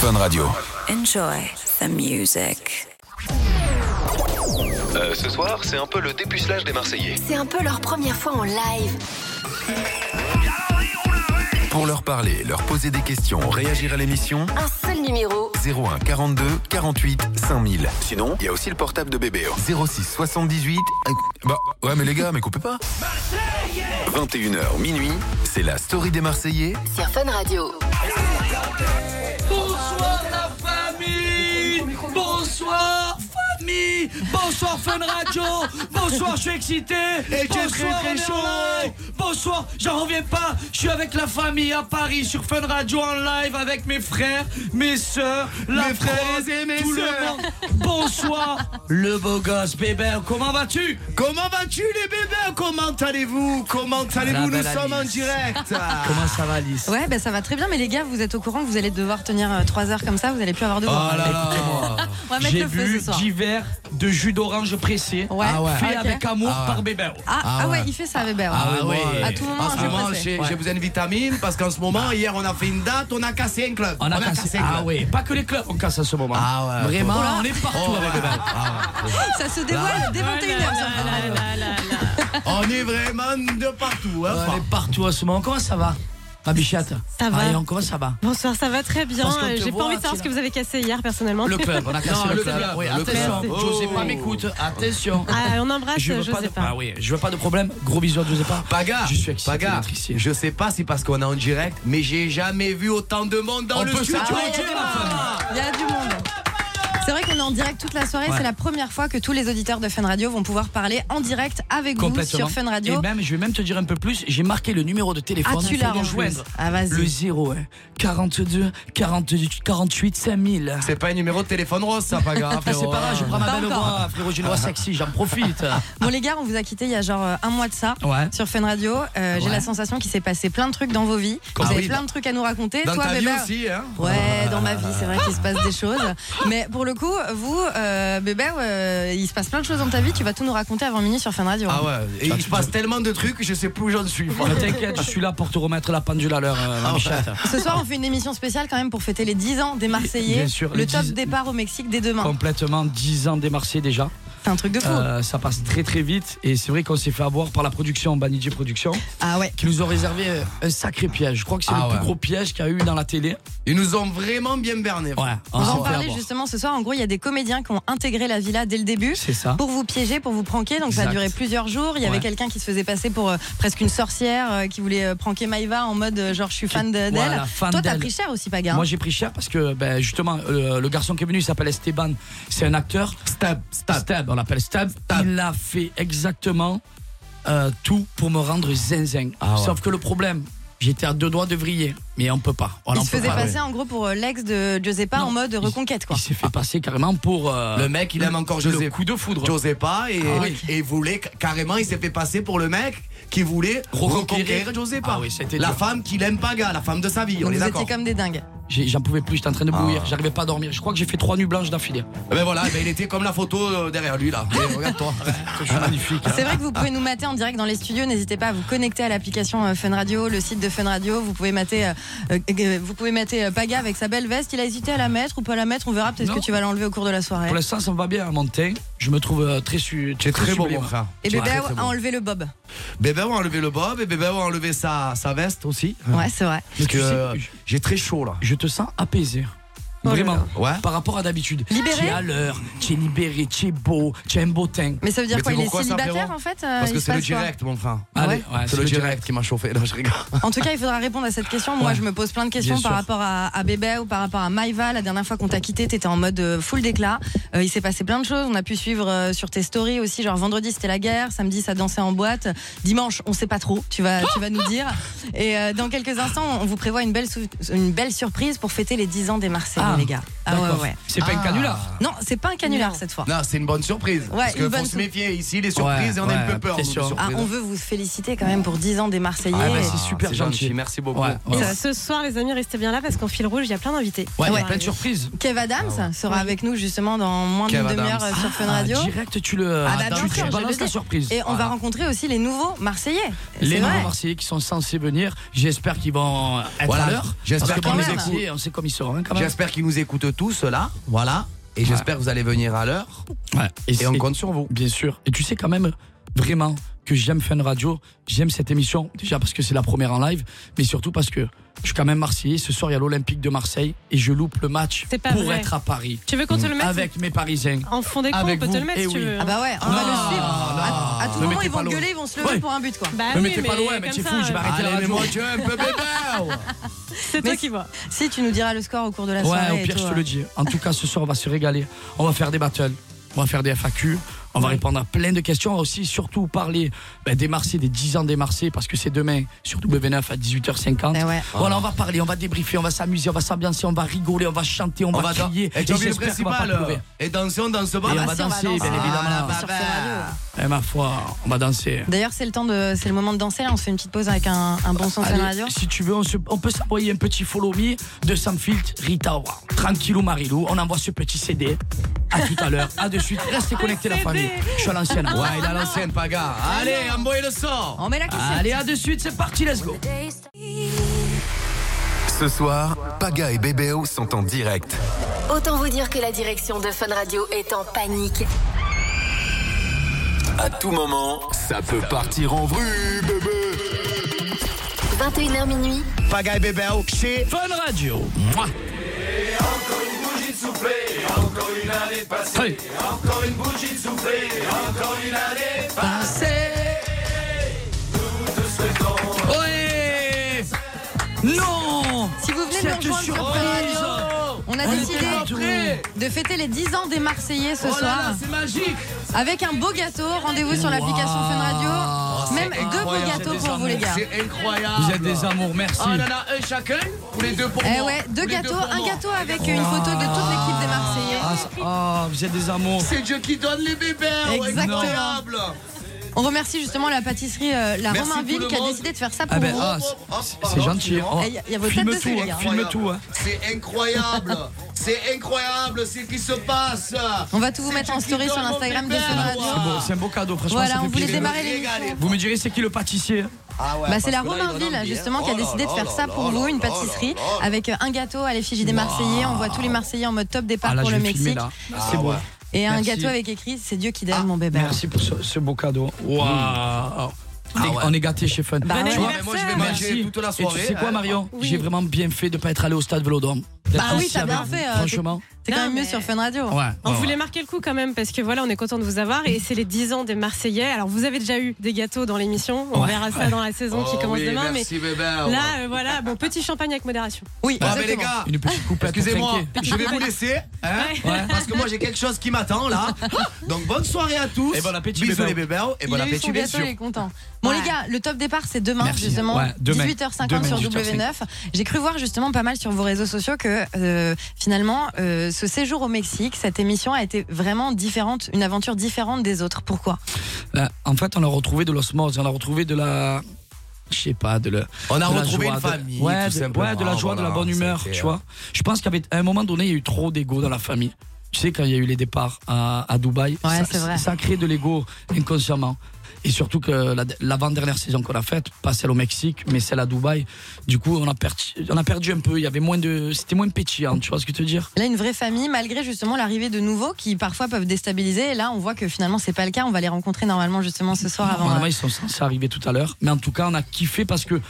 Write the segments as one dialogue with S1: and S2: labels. S1: Fun Radio.
S2: Enjoy the music.
S3: Euh, ce soir, c'est un peu le dépucelage des Marseillais.
S4: C'est un peu leur première fois en live.
S1: Pour leur parler, leur poser des questions, réagir à l'émission,
S4: Un seul numéro.
S1: 01 42 48 5000. Sinon, il y a aussi le portable de bébé. hein. 06 78. euh, Bah ouais, mais les gars, mais coupez pas. 21h minuit, c'est la story des Marseillais
S4: Sur Fun Radio.
S5: Bonsoir la famille Bonsoir famille Bonsoir Fun Radio Bonsoir je suis excité Et
S6: j'ai très, très chaud.
S5: Bonsoir j'en reviens pas Je suis avec la famille à Paris sur Fun Radio en live avec mes frères, mes sœurs, la
S6: Mes frères et mes
S5: tout le
S6: sœurs.
S5: monde. Bonsoir le beau gosse bébé comment vas-tu
S6: Comment vas-tu les bébés Comment allez-vous Comment
S5: La
S6: allez-vous Nous
S5: belle
S6: sommes en
S5: Alice.
S6: direct
S5: Comment ça va Alice
S7: Ouais, ben ça va très bien, mais les gars, vous êtes au courant que vous allez devoir tenir 3 heures comme ça, vous allez plus avoir de
S5: Oh
S7: voix.
S5: là là
S7: On va mettre
S5: J'ai
S7: le feu
S5: bu
S7: ce soir.
S5: 10 verres de jus d'orange pressé
S7: Ouais. Ah ouais.
S5: fait
S7: Ok.
S5: avec amour par bébé.
S7: Ah, ah ouais, il fait ça, Weber.
S5: Ah
S6: oui.
S7: À tout moment,
S6: En ce
S7: je
S6: moment,
S7: pressais.
S6: j'ai j'ai besoin de vitamines parce qu'en ce moment, hier, on a fait une date, on a cassé un club.
S5: Ah. On a, cassé.
S6: un club.
S5: Ah ouais, pas que les clubs, on casse à ce moment.
S6: Ah ouais. Ah
S5: Vraiment,
S6: Oh
S5: on est partout avec les Ah balles.
S7: Ça se dévoile dès 21h.
S6: On est vraiment de partout. hein,
S5: On
S6: enfin.
S5: est partout à ce moment. Comment ça va Ma bichette
S8: Ça va.
S5: Marion, comment ça va
S8: Bonsoir, ça va très bien.
S5: Parce qu'on te
S8: Euh, J'ai
S5: voit,
S8: pas envie de
S5: tu
S8: savoir ce
S5: l'as.
S8: que vous avez cassé hier personnellement.
S5: club, on a cassé
S6: le club.
S5: Oui,
S6: Le
S5: attention,
S6: club.
S5: Josépa
S6: Oh.
S5: m'écoute, attention.
S8: Ah, on embrasse
S5: veux pas de... Ah
S8: Josépa.
S5: oui, je veux pas de problème. Gros bisous à Josépa.
S6: Paga,
S5: Je suis excité
S6: Paga,
S5: d'être ici.
S6: je sais pas si parce qu'on est en direct, mais j'ai jamais vu autant de monde dans
S5: On
S6: le
S5: peut
S6: studio. Ah
S5: s'arrêter,
S6: ouais,
S5: ma femme.
S7: Il y a du monde. C'est vrai qu'on est en direct toute la soirée. C'est la première fois que tous les auditeurs de Fun Radio vont pouvoir parler en direct avec vous
S5: Complètement.
S7: sur Fun Radio.
S5: Et même, je vais même te dire un peu plus, j'ai marqué le numéro de téléphone.
S7: Ah, tu l'as
S5: pour
S7: en
S5: joindre.
S7: plus. Ah, vas-y.
S5: Le hein. 0, 42, 48, 48, 5000.
S6: C'est pas un numéro de téléphone rose, ça, Paga.
S5: Ah, c'est pas grave, je prends ma
S7: Pas
S5: belle
S7: encore.
S5: voix, frérot, j'ai une voix sexy, j'en profite.
S7: Bon, les gars, on vous a quitté il y a genre euh, un mois de ça
S5: Ouais.
S7: sur Fun Radio. Euh, J'ai
S5: Ouais.
S7: la sensation qu'il s'est passé plein de trucs dans vos vies.
S6: Ah
S7: vous avez
S6: oui,
S7: plein
S6: dans-
S7: de trucs à nous raconter.
S6: Dans
S7: Toi,
S6: ta vie
S7: Weber,
S6: aussi, hein
S7: Ouais, dans ma vie, c'est vrai qu'il se passe des choses. Mais pour le coup, vous, euh, bébé, euh, il se passe plein de choses dans ta vie. Tu vas tout nous raconter avant minuit sur Fun Radio.
S6: Ah ouais, et il se passe tellement de trucs, je sais plus où j'en suis. Ah moi.
S5: Ne Ah, t'inquiète, je suis là pour te remettre la pendule à l'heure, euh, ma bichette.
S7: Ce soir, on fait une émission spéciale quand même pour fêter les 10 ans des Marseillais.
S5: Bien sûr, les
S7: le top
S5: 10
S7: départ au Mexique dès demain.
S5: Complètement 10 ans démarcé déjà.
S7: C'est un truc de fou.
S5: Euh, ça passe très très vite et c'est vrai qu'on s'est fait avoir par la production Banijé Production
S7: Ah ouais.
S5: qui nous ont réservé euh, un sacré piège. Je crois que c'est
S6: Ah
S5: le
S6: ouais.
S5: plus gros piège qu'il y a eu dans la télé.
S6: Ils nous ont vraiment bien bernés.
S5: Ouais,
S7: On va
S5: s'est
S7: en
S5: fait
S7: parler
S5: avoir.
S7: justement ce soir. En gros, il y a des comédiens qui ont intégré la villa dès le début.
S5: C'est ça.
S7: Pour vous piéger, pour vous pranker. Donc ça a
S5: Exact.
S7: duré plusieurs jours. Il y avait
S5: Ouais.
S7: quelqu'un qui se faisait passer pour euh, presque une sorcière, euh, qui voulait euh, pranker Maïva en mode euh, genre je suis fan de- d'elle.
S5: Voilà, fan
S7: Toi, t'as
S5: d'elle.
S7: pris cher aussi, Paga. hein.
S5: Moi j'ai pris cher parce que ben, justement euh, le garçon qui est venu il s'appelle Esteban, c'est un acteur.
S6: Stab, stab.
S5: Stab, on l'appelle Stab. Il a fait exactement euh, tout pour me rendre zinzin.
S6: Ah
S5: Sauf que le problème, j'étais à deux doigts de vriller, mais on peut pas. Voilà,
S7: il
S5: on
S7: se
S5: peut
S7: faisait
S5: pas.
S7: passer en gros pour euh, l'ex de Giuseppa
S5: Non,
S7: en mode
S5: il-
S7: reconquête quoi.
S5: Il s'est fait passer carrément pour euh,
S6: Le mec, il aime encore
S5: le
S6: José.
S5: coup de foudre.
S6: Josépa et,
S5: Ah oui.
S6: et voulait ca- carrément, il s'est fait passer pour le mec qui voulait
S5: Reconquérir.
S6: reconquérir Josépa.
S5: Ah oui, c'était
S6: la
S5: dur.
S6: femme qu'il aime pas, gars, la femme de sa vie,
S7: Donc
S6: on est
S7: vous
S6: d'accord. Ah.
S7: étiez comme des dingues.
S5: J'ai- J'en pouvais plus, j'étais en train de bouillir, j'arrivais pas à dormir. Je crois que j'ai fait trois nuits blanches d'affilée.
S6: Eh Ben voilà, eh ben il était comme la photo euh, derrière lui là. Eh, Regarde-toi.
S5: Je suis magnifique. hein.
S7: C'est vrai que vous pouvez nous mater en direct dans les studios. N'hésitez pas à vous connecter à l'application euh, Fun Radio, le site de Fun Radio. Vous pouvez mater, euh, euh, euh, vous pouvez mater euh, Paga avec sa belle veste. Il a hésité à la mettre ou pas la mettre. On verra peut-être
S5: Non.
S7: que tu vas l'enlever au cours de la soirée.
S5: Pour l'instant, ça me va bien à monter. Je me trouve euh, très su.
S6: Tu es très beau,
S5: sublime.
S6: mon frère.
S7: Et
S6: Tu es
S7: bébé
S6: très, très
S7: a
S6: beau.
S7: enlevé le bob.
S6: Bébé a enlevé le bob et bébé a enlevé sa, sa veste aussi.
S7: Ouais, c'est vrai.
S5: Mais
S6: Parce
S5: tu
S6: que
S5: sais,
S6: euh,
S5: je-
S6: j'ai très chaud là.
S5: je te sens apaisé.
S7: Oh là
S5: Vraiment.
S6: Ouais.
S5: Par rapport à d'habitude.
S7: Libéré
S5: Tu es à l'heure, tu es libéré, tu es beau, tu as un beau teint.
S7: Mais ça veut dire
S6: Mais
S7: quoi
S6: tu
S7: Il est
S6: pourquoi ça,
S7: célibataire
S6: frérot
S7: en fait euh,
S6: Parce que c'est le direct, mon frère.
S7: Ah ouais
S5: Allez, ouais,
S6: C'est le direct qui m'a chauffé. Non, je rigole.
S7: En tout cas, il faudra répondre à cette question. Moi,
S5: Ouais.
S7: je me pose plein de questions
S5: Bien
S7: par
S5: sûr.
S7: rapport à, à Bébé ou par rapport à Maïva. La dernière fois qu'on t'a quitté, t'étais en mode euh, full déclat. Euh, il s'est passé plein de choses. On a pu suivre euh, sur tes stories aussi. Genre vendredi, c'était la guerre. Samedi, ça dansait en boîte. Dimanche, on sait pas trop. Tu vas, tu vas nous dire. Et euh, dans quelques instants, on vous prévoit une belle, sou- une belle surprise pour fêter les 10 ans des Marseillais,
S5: Ah,
S7: les gars. Ah ouais,
S5: D'accord.
S7: ouais.
S5: C'est pas
S6: Ah.
S5: un canular.
S7: Non, c'est pas un canular
S8: Non.
S7: cette fois.
S6: Non, c'est une bonne surprise. parce
S7: une
S6: que faut
S7: bonne
S6: se méfier ici, les surprises, et
S5: Ouais,
S6: on a un
S5: ouais,
S6: peu peur.
S5: c'est
S6: nous, de
S5: sûr.
S7: Ah,
S6: surprises.
S7: on veut vous féliciter quand même pour 10 ans des Marseillais.
S5: Ah, bah,
S6: Ah,
S5: c'est super
S6: c'est
S5: gentil.
S6: gentil, merci beaucoup.
S5: Ouais, ouais.
S7: Et
S5: Ouais,
S7: ça-
S8: Ce soir, les amis, restez bien là parce qu'en fil rouge, il y a plein d'invités.
S5: il y a
S7: ouais.
S5: plein de surprises.
S7: Kev Adams sera avec nous justement dans moins d'une
S6: Kev
S7: demi-heure
S6: Adams.
S7: euh, sur Fun
S5: Ah,
S7: Radio.
S5: direct, tu le
S7: Ah, bah, bien
S5: tu- tu
S7: sûr, je le
S5: balances
S7: dis.
S5: la surprise.
S7: Et on
S5: Voilà.
S7: va rencontrer aussi les nouveaux Marseillais.
S5: Les
S7: C'est
S5: nouveaux
S7: vrai.
S5: Marseillais qui sont censés venir, j'espère qu'ils vont être
S6: Voilà.
S5: à l'heure.
S6: J'espère
S5: Parce que
S6: qu'ils
S5: pour les
S7: nous
S5: Marseillais, on sait comme ils sont. hein, quand même.
S6: J'espère qu'ils qui nous écoutent tous là. Voilà. Et j'espère que vous allez venir à l'heure.
S5: Ouais.
S6: Et on compte sur vous.
S5: Bien sûr. Et tu sais quand même vraiment que j'aime Fun Radio, j'aime cette émission, déjà parce que c'est la première en live, mais surtout parce que je suis quand même Marseillais. Ce soir, il y a l'Olympique de Marseille et je loupe le match
S8: C'est pas
S5: pour
S8: vrai.
S5: être à Paris.
S8: Tu veux qu'on te le mette
S5: Avec mes Parisiens.
S8: En fond d'écran, on
S5: Avec
S8: peut te
S5: vous,
S8: le mettre
S5: eh
S8: si tu
S5: oui.
S8: veux.
S7: Ah bah ouais, on va le
S5: Ah,
S7: suivre.
S5: non.
S7: À, à tout
S5: Ne
S7: moment,
S5: mettez
S7: ils
S5: pas
S7: vont
S5: l'eau.
S7: gueuler, ils vont se lever
S5: Ouais.
S7: pour un but quoi.
S8: Bah
S5: Ne
S8: oui,
S5: mettez pas loin, mais
S8: comme
S5: t'es
S8: ça, euh.
S5: fou, je vais arrêter la
S6: Allez, mais
S5: radio.
S6: moi tu es un peu bébé.
S8: C'est toi
S7: Mais-
S8: qui vois.
S7: Si tu nous diras le score au cours de la soirée.
S5: Ouais, au
S7: et hein.
S5: pire,
S7: tout,
S5: je te
S7: ouais.
S5: le dis. En tout cas, ce soir, on va se régaler. On va faire des battles, on va faire des FAQ, on va répondre à plein de questions. On va aussi surtout parler ben, des Marseillais, des 10 ans des Marseillais, parce que c'est demain sur W9 à 18h50.
S7: Eh ouais.
S5: Voilà, on va parler, on va débriefer, on va s'amuser, on va s'ambiancer, on va rigoler, on va chanter, on,
S6: On
S5: va
S6: va dans.
S5: crier.
S6: Et tu as vu le
S5: j'espère qu'on va pas
S6: principal.
S5: pleurer.
S6: euh, Et dansons dans ce bar.
S5: Et
S7: bah
S5: on va
S7: si, on va
S5: danser,
S7: danser.
S5: bien évidemment.
S6: Ah,
S7: Sur
S6: bah,
S7: Fun Radio.
S5: Eh, ma foi, on va danser.
S7: D'ailleurs, c'est le temps de, c'est le moment de danser. Là, on se fait une petite pause avec un, un bon son sur
S5: Allez,
S7: la radio.
S5: si tu veux, on, se- on peut s'envoyer un petit follow me de Samfield Ritawa. Tranquillou Marilou, on envoie ce petit CD. À tout à l'heure, à de suite. Restez connectés, la famille. Je suis à l'ancienne.
S7: Ah,
S6: Ouais, il a lancé un paga. Bah, Allez, envoyez le sort.
S7: On met la cassette.
S5: Allez, à de suite, c'est parti, let's go.
S1: Ce soir, Paga et Bébéo sont en direct.
S4: Autant vous dire que la direction de Fun Radio est en panique.
S1: À tout moment, ça peut partir en vrille, bébé.
S4: 21h minuit,
S6: Paga et bébé au chez.
S5: Fun Radio. Mouah. Allez. Ouais. Non
S7: Si vous venez de nous
S5: Cette
S7: rejoindre sur Fun
S5: surprise
S7: Radio, on a
S5: On
S7: décidé
S5: était pas prêts.
S7: de fêter les 10 ans des Marseillais ce
S6: Oh là
S7: soir
S6: là, c'est magique.
S7: avec un beau gâteau. Rendez-vous sur l'application Fun Radio. Même deux beaux
S6: Oh, incroyable,
S7: gâteaux
S6: c'est
S7: pour vous les gars.
S6: C'est incroyable.
S5: Vous êtes des amours, merci.
S6: Ah, on en a un chacun ou les deux pour
S7: Eh
S6: moi
S7: ouais, deux
S6: Ou les
S7: gâteaux,
S6: pour
S7: un
S6: moi
S7: gâteau avec une photo de toute l'équipe des Marseillais.
S5: Ah, ça- ah, vous êtes des amours.
S6: C'est Dieu qui donne les bébés. ouais,
S7: Exactement.
S6: Incroyable.
S7: On remercie justement la pâtisserie euh, La
S6: Merci tout
S7: Romainville
S6: le
S7: qui a
S6: monde.
S7: décidé de faire ça pour
S5: Ah ben,
S7: vous.
S5: ah,
S6: Hop, hop,
S5: c'est-
S6: hop,
S5: c'est gentil.
S6: hein.
S7: hop. Eh, y a- y a votre
S5: filme
S7: tête dessus,
S5: tout,
S7: les gars.
S5: hein, filme tout. Hein.
S6: C'est incroyable. C'est incroyable ce qui se passe.
S7: On va tout vous
S6: C'est
S7: mettre en
S6: Dieu qui
S7: story
S6: donne
S7: sur
S6: mon
S7: l'Instagram de
S6: bébé,
S7: Fun Radio.
S6: moi.
S5: C'est beau, c'est un beau cadeau, franchement.
S7: Voilà,
S5: ça
S7: on
S5: fait
S7: voulait
S5: plaisir.
S7: démarrer l'émission.
S5: Vous me direz, c'est qui le pâtissier
S6: Ah ouais,
S7: Bah,
S6: parce
S7: c'est la
S6: que là, il donne
S7: Romainville
S6: envie,
S7: justement
S6: hein.
S7: qui a
S6: Oh là
S7: décidé de
S6: là
S7: faire
S6: là
S7: ça
S6: là
S7: pour
S6: là
S7: vous,
S6: là
S7: une
S6: là
S7: pâtisserie
S6: là là.
S7: avec euh, un gâteau à l'effigie des Marseillais. On voit tous les Marseillais en mode top départ
S5: Ah là,
S7: pour
S5: je
S7: le
S5: vais filmer,
S7: Mexique.
S5: là.
S6: Ah,
S5: C'est beau.
S7: Et un
S5: Merci.
S7: gâteau avec écrit C'est Dieu qui donne mon bébé.
S5: Merci pour ce, ce beau cadeau. Waouh On est-
S6: ouais.
S5: On est gâtés chez Fun.
S7: Bah
S5: Tu
S7: ouais.
S5: vois,
S6: Ouais, mais moi, je vais
S5: Merci.
S6: manger toute la soirée.
S5: Et tu sais quoi,
S6: hein.
S5: Marion
S8: Oui.
S5: J'ai vraiment bien fait de pas être allé au stade Vélodrome. D'être
S7: Bah oui,
S5: assis
S7: t'as
S5: avec
S7: bien
S5: vous.
S7: fait, euh,
S5: Franchement,
S7: C'est quand
S8: Non,
S7: même mieux
S8: mais-
S7: sur Fun Radio.
S5: ouais.
S8: On
S5: ouais,
S8: voulait
S5: ouais.
S8: marquer le coup quand même parce que voilà, on est content de vous avoir et c'est les 10 ans des Marseillais. Alors vous avez déjà eu des gâteaux dans l'émission, on
S5: Ouais.
S8: verra ça dans la saison qui
S6: Oh
S8: commence
S6: oui,
S8: demain, mais
S6: merci, bébé.
S8: là euh, voilà, bon petit champagne avec modération.
S7: Oui,
S6: Bon, mais les
S7: exactement.
S6: gars,
S5: Une petite coupette. pour
S6: excusez-moi,
S5: trinquer.
S6: je vais vous laisser. hein,
S8: Ouais.
S6: Parce que moi, j'ai quelque chose qui m'attend là. Donc, bonne soirée à tous.
S5: Et bon appétit,
S6: Bisous,
S5: bébé.
S6: les bébés. Et
S7: Il
S6: bon
S7: a eu
S6: appétit,
S7: son
S6: bien
S7: gâteau,
S6: sûr.
S7: il est content. Bon les gars, le top départ c'est demain
S5: Merci.
S7: justement,
S5: Ouais, demain.
S7: 18h50
S5: Demain,
S7: sur
S5: 18h50.
S7: W9. J'ai cru voir justement pas mal sur vos réseaux sociaux que euh, finalement euh, ce séjour au Mexique, cette émission a été vraiment différente, une aventure différente des autres. Pourquoi
S5: Là, Euh, en fait, on a retrouvé de l'osmose, on a retrouvé de la. Je sais pas, de le.
S6: On a
S5: de la
S6: retrouvé
S5: joie,
S6: une
S5: de-
S6: famille,
S5: ouais,
S6: tout
S5: de,
S6: simplement. Ah,
S5: ouais, de la joie, de la
S6: Voilà,
S5: bonne humeur,
S6: c'était,
S5: tu vois. Je pense qu'à un moment donné, il y a eu trop d'ego dans la famille. Tu sais, quand il y a eu les départs à, à Dubaï,
S7: Ouais,
S5: ça,
S7: c'est vrai.
S5: ça a créé de l'ego inconsciemment. Et surtout que la- l'avant-dernière saison qu'on a faite, pas celle au Mexique, mais celle à Dubaï, du coup, on a perdu, on a perdu un peu. Il y avait moins de, c'était moins pétillant, tu vois ce que je veux te dire
S7: Là une vraie famille malgré justement l'arrivée de nouveaux qui parfois peuvent déstabiliser. Et là on voit que finalement c'est pas le cas. On va les rencontrer normalement justement ce soir avant. hein.
S5: Normalement, ils sont censés arriver tout à l'heure. Mais en tout cas, on a kiffé parce que,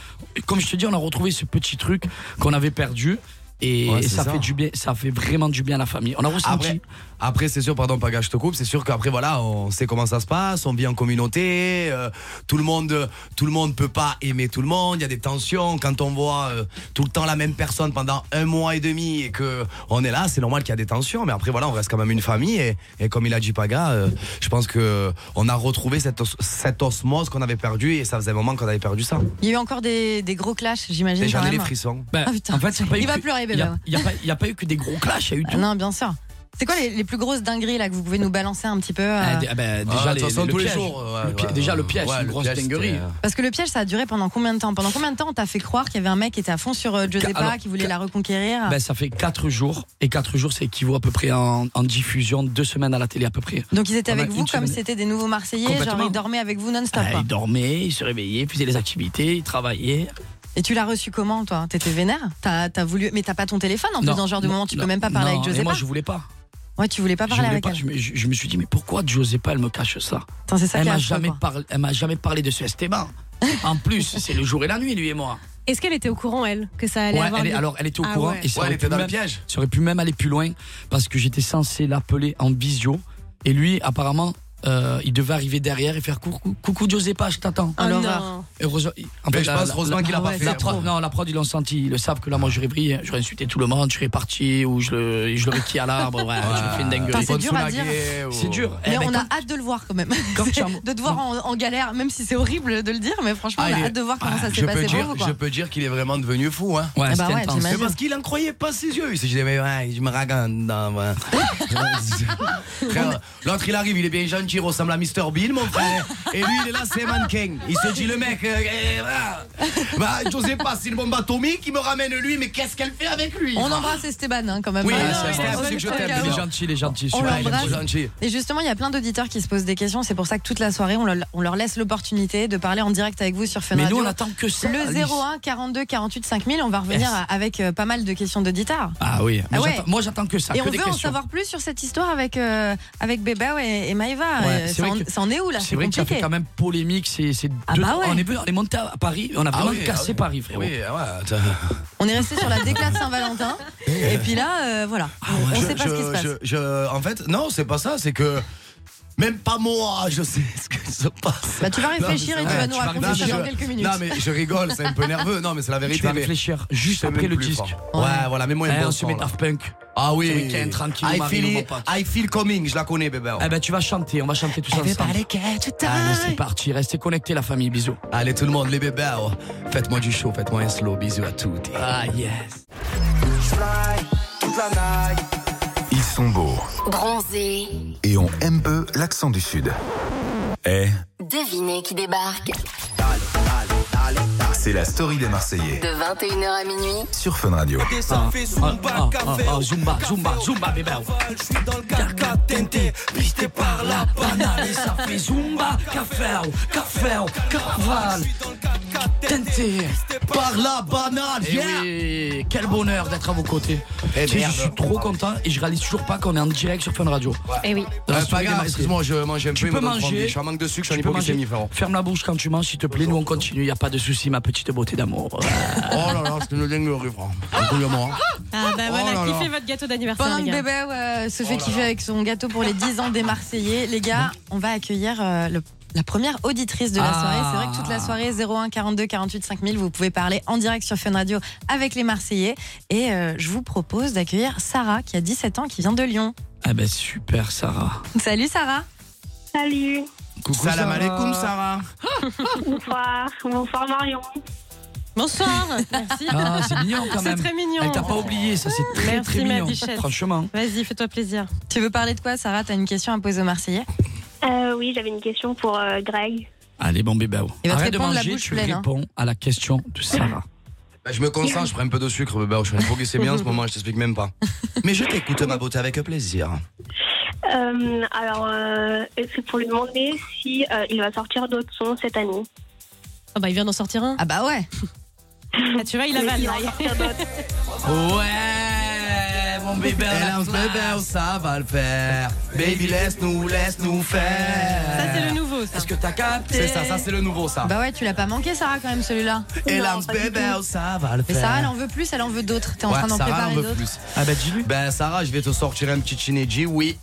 S5: comme je te dis, on a retrouvé ce petit truc qu'on avait perdu. Et,
S6: Ouais,
S5: et
S6: c'est
S5: ça,
S6: ça.
S5: fait du bien, ça fait vraiment du bien à la famille. On a ressenti.
S6: Après, après c'est sûr, pardon, Paga, je te coupe. C'est sûr qu'après, voilà, on sait comment ça se passe. On vit en communauté. euh, tout le monde, tout le monde peut pas aimer tout le monde. Il y a des tensions. Quand on voit euh, tout le temps la même personne pendant un mois et demi et que on est là, c'est normal qu'il y a des tensions. Mais après, voilà, on reste quand même une famille. Et, et comme il a dit Paga, euh, je pense que on a retrouvé cette, os- cette osmose qu'on avait perdue et ça faisait un moment qu'on avait perdu ça.
S7: euh, Il y a eu encore des, des gros clashs j'imagine.
S6: Et j'en
S7: quand
S6: ai les
S7: même.
S6: frissons.
S5: Ben,
S7: Ah, putain. ben, bah,
S5: en fait, c'est pas eu
S7: Il va
S5: que-
S7: pleurer,
S5: Il y a-
S7: bébé.
S5: il y a, pas- il y a pas eu que des gros clashs, il y a eu
S7: Ah
S5: tout.
S7: non bien sûr. C'est quoi les, les plus grosses dingueries là que vous pouvez nous balancer un petit peu euh,
S5: Ah, d- ah, ben, déjà,
S6: Ah, de
S5: les,
S6: toute façon,
S5: le
S6: tous les
S5: piège.
S6: jours, ouais,
S5: Le pi-
S6: ouais,
S5: déjà, le
S6: ouais,
S5: piège,
S6: ouais,
S5: c'est une
S6: le
S5: grosse
S6: piège,
S5: dinguerie. hein.
S6: c'était, euh,
S7: Parce que le piège, ça a duré pendant combien de temps Pendant combien de temps on t'a fait croire qu'il y avait un mec qui était à fond sur euh, Giuseppa,
S5: Alors,
S7: qui voulait la reconquérir
S5: Ben, ça fait 4 jours. Et 4 jours, c'est équivaut à peu près en, en diffusion, deux semaines à la télé à peu près.
S7: Donc ils étaient
S5: on a
S7: avec vous
S5: une
S7: comme
S5: semaine.
S7: c'était des nouveaux Marseillais, genre
S5: Complètement.
S7: ils dormaient avec vous non-stop.
S5: Ah,
S7: quoi.
S5: il dormait, il se réveillait, il faisait les activités, il travaillait.
S7: Et tu l'as reçu comment, toi T'étais vénère T'as as voulu, mais t'as pas ton téléphone en plus
S5: Non,
S7: dans ce genre de
S5: non,
S7: moment. Tu
S5: non,
S7: peux même pas parler
S5: non,
S7: avec
S5: et
S7: Josépa.
S5: Moi, je voulais pas.
S7: Ouais, tu voulais pas
S5: Je,
S7: parler
S5: voulais
S7: avec
S5: pas.
S7: elle.
S5: Je me- je- je me suis dit, mais pourquoi Josépa, elle me cache ça
S7: Putain, c'est ça
S5: Elle
S7: qui est
S5: m'a
S7: affreux,
S5: jamais,
S7: quoi.
S5: parlé- elle m'a jamais parlé de ce Esteban. En plus, c'est le jour et la nuit, lui et moi.
S8: Est-ce qu'elle était au courant, elle, que ça allait
S5: Ouais,
S8: avoir
S5: elle est-
S8: lieu
S5: alors elle était au
S8: Ah
S5: courant
S8: ouais.
S5: et ça
S6: Ouais,
S5: aurait
S6: elle était
S5: pu
S6: dans le
S5: même-
S6: piège.
S5: ça aurait pu même aller plus loin parce que j'étais censé l'appeler en visio et lui apparemment euh, il devait arriver derrière et faire coucou, coucou Giuseppa, je t'attends.
S8: Oh
S7: Alors,
S8: non.
S7: alors.
S5: Heureusement, il- en
S6: Mais
S5: fait,
S6: je
S5: la-
S6: pense
S5: la-
S6: heureusement
S5: la-
S6: qu'il a pas
S7: ouais,
S6: fait.
S5: la prod, non, la prod, ils l'ont senti. Ils le savent que là, moi, j'aurais pris, hein, j'aurais insulté tout le monde, je serais parti ou je le- je l'aurais qui à l'arbre. Ouais, j'aurais fait une
S7: Putain,
S5: dinguerie.
S7: c'est dur à dire.
S5: C'est
S6: oh.
S5: dur. Eh
S7: Mais
S5: ben,
S7: on
S5: quand-
S7: a hâte de le voir quand même.
S5: Comme tu as-
S7: de te voir en, en galère, même si c'est horrible de le dire, mais franchement,
S5: Ah,
S7: on
S6: Allez.
S7: a hâte de voir comment ça s'est
S6: Ah, Je peux,
S7: passé
S6: dire,
S7: pour vous.
S6: je
S7: Quoi.
S6: peux dire qu'il est vraiment devenu fou, hein.
S5: Ouais,
S7: Eh ben
S5: c'était
S7: ouais,
S5: intense.
S7: t'imagines.
S6: C'est parce qu'il n'en croyait pas ses yeux. Il s'est dit, mais ouais, je me raconte. non, ouais. Frère, L'autre, il arrive, il est bien gentil, il ressemble à Mr. Bean, mon frère. Et lui, il est là, c'est mannequin. Il se dit, le mec, euh, euh, voilà. bah, je sais pas, c'est une bombe atomique, il me ramène lui, mais qu'est-ce qu'elle fait avec lui
S7: On embrasse Esteban hein, quand même.
S6: Oui, c'est
S7: Ah, non,
S6: vrai,
S7: il est
S6: c'est vrai que je
S7: au
S6: t'aime,
S7: cas
S6: il
S5: Il
S7: où.
S5: est gentil, il est gentil.
S7: On
S5: super, il est
S7: l'embrasse.
S5: gentil.
S6: gentil.
S7: Et justement, il y a plein d'auditeurs qui se posent des questions. C'est pour ça que toute la soirée, on, le- on leur laisse l'opportunité de parler en direct avec vous sur Fun
S5: Mais
S7: Radio.
S5: nous, on attend que ça.
S7: le
S5: lui.
S7: 01 42 48 5000, on va revenir
S5: Yes.
S7: à- avec euh, pas mal de questions d'auditeurs.
S5: Ah oui, moi,
S7: Ah ouais.
S5: j'attends- moi, j'attends que ça.
S7: Et
S5: que
S7: on
S5: des
S7: veut en
S5: questions.
S7: savoir plus sur cette histoire avec, euh, avec Beba et, et Maëva.
S5: Ouais,
S7: Euh,
S5: c'est
S7: ça,
S5: vrai
S7: en,
S5: que-
S7: ça en est où là
S5: C'est vrai que ça fait
S7: compliqué.
S5: quand même polémique. C'est, c'est
S7: Ah
S5: deux-
S7: bah ouais.
S5: on, est, venu- on est monté à Paris, on a vraiment
S6: oui,
S5: cassé
S6: ah oui.
S5: Paris, frérot.
S6: Oui, ah ouais, attends.
S7: On est resté sur la déclate Saint-Valentin. et puis là, euh, voilà. on
S6: Je-
S7: sait pas
S6: je-
S7: ce qui se passe.
S6: je- je- en fait, non, c'est pas ça, c'est que. Même pas moi, je sais ce que se passe.
S7: Bah, tu vas
S6: Non, mais
S7: réfléchir
S6: c'est
S7: et tu
S6: vrai.
S7: vas nous
S6: Non,
S7: raconter
S6: mais
S7: ça
S6: je-
S7: dans quelques minutes.
S6: Non, mais je rigole, c'est un peu nerveux. Non, mais c'est la
S5: Tu
S6: vérité.
S5: vas
S6: mais-
S5: réfléchir juste
S6: C'est
S5: après
S6: même
S5: le
S6: plus
S5: disque.
S6: fort. Ouais, voilà, mets-moi
S5: Eh,
S6: une
S5: on
S6: bonne
S5: se met Daft Punk.
S6: Ah
S5: Ce
S6: oui.
S5: week-end, tranquille,
S6: I
S5: Marie,
S6: feel,
S5: mon
S6: it,
S5: pote.
S6: I feel coming, je la connais, bébé.
S5: Eh ben, tu vas chanter, on va chanter tous ensemble. Allez, c'est parti, restez connectés, la famille, bisous.
S6: Allez, tout le monde, les bébés, oh. faites-moi du show, faites-moi un slow. Bisous à toutes.
S5: Ah, yes.
S1: Ils sont beaux
S4: Bronzé,
S1: et on aime peu l'accent du Sud. Eh,
S4: devinez qui débarque
S1: c'est la story des Marseillais
S4: de 21h à minuit
S1: sur Fun Radio.
S5: Ah, ah, ah, ah, ah, zumba, zumba, zumba, bébé. par la banane et ça fait zumba, café, café, carnaval, tenté.
S6: Par la banane,
S5: Eh oui, quel bonheur d'être à vos côtés.
S6: Eh
S5: Tu sais,
S6: merde.
S5: je suis trop content et je réalise toujours pas qu'on est en direct sur Fun Radio.
S8: Eh oui.
S5: Dans la
S6: Euh, pas
S5: soirée des
S6: grave,
S5: Marseillais.
S6: excuse-moi, je mange un peu.
S5: Tu
S6: il
S5: peux
S6: me donne trop
S5: manger.
S6: envie. Je suis en manque de sucre, je suis en
S5: Tu peux
S6: hypoglycémie,
S5: manger.
S6: frérot.
S5: Ferme la bouche quand tu manges, s'il te plaît. Nous, on continue. Il n'y a pas de souci, ma petite beauté d'amour.
S6: Oh là là, c'est une dinguerie, frère. Incroyable, hein.
S8: Ah bah
S6: Oh
S8: voilà,
S6: là là.
S8: kiffez votre gâteau d'anniversaire.
S7: Pendant que
S8: les gars.
S7: Bébé euh,
S5: Oh
S7: se fait kiffer avec son gâteau pour les 10 ans des Marseillais, les gars, on va accueillir euh, le- la première auditrice de la
S5: Ah.
S7: soirée. C'est vrai que toute la soirée, 01 42 48 5000, vous pouvez parler en direct sur Fun Radio avec les Marseillais. Et euh, je vous propose d'accueillir Sarah, qui a 17 ans, qui vient de Lyon.
S5: ah ben super, Sarah.
S7: Salut Sarah
S9: Salut,
S5: Coucou,
S6: Salam
S5: Sarah.
S6: alaikum, Sarah.
S9: bonsoir, bonsoir Marion.
S8: Bonsoir. Merci.
S5: Ah, c'est mignon quand
S8: C'est
S5: même.
S8: très mignon.
S5: Elle t'a pas oublié, ça c'est très
S8: Merci,
S5: très
S8: ma
S5: mignon.
S8: bichette.
S5: Franchement.
S8: Vas-y, fais-toi plaisir.
S7: Tu veux parler de quoi, Sarah T'as une question à poser aux Marseillais
S9: Euh, oui, j'avais une question pour euh, Greg.
S5: Allez, bon bébé. oh.
S7: Il va te
S5: Arrête de
S7: répondre la
S5: manger,
S7: bouche
S5: tu
S7: pleine, hein.
S5: réponds à la question de Sarah.
S6: Bah, je me concentre, je prends un peu de sucre, bébé. Je suis en hypoglycémie en ce moment, je t'explique même pas. Mais je t'écoute, ma beauté, avec plaisir.
S9: Euh, alors, euh, c'est pour lui demander si euh, il va sortir d'autres sons cette année.
S8: Ah bah il vient d'en sortir un.
S7: Ah bah ouais
S8: Ah, tu vois, il avale.
S9: va en sortir d'autres.
S5: Ouais, mon bébé.
S6: Lance bébé, ça va le faire. Baby, laisse-nous, laisse-nous faire.
S8: Ça c'est le nouveau. Ça.
S5: Est-ce que t'as capté
S6: C'est ça, ça c'est le nouveau, ça.
S7: Bah ouais, tu l'as pas manqué, Sarah, quand même, celui-là.
S6: Et
S9: Non,
S6: Lance
S9: pas du
S6: bébé, ça va le
S7: Mais
S6: faire.
S7: Sarah, elle en veut plus, elle en veut d'autres. T'es en train
S6: Ouais,
S7: d'en
S6: Sarah en
S7: préparer
S6: veut
S7: d'autres.
S6: plus.
S5: Ah bah dis-lui.
S6: Ben, Sarah, je vais te sortir un petit Chineji. Oui,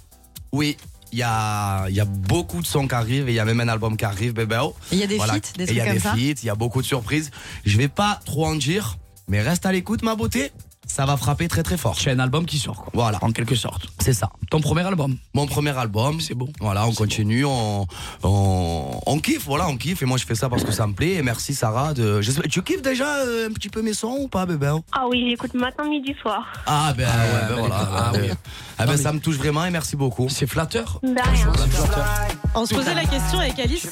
S6: oui. Il y a, il y a beaucoup de sons qui arrivent et il y a même un album qui arrive, bébé. oh.
S7: Et Il y a des
S6: Voilà.
S7: feats,
S6: Et
S7: des
S6: Il
S7: trucs
S6: y a
S7: comme
S6: des
S7: ça.
S6: feats, il y a beaucoup de surprises. Je vais pas trop en dire, mais reste à l'écoute, ma beauté. Ça va frapper très très fort.
S5: Tu as un album qui sort, quoi.
S6: Voilà,
S5: En quelque sorte.
S6: c'est ça.
S5: Ton premier album.
S6: Mon premier album,
S5: C'est bon.
S6: Voilà, on
S5: C'est
S6: continue, on, on, on kiffe, voilà, on kiffe. Et moi, je fais ça parce que ça me plaît. Et merci, Sarah. De, je sais pas, tu kiffes déjà euh, un petit peu mes sons ou pas, bébé
S9: Ah oui, j'écoute matin, midi, soir.
S6: Ah, ben, ouais, ben
S5: ben,
S6: voilà.
S5: ah,
S6: ben,
S5: oui.
S6: ah, ben,
S5: Non, mais-
S6: ça me touche vraiment et merci beaucoup.
S5: C'est flatteur.
S9: De rien.
S5: C'est flatteur.
S8: On se posait la question avec Alice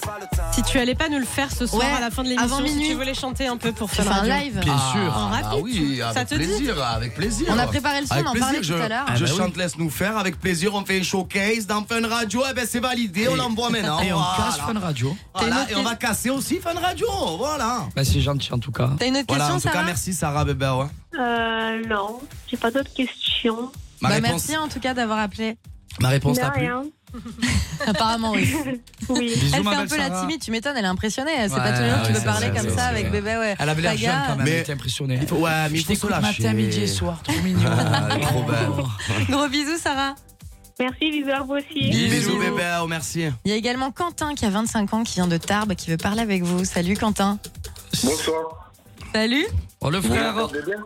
S8: si tu allais pas nous le faire ce soir
S7: Ouais,
S8: à la fin de l'émission,
S7: avant
S8: si
S7: minuit.
S8: tu voulais chanter un peu pour
S7: Tu
S8: faire
S7: fais un live.
S5: Bien sûr.
S8: En
S6: Ah,
S8: rapide,
S6: bah oui,
S8: ça
S6: avec
S8: te dit
S6: plaisir, avec plaisir.
S7: On a préparé le son,
S6: Avec
S7: on en
S6: plaisir,
S7: parlait tout
S6: je,
S7: à l'heure.
S5: Ah,
S6: je
S5: bah oui.
S6: chante laisse nous faire avec plaisir. On fait un showcase dans Fun Radio. Eh ben c'est validé, on l'envoie maintenant.
S5: Et on
S6: voilà.
S5: casse Fun Radio.
S6: Voilà,
S7: T'as une autre
S6: et on va casser aussi Fun Radio. Voilà.
S5: Bah, c'est gentil en tout cas.
S7: T'as une autre
S6: Voilà,
S7: question,
S6: en tout cas,
S7: Sarah
S6: merci Sarah hein. Beber. ouais.
S9: Euh, non, j'ai pas d'autres questions.
S6: Ma
S7: Bah,
S6: réponse,
S7: Merci en tout cas d'avoir appelé.
S6: ma réponse
S9: De
S6: t'a plu.
S9: rien.
S7: Apparemment, oui.
S9: Oui.
S5: Bisous,
S7: Elle
S5: ma
S7: fait un
S5: belle
S7: peu
S5: Sarah.
S7: la timide, tu m'étonnes, elle est impressionnée. C'est
S6: Ouais,
S7: pas tous les jours que tu
S6: ouais,
S7: peux
S6: c'est
S7: parler
S6: vrai,
S7: comme
S6: c'est
S7: ça
S6: vrai.
S7: avec bébé, ouais.
S5: Elle avait l'air
S7: Saga,
S5: jeune quand même,
S6: Mais-
S5: elle était impressionnée.
S6: Il faut- ouais, mais
S5: Je
S6: il faut se
S5: t'écoute
S6: lâcher.
S5: matin, midi et soir, trop mignon.
S6: Ah, trop belle.
S7: Gros bisous, Sarah.
S9: Merci, bisous à vous aussi.
S6: Bisous bébé, oh, merci.
S7: Il y a également Quentin qui a 25 ans, qui vient de Tarbes, qui veut parler avec vous. Salut, Quentin.
S10: Bonsoir.
S7: Salut.
S5: Oh le
S10: Vous
S5: frère
S10: m'entendez bien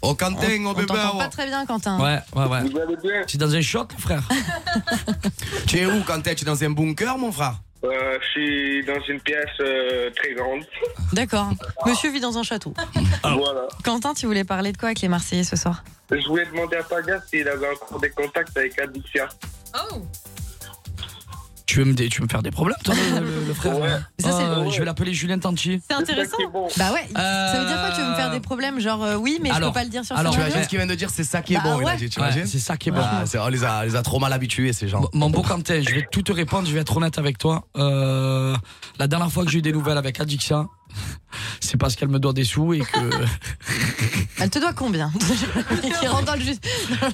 S6: Oh Quentin, oh
S7: On
S6: bébé.
S7: t'entend
S6: ouais.
S7: pas très bien, Quentin.
S5: Ouais, ouais, ouais.
S10: Vous allez bien
S5: Tu es dans un choc, frère
S6: Tu es où Quentin Tu es dans un bunker, mon frère
S10: Euh, Je suis dans une pièce euh, très grande.
S7: D'accord. Monsieur vit dans un château.
S5: Ah.
S7: Ah.
S10: Voilà.
S7: Quentin, tu voulais parler de quoi avec les Marseillais ce soir
S10: Je voulais demander à Pagas s'il avait encore des contacts avec Adixia.
S5: tu veux, me dé- tu veux me faire des problèmes, toi, le, le- le frère
S10: Ouais.
S5: Euh,
S7: Ça, c'est le-
S5: Je vais l'appeler Julien Tanti.
S8: C'est intéressant.
S10: C'est bon.
S7: Bah ouais.
S5: Euh,
S7: Ça veut dire quoi Tu veux me faire des problèmes Genre, euh, oui, mais je
S5: alors,
S7: peux pas le dire sur
S5: alors,
S6: Tu
S7: Fun
S5: ouais.
S6: imagines
S7: Radio
S6: ce qu'il vient de dire, c'est ça qui est
S7: Bah
S6: bon, il a
S7: ouais.
S6: dit, tu
S5: Ouais,
S6: imagines
S5: c'est ça qui est bon.
S6: Ah, c'est- on, les a, on les a trop mal habitués, ces gens.
S5: Bon, Mon beau Quentin, je vais tout te répondre, je vais être honnête avec toi. Euh, la dernière fois que j'ai eu des nouvelles avec Adixia, c'est parce qu'elle me doit des sous et que.
S7: Elle te doit combien Qui rentre dans le juste.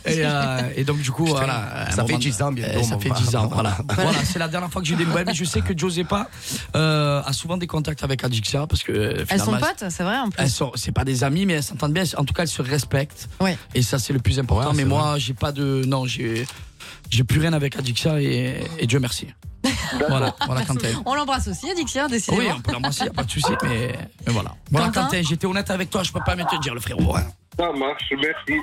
S5: Et, euh, et donc, du coup, voilà.
S6: ça
S5: à un
S6: fait
S5: moment-
S6: 10 ans bientôt,
S5: Eh, Ça
S6: mon
S5: fait
S6: frère.
S5: 10 ans, voilà. voilà, c'est la dernière fois que j'ai eu des nouvelles, mais je sais que Josepa euh, a souvent des contacts avec Adixia parce que. euh,
S7: Elles
S5: finalement,
S7: sont potes, c'est vrai en plus.
S5: elles sont, c'est pas des amis, mais elles s'entendent bien. En tout cas, elles se respectent.
S7: Ouais.
S5: Et ça, c'est le plus important.
S6: Ouais,
S5: mais
S6: c'est
S5: moi, j'ai pas de, non, j'ai, j'ai plus rien avec Adixia et, et Dieu merci. Voilà, voilà Quentin.
S7: On l'embrasse aussi, Adixia, décidément.
S5: Oui, on peut l'embrasser, y a pas de souci, mais, mais voilà. Voilà,
S7: Quentin
S5: Quentin, j'étais honnête avec toi, je peux pas mieux te dire, le frérot. hein.
S10: Ça marche, merci.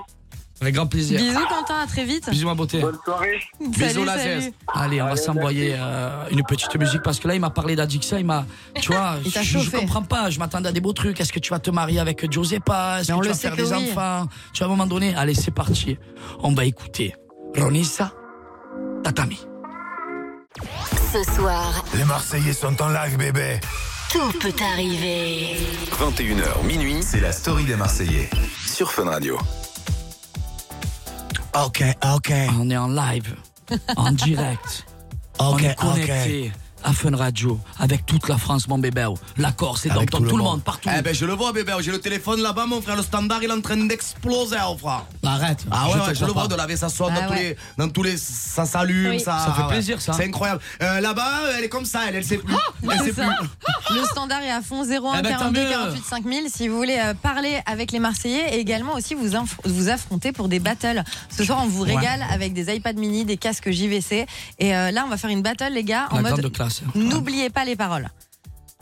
S5: Avec grand plaisir.
S7: Bisous, Quentin, à très vite.
S5: Bisous, ma beauté.
S10: Bonne soirée.
S7: salut,
S6: la
S7: salut.
S6: zeste.
S5: Allez, on va
S10: Allez,
S5: s'envoyer euh, une petite musique parce que là, il m'a parlé d'Adixia, il m'a. Tu vois,
S7: Il t'a
S5: je, je
S7: chauffé.
S5: comprends pas, je m'attendais à des beaux trucs. Est-ce que tu vas te marier avec Giuseppa Est-ce
S7: Mais
S5: que
S7: on
S5: tu
S7: le
S5: vas
S7: sait
S5: faire
S7: que
S5: des
S7: oui.
S5: enfants Tu vois, à un moment donné, allez, c'est parti. On va écouter Ronissa Tatami.
S4: Ce soir,
S1: Les Marseillais sont en live, bébé.
S4: tout peut arriver.
S1: 21h, minuit, c'est la story des Marseillais sur Fun Radio.
S6: Ok, ok,
S5: On est en live, en direct. on est connecté à Fun Radio avec toute la France, mon bébé. La Corse, et
S6: Avec
S5: donc tout, le monde, partout.
S6: Eh ben, je le vois, bébé. J'ai le téléphone là-bas, mon frère. Le standard, il est en train d'exploser, mon frère.
S5: Bah, Arrête.
S6: Ah ouais, ouais, je,
S5: te
S6: le
S5: crois
S6: vois de
S5: pas.
S6: laver sa soie
S7: Ah
S6: dans, tous
S7: ouais.
S6: les, dans tous les. Ça s'allume,
S8: Oui.
S6: ça. ah
S5: Ça fait
S6: ouais.
S5: plaisir, ça. Ah,
S6: C'est incroyable. Euh, Là-bas, euh, elle est comme ça, elle, elle sait plus. Elle
S7: C'est
S6: sait plus.
S7: ça. Le standard est à fond 01
S6: Eh ben, tant
S7: 42
S6: mieux.
S7: 48 5000 si vous voulez euh, parler avec les Marseillais et également aussi vous, inf- vous affronter pour des battles. Ce soir on vous régale avec des iPad mini, des casques JVC et euh, là on va faire une battle les gars en
S5: La grande
S7: mode
S5: classe.
S7: n'oubliez pas les paroles.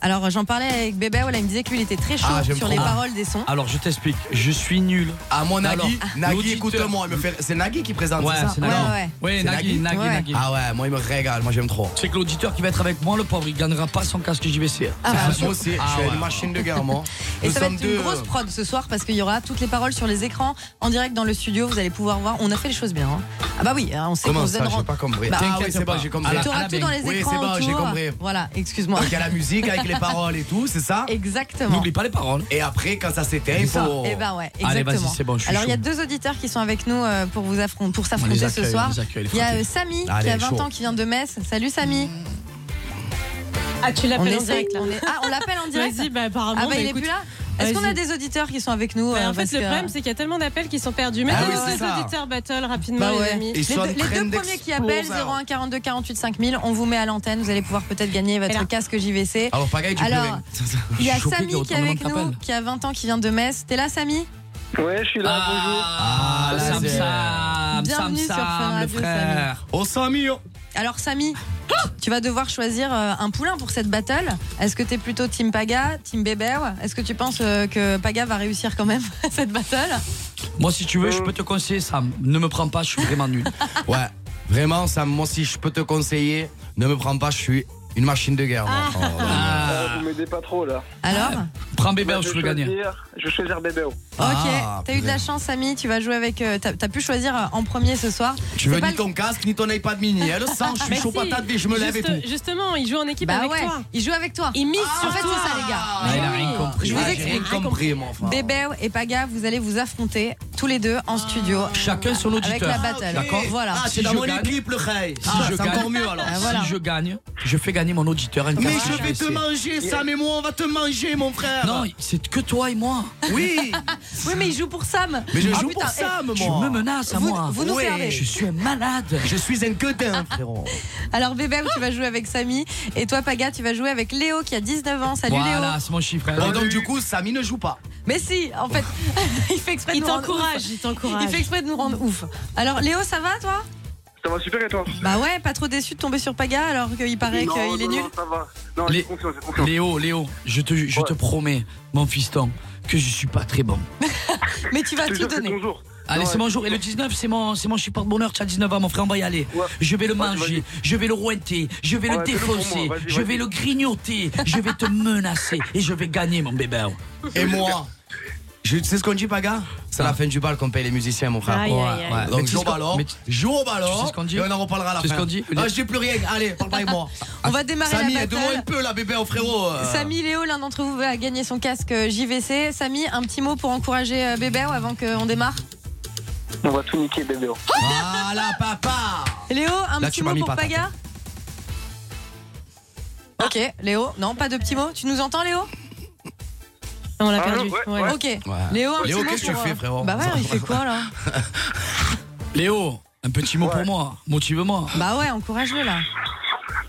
S7: Alors j'en parlais avec Bébé, là, il me disait que lui il était très chaud
S6: Ah, j'aime
S7: sur
S6: trop.
S7: les
S6: Ah.
S7: paroles des sons.
S5: Alors, je t'explique. Je suis nul.
S6: À mon
S5: Alors,
S6: Nagui, Nagui
S5: l'auditeur-
S6: écoute-moi. il me fait- C'est Nagui qui présente, c'est ça
S5: c'est
S7: Nagui.
S5: Nagui.
S7: Ouais, ouais.
S5: Oui,
S6: C'est
S5: Nagui,
S6: Nagui.
S5: Nagui,
S7: Ouais.
S5: Nagui.
S6: Ah ouais, moi, il me régale. Moi, j'aime trop.
S5: C'est que l'auditeur qui va être avec moi, le pauvre, il gagnera pas son casque JVC.
S7: Ah, bah,
S6: moi aussi,
S5: hein. Ah
S6: je suis
S5: ouais.
S6: une machine de guerre, moi.
S7: Et
S6: Nous
S7: ça va
S6: sommes
S7: être une
S6: deux,
S7: grosse
S6: euh,
S7: prod ce soir parce qu'il y aura toutes les paroles sur les écrans en direct dans le studio. Vous allez pouvoir voir. On a fait les choses bien. hein. Ah bah oui, hein, on sait qu'on
S6: Comment
S7: se
S6: ça,
S7: donne
S6: j'ai pas compris.
S7: Bah,
S6: ah
S5: t'inquiète
S6: oui, c'est
S5: pas.
S6: bon, j'ai
S5: À
S6: compris.
S5: la-
S7: Tu auras tout dans les
S6: Oui,
S7: écrans.
S6: c'est bon, j'ai
S7: autour.
S6: compris.
S7: Voilà, excuse-moi.
S6: Donc, il y a la musique avec les paroles et tout, c'est ça
S7: Exactement.
S5: N'oublie pas les paroles.
S6: Et après, quand ça s'éteint, il
S5: C'est ça.
S6: faut.
S7: Eh ben ouais, exactement.
S5: Allez, vas-y, c'est bon, je suis
S7: Alors il y a
S5: chaud.
S7: deux auditeurs qui sont avec nous euh, pour vous affron- pour
S5: On les
S7: s'affronter ce
S5: accueille, on
S7: soir.
S5: les accueille, les
S7: Il y a
S5: frappés.
S7: euh, Samy
S6: Allez,
S7: qui a 20
S6: chaud.
S7: ans qui vient de Metz. Salut Samy.
S8: Ah, tu
S7: On
S8: l'appelles en
S7: essaye-
S8: direct là.
S7: on est- Ah, on l'appelle en direct.
S8: Vas-y, bah apparemment.
S7: Ah bah il est
S8: écoute,
S7: plus là. Est-ce qu'on
S8: vas-y.
S7: a des auditeurs qui sont avec nous
S8: bah,
S7: euh,
S8: en fait,
S7: parce
S8: le
S7: que-
S8: problème, c'est qu'il y a tellement d'appels qui sont perdus. Mais
S6: Ah
S8: les
S6: oui, c'est ça.
S8: auditeurs battle rapidement,
S7: Bah ouais.
S8: les amis.
S6: Et-
S7: Les,
S6: Ils sont en
S7: deux, les
S6: train
S7: deux premiers qui
S6: d'exploser.
S7: appellent 01 42 48 5000, on vous met à l'antenne, vous allez pouvoir peut-être gagner votre
S8: Et là.
S7: casque JVC.
S6: Alors, pagaille, tu
S7: Alors,
S5: hein.
S6: pleurais.
S7: il y a
S5: je suis choqué qu'il y
S7: Samy
S5: ait
S7: qui est
S5: autant de monde
S7: avec
S5: qui
S7: nous,
S5: appelle.
S7: qui a 20 ans, qui vient de Metz. T'es là Samy
S10: Ouais, je suis là,
S5: Ah,
S6: là,
S5: Sam
S6: c'est-
S5: Sam, Sam
S7: Bienvenue sur Fun
S5: Sam, le
S7: Radio,
S5: frère.
S6: Oh, Samy oh.
S7: Alors Samy, tu vas devoir choisir euh, un poulain pour cette battle. Est-ce que t'es plutôt Team Paga, Team Bébé Est-ce que tu penses euh, que Paga va réussir quand même cette battle
S5: Moi, si tu veux, je peux te conseiller, Sam. Ne me prends pas, je suis vraiment nul.
S6: Ouais, vraiment, Sam, moi, si je peux te conseiller,
S5: Ah.
S6: ne me prends pas, je suis une machine de guerre. moi. Oh,
S10: bonjour. Vous m'aidez pas trop, là.
S7: Alors
S5: Prends bébé,
S10: Moi,
S5: Eh ben, je
S10: je,
S5: peux
S10: vais
S5: gagner.
S10: choisir, je vais choisir Bébéo.
S6: Ah,
S7: ok, t'as eu de la
S6: putain.
S7: chance, Samy. Tu vas jouer avec. euh, T'as t'as pu choisir euh, en premier ce soir.
S6: Tu
S7: C'est
S6: veux
S7: pas
S6: ni
S7: le-
S6: ton casque, ni ton iPad mini. Elle sent, je suis
S8: Mais
S6: chaud
S8: si,
S6: patate, mais je me lève et
S8: juste-
S6: tout.
S8: Justement, il joue en équipe
S7: Bah
S8: avec
S7: ouais,
S8: toi.
S7: il joue avec toi. Ah.
S8: Il mise
S7: en
S8: sur
S7: fait,
S8: toi.
S7: c'est ça, les gars.
S8: Mais
S6: Ah, Elle a
S8: oui.
S6: rien compris.
S7: Je vous
S6: J'ai
S7: explique.
S6: rien compris, mon frère.
S7: Bébéo et Paga, vous allez vous affronter tous les deux en studio.
S5: Chacun son auditeur.
S7: Avec la battle.
S5: D'accord.
S7: Voilà.
S6: Ah,
S5: Si
S6: c'est dans
S5: je
S6: mon
S5: gagne-
S6: équipe, le Khay.
S5: Si
S6: Ah,
S5: je
S6: c'est
S5: gagne-
S6: encore mieux alors.
S7: Ah, voilà.
S5: Si je gagne, je fais gagner mon auditeur. un
S6: Mais
S5: casque
S6: je vais te
S5: HEC.
S6: manger, Sam et moi, on va te manger, mon frère.
S5: Non, c'est que toi et moi.
S6: oui.
S7: Oui, mais il joue pour Sam.
S6: Mais je
S7: Ah,
S6: joue
S7: putain,
S6: pour
S7: eh,
S6: Sam,
S5: Tu
S6: moi.
S5: me menaces à
S7: Vous-
S5: moi.
S7: vous nous
S5: Ouais.
S7: servez.
S5: Je suis un malade.
S6: Je suis un godin, frérot.
S7: Alors Bébé, tu vas jouer avec Samy et toi Paga, tu vas jouer avec Léo qui a 19 ans. Salut
S5: Voilà,
S7: Léo.
S5: c'est mon chiffre.
S6: Bon, donc, du coup, Samy ne joue pas.
S7: Mais si, en fait, il fait exprès de
S8: Il
S7: nous rendre
S8: t'encourage,
S7: ouf.
S8: il t'encourage.
S7: Il fait exprès de nous rendre ouf. Alors Léo, ça va toi
S10: Ça va super et toi
S7: Bah ouais, pas trop déçu de tomber sur Paga alors qu'il paraît
S10: Non,
S7: qu'il est
S10: non,
S7: nul.
S10: Non, ça va. Non,
S5: Les-
S10: j'ai confiance, j'ai confiance.
S5: Léo, Léo, je te, je te promets, mon fiston, que je suis pas très bon.
S7: Mais tu vas
S10: Je te
S7: tout
S10: jure, c'est
S7: donner.
S10: ton jour.
S5: Allez,
S10: Non,
S5: c'est mon jour. Et le 19, c'est mon, c'est mon support bonheur. Tu as 19 ans, mon frère, on va y aller.
S10: Ouais.
S5: Je vais le
S10: Vas-y,
S5: manger,
S10: vas-y.
S5: je vais le rouinter, je vais le
S10: Ouais, fais-le pour
S5: défoncer,
S10: moi, vas-y,
S5: je
S10: vas-y.
S5: vais le grignoter, je vais te menacer et je vais gagner, mon bébé.
S6: Et moi je, tu sais ce qu'on dit, Paga C'est à la fin du bal qu'on paye les musiciens, mon frère.
S8: Aïe, aïe, aïe.
S5: Ouais, ouais. Mais
S6: Donc,
S5: tu sais
S6: joue au
S5: ce qu'on-
S6: ballon,
S5: mais tu-
S6: joue au ballon,
S5: tu sais ce qu'on dit
S6: et on en reparlera à la
S5: Tu sais
S6: fin.
S5: ce qu'on dit
S6: Ah, je dis plus rien, allez, parle pas avec moi.
S7: On va démarrer
S6: Samy,
S7: la
S6: aide-moi un
S7: bataille.
S6: peu, là, bébé, au frérot. euh.
S7: Samy, Léo, l'un d'entre vous va gagner son casque euh, JVC. Samy, un petit mot pour encourager euh, Bébé ou avant qu'on démarre
S10: On va tout niquer, Bébéo.
S6: Voilà, papa
S7: Léo, un
S6: Là,
S7: petit
S6: tu m'as
S7: mot
S6: mis
S7: pour
S6: pas,
S7: Paga Ok, Léo, non, pas de petit mot. Tu nous entends, Léo
S8: Non, on l'a
S10: Ah,
S8: perdu.
S10: ouais,
S8: Ouais.
S10: ouais.
S7: Ok. Léo,
S6: Léo,
S7: un petit mot
S6: qu'est-ce que tu
S7: pour,
S6: fais,
S7: euh,
S6: frérot
S7: Bah ouais, il fait quoi, là
S5: Léo, un petit mot pour moi. Motive-moi.
S7: Bah ouais, encourage-le, là.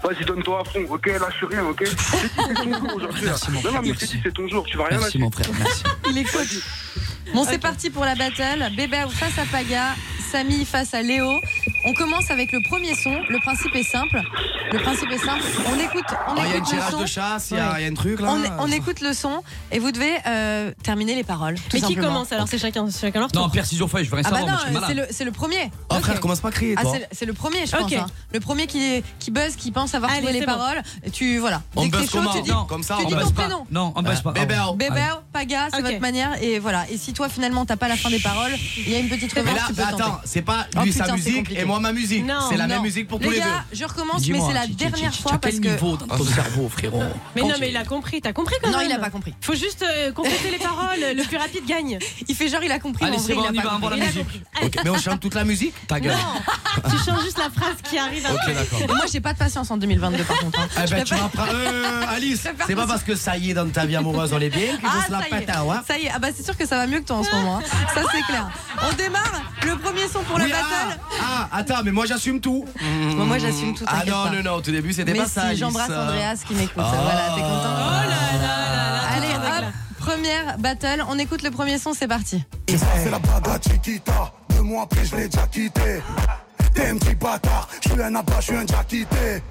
S10: Vas-y, donne-toi à fond, ok Lâche rien, ok Je t'ai dit, C'est ton jour aujourd'hui. là.
S5: Merci, mon
S10: Non,
S5: frère,
S10: non, mais je t'ai
S5: merci.
S10: dit, c'est ton jour, tu vas rien
S5: Merci,
S10: lâcher.
S5: mon frère. Merci.
S7: Il est coach. Bon, c'est parti pour la battle. Bébé face à Paga, Samy face à Léo. On commence avec le premier son. Le principe est simple. Le principe est simple. On écoute, on
S6: Oh, Il y a un
S7: écoute le
S6: tirage
S7: son.
S6: de chasse, il y, a
S7: Ouais.
S6: il y a un truc, là.
S7: On, on écoute le son et vous devez euh, terminer les paroles. tout
S8: Mais qui
S7: simplement.
S8: commence alors C'est chacun, chacun leur
S5: Non,
S8: tour.
S5: Pierre Ciseaux Feuille, je veux rien
S7: Ah bah
S5: savoir.
S7: non,
S5: moi, je suis malade.
S7: c'est le, c'est le premier.
S6: Oh,
S7: Ok.
S6: frère, commence pas à crier,
S7: Ah,
S6: toi.
S7: c'est le- c'est le premier, je pense.
S8: Ok.
S7: hein. Le premier qui, qui buzz, qui pense avoir
S8: Allez,
S7: trouvé les
S8: c'est bon.
S7: paroles. Et tu voilà.
S6: On
S7: Dès que t'es
S6: buzz
S7: chaud,
S6: comment
S7: tu dis
S6: Non, comme ça,
S7: tu
S6: on
S7: dis
S6: buzz
S7: ton
S5: pas.
S7: prénom.
S5: Non, on baisse pas.
S6: Bébé,
S5: Ah,
S6: on-
S5: ouais.
S7: Bébé, oh. Paga, c'est
S8: Ok.
S7: votre manière. Et voilà. Et si toi finalement t'as pas la fin des paroles, il y a une petite
S6: Mais
S7: revanche.
S6: là,
S7: tu peux tenter.
S6: attends, c'est pas
S7: Oh,
S6: lui
S7: putain,
S6: sa
S7: c'est
S6: musique
S7: compliqué.
S6: et moi ma musique.
S8: Non,
S6: C'est la
S7: Non.
S6: même musique pour tous les
S7: gars,
S6: deux.
S7: je recommence, mais
S5: Dis-moi,
S7: c'est la
S5: tu- tu-
S7: dernière
S5: tu- tu-
S7: fois
S5: t'as
S7: parce
S5: quel
S7: que.
S5: niveau dans ton cerveau, frérot
S8: Mais non,
S5: Continue.
S8: mais il a compris. T'as compris quand
S7: Non,
S8: même
S7: il a pas compris.
S8: Faut juste euh, compléter les paroles. Le plus rapide gagne. Ah,
S7: Il fait genre, il a compris. mais
S5: Allez,
S7: en
S5: c'est
S7: vrai,
S5: bon,
S7: il a
S5: on y
S7: pas
S5: va, on voit
S7: compris.
S5: la
S8: Il a
S5: musique.
S8: compris.
S6: Ok, Mais on chante toute la musique Ta gueule.
S8: Tu changes juste la phrase qui arrive après.
S6: Ok, d'accord.
S7: Et moi, j'ai pas de patience en 2022, par contre. hein.
S6: Eh ben, tu vas prendre- Euh, Alice,
S7: préfère
S6: c'est pas parce que ça y est dans ta vie amoureuse, on est bien, qu'il faut
S7: Ah,
S6: se la
S7: ça y
S6: pète,
S7: est.
S6: hein, ouais.
S7: Ça y est, ah bah c'est sûr que ça va mieux que toi en ce moment. hein. Ça c'est clair. On démarre le premier son pour la
S6: Oui, ah,
S7: battle.
S6: ah, attends, mais moi j'assume tout.
S7: Bon, moi j'assume tout.
S6: Ah
S7: t'inquiète
S6: non,
S7: pas.
S6: non, non, au tout début c'était
S7: Mais
S6: pas ça.
S7: si,
S6: Alice.
S7: j'embrasse Andreas qui m'écoute.
S6: Ah.
S7: Voilà, t'es content
S6: Oh
S8: Ah là là là,
S7: Allez,
S8: tout avec
S7: hop,
S8: là.
S7: première battle. On écoute le premier son, c'est parti.
S11: C'est la bada chiquita, deux mois après je l'ai déjà quitté. T'es un petit bâtard, je suis un abat, je suis un déjà quitté.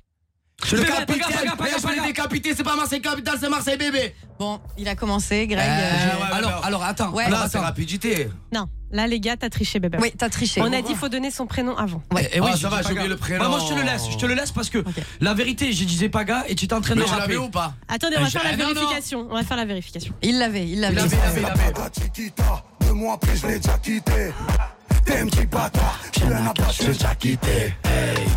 S6: Je le
S5: Bébé, regarde,
S6: capitaine,
S5: regarde,
S6: mais je
S5: regarde,
S6: vais les décapiter, c'est pas Marseille Capital, c'est Marseille bébé.
S7: Bon, il a commencé,
S5: Eh,
S7: Greg. euh,
S6: Ah, ouais, ouais,
S5: Alors,
S6: ouais.
S5: alors, attends.
S7: Ouais.
S5: alors,
S6: Là, c'est
S5: attends.
S6: rapidité.
S8: Non, là les gars, t'as triché bébé.
S7: Oui, t'as triché.
S8: On a dit faut donner son prénom avant.
S5: Eh, eh oui,
S6: Ah,
S5: j'ai
S6: ça
S5: dit
S6: va,
S5: pas
S6: j'ai oublié
S5: gars.
S6: le prénom.
S5: Bah, moi, je te le laisse. Je te le laisse parce que la vérité, j'ai disais pas gars et tu t'es en train de
S6: Mais je
S5: rapper.
S6: l'avais ou pas
S8: Attendez,
S5: Eh,
S8: on va faire la
S6: Ah, non, non.
S8: vérification. On va faire la vérification.
S7: Il l'avait, il l'avait.
S6: l'avait, il l'avait.
S11: C'est la bada chiquita, deux mois après je l'ai déjà quitté. T'es un petit bâtard, je suis un abat, je suis un déjà quitté. Hey,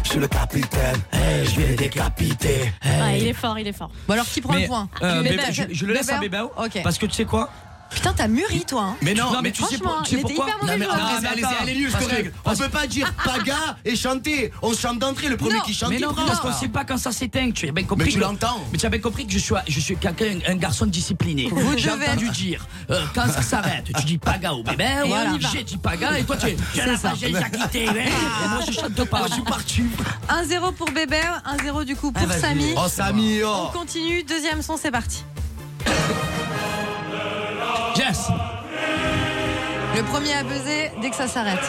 S11: je suis le capitaine, hey, je vais les décapiter.
S8: Ouais, il est fort, il est fort.
S7: Bon alors qui prend le
S5: Mais,
S7: point
S5: euh,
S7: Bébé-
S5: Bébé, je, je le laisse à
S7: Bébé- hein
S5: Bébé
S7: Ok.
S5: parce que tu sais quoi
S7: Putain, t'as mûri toi. hein.
S6: Mais non,
S5: Non, mais tu sais,
S7: franchement,
S5: pour- tu sais
S7: il était
S5: pourquoi
S7: hyper
S6: Non,
S7: mauvais
S6: mais
S7: joueur.
S6: attends, elle est- elle est nulle, cette
S5: Parce que-
S6: règle. On
S5: parce
S6: peut pas dire paga et chanter. On chante d'entrée, le premier
S7: Non,
S6: qui chante,
S5: Mais
S6: il
S5: non,
S6: prend.
S5: parce qu'on sait pas quand ça s'éteint. Tu as bien compris.
S6: Mais tu
S5: que-
S6: l'entends.
S5: Mais tu as bien compris que je suis, je suis quelqu'un, un garçon discipliné.
S7: Vous
S5: J'ai
S7: devez
S5: entendu
S7: être-
S5: dire euh, quand ça s'arrête, tu dis paga au bébé.
S7: Et
S5: Eh, voilà.
S7: Eh ben, on y va.
S5: J'ai dit paga et toi tu es. Tu as la
S7: ça.
S5: page, j'ai déjà quitté. ouais. Et Moi je chante pas. Je suis parti.
S7: 1-0 pour Bébé, 1-0 du coup pour
S5: vas-y.
S7: Samy.
S6: Oh, Samy,
S7: On
S6: oh.
S7: continue, deuxième son, c'est parti.
S5: Yes.
S7: Le premier à buzzer dès que ça s'arrête.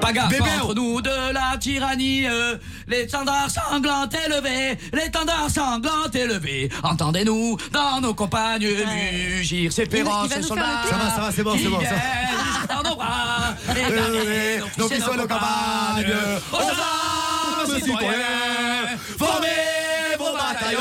S5: Paga,
S6: Bébé,
S5: pas
S6: oh.
S5: entre nous de la tyrannie, euh, les standards sanglants élevés, les standards sanglants élevés. Entendez-nous dans nos campagnes mugir ces féroces
S7: il va nous
S5: soldats.
S7: faire le clip.
S6: Ça va, ça va, c'est bon,
S5: qui
S6: c'est bon, ça va.
S5: viennent jusqu'à nos bras,
S7: ben,
S5: les
S6: Eh,
S5: garder
S6: eh,
S5: nos
S6: nos
S5: fils et
S6: fils et nos campagnes,
S5: Aux
S6: aux
S5: armes,
S6: armes,
S5: citoyens,
S6: citoyens, formez vos barres.
S12: bataillon.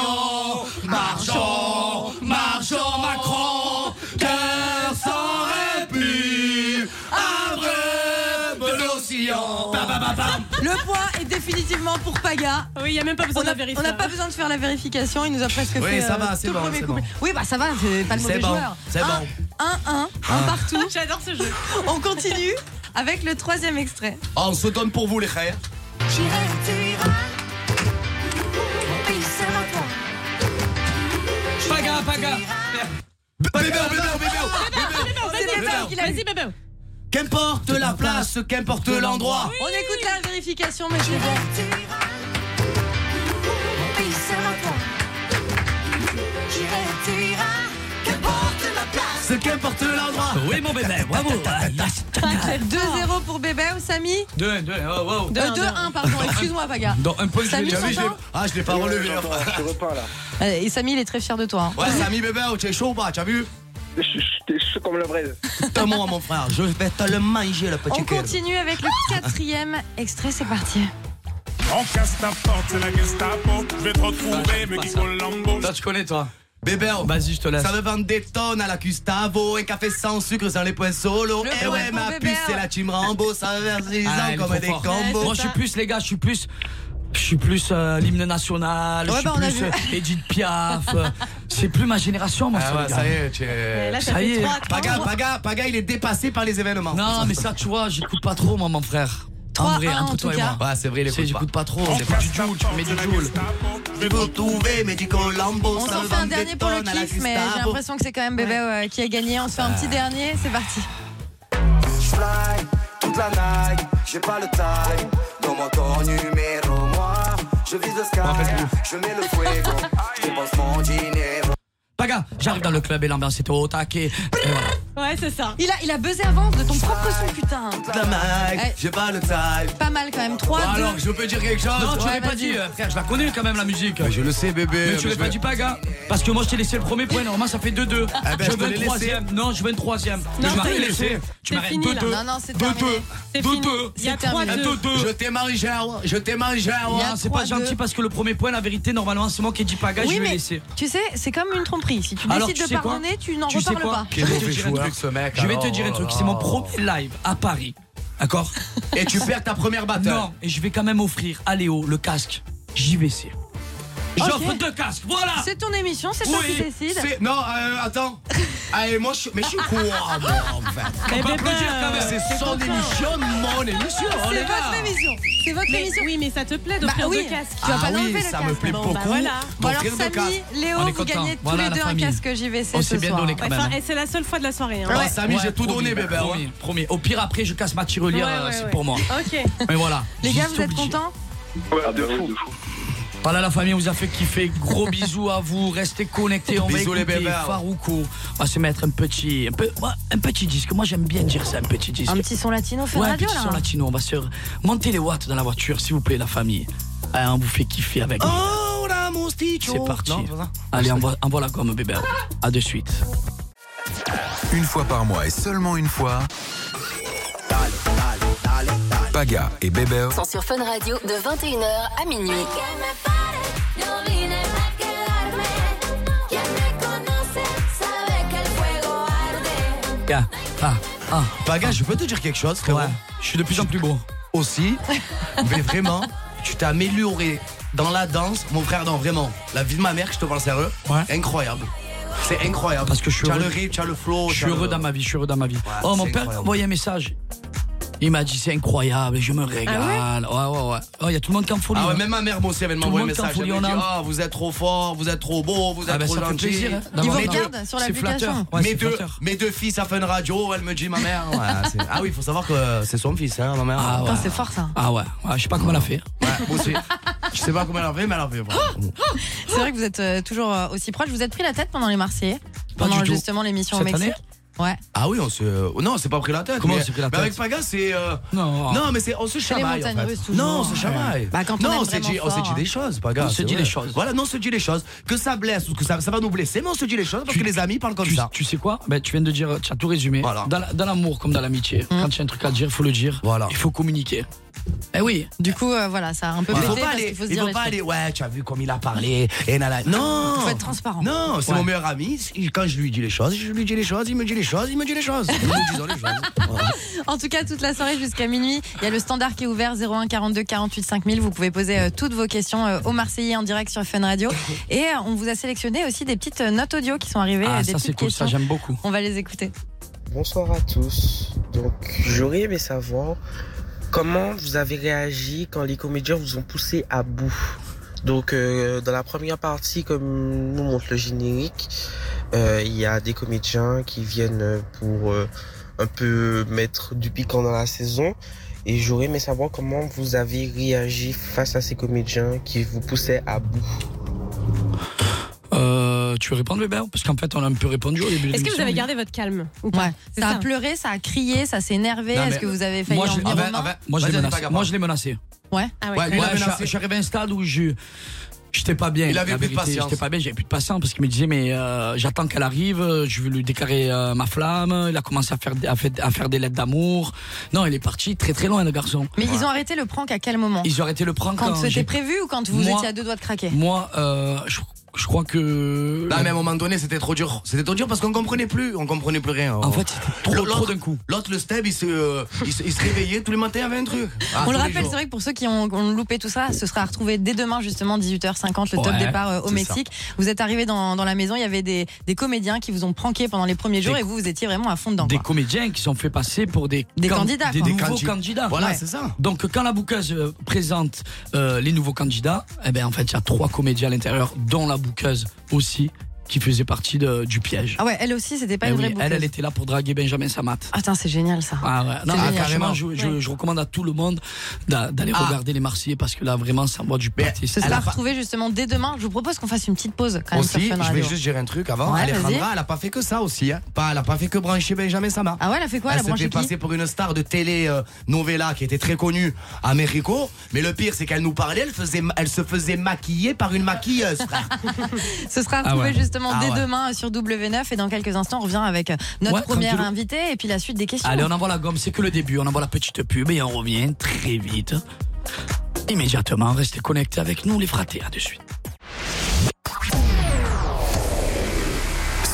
S12: Marchons, marchons, Macron. Cœur sans répit. Un vrai Benoît-Sillon. Ba, ba, ba, ba.
S7: Le point est définitivement pour Paga.
S8: Oui, il n'y a même pas besoin
S7: on a-
S8: de la vérifier.
S7: On n'a pas besoin de faire la vérification, il nous a presque
S8: Oui,
S7: fait
S8: ça
S7: euh,
S8: va,
S6: c'est
S7: tout
S6: bon,
S7: le premier
S6: c'est
S7: couplet. Oui, bah ça va, c'est pas le
S6: C'est
S7: mauvais
S6: bon,
S7: joueur.
S6: c'est
S7: Un-
S6: bon.
S7: Un, un, un
S6: Ah.
S7: partout.
S8: J'adore ce jeu.
S7: On continue avec le troisième extrait.
S6: On se donne pour vous, les frères.
S12: J'irai, tu iras. Pays, c'est ma foi.
S5: Paga, paga.
S6: Bébé, bébé, bébé.
S7: C'est
S6: bébé.
S7: Bébé qui l'a eu.
S8: Vas-y, bébé.
S6: Qu'importe la place, qu'importe l'endroit.
S7: On écoute la vérification, mais c'est bon.
S12: Pays, c'est ma foi. J'irai, tu iras. Qu'importe la place.
S6: Ce qu'importe l'endroit.
S5: Oui, mon bébé, bravo.
S7: 2-0 pour Bébé ou Samy
S5: 2, 2, oh, wow.
S7: Euh, 2-1, pardon, excuse-moi, Paga.
S5: Dans un point,
S7: Samy,
S6: T'as vu,
S7: t'entends
S6: j'ai- Ah, je l'ai pas relevé. là.
S7: Allez, Et Samy, il est très fier de toi. hein.
S6: Ouais, Samy, bébé, oh, tu es chaud ou pas, t'as vu
S10: T'es chaud comme la braise.
S6: Putain-moi, mon frère, je vais te le manger, le petit
S7: On
S6: cœur.
S7: continue avec le quatrième extrait, c'est parti.
S13: On casse ta porte, c'est la Gestapo. Je vais te retrouver, mais qui Colombo.
S5: Toi, tu connais, toi
S6: Bébé,
S5: Vas-y, je te laisse.
S6: Ça me vend des tonnes à la Gustavo, un café sans sucre sans les points solo.
S5: Le
S6: Eh
S5: point
S6: ouais,
S5: pour
S6: ma
S5: Bébert.
S6: puce, c'est la team Rambo, ça verse les
S5: Ah,
S6: ans
S5: il est
S6: comme
S5: trop
S6: des
S5: fort.
S6: combos.
S5: Moi, je suis plus, les gars, je suis plus. Je suis plus euh, l'hymne national,
S6: Ouais,
S5: je suis
S6: bah, on a
S5: plus
S6: vu.
S5: euh, Edith Piaf. euh, c'est plus ma génération, moi,
S6: Ah
S5: ça,
S6: ouais,
S5: les gars.
S6: ça y est, tu es-
S5: Là, ça Ça y fait est. trois, trois.
S6: Paga, Paga, Paga, il est dépassé par les événements.
S5: Non, mais ça, tu vois, j'écoute pas trop, moi, mon frère. en vrai, entre toi et moi.
S6: Ouais, Bah, c'est vrai, il
S5: Tu sais,
S6: écoute
S5: J'écoute pas trop.
S6: On
S5: c'est
S6: casse
S5: du Joule, tu mets du Joule.
S6: Je vais vous retrouver, mais du Colombo,
S7: On
S6: ça
S7: s'en
S6: me
S7: fait
S6: vend
S7: un
S6: des
S7: dernier pour le
S6: tonnes à la
S7: kiff, mais
S6: Gustavo. Ah.
S7: j'ai l'impression que c'est quand même Bébé euh, qui a gagné. On se fait un petit dernier, c'est parti.
S11: Fly toute la night, j'ai pas le time. Dans mon corps numéro moi, je vise le sky, je mets le fuego, je dépense mon dinero.
S5: Paga, j'arrive dans le club et l'ambiance est au taquet. Et voilà.
S8: Ouais, c'est ça.
S7: Il a, il a buzzé avant de ton propre son, putain.
S6: Toute la night,
S7: Ouais.
S6: j'ai pas le time.
S7: Pas mal quand même, 3,
S5: Bon,
S7: 2.
S5: alors, je peux dire quelque chose Non, tu
S7: Ouais,
S5: l'avais pas
S7: vas-y.
S5: dit, euh, frère, je la connais quand même la musique.
S6: je le sais, bébé.
S5: Mais tu l'avais pas dit, Paga Parce que moi, je t'ai laissé le premier point, normalement, ça fait 2-2.
S6: Ah ben,
S5: je
S6: je te l'ai
S5: veux un
S6: laissé.
S5: troisième. Non, je veux un troisième.
S6: Non,
S5: Tu m'as
S6: je te
S5: rien
S6: l'ai
S5: laissé.
S6: laissé.
S5: Tu m'as
S6: C'est
S5: rien
S6: fini, là.
S5: 2-2.
S6: Non, non, c'est
S5: 2-2.
S6: terminé. C'est fini.
S5: 2-2.
S6: Il y a terminé.
S5: Il y a 2-2.
S6: Je t'ai mangé, hein, je t'ai mangé. hein.
S5: Non, c'est pas gentil parce que le premier point, la vérité, normalement, c'est moi qui ai dit Paga,
S7: Oui,
S5: je vais
S7: mais
S5: laisser.
S7: tu sais, c'est comme une tromperie. Si tu
S5: Alors,
S7: décides
S5: tu
S7: de
S5: sais quoi
S7: pardonner, tu n'en
S5: Tu sais
S7: reparles
S5: quoi
S7: pas.
S5: Je vais te dire un
S6: joueur,
S5: truc,
S6: ce mec,
S5: Je vais te
S6: alors,
S5: dire un
S6: oh
S5: truc.
S6: là
S5: C'est mon
S6: là.
S5: premier live à Paris. D'accord
S6: Et tu perds ta première battle.
S5: Non, et je vais quand même offrir à Léo le casque JVC. J'offre
S7: Ok.
S5: deux casques, voilà
S7: C'est ton émission, c'est toi
S6: Oui,
S7: qui décides.
S6: c'est- Non, euh, attends. Allez, moi, je suis. Mais je suis au courant, moi, en fait.
S5: On peut applaudir quand même.
S6: C'est son émission, mon émission. on
S7: C'est
S6: est là.
S7: votre émission. C'est votre
S8: Mais-
S7: émission.
S8: Oui, mais ça te plaît d'offrir
S7: Bah oui,
S8: deux casques.
S7: tu vas
S6: Ah
S7: pas
S6: oui,
S7: l'enlever le
S6: ça
S7: casque.
S6: me plaît
S7: Bon,
S6: beaucoup.
S7: bah voilà. Bon alors
S6: D'offrir deux
S7: Samy,
S6: casques.
S5: On
S7: Léo,
S5: est
S7: vous
S5: contents.
S7: gagnez tous
S5: Voilà,
S7: les
S5: la
S7: deux
S5: famille.
S7: un casque JVC
S5: On
S7: ce
S5: s'est bien
S7: soir.
S5: donné quand
S8: Ouais,
S5: même.
S8: enfin, et c'est la seule fois de la soirée. hein.
S6: Ah, Samy, j'ai tout
S5: promis,
S6: donné,
S5: bah,
S6: bébé. hein.
S5: Promis, promis. Au pire, après, je casse ma tirelire,
S8: Ouais,
S5: euh,
S8: ouais,
S5: c'est
S8: ouais.
S5: pour moi.
S8: Ok.
S5: Mais voilà.
S7: Les
S5: j'y
S7: gars,
S5: suis
S7: vous êtes
S5: obligé.
S7: contents
S10: de fou.
S5: Voilà, la famille on vous a fait kiffer. Gros bisous à vous. Restez connectés. On
S6: Bisous,
S5: va
S6: les
S5: écouter
S6: bébés.
S5: Farouko. On va se mettre un petit, un, peu, ouais, un petit disque. Moi, j'aime bien dire ça, un petit disque.
S7: Un petit son latino, fait
S5: ouais, un
S7: radio
S5: petit
S7: là.
S5: son latino. On va se monter les watts dans la voiture, s'il vous plaît, la famille. Allez, on vous fait kiffer avec.
S6: Oh, la mosticho.
S5: C'est parti.
S6: Non, c'est ça
S5: Allez, envoie, envoie la gomme, bébé. À de suite.
S1: Une fois par mois et seulement une fois. Paga et Bébert
S4: Sont sur Fun Radio de 21h à minuit.
S12: No vine a quedarme. Quien me conoce sabe que el fuego arde.
S5: Tiens. Ah, ah.
S6: Paga, je peux te dire quelque chose, frérot
S5: Ouais. Je suis de plus en plus beau.
S6: Aussi, mais vraiment, tu t'es amélioré dans la danse. Mon frère, non, vraiment. La vie de ma mère, que je te parle sérieux. Incroyable. C'est incroyable.
S5: Parce que je suis
S6: Tu as
S5: heureux.
S6: le rythme, tu as le flow.
S5: Je
S6: tu
S5: suis
S6: as
S5: heureux
S6: le-
S5: dans ma vie, je suis heureux dans ma vie. oh,
S6: c'est
S5: mon père m'a
S6: incroyable.
S5: envoyé un message. Il m'a dit c'est incroyable, je me régale. ouais, ouais, ouais. Oh, il y a tout le monde qui est en folie.
S6: Ah ouais,
S5: hein.
S6: même ma mère, moi aussi, elle m'avait
S5: Tout le
S6: envoyé un
S5: monde
S6: message.
S5: t'en fout,
S6: Elle m'a dit,
S5: Léonard.
S6: ah, vous êtes trop fort, vous êtes trop beau, vous êtes
S5: Ah bah,
S6: trop
S5: ça fait
S6: gentil.
S5: plaisir, hein,
S7: Ils vous
S5: d'avoir
S6: mes,
S5: dans-
S6: deux,
S7: regardent sur
S5: C'est
S7: l'application.
S5: flatteur. Ouais,
S6: mes
S5: c'est
S6: deux-
S5: flatteur.
S6: mes deux fils à Fun Radio, elle me dit, ma mère. ouais, c'est- ah oui, il faut savoir que c'est son fils, hein, ma mère.
S5: Ah ouais.
S7: Putain, c'est fort ça.
S5: Ah ouais, ouais, je sais pas comment elle a fait.
S6: Ouais, moi aussi. Je sais pas comment elle en fait, mais elle en fait. voilà.
S7: C'est vrai que vous êtes euh, toujours euh, aussi proches. Vous êtes pris la tête pendant les Marseillais,
S5: Pas
S7: pendant
S5: du tout.
S7: justement l'émission au
S5: Cette
S7: Mexique. Ouais.
S6: Ah oui, on se. Non, c'est pas pris la tête.
S5: Comment
S6: mais-
S5: on s'est pris la
S6: mais
S5: tête
S6: Avec Paga, c'est. euh,
S5: Non.
S6: Non, mais c'est on se
S7: C'est les
S6: chamaille. en
S7: montagnes
S6: fait.
S7: russes, toujours.
S6: Non, on se chamaille.
S7: Bah, quand on
S6: non,
S7: aime
S6: on s'est
S7: vraiment
S6: dit, on s'est
S7: fort,
S6: dit
S7: hein.
S6: des choses, Paga.
S5: On se
S6: c'est
S5: dit
S6: vrai.
S5: les choses.
S6: Voilà, non, on se dit les choses. Que ça blesse ou que ça, ça va nous blesser, mais on se dit les choses parce
S5: Tu-
S6: que les amis parlent comme
S5: Tu,
S6: ça.
S5: tu sais quoi ben, Tu viens de dire, tu as tout résumé.
S6: Voilà.
S7: Mmh.
S5: Dans la- dans l'amour comme dans l'amitié, quand il y a un truc à dire, il faut le dire.
S6: Voilà.
S5: Il faut communiquer. Eh oui.
S7: Du coup, euh, voilà, ça a un peu
S6: Il
S7: pété
S6: faut pas
S7: parce
S6: aller,
S7: qu'il faut se
S6: il
S7: dire
S6: faut
S7: les
S6: pas
S7: trucs.
S6: aller, ouais, tu as vu comme il a parlé, et nana. Non
S7: Faut être transparent.
S6: Non, c'est
S7: Ouais.
S6: mon meilleur ami. Quand je lui dis les choses, je lui dis les choses, il me dit les choses, il me dit les choses. Nous nous disons les choses.
S7: En tout cas, toute la soirée jusqu'à minuit, il y a le standard qui est ouvert 01 42 48 5000. Vous pouvez poser euh, toutes vos questions euh, aux Marseillais en direct sur Fun Radio. Et euh, on vous a sélectionné aussi des petites euh, notes audio qui sont arrivées.
S5: Ah,
S7: euh, des
S5: ça, c'est
S7: petites
S5: cool, ça,
S7: questions.
S5: j'aime beaucoup.
S7: On va les écouter.
S14: Bonsoir à tous. Donc, j'aurais aimé savoir comment vous avez réagi quand les comédiens vous ont poussé à bout. Donc, euh, dans la première partie, comme nous montre le générique, euh, il y a des comédiens qui viennent pour euh, un peu mettre du piquant dans la saison. Et j'aurais aimé savoir comment vous avez réagi face à ces comédiens qui vous poussaient à bout.
S5: Euh, tu veux répondre, bébé Parce qu'en fait, on a un peu répondu au début de
S8: Est-ce que vous
S5: l'émission,
S8: avez
S5: mais-
S8: gardé votre calme ou pas
S7: Ouais. Ça, a pleuré, ça a crié, ça s'est énervé.
S5: Non, mais-
S7: Est-ce que vous avez failli
S5: Moi,
S7: en
S5: je-
S7: venir
S5: ah ben,
S7: aux mains
S5: ah ben, moi, je l'ai
S6: Vas-y,
S5: menacé.
S6: vas-y, pas
S5: Moi, je l'ai menacé.
S7: Ouais.
S8: Ah
S5: Ouais, ouais, je suis- je suis arrivé à un stade où je j'étais pas bien.
S6: Il avait
S5: la
S6: plus de
S5: vérité,
S6: patience.
S5: J'étais pas bien, j'avais plus de patience parce qu'il me disait mais euh, j'attends qu'elle arrive, euh, je vais lui déclarer euh, ma flamme. Il a commencé à faire des- à, fait- à faire des lettres d'amour. Non, il est parti très très loin le garçon.
S7: Mais ils ont arrêté le prank à quel moment
S5: ils ont arrêté le prank
S7: Quand
S5: quand j'ai-
S7: c'était prévu ou quand vous
S5: Moi-
S7: étiez à deux doigts de craquer
S5: Moi, euh, je, je crois que
S6: Là, mais à un moment donné, c'était trop dur. C'était trop dur parce qu'on comprenait plus. On comprenait plus rien.
S5: En fait, c'était trop-
S6: L'autre-
S5: trop d'un coup.
S6: L'autre, le step, il se, euh, il se, il se réveillait tous les matins avec un truc. Ah,
S7: on
S6: tous
S7: le
S6: les
S7: rappelle,
S6: jours.
S7: c'est vrai que pour ceux qui ont, ont loupé tout ça, ce sera retrouvé dès demain, justement, 18h50, le top
S6: Ouais,
S7: départ euh, au
S6: c'est
S7: Mexique. Vous êtes arrivés dans, dans la maison, il y avait des, des comédiens qui vous ont pranké pendant les premiers jours
S5: Des-
S7: et vous, vous étiez vraiment à fond dedans.
S5: des
S7: quoi.
S5: comédiens qui sont fait passer pour des,
S7: Des
S5: can-
S7: candidats,
S5: des,
S7: quoi.
S5: des
S7: Des
S5: nouveaux
S7: candidats.
S5: candidats.
S7: Voilà, Ouais. c'est ça.
S5: Donc quand la bouqueuse euh, présente euh, les nouveaux candidats, eh ben en fait il y a trois comédiens à l'intérieur, dont la bouqueuse aussi, qui faisait partie de- du piège.
S7: Ah ouais, elle aussi, c'était pas
S5: Eh
S7: une
S5: oui,
S7: vraie
S5: elle,
S7: bouqueuse.
S5: elle était là pour draguer Benjamin Samat.
S7: Attends, c'est génial ça.
S5: Ah ouais, non,
S7: C'est
S5: ah,
S7: génial.
S5: carrément, je, je- je recommande à tout le monde d'a- d'aller
S7: Ah.
S5: regarder les Marseillais parce que là vraiment ça boit du parti.
S7: Ce sera retrouvé justement dès demain. Je vous propose qu'on fasse une petite pause quand même
S6: Aussi,
S7: sur Fun
S6: je vais
S7: Radio.
S6: juste gérer un truc avant.
S7: Ouais,
S6: Alejandra,
S7: vas-y.
S6: elle a pas fait que ça aussi. Hein. Pas, elle a pas fait que brancher Benjamin Sama.
S7: Ah ouais, elle a fait quoi
S6: Elle
S7: Elle a
S6: s'est
S7: branché
S6: fait
S7: qui
S6: passer pour une star de télé euh, novella qui était très connue à Mexico. Mais le pire, c'est qu'elle nous parlait, elle, faisait, elle se faisait maquiller par une maquilleuse, frère.
S7: Ce sera
S6: Ah
S7: retrouvé
S6: ouais.
S7: justement
S6: Ah
S7: dès
S6: ouais.
S7: demain sur W9 et dans quelques instants on revient avec notre
S5: Ouais,
S7: première
S5: tranquille.
S7: invitée et puis la suite des questions.
S5: Allez, on envoie la gomme, c'est que le début. On envoie la petite pub et on revient très vite. Immédiatement, restez connectés avec nous, les fratés. À de suite.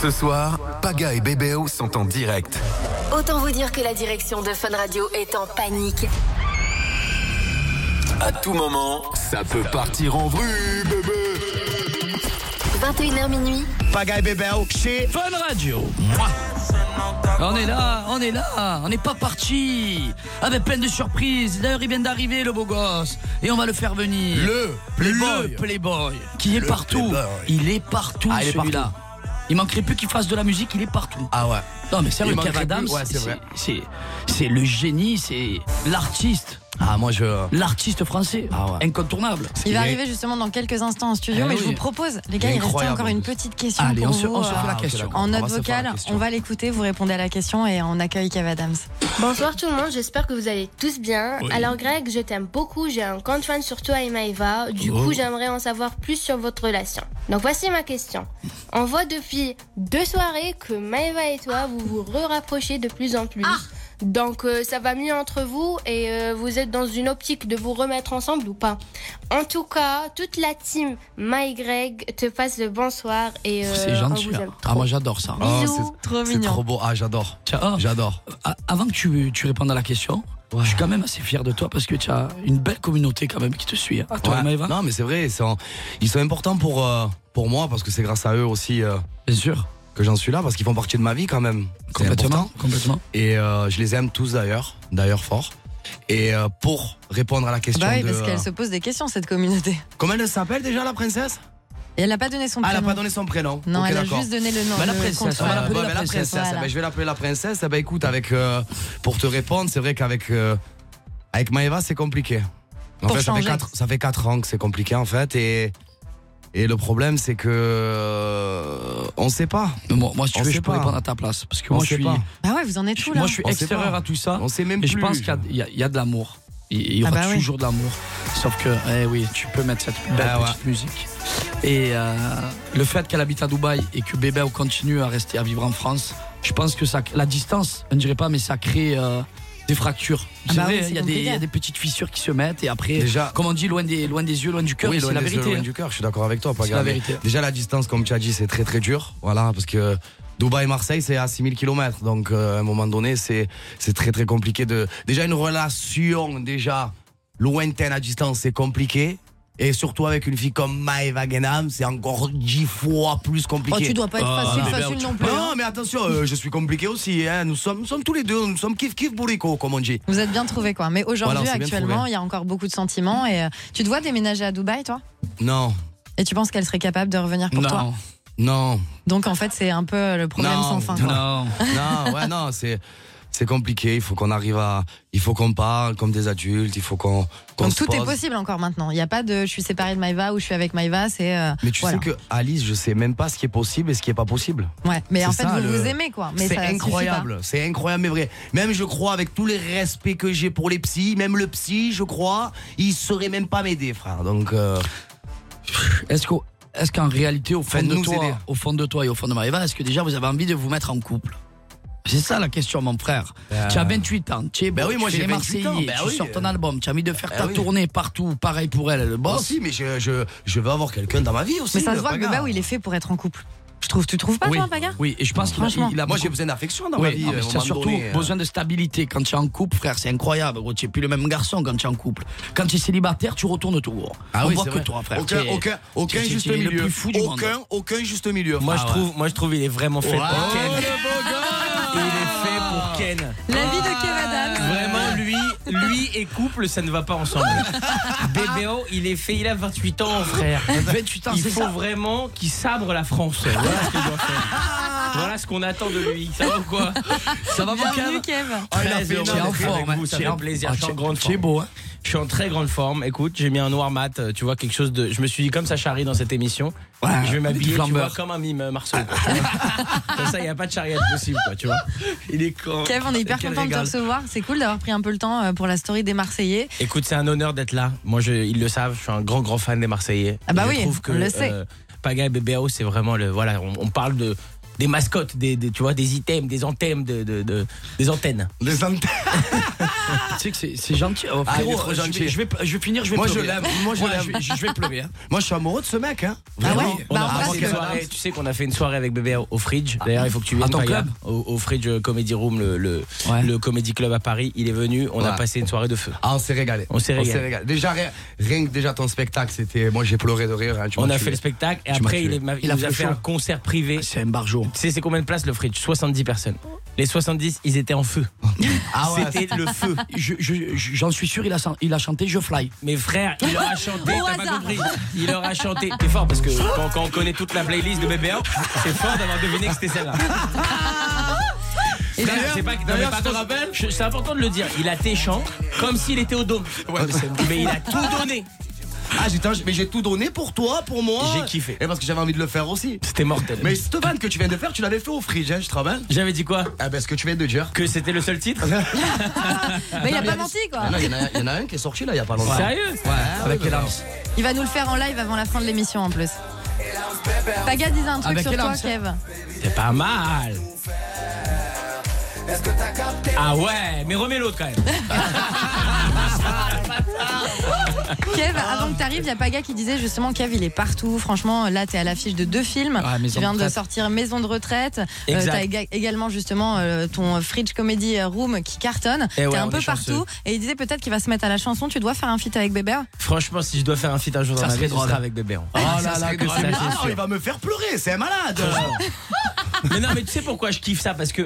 S1: Ce soir, Paga et Bébéo sont en direct.
S4: Autant vous dire que la direction de Fun Radio est en panique.
S1: À tout moment, ça peut partir en vrille, bébé.
S4: 21h minuit,
S6: Pagaille bébé chez
S5: Fun Radio. Mouah. On est là, on est là, on n'est pas parti. Avec plein de surprises. D'ailleurs, il vient d'arriver le beau gosse. Et on va le faire venir.
S6: Le Playboy.
S5: Le Playboy. Qui est
S6: Le
S5: partout.
S6: Playboy.
S5: Il est partout
S6: Ah, il est
S5: celui-là.
S6: partout.
S5: Il manquerait plus qu'il fasse de la musique, il est partout.
S6: Ah ouais.
S5: Non mais sérieux,
S6: Il manquerait
S5: Kev Adams,
S6: plus, ouais, c'est
S5: c'est-
S6: vrai.
S5: c'est c'est le génie, c'est l'artiste.
S6: Ah, moi je. Ah
S5: L'artiste français, incontournable.
S7: Il va arriver justement dans quelques instants en studio,
S5: Eh
S7: mais je
S5: oui.
S7: vous propose, les gars,
S5: Il est
S7: il reste
S5: incroyable,
S7: encore
S5: en
S7: une
S5: plus.
S7: petite question
S5: Allez,
S7: pour
S5: on se-
S7: vous,
S5: on se fait
S7: euh,
S5: la question.
S7: En
S5: On
S7: note
S5: va se faire la
S7: vocale,
S5: question.
S7: on va l'écouter, vous répondez à la question et on accueille Kev Adams.
S15: Bonsoir tout le monde, j'espère que vous allez tous bien.
S7: Oui.
S15: Alors Greg, je t'aime beaucoup, j'ai un compte fan sur toi et Maeva. Du
S16: Oh.
S15: coup, j'aimerais en savoir plus sur votre relation. Donc voici ma question. On voit depuis deux soirées que Maeva et toi, vous vous rapprochez de plus en plus. Donc euh, ça va mieux entre vous et euh, vous êtes dans une optique de vous remettre ensemble ou pas. En tout cas, toute la team My Greg te passe le bonsoir et euh,
S5: C'est
S15: on
S5: gentil.
S15: vous
S5: hein.
S15: aime
S5: Ah, moi j'adore ça.
S15: Bisous.
S6: c'est- Trop c'est mignon. trop beau. Ah, j'adore. J'adore.
S5: Avant que tu, tu répondes à la question, je suis quand même assez fier de toi parce que tu as une belle communauté quand même qui te suit. hein. À toi,
S6: Ouais.
S5: Maëva.
S6: Non, mais c'est vrai, ils sont, ils sont importants pour, euh, pour moi parce que c'est grâce à eux aussi. euh,
S5: Bien sûr.
S6: Que j'en suis là parce qu'ils font partie de ma vie quand même. C'est
S5: Complètement,
S6: important.
S5: complètement.
S6: Et euh, je les aime tous d'ailleurs, d'ailleurs fort. Et euh, pour répondre à la question
S7: Bah oui,
S6: de.
S7: parce
S5: euh,
S7: qu'elle se pose des questions cette communauté.
S6: Comment elle s'appelle déjà la princesse
S7: Et elle n'a pas donné son
S6: Ah, elle
S7: prénom.
S6: a pas donné son prénom.
S7: Non,
S6: Ok,
S7: elle a
S6: d'accord.
S7: juste donné le nom.
S6: Bah, la
S7: le
S6: princesse.
S7: compte.
S6: Ah, bah, bah, la princesse.
S7: Voilà.
S6: Ah, bah, je vais l'appeler la princesse. Ah, bah, écoute, avec, euh, pour te répondre, c'est vrai qu'avec euh, avec Maëva, c'est compliqué. En
S7: Pour
S6: fait, ça fait,
S7: changer.
S6: 4, ça fait quatre ans que c'est compliqué, en fait. Et, et le problème, c'est que. euh, on sait pas.
S5: Moi, moi, si tu
S6: On
S5: veux,
S6: sait
S5: je peux
S6: pas.
S5: répondre à ta place. Parce que
S6: On
S5: moi, je
S6: sait
S5: suis.
S6: pas.
S7: Bah ouais, vous en êtes où là
S5: Moi, je suis
S6: On sait
S5: extérieur
S6: pas.
S5: à tout ça.
S6: On sait même
S5: Et je
S6: plus.
S5: pense qu'il y a- il y, a- il y a de l'amour. Il il y aura
S6: Ah bah oui.
S5: toujours de l'amour. Sauf que, eh oui, tu peux mettre cette belle
S6: Ah ouais.
S5: petite musique. Et euh, le fait qu'elle habite à Dubaï et que Bébé continue à rester à vivre en France, je pense que ça, la distance, on ne dirait pas, mais ça crée euh, des fractures.
S7: Ah
S5: Vous
S7: bah
S5: savez,
S7: oui, c'est
S5: il y, a des-
S7: compliqué.
S5: il y a des petites fissures qui se mettent et après,
S6: Déjà-
S5: comme on dit, loin des, loin des yeux, loin du cœur,
S6: Oui,
S5: et c'est
S6: loin
S5: la
S6: des yeux,
S5: vérité.
S7: hein.
S5: hein.
S6: loin du cœur, je suis d'accord avec toi. pas
S5: C'est la
S6: grave.
S5: vérité.
S6: Déjà, la distance, comme tu as dit, c'est très très dur. Voilà, parce que Dubaï et Marseille, c'est à 6000 km. Donc, euh, à un moment donné, c'est c'est très très compliqué de. Déjà, une relation, déjà, lointaine à distance, c'est compliqué. Et surtout avec une fille comme Maëva Genam, c'est encore dix fois plus compliqué.
S7: Oh, tu dois pas être facile,
S6: Ah, mais
S7: facile
S6: merde.
S7: non plus,
S6: Non,
S7: hein.
S6: mais attention, euh, je suis compliqué aussi. hein. Nous, sommes, nous sommes tous les deux, nous sommes kiff kiff bourrico, comme on dit.
S7: Vous êtes bien trouvé quoi. Mais aujourd'hui,
S6: Voilà, on s'est bien
S7: actuellement,
S6: trouvés.
S7: il y a encore beaucoup de sentiments. Et euh, tu te vois déménager à Dubaï, toi
S6: Non,
S7: Et tu penses qu'elle serait capable de revenir pour toi
S6: non,
S7: Donc en fait, c'est un peu le problème sans fin. quoi.
S6: Non, non, ouais, non, c'est. C'est compliqué, il faut qu'on arrive à. Il faut qu'on parle comme des adultes, il faut qu'on. qu'on
S7: Donc
S6: se
S7: tout est
S6: pose.
S7: possible encore maintenant. Il n'y a pas de je suis séparée de Maïva ou je suis avec Maïva, c'est. euh,
S6: Mais tu
S7: voilà.
S6: sais que, Alice, je sais même pas ce qui est possible et ce qui est pas possible.
S7: Ouais, mais en
S6: C'est
S7: fait,
S6: ça,
S7: vous
S6: le-
S7: vous aimez quoi. Mais
S6: C'est
S7: ça suffit pas.
S6: incroyable, c'est incroyable mais vrai. Même je crois, avec tous les respects que j'ai pour les psys, même le psy, je crois, il saurait même pas m'aider, frère. Donc. euh,
S5: Est-ce qu'au- est-ce qu'en réalité, au fond, de
S6: Faites-nous aider.
S5: toi, au fond de toi et au fond de Maëva, est-ce que déjà vous avez envie de vous mettre en couple C'est ça la question, mon frère.
S6: Euh.
S5: Tu as 28 ans, tu es
S6: Ben
S5: beau,
S6: oui, moi,
S5: tu
S6: j'ai
S5: es
S6: 28
S5: Marseillais,
S6: ans, ben
S5: tu
S6: oui.
S5: sors ton album, tu as envie de faire
S6: Ben
S5: ta
S6: oui.
S5: tournée partout, pareil pour elle, le boss.
S6: aussi, mais je, je, je veux avoir quelqu'un dans ma vie aussi.
S7: Mais ça
S6: le
S7: se voit que
S6: bagarre.
S7: Beba, oui, il est fait pour être en couple. Je trouve, tu trouves pas
S5: oui.
S7: toi, Bagarre
S5: oui, et je pense qu'il a-
S7: Franchement.
S5: il a
S6: Moi, j'ai
S5: beaucoup-
S6: besoin d'affection dans ma
S5: Oui,
S6: vie.
S5: non, mais
S6: à un
S5: c'est
S6: moment
S5: surtout
S6: donné, euh.
S5: besoin de stabilité. Quand tu es en couple, frère, c'est incroyable. gros. Tu n'es plus le même garçon quand tu es en couple. Quand tu es célibataire, tu retournes tout. gros. On voit
S6: Ah c'est
S5: que
S6: vrai.
S5: toi, frère.
S6: Aucun,
S5: T'es-
S6: aucun, aucun
S5: t'es-
S6: juste
S5: t'es
S6: milieu.
S5: Le plus fou du monde.
S6: aucun, aucun juste milieu.
S16: Moi,
S6: Ah
S16: je
S6: ouais.
S16: trouve, moi, je trouve, il est vraiment fait
S6: Wow,
S16: pour Ken.
S6: le beau
S16: Il est fait pour Ken.
S7: La vie de Kev Adams.
S16: Vraiment, lui, lui et couple, ça ne va pas ensemble. Bébéo, il est fait, il a 28 ans, frère.
S5: 28 ans,
S16: Il
S5: c'est
S16: faut
S5: ça.
S16: vraiment qu'il sabre la France. Voilà ce qu'il doit faire. Voilà ce qu'on attend de lui. Ça va ou quoi
S5: Ça va, mon
S7: Bienvenue, Kev.
S5: Ah, il a
S16: Très
S5: fait
S16: heureux
S5: une
S16: d'être
S5: en
S16: avec
S5: forme,
S16: vous,
S5: hein.
S16: ça
S5: T'es
S16: fait
S5: en-
S16: plaisir.
S5: ah,
S16: je suis
S5: t'es-
S16: en grande
S5: t'es
S16: forme.
S5: beau, hein.
S16: Je suis en très grande forme. Écoute, j'ai mis un noir mat. euh, Tu vois quelque chose de. Je me suis dit comme ça charrie dans cette émission.
S5: Ouais,
S16: je vais
S5: du
S16: m'habiller. Tu
S5: flambeur.
S16: vois comme un mime euh, Marceau. quoi, tu vois. comme ça, il n'y a pas de charriade possible. Quoi, tu vois. Il est
S6: Oh,
S16: con.
S7: Kev, on est hyper
S16: Quel
S7: content de te
S16: régal.
S7: recevoir. C'est cool d'avoir pris un peu le temps euh, pour la story des Marseillais.
S16: Écoute, c'est un honneur d'être là. Moi, je- ils le savent, je suis un grand, grand fan des Marseillais.
S7: Ah bah
S16: Et je
S7: oui,
S16: trouve que,
S7: on le sait.
S16: Paga et BBAO, c'est vraiment le. Voilà, on, on parle de des mascottes, des, des- tu vois, des items, des anthèmes, de, de- de- des antennes.
S6: Des antennes.
S5: Tu sais que c'est- c'est gentil. Oh,
S6: Ah, il est
S5: frérot,
S6: trop
S5: je vais-
S6: gentil.
S5: Je vais, je vais finir, je vais
S6: Moi,
S5: pleurer.
S6: je l'aime. Moi, je
S5: Voilà,
S6: l'aime.
S5: vais- Je vais pleurer. hein.
S6: Moi, je suis amoureux de ce mec, hein.
S5: Vraiment.
S16: On
S7: Bah,
S16: a
S7: parce
S16: fait
S7: que-
S16: une soirée, tu sais qu'on a fait une soirée avec BBAO au
S7: Ah.
S16: Fridge. D'ailleurs, il faut que tu viennes
S5: À ton
S16: Paga,
S5: club
S16: au, au Fridge Comedy Room, le, le,
S5: Ouais.
S16: le Comedy Club à Paris. Il est venu, on a
S6: Ouais.
S16: passé une soirée de feu.
S6: Ah, on s'est régalé.
S16: On s'est régalé.
S6: Déjà, rien, rien que déjà ton spectacle, c'était. Moi, j'ai pleuré de rire. hein, tu
S16: on
S6: m'as
S16: a
S6: tué.
S16: fait le spectacle et
S6: Tu m'as
S16: après il,
S6: tué.
S16: est- m'a- il
S5: Il a
S16: nous a
S5: fait
S16: fait
S5: chaud.
S16: un concert privé.
S5: C'est un barjo.
S16: Tu sais, Ah, c'est combien de places le Fridge 70 personnes. Les 70, ils étaient en feu.
S6: Ah ouais,
S16: C'était le feu.
S5: Je- je- je- J'en suis sûr, il a, san- il a chanté Je Fly.
S16: Mes frères, il leur a chanté,
S7: Au
S16: t'as pas
S7: hasard.
S16: compris. Il leur a chanté. T'es fort parce que quand, quand on connaît toute la playlist de BBA, c'est fort d'avoir deviné que c'était celle-là.
S7: Et
S16: Frère, c'est pas- non, mais
S6: d'ailleurs,
S16: par
S6: je te
S16: contre, je- C'est important de le dire. Il a tes chants comme s'il était au dôme. mais il a tout donné.
S6: Ah, j'étais un- mais j'ai tout donné pour toi, pour moi.
S16: J'ai kiffé.
S6: Et parce que j'avais envie de le faire aussi.
S16: C'était mortel.
S6: Mais cette vanne que tu viens de faire, tu l'avais fait au fridge, hein, je te rappelle.
S16: J'avais dit quoi
S6: Ah, ben, ce que tu viens de dire.
S16: Que c'était le seul titre
S7: Mais il a pas menti quoi.
S6: Ah non, Il y, en a- il y en a un qui est sorti là, il y a pas longtemps.
S16: Sérieux
S5: Avec quel âme
S7: Il va nous le faire en live avant la fin de l'émission en plus. Paga disait
S6: Ah,
S7: un truc
S6: bah,
S5: Avec
S7: sur
S5: quel
S7: toi,
S5: homme, ça
S7: Kev.
S16: C'est pas mal. Ah ouais, mais remets l'autre quand même.
S7: Kev, avant que t'arrives, il y a Paga qui disait justement Kev, il est partout. Franchement, là, t'es à l'affiche de deux films.
S16: Ah,
S5: Ouais, Maison
S7: tu viens
S5: de
S7: de
S5: retraite.
S7: sortir Maison de retraite. Euh,
S16: Exact.
S7: T'as éga- également justement euh, ton Fridge Comedy Room qui cartonne.
S16: Eh ouais,
S7: T'es un
S16: on
S7: peu
S16: est chanceux.
S7: partout. Et il disait peut-être qu'il va se mettre à la chanson. Tu dois faire un feat avec Bébé.
S16: Franchement, si je dois faire un feat un jour
S5: Ça
S16: dans ma
S5: serait
S16: vie, je
S5: drôle.
S16: serai avec bébé. hein.
S6: Oh là
S16: Ça
S6: là,
S16: serait
S6: que
S16: drôle,
S6: c'est
S16: ça, c'est
S6: marrant,
S16: sûr.
S6: Ah, il va me faire pleurer, c'est un malade.
S16: Mais non, mais tu sais pourquoi je kiffe ça Parce que,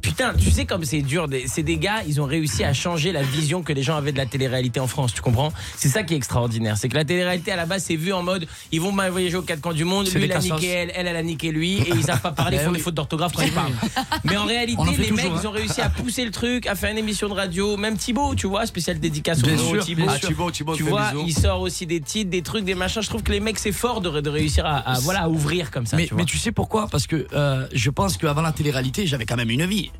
S16: putain, tu sais comme c'est dur. des- C'est des gars, ils ont réussi à changer la vision que les gens avaient de la télé-réalité en France, tu comprends C'est ça qui est extraordinaire. C'est que la télé-réalité, à la base, c'est vu en mode ils vont mal voyager aux quatre coins du monde,
S5: C'est
S16: lui,
S5: des
S16: il a
S5: cassos.
S16: niqué elle, elle, elle a niqué lui, et ils savent pas parler, ils
S5: Eh
S16: font des
S5: oui.
S16: fautes d'orthographe quand ils parlent. Mais en réalité,
S5: On en
S16: les
S5: fait toujours,
S16: mecs,
S5: hein.
S16: ils ont réussi à pousser le truc, à faire une émission de radio. Même Thibaut, tu vois, spécial dédicace au
S5: Bien
S16: nom,
S5: sûr,
S16: Thibaut.
S5: bien
S6: Ah,
S5: sûr.
S6: Thibaut, Thibaut,
S16: Tu
S6: fais
S16: vois,
S6: bisous.
S16: il sort aussi des titres, des trucs, des machins. Je trouve que les mecs, c'est fort de, de réussir à, à, voilà, à ouvrir comme ça.
S5: mais,
S16: tu
S5: mais
S16: vois.
S5: tu sais pourquoi Parce que euh, je pense qu'avant la télé-réalité, j'avais quand même une vie.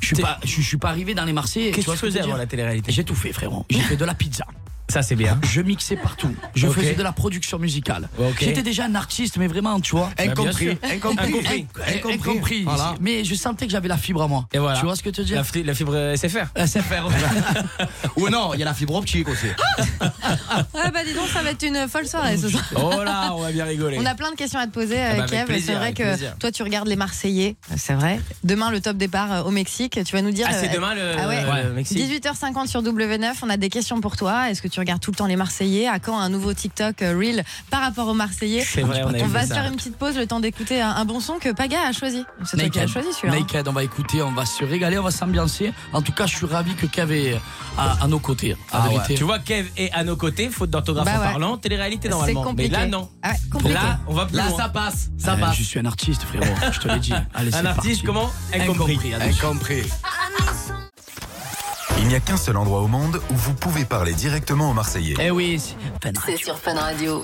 S5: Je suis
S16: T'es-
S5: pas, je, je suis pas arrivé dans les Marseillais. tu
S16: Qu'est-ce que
S5: vois
S16: tu
S5: ce que je
S16: faisais
S5: veux
S16: avant
S5: dire
S16: la télé-réalité
S5: J'ai tout fait, frérot. J'ai fait de la pizza.
S16: Ça, c'est bien.
S5: Je mixais partout. Je
S16: Ok.
S5: faisais de la production musicale.
S16: Ok.
S5: J'étais déjà un artiste, mais vraiment, tu vois.
S16: Bah, bien Incompris. sûr. Incompris. Incompris.
S5: Inc- inc- incompris.
S16: Voilà.
S5: Mais je sentais que j'avais la fibre à moi.
S16: Et voilà.
S5: Tu vois ce que je te dis
S16: La, fi- la fibre euh, SFR.
S5: SFR.
S6: Ou non, il y a la fibre optique aussi.
S7: Ouais, bah dis donc, ça va être une folle soirée ce soir.
S16: Oh
S5: Ah,
S16: là, on va bien rigoler.
S7: On a plein de questions à te poser,
S16: Ah bah,
S7: euh,
S16: avec
S7: Kev.
S16: plaisir,
S7: C'est vrai
S16: avec
S7: que
S16: plaisir.
S7: toi, tu regardes les Marseillais. C'est vrai. Demain, le top départ euh, au Mexique. Tu vas nous dire.
S16: Ah, c'est
S7: euh,
S16: demain le,
S7: Ah ouais.
S16: le Mexique.
S7: 18h50 sur W9, on a des questions pour toi. Est-ce que tu regardes tout le temps les Marseillais À quand un nouveau TikTok euh, Reel par rapport aux Marseillais
S5: C'est vrai, on a
S7: on
S5: eu
S7: va
S5: ça.
S7: se faire une petite pause, le temps d'écouter un, un bon son que Paga a choisi. C'est toi qui as choisi celui-là. hein.
S5: Naked, on va écouter, on va se régaler, on va s'ambiancer. En tout cas, je suis ravi que Kev est à, à nos côtés.
S16: Ah
S5: En
S16: ouais.
S5: vérité.
S16: Tu vois, Kev est à nos côtés, faute d'orthographe
S5: Bah
S16: en
S5: ouais.
S16: parlant,
S5: C'est
S16: télé-réalité normalement.
S5: compliqué.
S16: Mais là, non.
S7: Ah ouais,
S5: compliqué.
S16: Là, on va plus
S5: Là,
S16: loin.
S5: ça
S6: passe,
S5: Euh, Je suis un artiste, frérot. Je te l'ai dit. Allez, c'est
S16: Un
S5: parti.
S16: artiste, comment Incompris.
S5: attention.
S1: Il n'y a qu'un seul endroit au monde où vous pouvez parler directement aux Marseillais.
S5: Eh oui, c'est-
S4: C'est sur Fun Radio.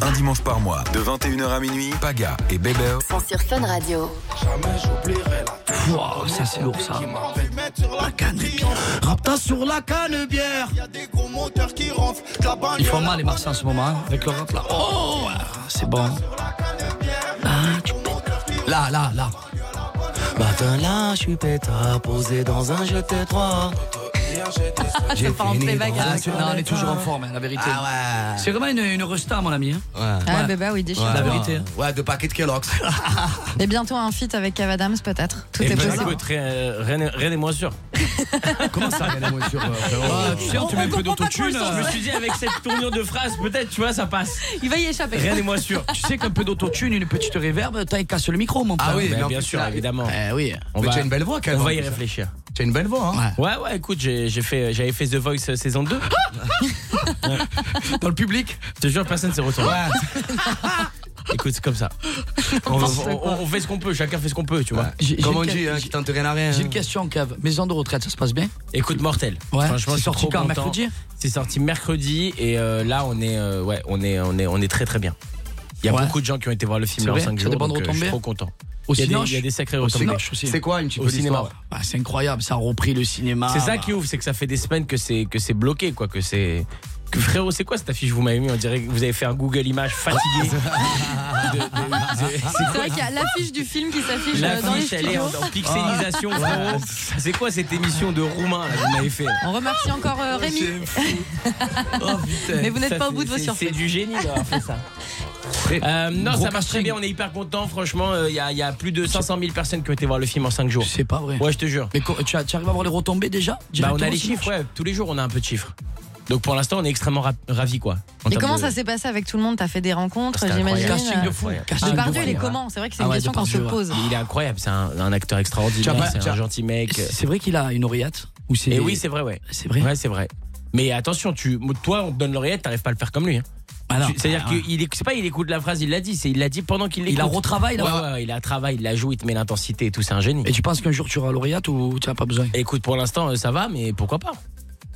S1: Un dimanche par mois, de 21h à minuit, Paga et Bébert
S4: Sont sur Fun Radio.
S5: Wow, ça c'est lourd ça.
S12: La canne
S5: Rapta sur la canne bière. Ils font mal les Marseillais en ce moment, hein, avec leur rap là. Oh, ouais, c'est bon.
S6: Là, là, là. Matin là, je suis pétard, posé dans un GT3.
S17: Ah,
S6: J'ai
S5: pas en
S6: fini
S5: playback,
S6: dans
S5: hein.
S6: un
S5: Non, on est toujours en forme, hein, la vérité.
S6: Ah
S5: C'est vraiment une, une resta, mon ami. hein.
S6: Ouais.
S7: Ah, bah, bah oui, déchire.
S5: La vérité. hein.
S6: Ouais, deux paquets de Kellogg's.
S7: Et bientôt un feat avec Kev Adams, peut-être. Tout
S16: Eh
S7: est
S16: ben,
S7: possible.
S16: écoute, rien- euh, rien rien n'est moins sûr. Bah,
S6: Comment ça, rien n'est moins sûr euh,
S16: Tu sais, on te met un peu d'autotune. euh. Je me suis dit, avec cette tournure de phrase, peut-être, tu vois, ça passe.
S7: Il va y échapper.
S16: Rien n'est moins sûr.
S5: Tu sais qu'un peu d'autotune, une petite réverb, t'as il casse le micro, mon Ben, pote.
S16: Ah oui, mais ah bien sûr, évidemment.
S5: Eh oui.
S16: On
S6: Mais
S16: va-
S6: tu as une belle voix, quand
S16: On
S6: même,
S16: va y
S6: en plus.
S16: réfléchir.
S6: Tu as une belle voix, hein
S16: Ouais, ouais, écoute, j'ai j'ai fait, j'avais fait The Voice euh, saison 2.
S5: Dans le public
S16: Je te jure, personne s'est retourné. Écoute, c'est comme ça. On,
S5: N'importe
S16: on-
S5: quoi.
S16: on fait ce qu'on peut, chacun fait ce qu'on peut, tu vois.
S5: J'ai- j'ai
S16: Comme on
S5: une-
S16: dit, hein,
S5: j'ai-
S16: qui tente rien à rien.
S5: J'ai une question, Cave. Maison de retraite, ça se passe bien
S16: Écoute, mortel.
S5: Ouais.
S16: Franchement,
S5: C'est
S16: je suis
S5: sorti
S16: trop
S5: quand,
S16: content.
S5: mercredi
S16: C'est sorti mercredi et euh, là, on est, euh, ouais, on est, on est, on est très très bien. Il y a
S5: Ouais.
S16: beaucoup de gens qui ont été voir le film
S5: C'est
S16: là en
S5: vrai,
S16: 5
S5: t'as
S16: jours.
S5: des bonnes
S16: donc, euh, je suis
S5: retombées
S16: trop content.
S5: Au
S16: il, y a des,
S5: Cinoche
S16: il y a des sacrées
S5: Au
S16: retombées.
S5: Cinoche aussi.
S16: Au cinéma ouais.
S5: Ah, C'est incroyable, ça a repris le cinéma.
S16: C'est ça qui est ouf, c'est que ça fait des semaines que c'est que c'est bloqué, quoi, que c'est. Que frérot, c'est quoi cette affiche que vous m'avez mis On dirait que vous avez fait un Google Images
S5: Ah,
S16: fatigué. ben,
S7: C'est vrai qu'il y a l'affiche du film qui s'affiche euh, dans les
S16: L'affiche, elle est
S7: studios. Ah.
S16: en, en pixelisation,
S5: Ah,
S16: frérot. C'est quoi cette émission de roumain là, que vous m'avez fait
S7: On remercie encore euh, Rémi. Mais vous n'êtes
S16: Ça,
S7: pas au bout de vos
S16: c'est-
S7: surprises.
S16: C'est du génie d'avoir fait ça. Euh, non, ça marche très bien, on est hyper content. Franchement, il y, a- y a plus de 500 000 personnes qui ont été voir le film en 5 jours.
S5: C'est pas vrai.
S16: Ouais, je te jure.
S5: Mais co- tu as- tu arrives à voir les retombées déjà
S16: Bah, on
S5: Directement
S16: a les
S5: au Cinoche
S16: chiffres, ouais. Tous les jours, on a un peu de chiffres. Donc pour l'instant, on est extrêmement ra- ravis, quoi. en
S7: Et
S16: termes
S7: comment
S16: de- Ah,
S7: ça s'est passé avec tout le monde T'as fait des rencontres, j'imagine.
S16: Casting de fou.
S7: Euh,
S16: Casting
S7: Depardieu,
S16: de fou.
S7: il est comment C'est vrai que c'est
S16: Ah
S7: une
S16: ouais,
S7: question qu'on se
S16: Depardieu,
S7: pose.
S16: ouais. Il est incroyable, c'est un, un acteur
S5: Tu as
S16: extraordinaire,
S5: pas-
S16: c'est
S5: tu
S16: un
S5: as-
S16: gentil mec.
S5: bah, C'est vrai qu'il a une oreillette Ou c'est
S16: Et oui, c'est vrai, ouais.
S5: C'est vrai.
S16: Ouais, c'est vrai. Mais attention, tu, toi, on te donne l'oreillette, t'arrives pas à le faire comme lui. hein.
S5: Ah non.
S16: Tu- C'est-à-dire
S5: Ah ouais.
S16: qu'il éc- c'est pas il écoute la phrase, il l'a dit, c'est il l'a dit pendant qu'il
S5: Il
S16: l'écoute.
S5: la retravaille,
S16: ouais,
S5: la-
S16: ouais, ouais, il la travaille, il la joue, il te met l'intensité et tout, c'est un génie.
S5: Et tu penses qu'un jour tu auras lauréate ou tu n'as pas besoin
S16: Écoute, pour l'instant, euh, ça va, mais pourquoi pas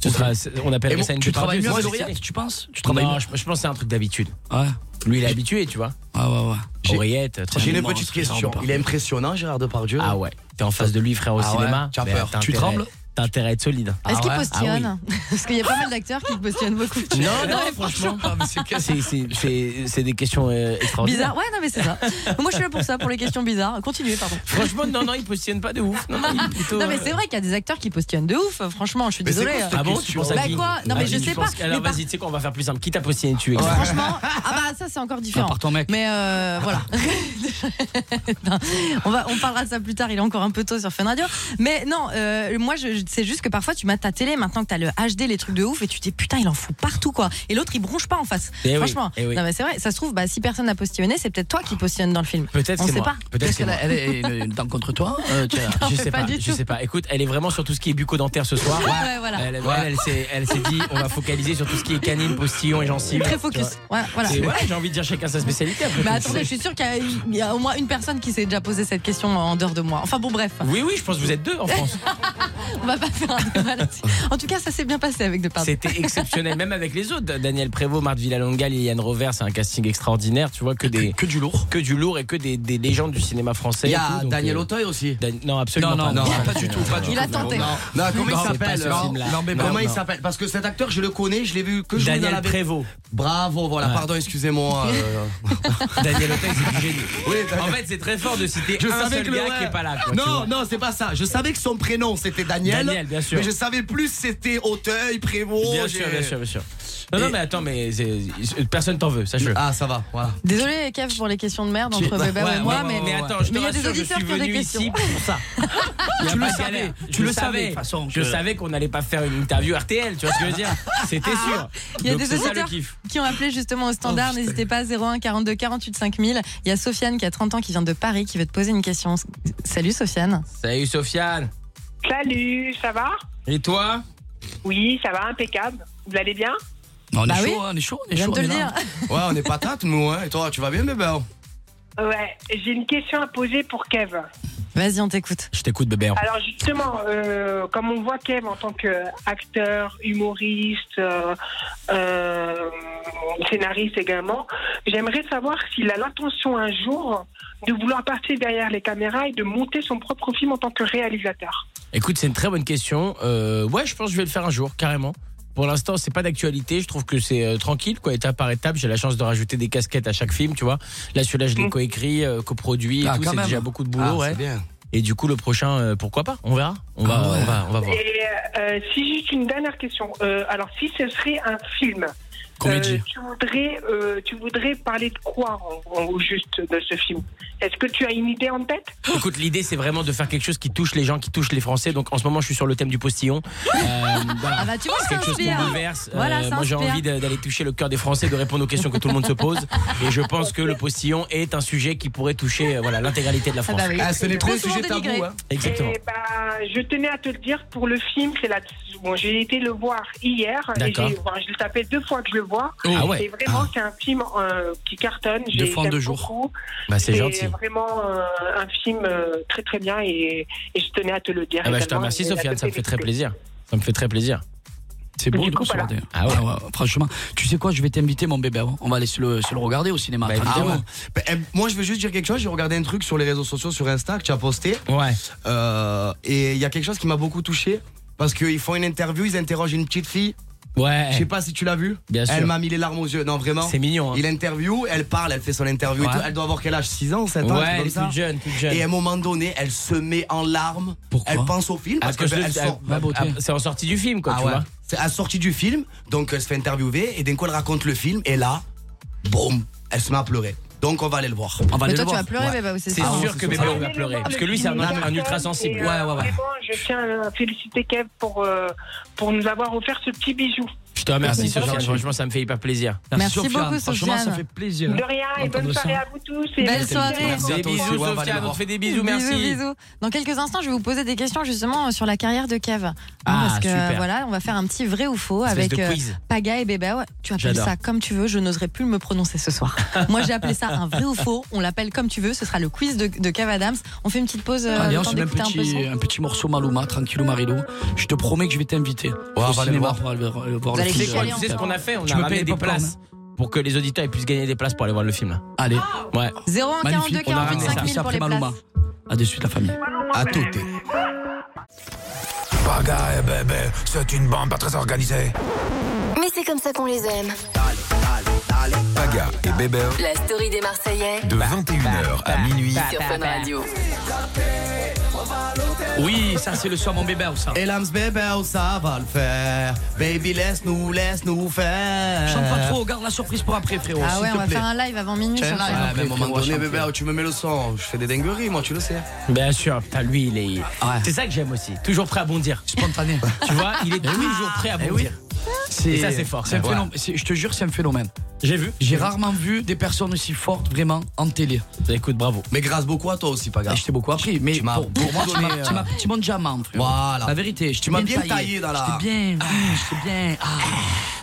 S16: Ce
S5: Ok.
S16: sera- c'est- on appelle
S5: Et bon,
S16: ça une
S5: Tu travailles mieux
S16: Moi,
S5: avec
S16: je-
S5: lauréate, tu penses Tu travailles
S16: Non,
S5: mieux
S16: je, je pense que c'est un truc d'habitude.
S5: Ouais.
S16: Lui, il est habitué, tu vois.
S5: Ah ouais, ouais.
S16: Oreillette,
S6: J'ai
S16: euh,
S6: une
S16: tranquillement,
S6: petite
S16: on se
S6: question.
S16: regarde
S6: Il est impressionnant, Gérard Depardieu.
S16: Ah ouais. T'es en face de lui, frère, au
S6: Ah ouais,
S16: cinéma.
S6: tu as
S16: mais
S6: peur.
S16: t'as
S6: Tu
S16: intérêt-
S6: trembles
S16: T'as intérêt à être solide.
S7: Est-ce qu'il
S16: Ah ouais Ah oui.
S7: postillonne Parce qu'il y a pas mal d'acteurs qui postillonnent beaucoup.
S16: Non, non, franchement, c'est- c'est- c'est c'est des questions euh, extraordinaires.
S7: Bizarre, ouais, non, mais c'est ça. Moi, je suis là pour ça, pour les questions bizarres. Continuez, pardon.
S16: Franchement, non, non, il postillonne pas de ouf. Non, non, il est plutôt,
S7: non mais
S16: euh,
S7: c'est vrai qu'il y a des acteurs qui postillonnent de ouf. Franchement, je suis
S16: Mais c'est
S7: désolée.
S16: quoi cette Ah bon, tu penses à
S7: Bah
S16: qui
S7: quoi Non mais
S16: Ah,
S7: je
S16: tu
S7: sais pas.
S16: penses- Alors
S7: Mais par-
S16: vas-y, tu sais quoi, on va faire plus simple. Qui t'a postillonné tu exactement
S7: Franchement, ah bah ça c'est encore différent.
S16: part ton mec.
S7: Mais euh, voilà. Non, on va, on parlera de ça plus tard. Il est encore un peu tôt sur Fun Radio. Mais non, euh, moi je, je- c'est juste que parfois tu mates ta télé maintenant que t'as le HD, les trucs de ouf, et tu te dis putain il en fout partout quoi. Et l'autre il bronche pas en face.
S16: Eh oui,
S7: Franchement.
S16: eh oui.
S7: Non mais c'est vrai. Ça se trouve, bah, si personne n'a postillonné, c'est peut-être toi qui postillonne dans le film.
S16: Peut-être
S7: On
S16: c'est
S7: sait
S16: moi.
S7: pas.
S16: Peut-être
S5: Est-ce
S16: c'est
S5: qu'elle a- elle est- elle est dans contre toi Euh, tu as-
S7: Non,
S16: je
S7: mais
S16: sais
S7: pas
S16: pas,
S7: du
S16: je
S7: tout.
S16: sais pas. Écoute, elle est vraiment sur tout ce qui est bucco-dentaire ce soir.
S7: Ouais, voilà.
S16: Elle, elle, elle s'est- elle s'est dit, on va focaliser sur tout ce qui est canine, postillon et gencives.
S7: Très focus.
S16: tu vois.
S7: Ouais, voilà.
S16: Et voilà, j'ai envie de dire chacun sa spécialité. Après
S7: Mais
S16: tout.
S7: attendez, je suis sûre qu'il y a- il y, a au moins une personne qui s'est déjà posé cette question en dehors de moi. Enfin bon, bref.
S16: Oui, oui, je pense que vous êtes deux en France.
S7: On va pas faire un débat là-dessus. En tout cas, ça s'est bien passé avec Depardieu.
S16: C'était exceptionnel, même avec les autres. Daniel Prévost, Marthe Villalonga, Liliane Rover, c'est un casting extraordinaire. Tu vois que des
S6: que, du lourd,
S16: que du lourd et que des, des légendes du cinéma français.
S6: Il y
S16: et tout,
S6: a
S16: donc,
S6: Daniel
S16: euh,
S6: Auteuil aussi.
S16: Dan- Non, absolument
S6: Non,
S16: pas.
S6: non, pas du tout, pas du Il tout. a tenté. Non, non, comment il
S16: c'est
S6: s'appelle,
S16: pas ce
S6: non,
S16: film-là.
S6: non, mais comment il s'appelle Parce que cet acteur, je le connais, je l'ai vu que jouer
S16: Daniel
S6: dans la
S16: Prévost.
S6: Bravo, voilà,
S16: Ouais.
S6: pardon, excusez-moi. euh,
S16: Daniel Auteuil, c'est du génie.
S6: Oui,
S16: en
S6: Daniel.
S16: fait, c'est très fort de citer
S6: Je
S16: un
S6: savais
S16: seul
S6: que le-
S16: gars qui est pas là. quoi, tu
S6: non,
S16: vois.
S6: non, c'est pas ça. Je savais que son prénom c'était Daniel.
S16: Daniel, bien sûr.
S6: Mais je savais plus c'était Auteuil, Prévost.
S16: Bien
S6: j'ai-
S16: sûr, bien sûr, bien sûr. Non, non, mais attends, mais c'est- personne t'en veut, sache-le.
S6: Ah, ça va, voilà.
S7: Désolé, Kev, pour les questions de merde entre
S16: Ouais,
S7: Bébé
S16: ouais,
S7: et moi,
S16: ouais,
S7: mais,
S16: ouais, ouais, Ah, attends, je te
S7: mais il y a des
S16: rassure, je
S7: auditeurs
S16: suis
S7: qui ont des
S16: venu
S7: questions.
S16: ici pour ça. Il y a
S5: Tu
S16: pas
S5: le
S16: de
S5: savais,
S16: galère.
S5: tu
S16: Je
S5: le savais, de toute façon,
S16: Je
S5: que-
S16: savais qu'on n'allait pas faire une interview RTL, tu vois ce que je veux dire C'était sûr.
S7: Il y a
S16: Donc,
S7: des
S16: c'est ça le
S7: auditeurs
S16: kiff. Oh,
S7: qui ont appelé justement au standard. N'hésitez pas, 01 42 48 5000. Il y a Sofiane qui a 30 ans, qui vient de Paris, qui veut te poser une question. Salut Sofiane.
S16: Salut Sofiane.
S18: Salut, ça va
S16: Et toi
S18: Oui, ça va, impeccable. Vous allez bien
S5: on est
S18: Bah
S5: chaud,
S18: oui.
S5: hein, on est chaud, on est
S18: Je viens
S5: chaud.
S18: de
S5: on est
S18: te le
S5: là.
S6: Ouais, on est patates, nous, hein. Et toi, tu vas bien, bébé
S18: Ouais, j'ai une question à poser pour Kev.
S7: Vas-y, on t'écoute.
S16: Je t'écoute, bébé.
S18: Alors justement, euh, comme on voit Kev en tant qu'acteur, humoriste, euh, euh, scénariste également, j'aimerais savoir s'il a l'intention un jour de vouloir partir derrière les caméras et de monter son propre film en tant que réalisateur.
S16: Écoute, c'est une très bonne question. Euh, ouais, je pense que je vais le faire un jour, carrément. Pour l'instant, c'est pas d'actualité. Je trouve que c'est euh, tranquille, quoi, étape par étape. J'ai la chance de rajouter des casquettes à chaque film, tu vois. Là, celui-là, je l'ai coécrit, euh, coproduit, et
S6: Ah,
S16: tout.
S6: quand
S16: C'est
S6: même.
S16: déjà beaucoup de boulot,
S6: Ah, c'est
S16: ouais.
S6: bien. Ah
S16: Et du coup, le prochain, euh, pourquoi pas On verra. On va, on va, on va voir.
S18: Et euh, si juste une dernière question. Euh, alors si ce serait un film,
S16: Comédie.
S18: euh, tu voudrais, euh, tu voudrais parler de quoi en- en- au juste de ce film Est-ce que tu as une idée en tête
S16: Écoute, l'idée c'est vraiment de faire quelque chose qui touche les gens, qui touche les Français. Donc en ce moment, je suis sur le thème du postillon. Euh, voilà.
S7: Ah bah tu vois, ça
S16: quelque chose qui
S7: inspire.
S16: me bouleverse. Euh,
S7: Voilà, ça
S16: moi, j'ai
S7: inspire.
S16: envie de- d'aller toucher le cœur des Français, de répondre aux questions que tout le monde se pose. Et je pense que le postillon est un sujet qui pourrait toucher euh, voilà l'intégralité de la
S17: bah
S16: France.
S17: Ah, hein.
S16: Exactement.
S18: Eh ben, je tenais à te le dire pour le film, c'est la. Bon, j'ai été le voir hier. Et
S16: D'accord.
S18: j'ai- bon, je l'ai tapé deux fois que je le vois.
S16: Oh. Ah ouais.
S18: Et vraiment, c'est un film euh, qui cartonne.
S16: Deux
S18: J'ai-
S16: fois en
S18: j'aime
S16: deux jours.
S18: beaucoup.
S16: Bah, c'est gentil.
S18: vraiment euh, un film euh, très très bien et, et je tenais à te le dire.
S16: Ah bah, je te
S18: également,
S16: remercie,
S18: et à
S16: Sofiane.
S18: te
S16: Ça me fait très
S18: féliciter.
S16: plaisir. Ça me fait très plaisir.
S5: C'est beau de
S18: coup, voilà.
S5: recevoir des-
S16: Ah ouais.
S5: Franchement, tu sais quoi, je vais t'inviter, mon bébé. On va aller se le, se le regarder au cinéma.
S16: Bah,
S6: Ah ouais. Ben, eh, moi, je veux juste dire quelque chose. J'ai regardé un truc sur les réseaux sociaux, sur Insta, que tu as posté. Euh,
S16: Ouais.
S6: et il y a quelque chose qui m'a beaucoup touché. Parce qu'ils font une interview, ils interrogent une petite fille.
S16: Ouais.
S6: Je sais pas si tu l'as vu.
S16: Bien sûr.
S6: Elle m'a mis les larmes aux yeux. Non, vraiment.
S16: C'est mignon, hein.
S6: Il interview, elle parle, elle fait son interview. et
S16: Ouais.
S6: tout. Elle doit avoir quel âge 6 ans, 7 ans
S16: Ouais,
S6: un truc
S16: elle
S6: comme
S16: est
S6: ça.
S16: toute jeune, toute jeune.
S6: Et à un moment donné, elle se met en larmes. elle pense au film. Parce
S16: Ah, parce
S6: que
S16: que
S6: ben, elle
S16: je-
S6: sort-
S16: ah, bah, C'est en sortie du film, quoi,
S6: Ah
S16: tu
S6: ouais.
S16: vois.
S6: C'est à la sortie du film, donc elle se fait interviewer et d'un coup elle raconte le film et là, boum, elle se met à pleurer. Donc on va aller le voir.
S16: On va
S7: Mais aller toi, le tu voir. vas pleurer, Bébé, c'est Ah,
S16: sûr. sûr que Bébé, on va pleurer. Parce que lui, c'est un- un ultra sensible.
S18: Et, euh,
S16: Ouais, ouais, ouais.
S18: Vraiment, je tiens à féliciter Kev pour, euh, pour nous avoir offert ce petit bijou.
S16: Je te remercie,
S5: Merci,
S16: Sofiane.
S5: Sofiane.
S16: Franchement, ça me fait hyper plaisir.
S5: Merci Sofiane. beaucoup, Franchement, Sofiane. ça fait
S18: De
S5: plaisir.
S16: hein.
S18: rien et bonne soirée à vous tous. et
S7: Belle
S18: merci.
S7: soirée.
S16: Des
S6: Merci à toi aussi,
S16: bisous,
S6: ouais, on va aller
S16: Sofiane. On
S6: voir.
S16: te fait des bisous. Merci.
S7: Oh. bisous. Dans quelques instants, je vais vous poser des questions justement euh, sur la carrière de Kev. Hein,
S16: Ah,
S7: parce que
S16: super.
S7: voilà, on va faire un petit vrai ou faux
S16: Espèce
S7: avec euh,
S16: de quiz.
S7: Paga et Bébé. Ouais, tu appelles
S16: J'adore.
S7: ça comme tu veux, je n'oserais plus me prononcer ce soir. Moi, j'ai appelé ça un vrai ou faux. On l'appelle comme tu veux, ce sera le quiz de, de Kev Adams. On fait une petite pause.
S16: Ah,
S7: euh,
S5: Allez,
S7: le
S5: on
S7: temps
S5: se met un
S7: d'écouter un peu
S5: petit,
S7: son. Euh,
S5: un petit morceau Maluma, tranquillou Marilou. Je te promets que je vais t'inviter
S6: on va
S5: au
S6: aller le
S5: cinéma
S6: voir.
S5: pour aller voir le
S16: Tu
S5: voir le
S16: sais
S5: film.
S16: quoi, tu sais ce qu'on a fait On
S5: Tu
S16: a
S5: me payes
S16: ramené des
S5: popcorn,
S16: places pour que les auditeurs puissent gagner des places pour aller voir le film. là.
S5: Allez.
S16: Ouais.
S7: 01 42 48 5000 pour les places.
S5: A de suite, la famille.
S6: À tout.
S1: Paga et bébé, c'est une bande pas très organisée.
S4: Mais c'est comme ça qu'on les aime.
S1: Paga et bébé,
S4: La story des Marseillais
S1: de 21h à minuit.
S7: Bah,
S4: sur Fun Radio.
S7: bah.
S5: Oui, ça c'est le soir mon bébé ça.
S6: Et l'âme bébé, oh, ça va le faire. Baby, laisse-nous, laisse-nous faire.
S5: Chante pas trop, garde la surprise pour après, frérot.
S7: Ah
S5: s'il
S7: ouais,
S5: te
S7: on va
S5: plaît.
S7: faire un live avant minuit.
S6: Ouais,
S7: sur Fun.
S6: mais à un moment
S5: frérot,
S6: donné,
S5: chante
S6: bébé, oh, tu me mets le sang. Je fais des dingueries, moi, tu le sais.
S16: Bien sûr, putain, lui, il est. C'est ça que j'aime aussi. Toujours prêt à bondir.
S5: Spontané.
S6: Eh
S16: Tu vois, il est toujours prêt à bondir.
S5: Eh C'est-
S16: Et ça, c'est fort.
S5: un phénomène. C'est- Je te jure, c'est un phénomène.
S16: J'ai vu.
S5: J'ai rarement vu des personnes aussi fortes vraiment en télé.
S16: écoute, bravo.
S6: Mais grâce beaucoup à toi aussi, Paga.
S5: Je t'ai beaucoup appris. Mais
S6: tu m'as
S5: pour, pour moi,
S6: beaucoup
S5: Ah, tu m'as-
S6: donné,
S5: tu m'as- tu m'as déjà diamant. frérot.
S6: Voilà.
S5: La vérité, je t'ai
S6: Tu m'as bien taillé dans la-
S5: Je t'ai bien. Je t'ai bien. Ah,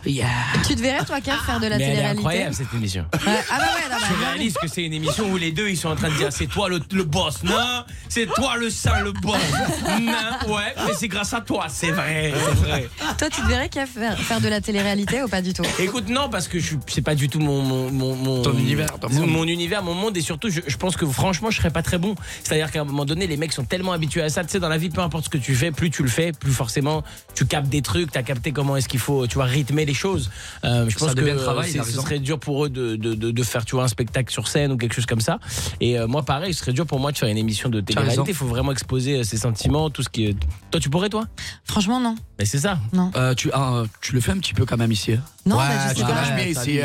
S5: yeah.
S7: Tu te verrais, toi, Kev, faire de la
S16: Mais elle est
S7: télé-réalité
S16: incroyable cette émission.
S7: Ouais, Ah bah ouais, non, bah,
S16: Je réalise que c'est une émission où les deux ils sont en train de dire c'est toi le, le boss, non C'est toi le sale le boss, non Ouais, mais c'est grâce à toi, c'est vrai, c'est vrai.
S7: Toi, tu te verrais, Kev, faire, faire de la télé-réalité ou pas du tout
S16: Écoute, non, parce que je suis- c'est pas du tout mon mon, mon, mon-
S5: Ton univers, ton monde.
S16: mon univers, mon monde, et surtout, je, je pense que franchement, je serais pas très bon. C'est-à-dire qu'à un moment donné, les mecs sont tellement habitués à ça. Tu sais, dans la vie, peu importe ce que tu fais, plus tu le fais, plus forcément tu captes des trucs, t'as capté comment est-ce qu'il faut, tu vois, rythmer les choses. Euh, je
S5: Ça
S16: pense que
S5: devient le
S16: euh,
S5: travail,
S16: c'est-
S5: t'as
S16: ce
S5: raison.
S16: serait dur pour eux de, de, de, de faire, tu vois, un spectacle sur scène ou quelque chose comme ça. Et euh, moi, pareil, ce serait dur pour moi de faire une émission de
S5: raison.
S16: télé-réalité. Il faut vraiment exposer euh, ses sentiments, tout ce qui. est- Toi, tu pourrais, toi
S7: Franchement, non.
S16: Mais c'est ça.
S7: Non.
S5: tu, ah, tu le fais un petit peu quand même ici. hein.
S7: Non, bah, je sais
S5: tu
S7: pas.
S5: te lâches bien
S16: Ah,
S5: ici,
S7: Non,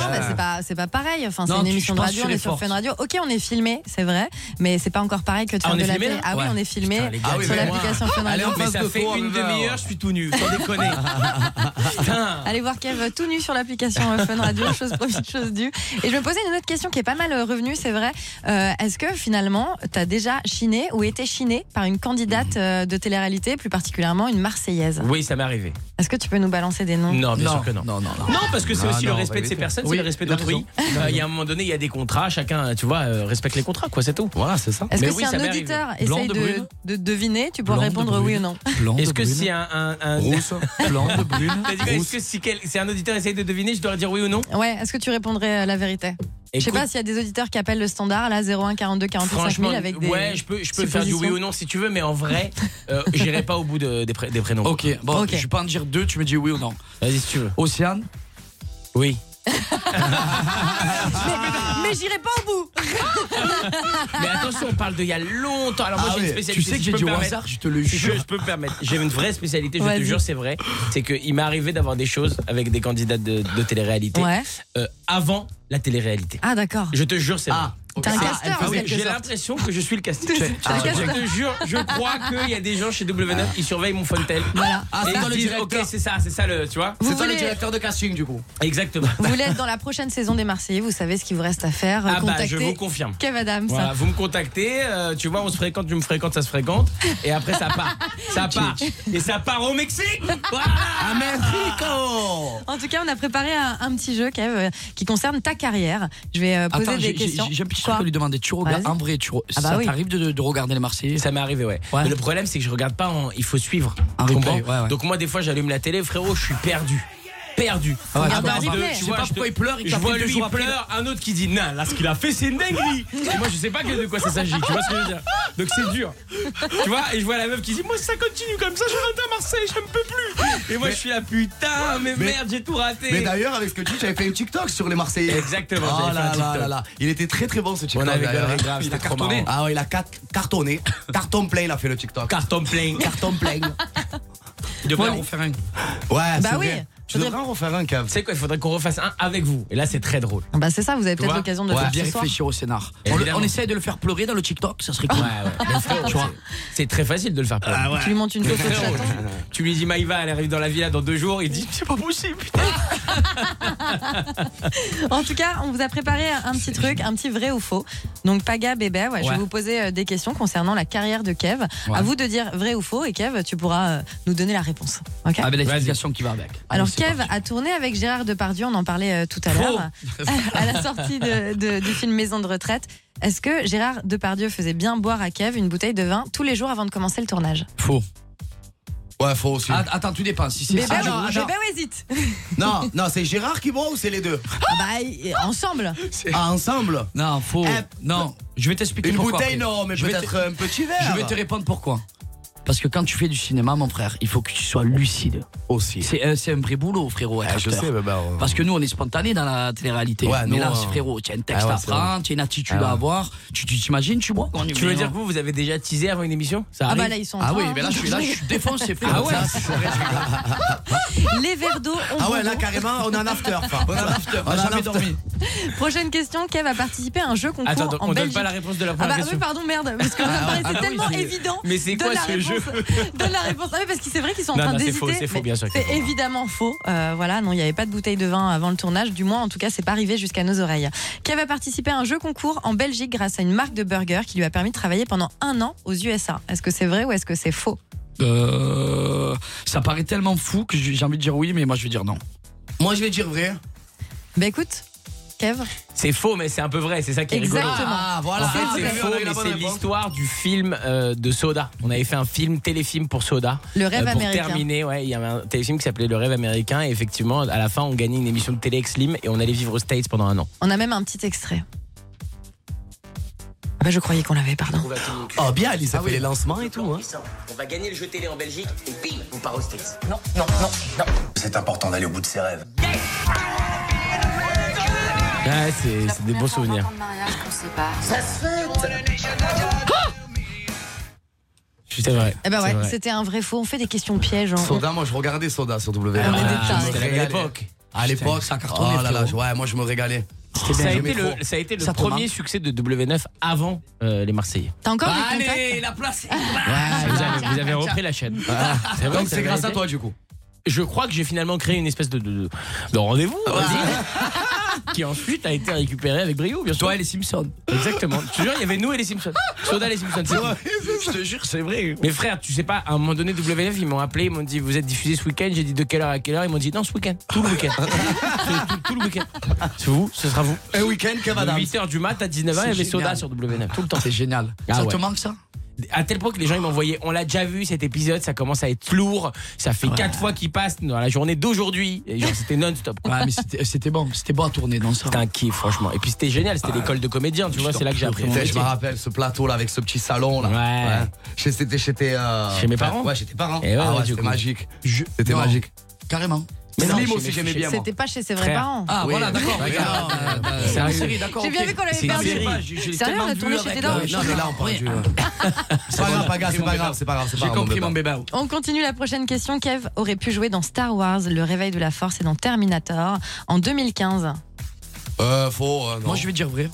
S5: hein, arrête, hein.
S7: bah, c'est pas, c'est pas pareil. Enfin, c'est
S5: Non,
S7: une
S5: tu-
S7: émission
S5: je
S7: de
S5: pense
S7: radio,
S5: sur
S7: on
S5: les
S7: est sur
S5: forces.
S7: Fun Radio. Ok, on est filmé, c'est vrai, mais c'est pas encore pareil que de
S16: Ah,
S7: faire
S16: on
S7: de
S16: est
S7: la
S16: filmé,
S7: télé.
S16: là
S7: Ah oui,
S16: Ouais.
S7: on est filmé
S16: Putain, les gars,
S7: sur
S16: mais moi-
S7: l'application Fun
S16: Allez,
S7: Radio.
S16: on fait ça fait une demi-heure, je suis tout nu. Sans déconner. Putain.
S7: Allez voir Kev tout nu sur l'application euh, Fun Radio, chose profite, chose due. Et je me posais une autre question qui est pas mal euh, revenue, c'est vrai. Euh, Est-ce que finalement, t'as déjà chiné ou été chiné par une candidate euh, de télé-réalité, plus particulièrement une Marseillaise
S16: Oui, ça m'est arrivé.
S7: Est-ce que tu peux nous balancer des noms
S16: Non, bien sûr que non.
S5: Non, non, non.
S16: Non, bah parce que c'est
S5: Ah,
S16: aussi
S5: non,
S16: le
S5: on va
S16: respect de ces
S5: éviter.
S16: personnes,
S5: Oui,
S16: c'est le respect
S5: t'as
S16: d'autrui.
S5: raison.
S16: Euh, Il y a un moment donné, il y a des contrats, chacun, tu vois, euh, respecte les contrats, quoi, c'est tout.
S6: Voilà, c'est ça.
S7: Est-ce que si un auditeur essaye de, de deviner, tu pourras
S16: Blonde,
S7: répondre oui ou
S16: brune.
S7: non
S16: Est-ce que si un. un, un...
S6: Rousse,
S5: blonde, brune.
S16: T'as dit quoi, Est-ce que si, quel- si un auditeur essaye de deviner, je dois dire oui ou non
S7: Ouais, est-ce que tu répondrais euh, la vérité Je sais
S16: Écoute-
S7: pas s'il y a des auditeurs qui appellent le standard, là, 01 42 48
S16: Franchement,
S7: 5000 avec des.
S16: ouais, je peux, je peux faire du oui
S7: suppositions.
S16: ou non si tu veux, mais en vrai, euh, j'irai pas au bout de- des, pré- des prénoms.
S5: Ok, bon, je vais pas en dire deux, tu me dis oui ou non.
S16: Vas-y si tu veux.
S5: Océane
S16: Oui.
S7: Ah, Mais j'irai pas au bout
S16: Mais attention, on parle de il y a longtemps. Alors moi
S5: Ah
S16: j'ai une
S5: ouais,
S16: spécialité.
S5: tu sais
S16: si
S5: que j'ai
S16: peux
S5: dit
S16: me
S5: au
S16: permettre.
S5: hasard, je te le jure.
S16: Je, je peux me permettre. J'ai une vraie spécialité, je te
S5: Vas-y.
S16: jure, c'est vrai. C'est qu'il m'est arrivé d'avoir des choses avec des candidats de, de télé-réalité
S7: Ouais.
S16: euh, avant la télé-réalité.
S7: Ah, d'accord.
S16: Je te jure, c'est
S7: Ah,
S16: vrai.
S7: t'es un
S16: C'est-
S7: casteur,
S16: ah oui,
S7: en quelque
S16: J'ai
S7: sorte.
S16: l'impression que je suis le casting.
S7: T'es- t'es
S16: Ah,
S7: un
S16: je
S7: casteur.
S16: te jure, je crois qu'il y a des gens chez W9 qui surveillent mon Fontel.
S7: Voilà.
S6: Ah, c'est
S16: et
S6: toi
S16: ils
S6: le
S16: disent, ok,
S6: directeur.
S16: c'est ça, c'est ça le, tu vois.
S7: Vous C'est toi le voulez-
S6: directeur de casting du coup.
S16: Exactement.
S7: Vous voulez être dans la prochaine saison des Marseillais, vous savez ce qu'il vous reste à faire. euh,
S16: Ah bah,
S7: contactez
S16: je vous confirme.
S7: Kev Adams.
S16: Voilà, vous me contactez, euh, tu vois, on se fréquente, tu me fréquentes, ça se fréquente, et après ça part, ça part, et ça part au Mexique. Voilà.
S6: À Mexico.
S7: En tout cas, on a préparé un, un petit jeu, Kev, euh, qui concerne ta carrière. Je vais euh, poser
S5: Attends,
S7: des
S5: j'ai j'ai-
S7: questions.
S5: j'ai un petit
S7: Quoi
S5: truc à lui demander. Tu regardes,
S7: Vas-y.
S5: en vrai, tu, re-
S7: Ah bah
S5: ça
S7: oui.
S5: t'arrive de, de regarder les Marseillais
S16: Ça m'est arrivé, ouais. Mais le problème, c'est que je regarde pas en. Il faut suivre.
S5: Un
S16: Tu
S5: replay,
S16: comprends
S5: ouais, ouais.
S16: Donc, moi, des fois, j'allume la télé, frérot, je suis perdu. Perdu.
S5: Ah ouais,
S16: À
S5: tu
S16: base
S5: comprends
S16: de-
S5: pas. Tu sais pas
S16: je
S5: pourquoi il pleure, il
S16: Je
S5: t'appelle
S16: vois
S5: deux
S16: lui,
S5: jours
S16: il
S5: après.
S16: pleure, un autre qui dit, non, là, ce qu'il a fait, c'est une dinguerie. Et moi, je sais pas que- de quoi ça s'agit. Tu vois ce que je veux dire Donc, c'est dur. Tu vois, et je vois la meuf qui dit, moi, si ça continue comme ça, je rentre à Marseille, je ne peux plus. Et moi, je suis là, putain, mais,
S6: Mais-
S16: merde, j'ai tout raté.
S6: Mais d'ailleurs, avec ce que tu dis, j'avais fait une TikTok sur les Marseillais.
S16: Exactement,
S6: Oh
S16: j'avais fait un
S6: là là
S16: TikTok.
S6: là là. Il était très très bon ce TikTok.
S16: On avait
S6: d'ailleurs.
S16: galéré grave,
S6: il
S16: c'était
S6: a
S16: trop
S6: cartonné. Ah ouais, il a cat- cartonné. Carton plein, il a fait le TikTok.
S16: Carton plein.
S6: Carton plein.
S16: Il devrait en refaire un.
S6: Ouais,
S7: Bah
S6: c'est
S7: oui.
S6: vrai. Tu devrais en refaire un, Kev.
S16: Tu sais quoi, il faudrait qu'on refasse un avec vous. Et là, c'est très drôle.
S7: Bah, c'est ça, vous avez
S16: Tu
S7: peut-être
S16: vois
S7: l'occasion de le
S16: Ouais.
S7: faire
S5: Bien
S7: ce soir.
S5: réfléchir au scénar. On, le-
S16: Évidemment.
S5: on essaye de le faire pleurer dans le TikTok, ça serait cool.
S16: Ouais, ouais. Mais frérot,
S5: Tu vois. Ah
S16: c'est- c'est très facile de le faire. pleurer.
S7: Tu lui montes une photo de
S16: Frérot,
S7: chaton.
S16: tu- tu lui dis Maïva, elle arrive dans la villa dans deux jours, il dit c'est pas possible, putain.
S7: En tout cas, on vous a préparé un petit truc, un petit vrai ou faux. Donc, Paga, Bébé, ouais, je vais
S16: Ouais.
S7: vous poser euh, des questions concernant la carrière de Kev. À vous de dire vrai ou faux, et Kev, tu pourras euh, nous donner la réponse. Ok
S5: Avec l'explication qui va avec.
S7: Alors,
S5: Allez, Ah, c'est
S7: Kev a tourné avec Gérard Depardieu, on en parlait euh, tout à l'heure, à la sortie de- de- du film Maison de retraite. Est-ce que Gérard Depardieu faisait bien boire à Kev une bouteille de vin tous les jours avant de commencer le tournage
S5: Faux.
S6: Ouais, faut aussi.
S5: Ah, attends, tu dépenses. Si c'est
S7: Bébé,
S5: ça, je-
S6: non,
S7: Bébé,
S6: attends.
S7: hésite
S6: Non, non, c'est Gérard qui boit ou c'est les deux
S7: Ah bah, et- ensemble
S6: Ah, ensemble
S5: Non, faux.
S7: Euh,
S6: Eh,
S7: bah-
S5: non, je vais t'expliquer
S6: Une
S5: pourquoi.
S6: bouteille,
S5: après.
S6: non, mais
S5: Je vais te-
S6: peut-être un petit verre.
S5: Je vais te répondre pourquoi. Parce que quand tu fais du cinéma, mon frère, il faut que tu sois lucide.
S6: Aussi.
S5: C'est un, c'est un vrai boulot, frérot.
S16: Ah,
S5: être
S6: je
S5: acteur.
S6: sais, mais bah, on-
S5: Parce que nous, on est spontané dans la télé-réalité.
S6: Ouais,
S5: mais
S6: nous,
S5: là,
S6: on-
S5: c'est frérot, tu as un texte
S6: Ah ouais,
S5: à
S6: c'est vrai.
S5: prendre, tu as une attitude
S6: Ah ouais.
S5: à avoir. Tu tu t'imagines, tu bois quand on est hein.
S16: Tu veux
S5: vraiment-
S16: dire que vous, vous avez déjà teasé avant une émission Ça
S7: Ah bah
S16: arrive
S7: là, ils sont en
S5: Ah
S7: train,
S5: oui,
S7: hein.
S5: mais là, je suis là, je suis défoncé, frérot.
S16: Ah ouais.
S5: Ça, c'est-
S7: Les verres d'eau ont
S6: Ah
S7: bon
S6: ouais, là
S7: goût.
S6: carrément, on est en after. enfin.
S5: on a un after, on
S6: On
S5: a
S6: a un
S5: jamais
S6: after.
S5: dormi.
S7: Prochaine question, Kev a participé à un jeu concours
S16: Attends, donc,
S7: en
S16: on donne
S7: Belgique.
S16: pas la réponse de la
S7: Ah
S16: première
S7: bah oui,
S16: question.
S7: pardon, merde, parce que ça me
S16: ah
S7: paraissait
S16: oui,
S7: tellement
S16: c'est-
S7: évident.
S16: Mais c'est
S7: Donne
S16: quoi
S7: la
S16: ce
S7: réponse. réponse. Donne la réponse. Ah oui, parce que c'est vrai qu'ils sont en
S16: Non,
S7: train
S16: non, c'est
S7: d'hésiter.
S16: faux, c'est faux,
S7: mais
S16: bien sûr que
S7: c'est
S16: c'est faux.
S7: évidemment faux. Euh, voilà, non, il n'y avait pas de bouteille de vin avant le tournage. Du moins, en tout cas, c'est pas arrivé jusqu'à nos oreilles. Qui avait participé à un jeu concours en Belgique grâce à une marque de burger qui lui a permis de travailler pendant un an aux USA. Est-ce que c'est vrai ou est-ce que c'est faux
S5: Euh, ça paraît tellement fou que j'ai j'ai envie de dire oui, mais moi je vais dire non.
S6: Moi, je vais dire vrai.
S7: Ben écoute, Kev.
S16: C'est faux, mais c'est un peu vrai. C'est ça qui est rigolo.
S7: Exactement.
S6: Ah, voilà.
S16: En fait,
S6: Ah,
S16: c'est
S6: vous avez-
S16: faux,
S6: on a eu la
S16: mais
S6: bonne
S16: c'est
S6: réponse.
S16: l'histoire du film euh, de Soda. On avait fait un film, téléfilm pour Soda. Euh,
S7: Le rêve
S16: pour
S7: américain.
S16: terminer, ouais, il y avait un téléfilm qui s'appelait Le rêve américain. Et effectivement, à la fin, on gagnait une émission de télé ex Slim et on allait vivre aux States pendant un an.
S7: On a même un petit extrait. Ah ben, je croyais qu'on l'avait, pardon.
S6: Oh, bien, Alice, ça fait les lancements et tout. Hein.
S17: Ah On va gagner le jeu télé en Belgique et bim, on part aux States.
S11: Non, non, non, non. C'est important d'aller au bout de ses rêves.
S16: Ouais, c'est c'est des bons souvenirs.
S11: Ça se fait
S16: C'est vrai.
S7: Eh ben
S6: C'est
S7: ouais,
S6: vrai.
S7: c'était un vrai faux. On fait des questions pièges. hein. on-
S6: Soda, moi je regardais Soda sur W.
S7: Ah, on est des tarés.
S6: je me
S16: C'était à
S6: régalais. Ah,
S16: l'époque.
S6: À l'époque,
S16: Putain, ça cartonnait,
S6: cartonnait. Oh là là,
S16: frérot.
S6: ouais, moi je me régalais.
S16: Ça a,
S6: J'aimais
S16: été le,
S6: trop.
S16: ça a été le
S6: Ça, Thomas.
S16: premier succès de W9 avant euh, les Marseillais.
S7: T'as encore des contacts
S6: Bah, Allez, la place
S16: Ah, vous, avez, vous avez repris la chaîne. Ah, C'est vrai
S6: Donc
S16: que ça
S6: c'est
S16: a
S6: grâce
S16: été-
S6: à toi du coup.
S16: Je crois que j'ai finalement créé une espèce de, de, de rendez-vous, on va dire, qui ensuite a été récupéré avec brio, bien sûr.
S5: Toi et les Simpsons.
S16: Exactement. Je te jure, il y avait nous et les Simpsons. Soda et les Simpsons. c'est tout.
S5: Je te jure, c'est vrai.
S16: Mais frère, tu sais pas, à un moment donné, WF, ils m'ont appelé, ils m'ont dit, vous êtes diffusé ce week-end J'ai dit, de quelle heure à quelle heure Ils m'ont dit, non, ce week-end. Tout le week-end. C'est tout, tout le week-end. C'est vous, ce
S5: Ah,
S16: sera vous.
S6: Un week-end, Cavadam.
S16: 8h du mat à 19h, il y avait
S5: C'est
S16: Soda
S5: génial.
S16: sur W9. Tout le temps.
S5: C'est génial.
S16: Ah
S5: ça
S16: ouais.
S5: te manque ça
S16: À tel point que les gens ils m'envoyaient, on l'a déjà vu cet épisode, ça commence à être lourd, ça fait quatre fois qu'il passe dans la journée d'aujourd'hui. Et genre c'était non-stop. quoi.
S5: Ouais, mais c'était euh, c'était bon, c'était bon à tourner dans ça.
S16: C'était un kiff franchement. Et puis c'était génial, c'était l'école de comédien, tu vois, c'est là que j'ai appris mon
S6: Putain, je
S16: métier.
S6: me rappelle ce plateau là avec ce petit salon là.
S16: Ouais.
S6: Chez- C'était chez tes, euh,
S16: Chez mes
S6: frères.
S16: parents.
S6: Ouais, chez tes parents.
S16: Et ouais,
S6: ah
S16: ouais,
S6: ouais,
S16: du
S6: c'était
S16: coup.
S6: magique.
S5: Je-
S6: C'était
S5: Non,
S6: magique.
S5: Carrément.
S6: Mais
S16: non,
S6: Slim
S16: chez
S6: aussi,
S16: mes-
S6: j'aimais
S16: chez-
S6: bien moi.
S7: C'était pas chez ses vrais
S16: Frère.
S7: parents.
S5: Ah
S6: Oui.
S5: voilà, d'accord.
S6: Ouais,
S5: regarde.
S6: ouais,
S5: Euh,
S6: ouais.
S5: c'est une série, d'accord.
S7: J'ai bien
S5: ok.
S7: vu qu'on l'avait
S5: C'est une
S7: perdu.
S5: série. J'ai- j'ai
S7: Sérieux,
S5: tellement
S7: on a
S5: vu
S7: tourné chez
S5: avec-
S7: tes dents.
S5: Ouais,
S16: Ah,
S6: Non mais là on parle
S5: Ouais.
S6: du. C'est pas grave, pas grave, c'est pas grave, c'est pas grave. c'est pas
S5: J'ai
S6: grave, mon
S5: compris mon
S6: bébé.
S5: bébé.
S7: On continue la prochaine question. Kev aurait pu jouer dans Star Wars, Le Réveil de la Force et dans Terminator en 2015.
S5: Oh,
S6: Euh, faux. euh, non.
S5: Moi je vais dire vrai.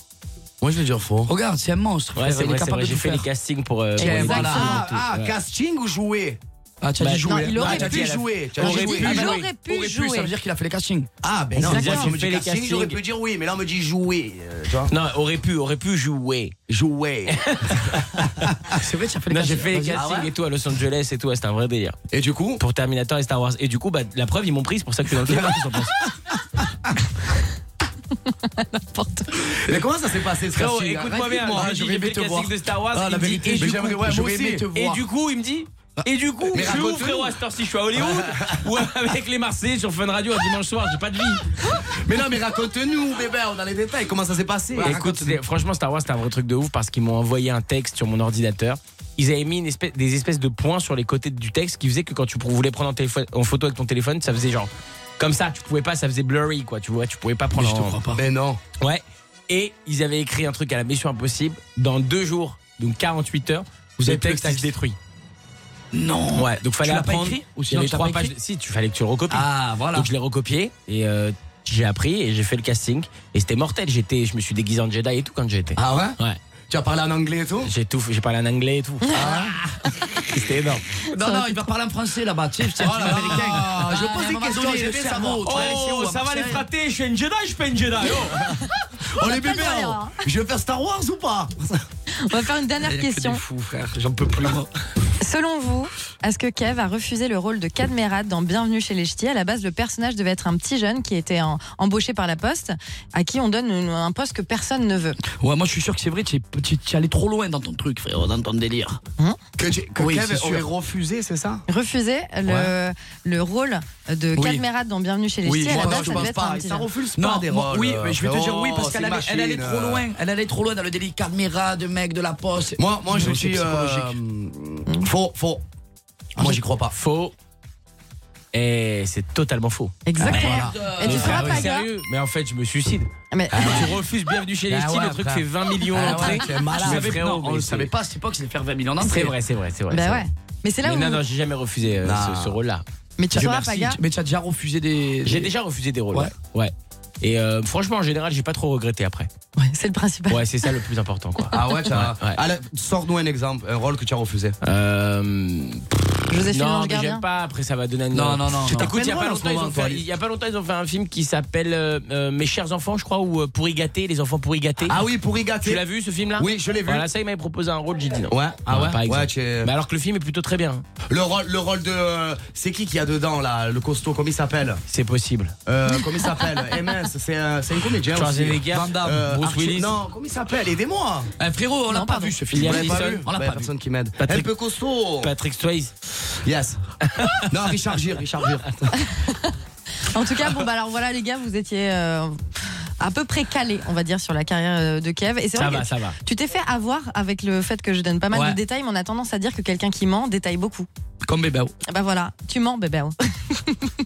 S6: Moi je vais dire faux.
S5: Regarde, c'est un monstre.
S16: Ouais,
S5: frère,
S16: c'est
S5: il est
S16: vrai, c'est
S5: capable
S16: vrai,
S5: de
S16: j'ai
S5: tout
S16: fait les
S5: faire.
S16: castings pour. euh, pour les
S5: Exactement.
S16: émissions
S6: Ah,
S16: et tout,
S6: ah,
S16: ouais.
S6: casting ou jouer
S5: Ah, tu as
S16: Bah,
S5: dit jouer.
S7: non, il
S5: Ah,
S7: aurait
S5: t'as
S6: pu
S5: dit à la-
S6: jouer, t'as dit
S5: Aurait
S6: jouer.
S5: pu
S6: Ah,
S5: jouer.
S7: j'aurais pu
S5: Aurait
S7: jouer.
S5: ça veut dire qu'il a fait les castings.
S6: Ah ben non,
S7: Exactement.
S6: déjà, si on me dit
S16: J'ai fait les
S6: casting, j'aurais
S16: castings.
S6: pu dire oui, mais là on me dit jouer. euh, tu vois
S16: Non, aurait pu, aurait pu jouer.
S6: Jouer.
S5: Ah, C'est vrai, tu as fait les
S16: Non,
S5: castings.
S16: j'ai fait les
S5: Vas-y. Ah
S16: castings et tout à Los Angeles et tout, ouais, c'était un vrai délire.
S6: Et du coup,
S16: Pour Terminator et Star Wars. Et du coup, bah, la preuve, ils m'ont pris, c'est pour ça que je suis dans le film. Qu'est-ce que t'en penses
S6: mais comment ça s'est passé ce
S16: Frérot,
S6: casting
S16: écoute-moi bien,
S6: Raconte-moi,
S16: je
S6: Ah, j'aurais
S16: j'ai
S6: aimé
S16: fait
S6: te
S16: le
S6: voir.
S16: casting de Star Wars,
S6: Ah,
S16: il
S6: la
S16: me dit,
S6: vérité,
S16: et
S6: mais
S16: du
S6: j'aimerais-
S16: coup,
S6: ouais,
S16: j'aurais
S6: moi
S16: aimé
S6: aussi.
S16: te voir. et du coup, il me dit, et du coup,
S6: Mais
S16: je suis où
S6: raconte-nous.
S16: frérot à cette heure-ci, je suis à Hollywood, ou avec les Marseillais sur Fun Radio un dimanche soir, j'ai pas de vie.
S6: Mais non, mais raconte-nous, bébé, on a les détails, comment ça s'est passé
S16: Bah, Écoute, c'est- franchement, Star Wars, c'était un vrai truc de ouf parce qu'ils m'ont envoyé un texte sur mon ordinateur. Ils avaient mis une espèce- des espèces de points sur les côtés du texte qui faisait que quand tu voulais prendre en, téléphone- en photo avec ton téléphone, ça faisait genre comme ça, tu pouvais pas, ça faisait blurry quoi, tu vois, tu pouvais pas prendre.
S5: Je te
S16: en-
S5: crois pas.
S6: Mais non.
S16: Ouais. Et ils avaient écrit un truc à la Mission Impossible. Dans deux jours, donc 48 heures, vous
S5: Le
S16: avez
S5: texte,
S16: texte qui
S5: il
S16: se
S5: se
S16: détruit.
S5: Non.
S16: Ouais. Donc fallait
S5: l'as pas
S16: apprendre.
S5: écrit Ou
S16: Il y
S5: sinon,
S16: avait
S5: tu l'as
S16: trois
S5: pas
S16: pages.
S5: écrit
S16: Si, tu fallait que tu le recopies.
S5: Ah, voilà.
S16: Donc je l'ai recopié et euh, j'ai appris et j'ai fait le casting et c'était mortel. J'étais, je me suis déguisé en Jedi et tout quand j'étais.
S6: Ah ouais
S16: Ouais.
S6: Tu as parlé en anglais et tout
S16: J'ai tout, j'ai parlé en anglais et tout. Ah. C'était énorme.
S5: Non, non, il va parler en français là-bas. Tu sais, c'est
S6: Oh là là, je
S5: Ah,
S6: pose
S5: à un
S6: des
S5: moment
S6: questions,
S5: donné,
S6: j'ai
S5: le
S6: fait ça, moi.
S5: cerveau, Ah tu vas aller
S16: Oh,
S5: chez où, à Marseille
S16: fratés, je suis une Jedi, je suis pas une Jedi.
S6: Oh les bébés, hein. je vais faire Star Wars ou pas
S7: On va faire une dernière
S5: Il y a que des
S7: question.
S5: fous, frère. J'en peux plus.
S16: hein.
S7: Selon vous, est-ce que Kev a refusé le rôle de Cadmerade dans Bienvenue chez les Ch'tis À la base, le personnage devait être un petit jeune qui était en- embauché par la Poste, à qui on donne une- un poste que personne ne veut.
S5: Ouais, moi, je suis sûr que c'est vrai. Tu es, tu- tu es allé trop loin dans ton truc, frérot, dans ton délire.
S7: Hein
S6: Que, j'ai- que
S5: Oui,
S6: Kev
S5: c'est
S6: aurait
S5: sûr.
S6: refusé, c'est ça
S7: Refusé le, le rôle de
S5: Oui.
S7: Cadmerade dans Bienvenue chez les
S5: Oui,
S7: Ch'tis. À la
S5: moi,
S7: base,
S5: je
S7: ça devait être un petit
S6: Ça
S7: jeune.
S6: refuse pas des
S5: moi,
S6: rôles.
S5: oui, mais je vais te dire oui parce
S6: Oh,
S5: qu'elle
S6: c'est
S5: allait, elle allait
S6: machine,
S5: trop
S6: euh.
S5: loin. Elle allait trop loin dans le délire caméra de mec de la poste.
S6: Moi, moi je
S5: Non, c'est
S6: dis euh,
S5: psychologique.
S6: faux, faux. Moi j'y crois pas.
S16: Faux. Et Eh, c'est totalement faux.
S7: Exactement.
S5: Merde.
S7: Et tu
S16: Mais
S7: seras
S16: ah ouais,
S7: pas gars.
S16: sérieux Mais en fait, je me suicide. Ah,
S7: Mais-
S16: Tu refuses Bienvenue chez les
S5: Bah
S6: Ah
S16: Ch'tis,
S6: ouais,
S16: le truc
S6: frère.
S16: fait 20 millions
S6: Ah ouais,
S16: d'entrées.
S6: tu es malade.
S16: Mais
S5: Je savais-
S16: frérot,
S5: non, on
S16: mais
S5: le
S16: c'est-
S5: savait pas à cette époque, c'est de faire 20 millions d'entrées.
S16: C'est vrai, c'est vrai, c'est vrai. c'est
S7: Bah
S16: vrai.
S7: ouais. Mais c'est là
S16: Mais
S7: où.
S16: non, non, j'ai jamais refusé euh,
S6: Non.
S16: ce, ce rôle-là.
S7: mais tu
S5: Dieu
S7: seras
S5: merci.
S7: pas gars.
S5: Mais tu as déjà refusé des.
S16: J'ai déjà refusé des rôles. hein.
S5: Ouais.
S16: Ouais. Et euh, franchement, en général, j'ai pas trop regretté après.
S7: Ouais, c'est le principal.
S16: Ouais, c'est ça le plus important, quoi.
S6: Ah ouais, t'as- Allez,
S16: sors-nous un exemple, un rôle que tu as refusé.
S6: Joséphine
S16: Euh, non,
S6: Ange
S16: mais
S6: Gardien
S16: j'aime pas. Après, ça va donner un.
S6: Non, non, non, non.
S16: Écoute, il y a pas longtemps, ils ont fait-
S6: Toi,
S16: il y a pas longtemps, ils ont fait un film qui s'appelle euh, euh, Mes chers enfants, je crois, ou euh, Pour y gâter, les enfants pour y gâter.
S6: Ah oui, Pour y gâter.
S16: Tu l'as vu ce film-là
S6: Oui, je l'ai vu.
S16: Voilà, ça, il m'avait proposé un rôle, j'ai dit non.
S6: Ouais, ah ouais,
S16: par exemple.
S6: ouais, tu es-
S16: Mais alors que le film est plutôt très bien.
S6: Le rôle, le rôle de. euh, C'est qui qui a dedans là Le costaud, comment il s'appelle
S16: C'est possible.
S6: Euh, comment il s'appelle Eh mince, c'est un, c'est un comédien. aussi.
S16: Schwarzenegger,
S6: Van Damme,
S16: euh,
S6: Bruce
S16: Archie-
S6: Willis. Non, comment il s'appelle Aidez-moi
S5: Frérot, on l'a pas vu ce film.
S6: On l'a pas vu.
S5: On l'a
S6: Bah,
S5: pas vu.
S6: personne qui m'aide.
S16: Patrick-
S6: Un peu costaud.
S16: Patrick Swayze.
S6: Yes. non, Richard Gere, Richard Gere.
S7: En tout cas, bon, bah alors voilà, les gars, vous étiez euh, à peu près calés, on va dire, sur la carrière euh, de Kev. Et c'est
S16: Ça
S7: vrai
S16: va,
S7: que
S16: ça va.
S7: Tu t'es fait avoir avec le fait que je donne pas mal
S5: Ouais.
S7: de détails, mais on a tendance à dire que quelqu'un qui ment détaille beaucoup.
S5: Comme bébé.
S7: Ah Bah voilà, tu ments, bébé.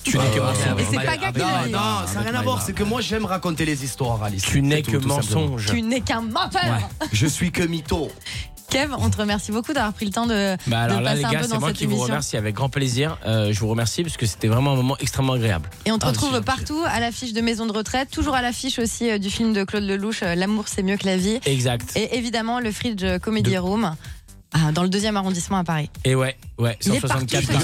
S16: Tu n'es que mensonge.
S7: Et c'est pas gars qui l'a
S6: Non,
S7: dit.
S6: non, ça n'a rien à voir. C'est que moi, j'aime raconter les histoires, Alice.
S16: Tu n'es
S6: C'est tout,
S16: que
S6: tout simplement.
S16: mensonge.
S7: Tu n'es qu'un menteur.
S6: Je suis que mytho.
S7: Kev, on te remercie beaucoup d'avoir pris le temps de,
S16: Bah
S7: de
S16: alors là,
S7: passer
S16: les
S7: un
S16: gars,
S7: peu
S16: c'est
S7: dans
S16: moi
S7: cette
S16: qui vous
S7: émission.
S16: remercie avec grand plaisir. Euh, je vous remercie parce que c'était vraiment un moment extrêmement agréable.
S7: Et on te
S16: Ah,
S7: retrouve
S16: monsieur.
S7: partout, à l'affiche de Maison de Retraite, toujours à l'affiche aussi euh, du film de Claude Lelouch, euh, L'amour c'est mieux que la vie.
S16: Exact.
S7: Et évidemment, le Fridge Comedy Room, ah, dans le deuxième arrondissement à Paris.
S16: Et ouais, ouais,
S7: Il est partout, ce Kev.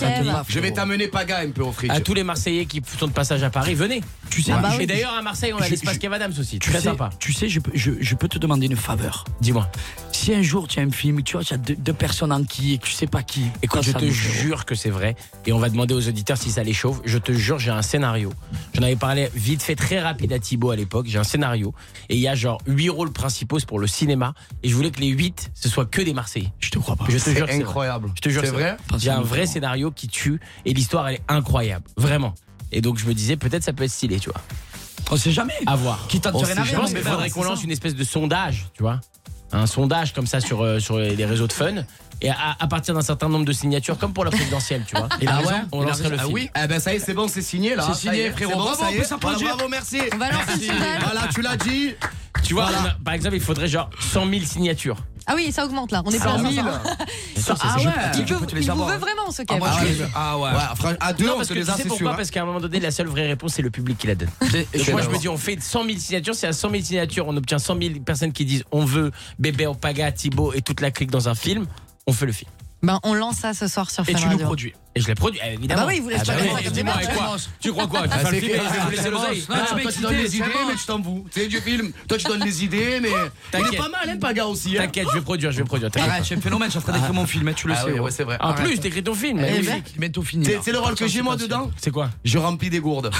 S6: Je vais t'amener Paga un peu au frigo.
S16: À tous les Marseillais qui sont de passage à Paris, venez.
S5: Tu sais,
S16: Ah
S5: bah
S16: et
S5: oui.
S16: d'ailleurs à Marseille, on a
S5: Je-
S16: l'espace
S5: je-
S16: Kev Adams aussi.
S5: Tu
S16: Très
S5: sais,
S16: sympa.
S5: Tu sais, je, peux- je, je peux te demander une faveur.
S16: Dis-moi.
S5: Si un jour tu as un film, tu vois, tu as deux, deux personnes en qui et tu sais pas qui.
S16: Et quand
S5: toi,
S16: je
S5: ça
S16: te
S5: me-
S16: jure que c'est vrai, et on va demander aux auditeurs si ça les chauffe, je te jure, j'ai un scénario. J'en avais parlé vite fait, très rapide à Thibaut à l'époque. J'ai un scénario. Et il y a genre huit rôles principaux c'est pour le cinéma. Et je voulais que les huit ce soit que des Marseillais.
S5: Je te crois pas.
S16: Je te
S6: C'est
S16: jure que vrai.
S6: incroyable.
S16: Je te jure que
S6: C'est vrai
S16: J'ai un vrai scénario qui tue. Et l'histoire, elle est incroyable. Vraiment. Et donc, je me disais, peut-être ça peut être stylé, tu vois.
S5: On sait jamais.
S16: À voir.
S5: Qui tente
S16: On
S5: de
S16: sait
S5: rien à
S16: jamais.
S5: rien,
S16: Je pense
S5: mais
S16: qu'il
S5: voilà,
S16: faudrait qu'on
S5: c'est
S16: lance
S5: ça.
S16: une espèce de sondage, tu vois. Un sondage comme ça sur, euh, sur les les réseaux de fun. Et à, à partir d'un certain nombre de signatures, comme pour la présidentielle, tu vois.
S6: Et
S16: Ah
S6: la
S16: ouais,
S6: raison,
S16: on
S6: et la
S16: lancerait
S6: raison.
S16: le
S6: Ah
S16: film.
S6: oui. Eh ben ça y est, c'est bon, c'est signé là.
S16: C'est
S6: Ça y
S16: signé,
S6: est, frérot.
S16: frérot,
S6: Bravo,
S16: ça
S6: on
S16: y
S6: peut
S16: est.
S6: s'applaudir.
S16: Oh,
S6: Bravo, merci.
S7: On va lancer
S6: Merci.
S7: le sondage.
S6: Voilà, tu l'as dit.
S16: Tu vois,
S6: Voilà.
S16: on a- par exemple, il faudrait genre 100 000 signatures.
S7: Ah oui, ça augmente là, on est pas à
S6: 100 000.
S7: 500.
S6: Ah ouais.
S7: Il, veut,
S6: tu les
S7: il vous
S6: avoir,
S7: veut
S6: hein.
S7: vraiment ce
S6: Ah,
S7: Kev.
S6: moi, je les- ah ouais. fran- À deux,
S16: non,
S6: on
S16: parce
S6: se
S16: que
S6: les
S16: tu
S6: a,
S16: sais
S6: c'est
S16: pourquoi
S6: sûr. hein.
S16: Parce qu'à un moment donné, la seule vraie réponse, c'est le public qui la donne. Donc
S6: je
S16: moi, je
S6: suis
S16: me dis, on fait 100 000 signatures, c'est à 100 000 signatures, on obtient 100 000 personnes qui disent on veut Bébé Opaga, Thibaut et toute la clique dans un film, on fait le film.
S7: Ben, on lance ça ce soir sur
S5: Et
S7: Fun
S5: tu nous
S7: Radio.
S5: produis.
S16: Et je l'ai produit, eh, évidemment.
S7: Ah bah oui, vous laissez pas
S16: bah
S7: les
S16: oui,
S7: droits,
S16: évidemment,
S7: c'est
S16: et quoi
S5: immense.
S16: Tu crois quoi Tu vas
S6: Ah,
S16: le
S6: c'est
S16: filmer,
S6: clair.
S16: je vais vous laisser
S6: C'est
S16: l'oseille.
S6: bon. Non,
S16: Non,
S6: Toi, tu donnes les idées, mais tu t'en fous. C'est du film. Toi, tu donnes les idées, mais. Il est
S16: T'inquiète.
S6: pas mal, hein, Paga aussi. hein.
S16: T'inquiète, je vais produire, je vais produire. t'inquiète
S5: Arrête, c'est un phénomène, je suis en train d'écrire mon film, hein, tu le
S6: Ah
S5: sais.
S6: oui,
S5: ouais.
S6: ouais, c'est vrai.
S16: pas. En
S5: Arrête.
S16: plus, t'écris ton film.
S5: Eh
S16: magnifique.
S5: ben, bientôt fini.
S6: C'est
S5: là.
S6: c'est le rôle que j'ai moi dedans.
S16: C'est quoi
S6: Je remplis des gourdes.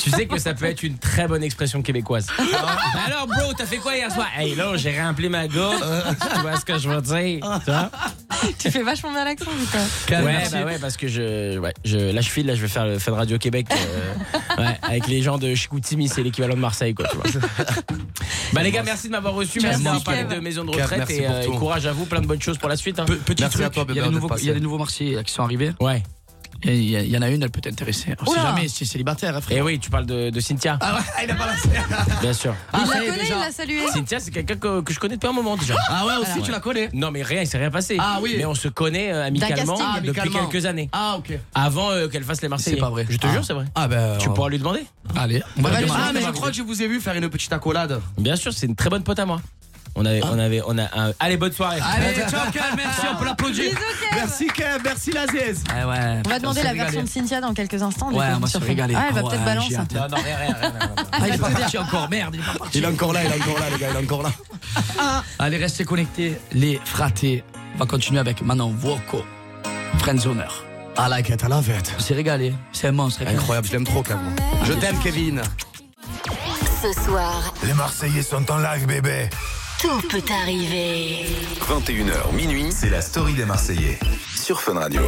S16: Tu sais que ça peut être une très bonne expression québécoise. Ah. Alors, bro, t'as fait quoi hier soir Hey, là, j'ai rempli ma gourde.
S6: Euh.
S16: tu vois ce que je veux dire Tu vois
S7: Tu fais vachement mal l'accent, putain.
S5: Calme,
S16: ouais,
S5: merci.
S16: bah ouais, parce que je, ouais, je, là je file, là je vais faire le Fun Radio Québec euh, ouais, avec les gens de Chicoutimi, c'est l'équivalent de Marseille, quoi. Tu vois. bah les gars, merci de m'avoir reçu, merci
S7: Merci,
S16: d'avoir parlé
S7: Kev.
S16: de maison de
S6: Kev,
S16: retraite
S6: merci
S16: et,
S6: pour
S16: euh, et
S6: tout.
S16: courage à vous, plein de bonnes choses pour la suite. hein.
S5: Pe- petit
S6: Merci
S5: truc,
S6: à toi,
S5: il y
S6: Bébert,
S5: a des
S6: d'être
S5: nouveaux,
S6: passé.
S5: il y a des nouveaux Marseillais là, qui sont arrivés.
S16: Ouais.
S5: Et Il y, a- il y en a une, elle peut t'intéresser. On sait
S7: Oula.
S5: jamais si c'est célibataire, hein, frère.
S16: Et Eh oui, tu parles de, de Cynthia,
S6: Ah ouais, il a pas la
S16: bien sûr.
S6: Ah,
S7: il
S6: ça
S7: la
S6: y est,
S7: connaît,
S6: déjà.
S7: il l'a salué.
S16: Cynthia, c'est quelqu'un que, que je connais depuis un moment déjà.
S6: Ah ouais, aussi,
S16: ouais.
S6: tu la connais.
S16: Non mais rien, il s'est rien passé.
S6: Ah oui.
S16: Mais on se connaît euh, amicalement
S7: casting. Ah,
S16: depuis
S6: amicalement.
S16: quelques années.
S6: Ah, ok.
S16: Avant euh, qu'elle fasse les Marseillais.
S5: C'est pas vrai.
S16: Je te
S5: Ah.
S16: jure, c'est vrai.
S6: Ah, ben.
S16: Tu pourras lui demander.
S5: Allez, on va
S6: Ah,
S5: la
S6: mais-
S5: demander.
S6: ah, mais je crois que je vous ai vu faire une petite accolade.
S16: Bien sûr, c'est une très bonne pote à moi. On avait, on avait, on a. un- Allez, bonne soirée.
S5: Allez, ciao, Cal, merci, on peut l'applaudir.
S7: Bisous, Kev.
S6: Merci Kev, merci Lazès.
S16: Eh
S5: Ah ouais,
S7: On va
S5: putain,
S7: demander
S5: s'est
S7: la
S5: régalé.
S7: version de Cynthia dans quelques instants. du
S5: Ouais,
S7: coup,
S5: on va se
S7: sur Fun.
S5: régaler.
S7: Ah, elle va
S5: Ah
S7: peut-être
S5: ouais,
S7: balance.
S5: j'ai hâte.
S16: Non, non, rien, rien, rien.
S5: Ah, il est pas parti encore, merde, il est pas parti.
S6: Il est encore là, il est encore là, les gars, il est encore là. Ah.
S5: Allez, restez connectés, les fratés. On va continuer avec maintenant Woko, Friendzoner.
S6: I like it, I love it.
S5: On s'est régalé, c'est un monstre.
S6: Incroyable, je l'aime trop, Kev. moi. Ah, Je t'aime, Kevin.
S4: Ce soir,
S1: Les Marseillais sont en live, bébé.
S4: tout peut arriver.
S1: 21h, minuit, c'est la story des Marseillais sur Fun Radio.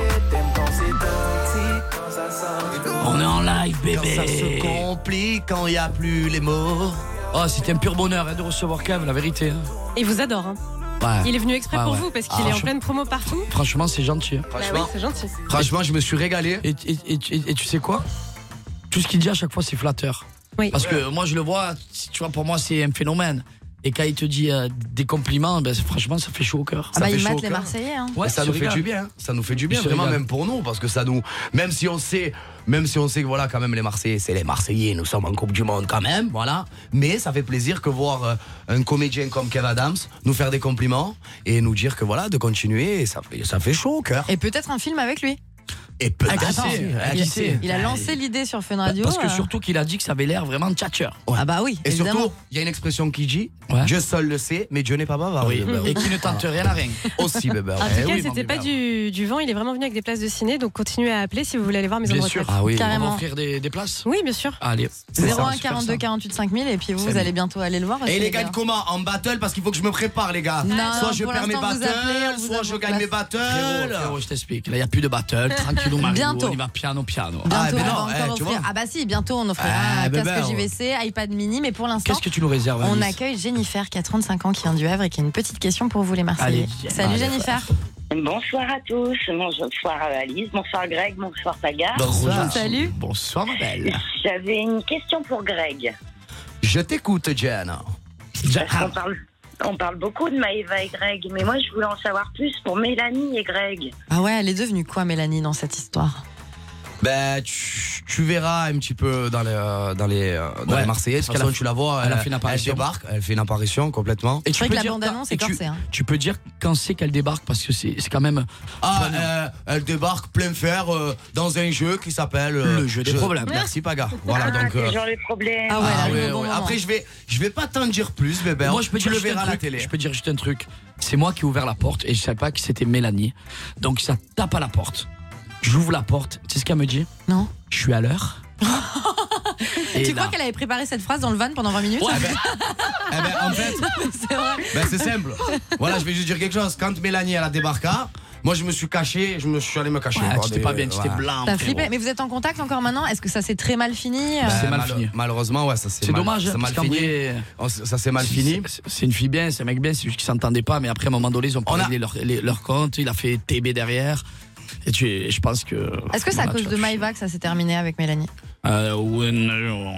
S5: On est en live,
S6: Ça se
S5: bébé.
S6: complique quand il n'y a plus les mots.
S5: Oh, c'était un pur bonheur hein, de recevoir Kev, la vérité. hein.
S8: Il vous adore. hein.
S5: Ouais.
S8: Il est venu exprès
S5: Ouais,
S8: pour
S5: ouais.
S8: vous parce qu'il
S5: Ah,
S8: est en
S5: je-
S8: pleine promo partout.
S5: Franchement, c'est gentil. hein.
S8: Bah
S6: Franchement,
S8: oui, c'est gentil.
S6: franchement, je me suis régalé.
S5: Et, et- et- et- et tu sais quoi Tout ce qu'il dit à chaque fois, c'est flatteur.
S8: Oui.
S5: Parce que moi, je le vois, tu vois, pour moi, c'est un phénomène. Et quand il te dit euh, des compliments, ben, franchement, ça fait chaud au cœur.
S7: Ah bah, ils matent les Marseillais. hein.
S5: Ouais,
S6: Mais ça
S5: je
S6: nous fait
S5: rigole.
S6: du bien, hein. ça nous fait du bien
S5: Je
S6: vraiment
S5: rigole.
S6: même pour nous parce que ça nous même si on sait même si on sait que voilà quand même les Marseillais c'est les Marseillais nous sommes en Coupe du Monde quand même voilà mais ça fait plaisir que voir euh, un comédien comme Kev Adams nous faire des compliments et nous dire que voilà de continuer et ça fait ça fait chaud au cœur
S7: Et peut-être un film avec lui.
S6: et peut-être Bah,
S7: Attends,
S6: Ah, qui
S7: il-
S6: sait
S7: Il a lancé l'idée sur Fun Radio.
S5: Bah, Parce que
S7: euh,
S5: surtout qu'il a dit que ça avait l'air vraiment tchatcheur.
S7: Ah bah oui.
S6: et
S7: évidemment.
S6: surtout il y a une expression qui dit Dieu seul le sait mais Dieu n'est pas bavard Eh
S5: Oui,
S6: Bébé.
S5: et qui ne tente rien à rien.
S6: Ah. aussi bébé
S8: En
S6: Eh
S8: tout cas,
S6: oui, mon
S8: c'était
S6: bébé.
S8: pas du, du vent, il est vraiment venu avec des places de ciné, donc continuez à appeler si vous voulez aller voir Maison
S5: Bien
S8: de
S5: sûr. Ah
S8: retraite.
S5: On va offrir des, des places
S8: Oui, bien sûr.
S5: Allez.
S7: 01 42 48 5000 et puis vous, vous
S6: Salut.
S7: allez bientôt aller le voir.
S6: Et
S7: aussi,
S6: les gars de coma en battle parce qu'il faut que je me prépare les gars.
S7: Non,
S6: soit
S7: non,
S6: je
S7: pour
S6: perds mes
S7: l'instant, vous
S6: battles,
S7: appelez, on vous
S6: soit je
S7: appelle.
S6: gagne mes battles.
S5: Frérot, frérot, je t'explique. Là, il n'y a plus de battle. Tranquillou, Marilou,
S7: Bientôt.
S5: On y va piano, piano.
S7: Bientôt,
S6: mais
S7: on va
S6: non,
S7: encore
S6: eh, tu
S7: offrir.
S6: vois.
S7: Ah bah si, bientôt on offrira
S5: Ah,
S7: un
S5: ben
S7: casque
S5: ben, ouais.
S7: JVC, iPad mini, mais pour l'instant,
S5: Qu'est-ce que tu nous réserves
S7: on
S5: Alice
S7: accueille Jennifer qui a 35 ans, qui vient du Havre et qui a une petite question pour vous les Marseillais.
S5: Allez,
S7: Salut
S5: allez.
S7: Jennifer.
S19: Bonsoir à tous, bonsoir euh, Alice, bonsoir Greg, bonsoir Paga.
S6: Bonsoir.
S7: Salut.
S5: Bonsoir ma belle.
S19: J'avais une question pour Greg.
S6: Je t'écoute Jen. ah.
S19: On parle, on parle beaucoup de Maëva et Greg, mais moi je voulais en savoir plus pour Mélanie et Greg.
S7: Ah ouais, elle est devenue quoi Mélanie dans cette histoire
S6: Ben tu, tu verras un petit peu dans les euh, dans les euh, dans
S5: Ouais.
S6: les Marseillais. De toute
S5: Parce
S6: façon,
S5: qu'elle a-
S6: tu la vois.
S5: elle a fait une apparition.
S6: débarque, elle fait une apparition complètement.
S5: Et
S7: C'est vrai que la
S5: dire
S7: bande-annonce
S5: quand-
S7: est
S5: et tu-
S7: corsée, hein.
S5: Tu peux dire quand c'est qu'elle débarque parce que c'est c'est quand même.
S6: Ah,
S5: Bah
S6: euh, elle débarque plein fer euh, dans un jeu qui s'appelle euh,
S5: Le jeu des problèmes.
S6: Merci Paga. Voilà
S19: ah,
S6: donc. euh,
S19: c'est genre les problèmes.
S7: Ah ouais,
S6: ah
S7: elle a eu
S6: ouais,
S7: le bon
S6: ouais.
S7: moment.
S6: Après je vais je vais pas t'en dire plus bébé.
S5: Moi, je peux
S6: Ben, tu
S5: dire
S6: le
S5: juste un
S6: verras à la
S5: truc.
S6: télé.
S5: Je peux dire juste un truc. C'est moi qui ai ouvert la porte et je savais pas que c'était Mélanie. Donc ça tape à la porte. J'ouvre la porte. Tu sais ce qu'elle me dit
S7: Non.
S5: Je suis à l'heure. Et
S7: Tu
S5: là-
S7: crois qu'elle avait préparé cette phrase dans le van pendant 20 minutes
S6: Ouais, ben, eh ben, en fait,
S7: C'est vrai.
S6: Ben c'est simple. voilà, je vais juste dire quelque chose. Quand Mélanie elle a débarqué, moi je me suis caché, je me suis allé me cacher.
S5: Ouais,
S6: quoi,
S5: tu t'es
S6: mais,
S5: pas bien, tu
S6: voilà.
S5: t'es blanc. frérot.
S7: T'as flippé. Mais vous êtes en contact encore maintenant Est-ce que ça s'est très mal fini euh
S6: Ben,
S5: C'est mal fini.
S6: Malheureusement, ouais, ça c'est
S5: C'est dommage, hein,
S6: mal
S5: parce qu'en
S6: fini.
S5: vrai,
S6: Oh, c- Ça c'est mal fini.
S5: C'est- C'est une fille bien, c'est un mec bien, c'est juste qu'ils s'entendaient pas, mais après, à un moment donné, ils ont pas
S6: On a-
S5: réglé leur, les- leur compte, il a fait TB derrière. Et tu, et je pense que.
S7: Est-ce que c'est à
S5: voilà,
S7: cause
S5: tu
S7: de
S5: vois,
S7: Maïva que ça s'est terminé avec Mélanie
S5: euh, ouais, non,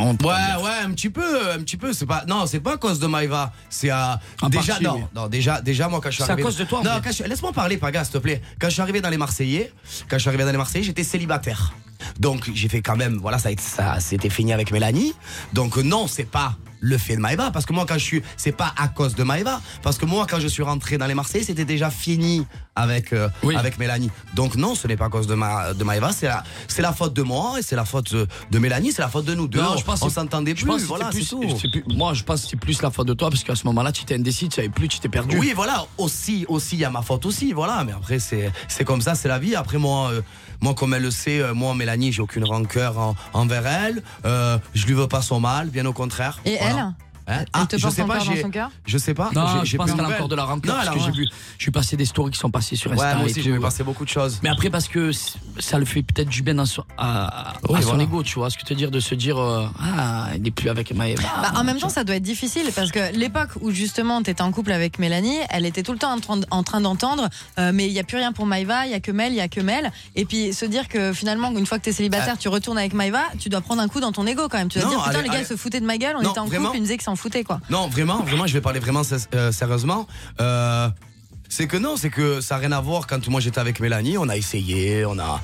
S5: on peut
S6: Ouais,
S5: pas dire.
S6: ouais, un petit peu, un petit peu. C'est pas, non, c'est pas à cause de Maïva. C'est à
S5: En
S6: déjà,
S5: partie,
S6: non,
S5: oui.
S6: non, déjà, déjà, moi quand je suis
S5: C'est à
S6: arrivé.
S5: cause de toi, en
S6: Non,
S5: fait.
S6: quand je- laisse-moi parler, Paga, s'il te plaît. Quand je suis arrivé dans les Marseillais, quand je suis arrivé dans les Marseillais, j'étais célibataire. Donc j'ai fait quand même, voilà, ça, a été- ça c'était fini avec Mélanie. Donc euh, non, c'est pas le fait de Maïva, parce que moi quand je suis, c'est pas à cause de Maïva, parce que moi quand je suis rentré dans les Marseillais, c'était déjà fini avec euh,
S5: Oui.
S6: avec Mélanie. Donc non, ce n'est pas à cause de, ma, de Maïva, c'est la, c'est la faute de moi et c'est la faute de, de Mélanie, c'est la faute de nous deux.
S5: Non, je pense
S6: on
S5: que-
S6: s'entendait
S5: je
S6: plus,
S5: pense que
S6: voilà,
S5: c'était
S6: c'est
S5: plus-
S6: tout.
S5: c'est plus- Moi, je pense que c'est plus la faute de toi, parce qu'à ce moment-là, tu étais indécis, tu savais plus, tu t'es perdu.
S6: Oui, voilà, aussi, aussi, il y a ma faute aussi, voilà. Mais après, c'est, c'est comme ça, c'est la vie. Après, moi, euh, moi, comme elle le sait, euh, moi, Mélanie, j'ai aucune rancœur en- envers elle. Euh, je lui veux pas son mal, bien au contraire.
S7: Et
S6: Voilà.
S7: elle
S6: Hein
S7: Elle
S6: Ah,
S7: te
S6: je
S7: porte
S6: sais pas,
S7: encore dans
S6: j'ai-
S7: son cœur
S6: je sais pas.
S5: Non,
S6: j'ai-
S5: je
S6: j'ai
S5: pense
S6: plus de
S5: qu'elle a
S6: nouvelles.
S5: encore de la rancœur,
S6: Non, elle
S5: parce
S6: a-
S5: que j'ai
S6: ouais.
S5: vu, je suis passé des stories qui sont passées sur
S6: Ouais,
S5: Insta.
S6: moi
S5: et
S6: aussi,
S5: tout.
S6: j'ai vu passer beaucoup de choses.
S5: Mais après, parce que c- ça le fait peut-être du bien dans son- à, à
S6: Oui,
S5: son
S6: voilà.
S5: ego, tu vois. Ce que te dire de se dire, euh, ah, il n'est plus avec Maëva.
S6: Ah,
S7: Bah, en même temps, ça doit être difficile parce que l'époque où justement t'étais en couple avec Mélanie, elle était tout le temps en train, en train d'entendre euh, mais il n'y a plus rien pour Maïva, il n'y a que Mel, il n'y a que Mel. Et puis se dire que finalement, une fois que t'es célibataire, tu retournes avec Maïva, tu dois prendre un coup dans ton ego quand même. Tu
S6: Ah.
S7: dois
S6: Non,
S7: te dire putain,
S6: allez,
S7: les gars
S6: allez.
S7: ils se foutaient de ma gueule, on
S6: Non,
S7: était en
S6: vraiment.
S7: couple, ils me disaient qu'ils s'en foutaient quoi.
S6: Non, vraiment, vraiment, je vais parler vraiment sé- euh, sérieusement. Euh, c'est que non, c'est que ça n'a rien à voir. Quand moi j'étais avec Mélanie, on a essayé, on a.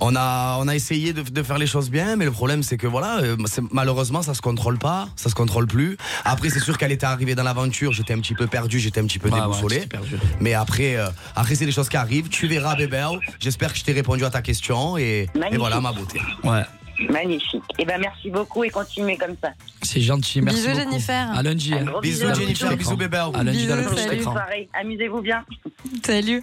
S6: On a, on a essayé de, de faire les choses bien, mais le problème c'est que voilà, euh, c'est- malheureusement ça se contrôle pas, ça se contrôle plus. Après c'est sûr qu'elle était arrivée dans l'aventure, j'étais un petit peu perdu, j'étais un petit peu
S5: Ouais, ouais,
S6: déboussolé.
S5: j'étais perdu.
S6: mais après, euh, après c'est des choses qui arrivent. Tu verras bébé, j'espère que je t'ai répondu à ta question et, et
S19: Magnifique.
S6: voilà ma beauté.
S5: Ouais.
S19: Magnifique. Eh ben merci beaucoup et continuez comme ça.
S5: C'est gentil, merci.
S7: Bisous,
S5: beaucoup.
S7: Jennifer.
S5: À lundi.
S19: Un
S5: hein.
S19: gros
S6: Bisous
S19: bisou à vous
S6: Jennifer,
S19: tous.
S6: bisous bébé.
S5: À lundi dans le
S7: Bisous,
S5: petit
S7: salut.
S19: Bonne
S5: écran.
S19: soirée, amusez-vous bien.
S7: Salut.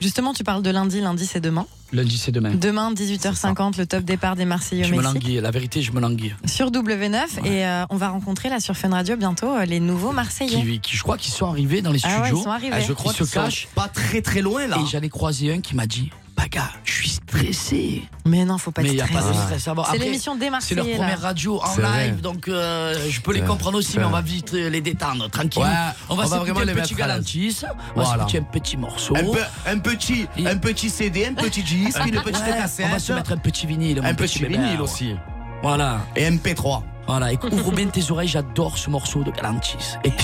S7: Justement, tu parles de lundi, lundi c'est demain.
S5: Lundi, c'est demain.
S7: Demain 18h50, le top départ des Marseillais au
S5: Je me
S7: Mexique.
S5: languis, la vérité, je me languis.
S7: sur W9 et euh, on va rencontrer là sur Fun Radio bientôt euh, les nouveaux Marseillais.
S5: Qui, qui- je crois qu'ils sont arrivés dans les
S7: Ah ouais,
S5: studios.
S7: ils sont arrivés.
S5: Ah, je crois
S6: Ils
S5: qu'ils
S6: se
S5: se cachent.
S6: pas très très loin là.
S5: Et j'en ai croisé un qui m'a dit Paga, je suis stressé.
S7: Mais non, faut pas
S5: Mais
S7: être
S5: il n'y a pas de
S7: stressé.
S5: stress à avoir.
S7: C'est
S5: Après,
S7: l'émission des
S5: C'est
S7: Marseillais.
S5: leur
S7: là.
S5: première radio en
S6: C'est vrai.
S5: live, donc euh, je peux les
S6: C'est
S5: comprendre aussi,
S6: vrai.
S5: mais on va vite euh, les détendre, tranquille.
S6: Ouais,
S5: on va
S6: on va
S5: s'écouter
S6: vraiment
S5: un
S6: les
S5: petit
S6: mettre à l'aise.
S5: galantis, on va
S6: Voilà.
S5: s'écouter un petit morceau.
S6: Un, peu- un petit, un petit CD, un petit disque, une petite
S5: Ouais,
S6: cassette.
S5: on va se mettre un petit vinyle. mon
S6: un petit
S5: bébé.
S6: vinyle aussi.
S5: Voilà.
S6: Et MP3.
S5: Voilà, écoute, ouvre bien tes oreilles, j'adore ce morceau de Galantis. Écoute.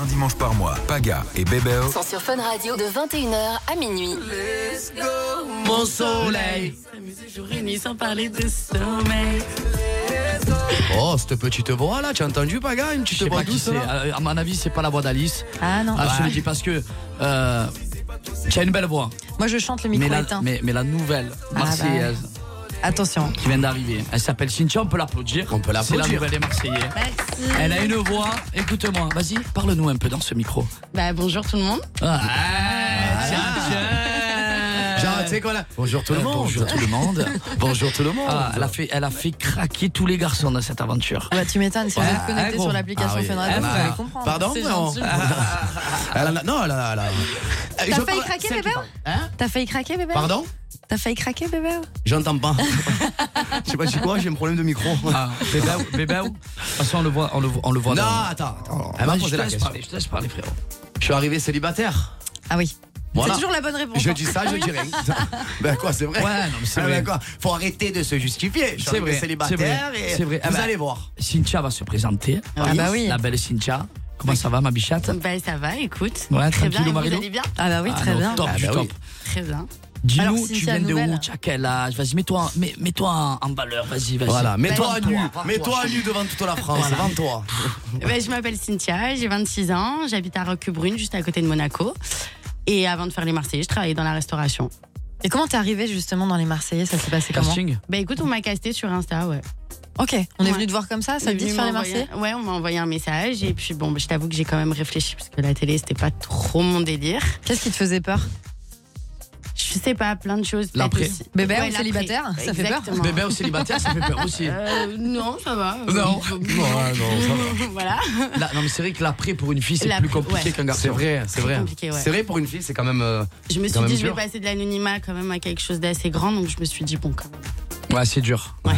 S1: Un dimanche par mois, Paga et Bébéo
S4: Sont sur Fun Radio de 21h à minuit.
S12: Mon soleil.
S20: sans parler de sommeil.
S6: Oh, cette petite voix là, tu as entendu, Paga Une petite
S5: Je sais
S6: voix
S5: pas qui
S6: douce
S5: c'est. Euh,
S6: là
S5: À à mon avis, c'est pas la voix d'Alice.
S7: Ah non.
S5: Ah, je te le dis parce que euh, tu as une belle voix.
S7: Moi, je chante le micro
S5: mais, la,
S7: éteint.
S5: mais- mais la nouvelle Marseillaise
S7: bah, Attention.
S5: qui vient d'arriver, elle s'appelle Cynthia, on peut l'applaudir. On peut C'est la
S6: l'applaudir.
S5: nouvelle des Marseillais.
S20: Merci.
S5: Elle a une voix, écoute-moi, vas-y, parle-nous un peu dans ce micro.
S20: Bah, bonjour tout le monde.
S7: Ah,
S6: Genre, tu sais quoi là Bonjour tout le monde.
S5: Euh, Bonjour tout le monde.
S6: Bonjour tout le monde.
S5: Ah, elle, a fait, elle a fait craquer tous les garçons dans cette aventure.
S7: Bah, tu m'étonnes, si vous êtes
S5: Ah,
S7: connecté sur l'application Fun Radio, vous allez comprendre.
S6: Pardon
S7: C'est
S6: non.
S7: gentil.
S6: Elle en a- Non, elle a- elle a- Euh, Je
S7: T'as
S6: parle-
S7: failli craquer, bébé hein T'as failli craquer, bébé hein
S6: Pardon
S7: T'as failli craquer, bébé hein
S6: J'entends pas. Je sais pas, je suis quoi J'ai un problème de micro.
S5: Ah, Bébé, ou- bébé, ou- de toute façon, on le voit, on le voit, on le voit.
S6: Non,
S5: dans-
S6: attends, attends.
S5: Vas-y,
S6: Elle m'a
S5: je
S6: posé
S5: te
S6: la
S5: laisse
S6: question.
S5: parler, je te laisse parler, frérot.
S6: Je suis arrivé célibataire.
S7: Ah oui.
S6: Voilà.
S7: C'est toujours la bonne réponse.
S6: Je dis ça, je dirais. ben quoi, c'est vrai.
S5: Ouais, non, mais c'est
S6: Ah,
S5: vrai.
S6: ben quoi, faut arrêter de se justifier. Je suis arrivé célibataire et
S5: c'est vrai. Ah
S6: vous
S5: bah,
S6: allez voir.
S5: Cynthia va se présenter.
S20: Ah bah oui.
S5: La belle Cynthia. Comment ça va, ma bichette
S20: Bah, ça va, écoute.
S5: Ouais,
S20: très
S5: tranquille,
S20: bien, et vous
S5: Marilou
S20: allez bien
S7: Ah bah oui,
S5: Ah non, Top,
S6: Ah
S5: du
S6: bah oui.
S5: top.
S20: Très bien. Alors,
S5: Dis-nous, tu
S20: Cynthia,
S5: viens de où
S20: nouvelle
S5: Tu as quel âge Vas-y, mets-toi en, mets, mets-toi en- en valeur. Vas-y, vas-y.
S6: Voilà, mets-toi à nu.
S5: Vends-toi,
S6: Mets-toi
S5: vends-toi.
S6: à nu devant toute la France.
S5: Voilà.
S6: Devant toi.
S20: Ouais, je m'appelle Cynthia, j'ai 26 ans, j'habite à Roquebrune, juste à côté de Monaco. Et avant de faire les Marseillais, je travaillais dans la restauration.
S7: Et comment t'es arrivée justement dans les Marseillais Ça s'est passé comment
S5: Casting
S20: Bah écoute, on m'a casté sur Insta, ouais.
S7: Ok, on est
S20: Ouais.
S7: venu te voir comme ça, ça te
S20: Il est
S7: dit de
S20: venu
S7: faire les
S20: m'envoyer-
S7: Marseillais
S20: Ouais, on m'a envoyé un message et puis bon, bah, je t'avoue que j'ai quand même réfléchi parce que la télé c'était pas trop mon délire.
S7: Qu'est-ce qui te faisait peur
S20: Je sais pas, plein de choses.
S5: L'après.
S20: peut-être aussi.
S7: Bébé
S20: Ouais,
S7: ou
S20: l'après.
S7: célibataire Ça fait peur
S20: Exactement.
S5: Bébé ou célibataire, ça fait peur aussi.
S20: Euh, non, ça va.
S5: Non.
S6: Ouais, non, ça va.
S20: voilà.
S5: Là, non, mais c'est vrai que l'après pour une fille, c'est
S20: L'après,
S5: plus compliqué
S20: ouais.
S5: qu'un garçon.
S6: C'est vrai, c'est vrai.
S20: compliqué, ouais.
S6: C'est vrai pour une fille, c'est quand même. euh,
S20: Je me suis
S6: quand
S20: dit,
S6: même
S20: je vais
S6: dur.
S20: passer de l'anonymat quand même à quelque chose d'assez grand, donc je me suis dit, bon, quand même.
S5: Ouais, c'est dur.
S20: Ouais.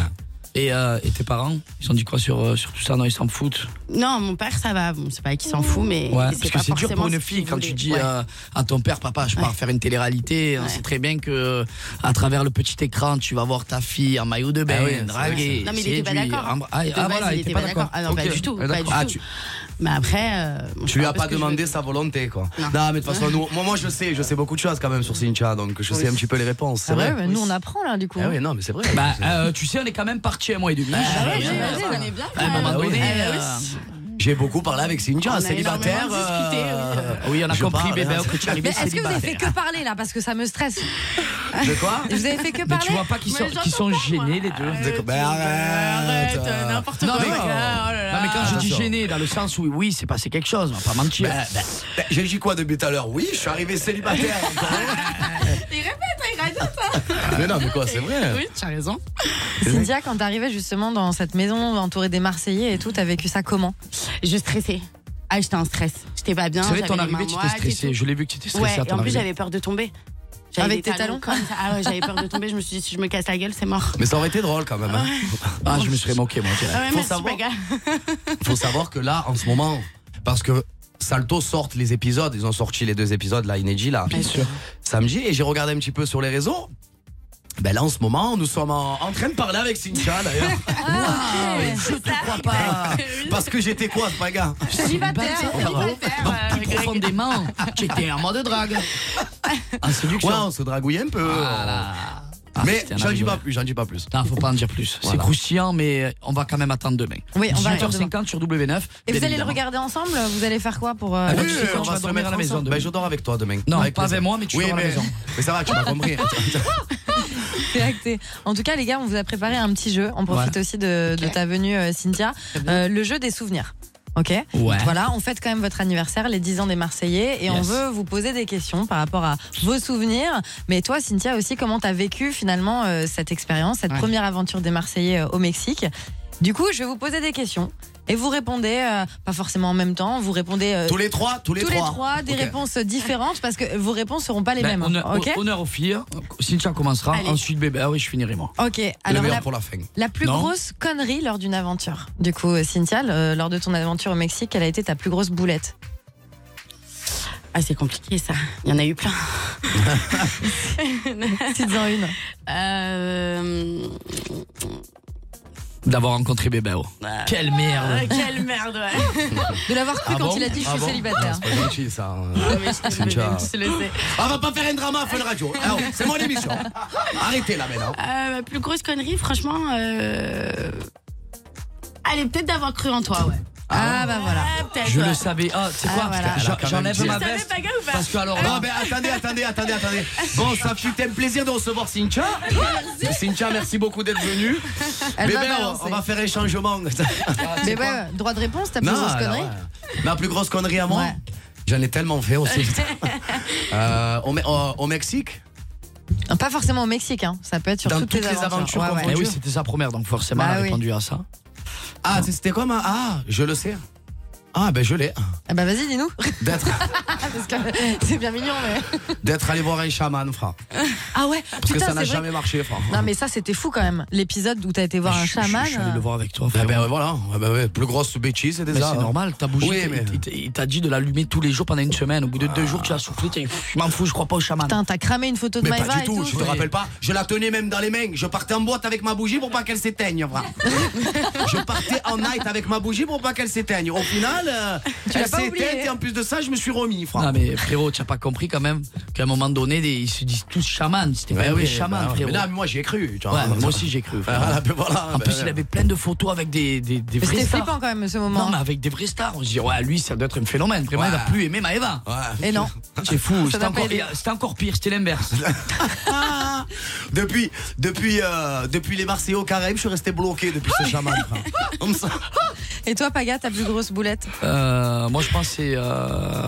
S5: Et, euh, et tes parents, ils ont dit quoi sur, euh, sur tout ça Non, ils s'en foutent.
S20: Non, mon père, ça va. Bon, c'est pas qu'il s'en fout, mais.
S5: Ouais,
S20: c'est
S5: parce que
S20: pas
S5: c'est dur
S20: forcément
S5: pour une
S20: ce qu'il
S5: fille quand
S20: voulait.
S5: tu dis
S20: Ouais.
S5: euh, à ton père, papa, je pars faire une télé-réalité. On sait très bien que euh, à travers le petit écran, tu vas voir ta fille en maillot de bain,
S6: Ah ouais, c'est
S5: draguée.
S20: Non, mais il était pas
S5: séduite,
S20: d'accord. hein.
S5: embr- Ah,
S20: De
S5: ah,
S20: base,
S5: voilà,
S20: il était pas d'accord. Ah non, pas
S5: Ok.
S20: du tout,
S5: Ah,
S20: pas
S5: d'accord.
S20: du
S5: Ah,
S20: tout.
S5: tu-
S20: Mais après. euh, bon, je
S6: Tu lui
S20: fais un
S6: as
S20: peu
S6: pas
S20: ce que je
S6: demandé
S20: veux.
S6: sa volonté, quoi.
S20: Non.
S6: Non, mais de toute façon, nous- moi, moi, je sais, je sais beaucoup de choses quand même sur Cynthia, donc je sais un petit peu les réponses. C'est
S7: Ah ouais,
S6: vrai.
S7: mais nous on apprend là du coup.
S6: Ah ouais, non, mais c'est vrai.
S5: Bah, euh, tu sais, on est quand même parti un mois et demi.
S6: Ah ouais,
S5: J'ai-
S7: j'imagine, on est bien,
S5: À un
S20: bah,
S7: quand
S5: moment
S6: même.
S5: donné,
S6: Ah oui.
S5: euh,
S6: J'ai beaucoup parlé avec Cynthia,
S20: On a
S6: célibataire.
S20: énormément discuté,
S6: euh,
S5: oui, Eh ben, on a
S6: je
S5: compris,
S6: parle,
S5: bébé,
S6: hein,
S5: que tu
S7: Mais
S5: arrivais
S7: est-ce que vous avez fait
S5: célibataire.
S7: que parler là Parce que ça me stresse.
S6: De quoi
S7: Vous avez fait que
S5: Mais
S7: parler
S5: tu vois pas qu'ils sont, qu'ils sont gênés, les deux.
S6: De quoi- Bah, arrête,
S20: Arrête, euh, n'importe quoi.
S5: Non, mais-
S20: mec, là, oh là
S5: Non, mais quand
S20: là.
S5: je dis
S6: Attention.
S5: gêné, dans le sens où oui, c'est passé quelque chose, on va pas mentir.
S6: Bah, bah, bah, J'ai dit quoi depuis tout à l'heure Oui, je suis arrivé célibataire.
S20: Il répète, il raconte ça.
S6: mais non, mais quoi, c'est vrai.
S20: Oui, tu as raison.
S7: Cynthia, quand t'arrivais justement dans cette maison entourée des Marseillais et tout, t'as vécu ça comment
S20: Je stressais. Ah, j'étais en stress. J'étais pas bien.
S5: c'est vrai,
S20: j'avais
S5: ton
S20: les
S5: arrivée,
S20: mains
S5: tu
S20: moites
S5: étais
S20: et
S5: stressé.
S20: tout.
S5: Je l'ai vu que tu étais stressé
S20: Ouais,
S5: à
S20: et
S5: ton
S20: en plus,
S5: arrivée.
S20: j'avais peur de tomber. J'avais
S7: Avec
S20: des
S7: tes talons
S20: comme ça. Ah ouais, j'avais peur de tomber. Je me suis dit, si je me casse la gueule, c'est mort.
S6: Mais ça aurait été drôle quand même. hein.
S5: Ah, je me serais moqué, moi. direct.
S20: Ah ouais,
S6: Faut
S20: merci,
S6: savoir-
S20: Paga.
S6: faut savoir que là, en ce moment, parce que Salto sortent les épisodes, ils ont sorti les deux épisodes là, inédits là,
S20: Bien sûr.
S6: samedi, et j'ai regardé un petit peu sur les réseaux. Ben là, en ce moment, nous sommes en, en train de parler avec Cynthia d'ailleurs. Waouh, je te crois pas. Parce que j'étais quoi, ce gars
S20: Célibataire, célibataire, euh,
S5: Bah, Plus
S20: Greg.
S5: profondément, tu étais en mode drague. En séduction.
S6: Ouais, on se dragouillait un peu.
S5: Ah,
S6: Mais
S5: c'était un
S6: j'en dis
S5: rigolo.
S6: pas plus, j'en dis pas plus.
S5: Non, faut pas en dire plus. C'est
S6: Voilà.
S5: croustillant, mais on va quand même attendre demain.
S7: Oui, on va attendre
S5: 18h50 sur W9.
S7: Et
S5: bien
S7: vous allez le
S5: évidemment.
S7: regarder ensemble Vous allez faire quoi pour. euh,
S5: Ah,
S6: Oui,
S5: tu sais quoi,
S6: on
S5: tu
S6: va
S5: vas
S6: se
S5: dormir
S6: remettre
S5: à la maison
S6: ensemble.
S5: demain.
S6: Ben, je dors avec toi demain.
S5: Non,
S6: Avec
S5: pas
S6: plaisir.
S5: avec moi, mais tu
S6: Oui,
S5: dors à la maison.
S6: Mais ça va, tu m'as compris. hein.
S7: C'est acté. En tout cas, les gars, on vous a préparé un petit jeu. On profite
S5: Ouais.
S7: aussi de, de ta venue, euh, Cynthia. Euh, le jeu des souvenirs. Ok
S5: Ouais.
S7: Voilà, on fête quand même votre anniversaire, les 10 ans des Marseillais, et on
S5: Yes.
S7: veut vous poser des questions par rapport à vos souvenirs. Mais toi, Cynthia, aussi, comment t'as vécu finalement euh, cette expérience, cette
S20: Ouais.
S7: première aventure des Marseillais euh, au Mexique Du coup, je vais vous poser des questions. Et vous répondez, euh, pas forcément en même temps, vous répondez euh,
S6: Tous les trois, tous les
S7: tous
S6: trois.
S7: des
S6: Ok.
S7: réponses différentes parce que vos réponses seront pas les
S5: Ben,
S7: mêmes.
S5: honneur,
S7: hein. ok
S5: honneur aux filles. Cynthia commencera.
S20: Allez.
S5: Ensuite, bébé. Ah oui, je finirai moi.
S7: Ok,
S6: Le
S7: alors
S6: meilleur
S7: la,
S6: pour la fin.
S7: la plus
S5: Non.
S7: grosse connerie lors d'une aventure. Du coup, euh, Cynthia, euh, lors de ton aventure au Mexique, quelle a été ta plus grosse boulette
S20: Ah, c'est compliqué ça. Il y en a eu plein.
S7: Dites-en une.
S20: Euh,
S5: d'avoir rencontré Bébéo. Quelle merde.
S20: Ouais, quelle merde, ouais.
S7: De l'avoir cru
S5: Ah
S7: quand
S5: bon
S7: il a dit je
S5: Ah
S7: suis
S5: bon
S7: célibataire.
S6: C'est pas gentil, ça.
S5: hein.
S20: Ouais, mais je te le
S6: Tu vois.
S20: mets, tu le sais.
S6: Ah, On va pas faire un drama à Fun Radio. Alors, c'est mon émission. Arrêtez là maintenant.
S20: Euh, ma plus grosse connerie, franchement. Euh... Allez, peut-être d'avoir cru en toi, ouais. Ah, bah voilà. peut-être.
S5: Je
S20: ouais.
S5: le savais. Ah, c'est
S20: Ah,
S5: quoi
S20: voilà.
S5: J'en-
S6: Elle a quand même
S5: J'enlève
S6: dit.
S5: ma
S6: Je
S20: savais
S5: veste.
S20: pas, gars, ou pas
S5: Parce que alors.
S6: Non, mais attendez, attendez, attendez, attendez. Bon, ça fut un plaisir de recevoir Cynthia. Cynthia, merci beaucoup d'être venue.
S7: Elle
S6: Bébé,
S7: va balancer.
S6: on, on va faire un changement.
S7: Mais ouais, droit de réponse, t'as plus
S6: Non,
S7: grosse
S6: alors,
S7: connerie
S6: ouais. Ma plus grosse connerie à moi
S7: Ouais.
S6: J'en ai tellement fait aussi. Euh, au, Me- au- au Mexique
S7: Non, Pas forcément au Mexique, hein. ça peut être sur
S6: Dans
S7: toutes,
S6: toutes
S7: les
S6: les aventures
S7: Ouais, ouais.
S5: Eh oui, c'était sa première, donc forcément,
S7: Bah
S5: elle a
S7: oui.
S5: répondu à ça.
S6: Ah, c'était quoi ma. Ah, je le sais. Ah, ben je l'ai.
S7: Ah bah vas-y, dis-nous.
S6: D'être
S7: Parce que c'est bien mignon, mais.
S6: d'être allé voir un chaman, frère.
S7: Ah ouais,
S6: Parce que
S7: putain,
S6: ça n'a
S7: c'est vrai.
S6: jamais marché, frère.
S7: Non, mais ça, c'était fou quand même. L'épisode où t'as été voir un chaman.
S5: Je vais le voir avec toi.
S6: Ah
S5: frérot.
S6: ben voilà, Ah ben ouais, plus grosse bêtise c'est
S5: Mais
S6: déjà.
S5: c'est normal, t'as bougé.
S6: Oui,
S5: il-
S6: mais-
S5: il- il- Il t'a dit de l'allumer tous les jours pendant une semaine. Au bout de deux jours, tu as soufflé. t'as dit, Je m'en fous, je crois pas au chaman.
S7: Putain, t'as cramé une photo de
S6: Mais
S7: Maëva
S6: pas du
S7: et
S6: tout,
S7: tout.
S6: je te rappelle pas. Je la tenais même dans les mains. Je partais en boîte avec ma bougie pour pas qu'elle s'éteigne. voilà. je partais en night avec ma bougie pour pas qu'elle s'éteigne. Au final, euh,
S7: Tu
S6: elle
S7: l'as pas
S6: s'est
S7: oublié.
S6: éteinte et en plus de ça, je me suis remis. frère.
S5: Non mais frérot, tu as pas compris quand même qu'à un moment donné, des- ils se disent tous chaman. C'était pas
S6: Ouais,
S5: un vrai
S6: ouais,
S5: chaman,
S6: bah,
S5: frérot.
S6: Mais là, moi, j'y ai cru. tu vois.
S5: hein. Ouais, moi aussi j'ai cru. frérot.
S6: Voilà, ben voilà,
S5: en
S6: ben,
S5: plus,
S6: ouais.
S5: il avait plein de photos avec des, des, des
S7: Mais
S5: vrais
S7: C'était
S5: stars.
S7: flippant quand même ce moment.
S5: Non, mais avec des vrais stars. On se dit, ouais, lui, ça doit être un phénomène. Vraiment, il a
S6: Ouais.
S5: plus aimé Maëva.
S6: Ouais.
S7: Et non.
S5: C'est fou.
S7: Ça
S5: C'était
S7: n'a pas
S5: encore,
S7: aidé.
S5: c'était encore pire, c'était l'inverse.
S6: Depuis, depuis, euh, depuis les Marseillais au Caraïbes, je suis resté bloqué depuis ce chaman. frère. Comme ça.
S7: Et toi, Paga, ta plus grosse boulette
S5: Euh, moi, je pense que c'est. euh,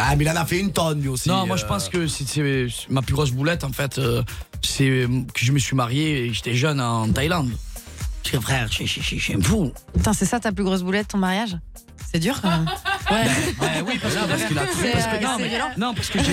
S6: Ah, mais il en a fait une tonne lui aussi.
S5: Non, moi je
S6: euh.
S5: pense que c'est c'est ma plus grosse boulette en fait, euh, c'est euh, que je me suis marié et j'étais jeune en Thaïlande. Parce que frère, j'ai- j'ai- j'ai- j'ai un fou.
S7: Putain, c'est ça ta plus grosse boulette, ton mariage C'est dur quand même.
S6: Bah,
S5: Ouais, oui, parce que
S6: Parce
S5: derrière-
S6: qu'il a
S7: C'est,
S5: parce que-
S7: euh,
S5: non,
S7: c'est
S5: mais-
S7: violent.
S5: non, parce que j'ai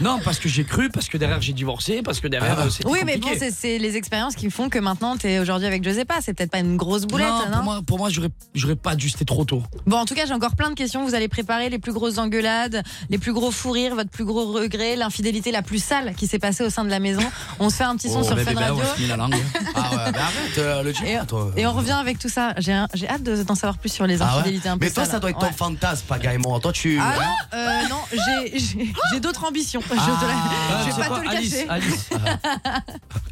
S5: non parce que j'ai cru, parce que derrière j'ai divorcé, parce que derrière euh, c'était
S7: Oui, mais bon,
S5: compliqué.
S7: c'est, c'est les expériences qui font que maintenant t'es aujourd'hui avec Josépa. C'est peut-être pas une grosse boulette,
S5: non,
S7: non,
S5: pour moi, pour moi j'aurais j'aurais pas dû, c'était trop tôt.
S7: Bon, en tout cas, j'ai encore plein de questions. Vous allez préparer les plus grosses engueulades, les plus gros fous rires, votre plus gros regret, l'infidélité la plus sale qui s'est passée au sein de la maison. On se fait un petit son
S6: Oh,
S7: sur
S6: mais
S5: Eh
S7: Fun
S6: bébé,
S7: Radio.
S5: On se mit la langue. hein.
S6: Ah ouais, mais arrête, euh, le chien, toi.
S7: Et on revient avec tout ça. J'ai, un- j'ai hâte de- d'en savoir plus sur les
S6: Ah ouais
S7: infidélités un peu
S6: Mais toi, ça
S7: sales.
S6: doit être ton
S7: Ouais.
S6: fantasme, Paga et moi. Toi, tu.
S7: Ah non, euh, non, j'ai, j'ai, j'ai d'autres ambitions. Je, te la-
S5: Ah,
S7: je
S5: c'est
S7: vais pas
S5: quoi,
S7: te le
S5: Alice,
S7: cacher.
S5: Alice.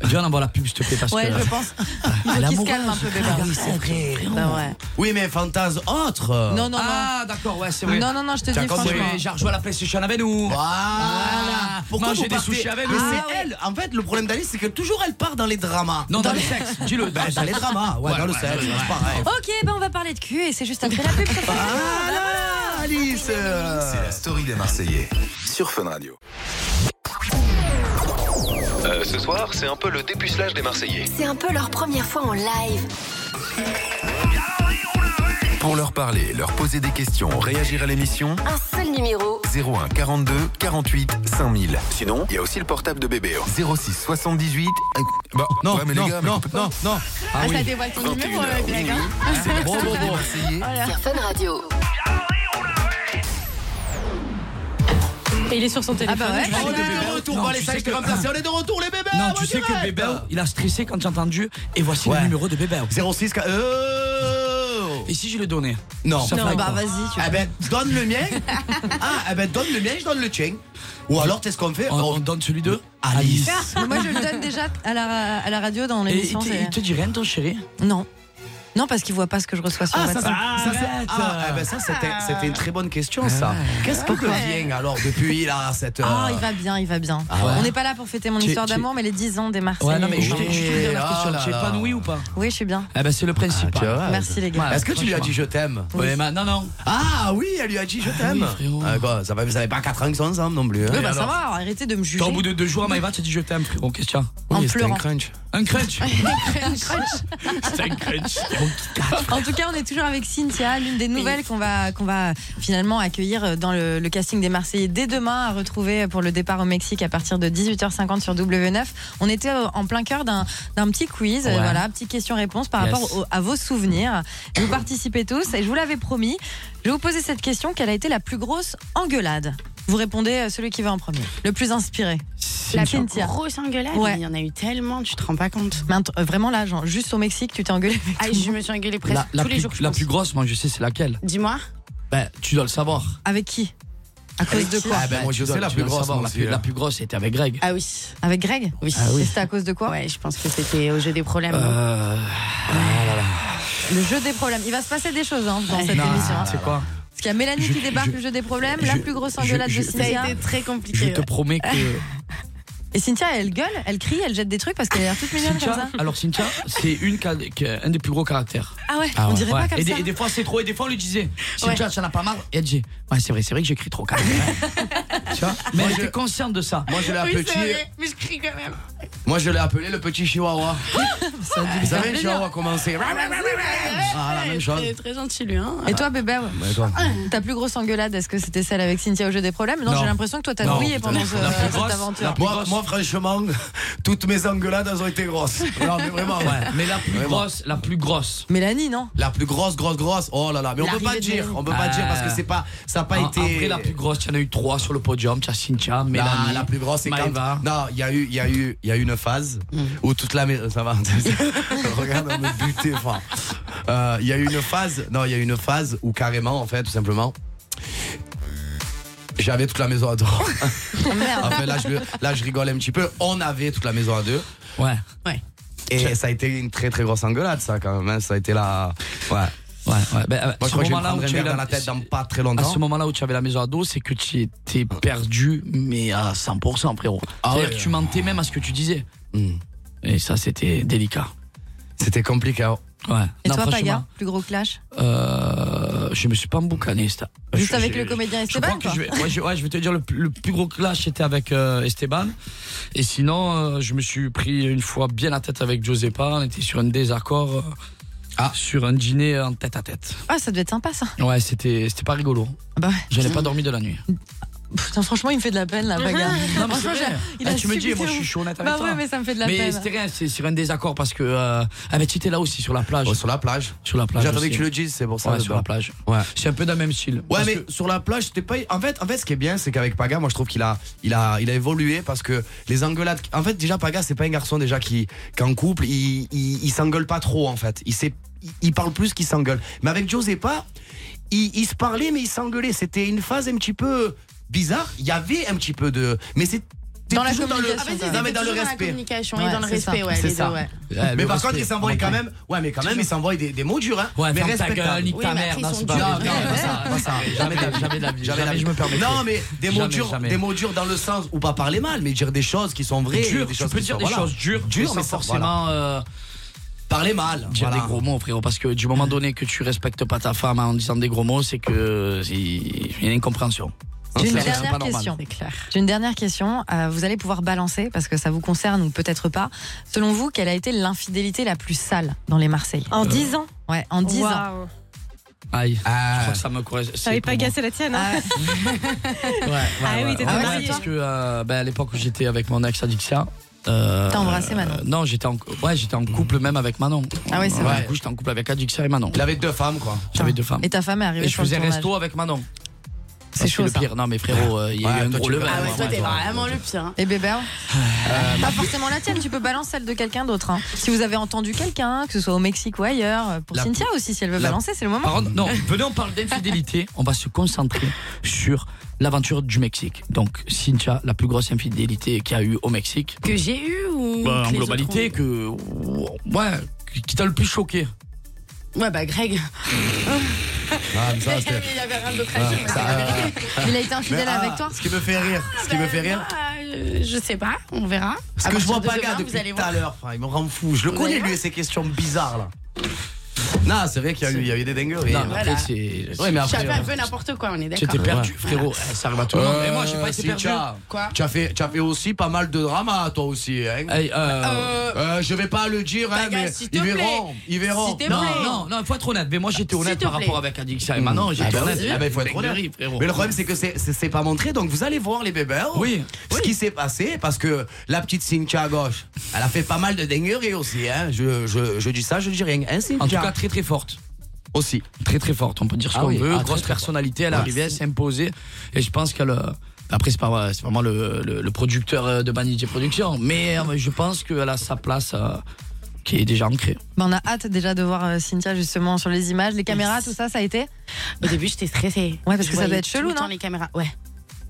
S5: Viens en voir la pub s'il te plaît parce
S7: Ouais,
S5: que
S7: je pense. Il
S5: Elle
S7: faut
S5: est
S7: qu'il se
S5: amoureuse,
S7: calme un peu,
S5: frère.
S7: Bébé.
S5: Oui, c'est vrai.
S7: Bah ouais.
S6: Oui, mais fantasme autre.
S7: Non, non, non.
S5: Ah d'accord, ouais, c'est vrai.
S7: Non, non, non, je te
S6: T'as
S7: dis
S6: compris,
S7: franchement.
S5: J'ai rejoué à la PlayStation avec nous.
S6: Voilà. Ah, Pourquoi
S5: Manger
S6: vous
S5: des
S6: partez-
S5: sushis avec
S6: Mais
S5: nous.
S6: c'est
S7: Ah ouais.
S6: elle. En fait, le problème d'Alice, c'est que toujours elle part dans les dramas.
S5: Non, dans le sexe, dis-le.
S6: Ben, dans les dramas. Ouais,
S5: Ouais,
S6: dans le
S5: ouais,
S6: sexe.
S5: ouais,
S6: c'est pareil.
S5: ouais.
S7: Ok, ben on va parler de cul et c'est juste après la pub. Ah, sur Fun Radio.
S6: Voilà, Ah, Alice. euh.
S1: C'est la story des Marseillais sur Fun Radio.
S3: Euh, ce soir, c'est un peu le dépucelage des Marseillais.
S4: C'est un peu leur première fois en live.
S1: Pour leur parler, leur poser des questions, réagir à l'émission,
S4: Un seul numéro.
S1: 01 42 48 5000. Sinon, il y a aussi le portable de bébé. hein. 06 78. euh, Bah,
S6: Non,
S1: ouais, mais
S6: non,
S1: les gars, mais
S6: non,
S1: on peut pas.
S6: non, non.
S7: Ah, ça dévoile ton numéro,
S1: 21 heures,
S7: euh, Greg. hein.
S1: minuit, C'est la
S6: Bon, bon,
S1: story des
S6: bon.
S1: Marseillais.
S4: Sur Fun Radio.
S8: Et il est sur son téléphone.
S7: bah ouais.
S6: On est de retour.
S5: Non,
S6: Bon, allez,
S5: tu
S6: ça y est,
S5: sais
S6: je te
S5: que-
S6: remplace. On est de retour, les bébés. Ah,
S5: Non,
S6: en
S5: tu sais que
S6: direct.
S5: Bébé, il a stressé quand j'ai entendu. Et voici
S6: Ouais.
S5: le numéro de Bébé.
S6: 06. ca- Oh.
S5: Et si je le donnais
S6: Non.
S5: Ça
S7: Non,
S5: ferait
S7: bah
S5: quoi
S7: vas-y, tu
S6: Ah ben donne le mien. Ah, ah ben donne le mien, je donne le tien. Ou alors t'es ce qu'on fait
S5: on, on
S6: on-
S5: donne celui de
S6: Alice.
S7: Mais Moi, je le donne déjà à la, à la radio dans
S5: Ah, Et il
S7: l'émission.
S5: te,
S7: Ah, c'est-
S5: il te dit rien, ton chéri
S7: Non. Non, parce qu'il voit pas ce que je reçois
S5: Ah,
S7: sur
S6: Ah, ça,
S7: WhatsApp.
S6: c'est- ça, c'est-
S5: Arrête.
S6: ah, ah, ben ça c'était c'était une très bonne question ça.
S5: Ah.
S6: Qu'est-ce que devient alors depuis là cette
S7: Ah,
S6: euh,
S7: il va bien, il va bien.
S6: Ah ouais.
S7: On n'est pas là pour fêter mon
S5: Tu-
S7: histoire
S5: tu-
S7: d'amour, mais les 10 ans des Marseillais.
S5: Ouais, non, mais je t'ai je t'ai dit la
S6: Oh
S5: question.
S6: là
S5: Tu es
S6: là. Ah,
S5: épanoui ou pas
S7: Oui, je suis bien.
S5: Eh ben, c'est le principe.
S6: tu vois.
S7: Merci, les gars.
S5: Ouais.
S6: Est-ce que tu lui as dit je t'aime
S5: Ouais, mais non, non.
S6: Ah oui, elle lui a dit je t'aime.
S5: oui, frérot.
S6: Ah, quoi, ça va vous avez pas 4 ans qu'ils sont ensemble non plus. hein.
S7: Oui, bah,
S6: Et
S7: ça
S6: alors
S7: va, arrêtez de me juger.
S5: Toi, au bout de deux jours, Maïva, tu as dit je t'aime, frérot. Question.
S7: En
S6: Oui, c'était
S7: pleurant.
S6: un crunch.
S5: Un crunch
S16: C'est un crunch.
S7: En tout cas, on est toujours avec Cynthia, l'une des nouvelles qu'on va, qu'on va finalement accueillir dans le, le casting des Marseillais dès demain, à retrouver pour le départ au Mexique à partir de 18h50 sur W9. On était en plein cœur d'un d'un petit quiz, euh, voilà, petit question-réponse par
S5: Yes.
S7: rapport au- à vos souvenirs. Vous participez tous et je vous l'avais promis, je vais vous poser cette question quelle a été la plus grosse engueulade Vous répondez euh, celui qui va en premier, le plus inspiré.
S20: La
S7: Cynthia.
S20: plus grosse engueulade,
S7: Ouais.
S20: mais il y en a eu tellement, tu te rends pas compte.
S7: Mais int- euh, vraiment là, genre, juste au Mexique, tu t'es engueulé avec
S20: Ah,
S7: tout le
S20: je
S7: monde.
S20: me suis engueulée presque
S5: La, la
S20: tous les
S5: plus,
S20: jours. je
S5: la
S20: pense.
S5: plus grosse, moi je sais c'est laquelle.
S20: Dis-moi,
S5: Ben, tu dois le savoir.
S7: Avec qui À cause de quoi
S5: Ah ben, moi je sais la plus grosse. La plus, la plus grosse était avec Greg.
S20: Ah oui.
S7: Avec Greg
S20: Oui.
S5: Ah oui.
S7: Et C'était à cause de quoi
S20: Ouais, je pense que c'était au jeu des problèmes.
S5: Euh... Ah là là.
S7: Le jeu des problèmes. Il va se passer des choses hein, dans cette
S5: Non,
S7: émission. hein.
S5: c'est quoi
S7: Parce qu'il y a Mélanie qui débarque le jeu des problèmes, la
S5: je-
S7: plus grosse
S5: je-
S7: engueulade
S5: je-
S7: de Cynthia.
S5: Ça a
S20: été très compliqué.
S5: Je te promets que.
S7: Et Cynthia, elle gueule, elle crie, elle jette des trucs parce qu'elle a l'air toute mignonne
S5: Cynthia,
S7: comme ça.
S5: alors Cynthia, c'est une ca- qui a un des plus gros caractères.
S7: Ah ouais, on dirait pas
S5: ouais.
S7: comme
S5: et
S7: ça.
S5: Des, et des fois c'est trop, et des fois on lui disait Cynthia, ça n'a pas marre. Et elle dit Ouais, c'est vrai, c'est vrai que j'écris trop quand même. tu vois Mais elle était consciente de ça.
S6: Moi, je l'ai Oui, appelé c'est petit. vrai.
S20: Mais je crie quand même.
S6: Moi, je l'ai appelé le petit chihuahua. Vous savez, le chihuahua commencé. Ah, la même chose.
S20: C'est très gentil lui. Hein.
S7: Et toi, bébé,
S6: Mais toi
S7: ta plus grosse engueulade, est-ce que c'était celle avec Cynthia au jeu des problèmes Non,
S6: Non.
S7: j'ai l'impression que toi t'as
S6: Non,
S7: douillé
S6: putain,
S7: pendant
S6: non.
S7: ce-
S6: La plus
S7: cette
S6: grosse,
S7: aventure.
S6: Moi, moi, franchement, toutes mes engueulades, elles ont été grosses. Non, mais vraiment.
S5: Ouais, mais la plus grosse, la plus grosse.
S7: Mélanie, non
S6: La plus grosse, grosse, grosse. Oh là là, mais on peut
S5: L'arrivée
S6: pas
S5: de
S6: dire.
S5: Mélanie.
S6: On peut pas
S5: Ah.
S6: dire parce que c'est pas, ça a pas
S5: En-
S6: été.
S5: Ah, Après la plus grosse, il y en a eu trois sur le podium. Tu as Cynthia,
S6: Non,
S5: Mélanie.
S6: la plus grosse, c'est quand.
S5: Maëva. Mm.
S6: Non, il y a eu, il y a eu, il y a eu une phase où toute la maison, ça va. Regarde, on me buter. Enfin, Euh, il y a eu une phase. Non, il y a eu une phase où carrément, en fait, tout simplement. J'avais toute la maison à deux. Après, là, je, là, je rigole un petit peu. On avait toute la maison à deux.
S5: Ouais.
S20: Ouais.
S6: Et ça a été une très très grosse engueulade, ça, quand même. hein. Ça a été la. Ouais.
S5: Ouais, ouais. Ben, euh,
S6: Moi, je
S5: ce
S6: crois que je vais me
S5: moment-là où
S6: prendre un
S5: tu as eu
S6: verre
S5: la-
S6: dans la tête dans pas très longtemps.
S5: À Ah, ce moment-là où tu avais la maison à dos, c'est que tu étais perdu, mais à 100%, frérot.
S6: Ah
S5: C'est-à-dire
S6: ouais.
S5: que tu mentais même à ce que tu disais.
S6: Hmm.
S5: Et ça, c'était délicat.
S6: C'était compliqué. hein.
S5: Ouais.
S7: Et
S5: Non,
S7: toi,
S5: franchement,
S7: Paga, plus gros clash
S5: euh, Je me suis pas emboucané, ça.
S7: Juste
S5: Je-
S7: avec
S5: je-
S7: le comédien
S5: je crois
S7: Esteban,
S5: que
S7: quoi
S5: je vais, ouais, je, ouais, je vais te dire, le, plus- le plus gros clash était avec euh, Esteban. Et sinon, euh, je me suis pris une fois bien la tête avec Josepa. On était sur un désaccord, euh,
S6: Ah.
S5: sur un dîner en tête à tête.
S7: Ah, ça devait être sympa ça.
S5: Ouais, c'était c'était pas rigolo.
S7: Bah ouais.
S5: Je n'ai pas dormi de la nuit.
S7: Putain, franchement, il me fait de la peine, la
S5: Non,
S7: bagarre.
S5: mais c'est
S7: Franchement,
S5: vrai.
S7: j'ai- il
S5: Eh,
S7: a
S5: tu me dis,
S7: subi
S5: moi
S7: de
S5: je
S7: ouf.
S5: suis chaud honnête avec
S7: Bah
S5: toi.
S7: ouais, mais ça me fait de la
S5: mais
S7: peine.
S5: c'était rien, c'est sur un désaccord parce que. Euh... Ah, mais tu étais là aussi, Oh, sur la plage.
S6: sur la plage.
S5: Sur la plage.
S6: J'attendais que
S5: aussi.
S6: tu le dises, c'est pour ça.
S5: Ouais,
S6: dedans.
S5: sur la plage.
S6: Ouais.
S5: C'est un peu dans le même style.
S6: Ouais,
S5: Parce
S6: mais
S5: que-
S6: sur la plage, c'était pas. En fait, en fait, ce qui est bien, c'est qu'avec Paga, moi, je trouve qu'il a, il a, il a évolué parce que les engueulades. En fait, déjà, Paga, c'est pas un garçon déjà qui, qu'en couple, il, il, il s'engueule pas trop. En fait, il sait, il, il parle plus qu'il s'engueule. Mais avec Josepa, il, il se parlait mais il s'engueulait. C'était une phase un petit peu bizarre. Il y avait un petit peu de, mais c'est t'es
S20: Dans la
S6: toujours le-
S20: communication,
S6: Ah, mais
S20: ça.
S6: non, mais dans le
S20: Toujours dans la
S6: respect.
S20: communication et dans le
S6: c'est
S20: respect,
S6: ça.
S20: ouais,
S6: C'est
S20: les
S6: ça.
S20: deux, ouais.
S5: Ouais,
S6: mais
S5: le
S6: par
S5: respect,
S6: contre, il s'envoie
S5: on
S6: quand
S5: comprend.
S6: même. Ouais, mais quand même, il s'envoie des, des mots durs. Hein,
S5: Ouais,
S6: mais
S5: ferme ta gueule,
S6: respectables.
S5: nique ta
S20: Oui, mais
S5: mère.
S20: après,
S5: Non,
S20: ils
S5: c'est
S20: sont
S5: pas
S20: durs.
S5: vrai.
S6: Non, non, pas ça, pas ça.
S5: Jamais de la vie, jamais de la vie, jamais je me permets.
S6: Non, mais des mots
S5: Jamais,
S6: durs,
S5: jamais.
S6: des mots durs dans le sens où pas parler mal, mais dire des choses qui sont vraies.
S5: Dur,
S6: des
S5: tu
S6: choses
S5: peux
S6: qui
S5: dire
S6: sont-
S5: des
S6: voilà.
S5: choses dures,
S6: Dur,
S5: mais
S6: mais
S5: sans
S6: ça, voilà.
S5: forcément euh,
S6: Parler mal.
S5: dire
S6: voilà.
S5: des gros mots, frérot. Parce que du moment donné que tu respectes pas ta femme en disant des gros mots, c'est que c'est- il y a une incompréhension.
S7: J'ai une
S5: C'est- c'est
S7: dernière
S5: pas normal.
S7: question.
S20: C'est clair.
S7: J'ai une dernière question. Euh, vous allez pouvoir balancer parce que ça vous concerne ou peut-être pas. Selon vous, quelle a été l'infidélité la plus sale dans les Marseillais Euh,
S8: En 10 ans
S7: Ouais, en 10 ans.
S8: Waouh.
S5: Aïe, je
S6: Ah.
S5: crois que ça me correspond.
S8: T'avais pas gassé la tienne, hein
S5: Ouais, ouais,
S8: Ah oui,
S5: ouais.
S8: t'étais
S5: Ouais,
S8: mariée.
S5: Parce que euh, ben, à l'époque où j'étais avec mon ex Adixia. euh,
S7: T'as embrassé Manon.
S5: euh, Non, j'étais en, ouais, j'étais en couple même avec Manon.
S7: Ah ouais, c'est vrai.
S5: Du coup, j'étais en couple avec Adixia et Manon.
S6: Il avait deux femmes, quoi.
S5: J'avais deux femmes.
S7: Et ta femme est arrivée
S5: Et je
S7: sur le
S5: faisais
S7: tournage.
S5: resto avec Manon.
S7: C'est
S5: Parce que
S7: chaud
S5: le
S7: ça.
S5: pire. Non, mais frérot, euh, il y a
S6: Ouais,
S5: eu un
S6: toi,
S5: gros
S6: tu
S5: level. Euh,
S6: peux
S20: Ah ouais,
S5: Ouais, Ah,
S20: toi, t'es
S5: ouais.
S20: vraiment le pire. hein.
S7: Et bébé hein
S5: bah.
S7: Pas forcément la tienne, tu peux balancer celle de quelqu'un d'autre. hein. Si vous avez entendu quelqu'un, que ce soit au Mexique ou ailleurs, pour
S6: La-
S7: Cynthia aussi, si elle veut
S6: la-
S7: balancer, c'est le moment.
S5: Par contre, non, venez, on parle d'infidélité. On va se concentrer sur l'aventure du Mexique. Donc, Cynthia, la plus grosse infidélité qu'il y a eu au Mexique.
S20: Que j'ai eu ou
S5: Bah,
S20: que
S5: en
S20: les
S5: globalité,
S20: autres
S5: que. Ouais, qui t'a le plus choqué.
S20: ont- Ouais, bah Greg.
S6: Ah, mais ça,
S20: Mais
S6: c'était-
S20: il y avait rien d'autre
S5: Ah,
S20: à dire. mais
S6: ça,
S20: c'est la
S6: euh,
S20: vérité.
S7: Il a été infidèle
S6: Mais, ah,
S7: avec toi
S6: Ce qui me fait rire. Ce qui me fait rire.
S20: Ah, euh, je sais pas, on verra.
S6: Parce
S20: À
S6: que je vois
S20: partir de
S6: pas gars
S20: demain, vous
S6: depuis
S20: allez
S6: tout
S20: voir.
S6: à l'heure. frère, Il me rend fou. Je le
S20: Vous
S6: connais,
S20: allez
S6: lui, et ses questions bizarres, là. Non, c'est vrai qu'il y a eu- il y a eu des dingueries.
S5: Non, mais
S20: Voilà.
S5: après, c'est.
S6: Ouais, mais
S20: Je suis
S6: après.
S20: un peu,
S6: euh,
S20: un peu n'importe quoi, on est
S5: J'étais
S20: d'accord.
S5: perdu, frérot. Eh, Ça arrive à tout le monde. Et moi, j'ai pas été
S6: Euh, si,
S5: perdu.
S6: t'as-
S20: Quoi
S6: Tu as fait, tu as fait aussi pas mal de drama, toi aussi. Hein
S5: Hey, euh,
S20: Euh,
S6: Euh, je vais pas le dire,
S5: Ah,
S6: hein,
S20: Bagas,
S6: mais
S20: s'il te
S6: ils
S20: plaît.
S6: verront. Ils verront.
S20: S'il te
S5: Non,
S20: plaît.
S5: non, non, faut être honnête. Mais moi, j'étais honnête
S20: te
S5: par
S20: plaît.
S5: rapport avec Adixia et Manon.
S6: Ah
S5: J'étais
S6: bah,
S5: honnête.
S6: vas-y. Ah bah, il faut être honnête.
S5: Dinguerie, frérot.
S6: Mais le problème, c'est que c'est- c'est c'est pas montré, donc vous allez voir les bébés.
S5: Oui.
S6: Ce qui s'est passé, parce que la petite Cynthia à gauche, elle a fait pas mal de dingueries aussi. Hein. Je, je, je dis ça, je dis rien. Hein, Cynthia
S5: En tout cas, très très forte.
S6: aussi.
S5: Très très forte. On peut dire ce
S6: Ah
S5: qu'on
S6: oui.
S5: veut.
S6: Ah, très,
S5: Grosse
S6: très
S5: personnalité. Elle
S6: Ouais.
S5: arrivait à s'imposer. Et je pense qu'elle. euh, Après, c'est pas, c'est pas moi le, le- le producteur euh, de Banijé Productions, mais euh, je pense qu'elle a sa place euh, qui est déjà ancrée.
S7: Ben, on a hâte déjà de voir euh, Cynthia justement sur les images, les caméras, tout ça, ça a été
S20: Au début, j'étais stressée.
S7: Ouais, parce
S20: Je
S7: que ça doit
S20: voyais
S7: être
S20: tout
S7: chelou,
S20: le temps
S7: non
S20: les caméras. Ouais.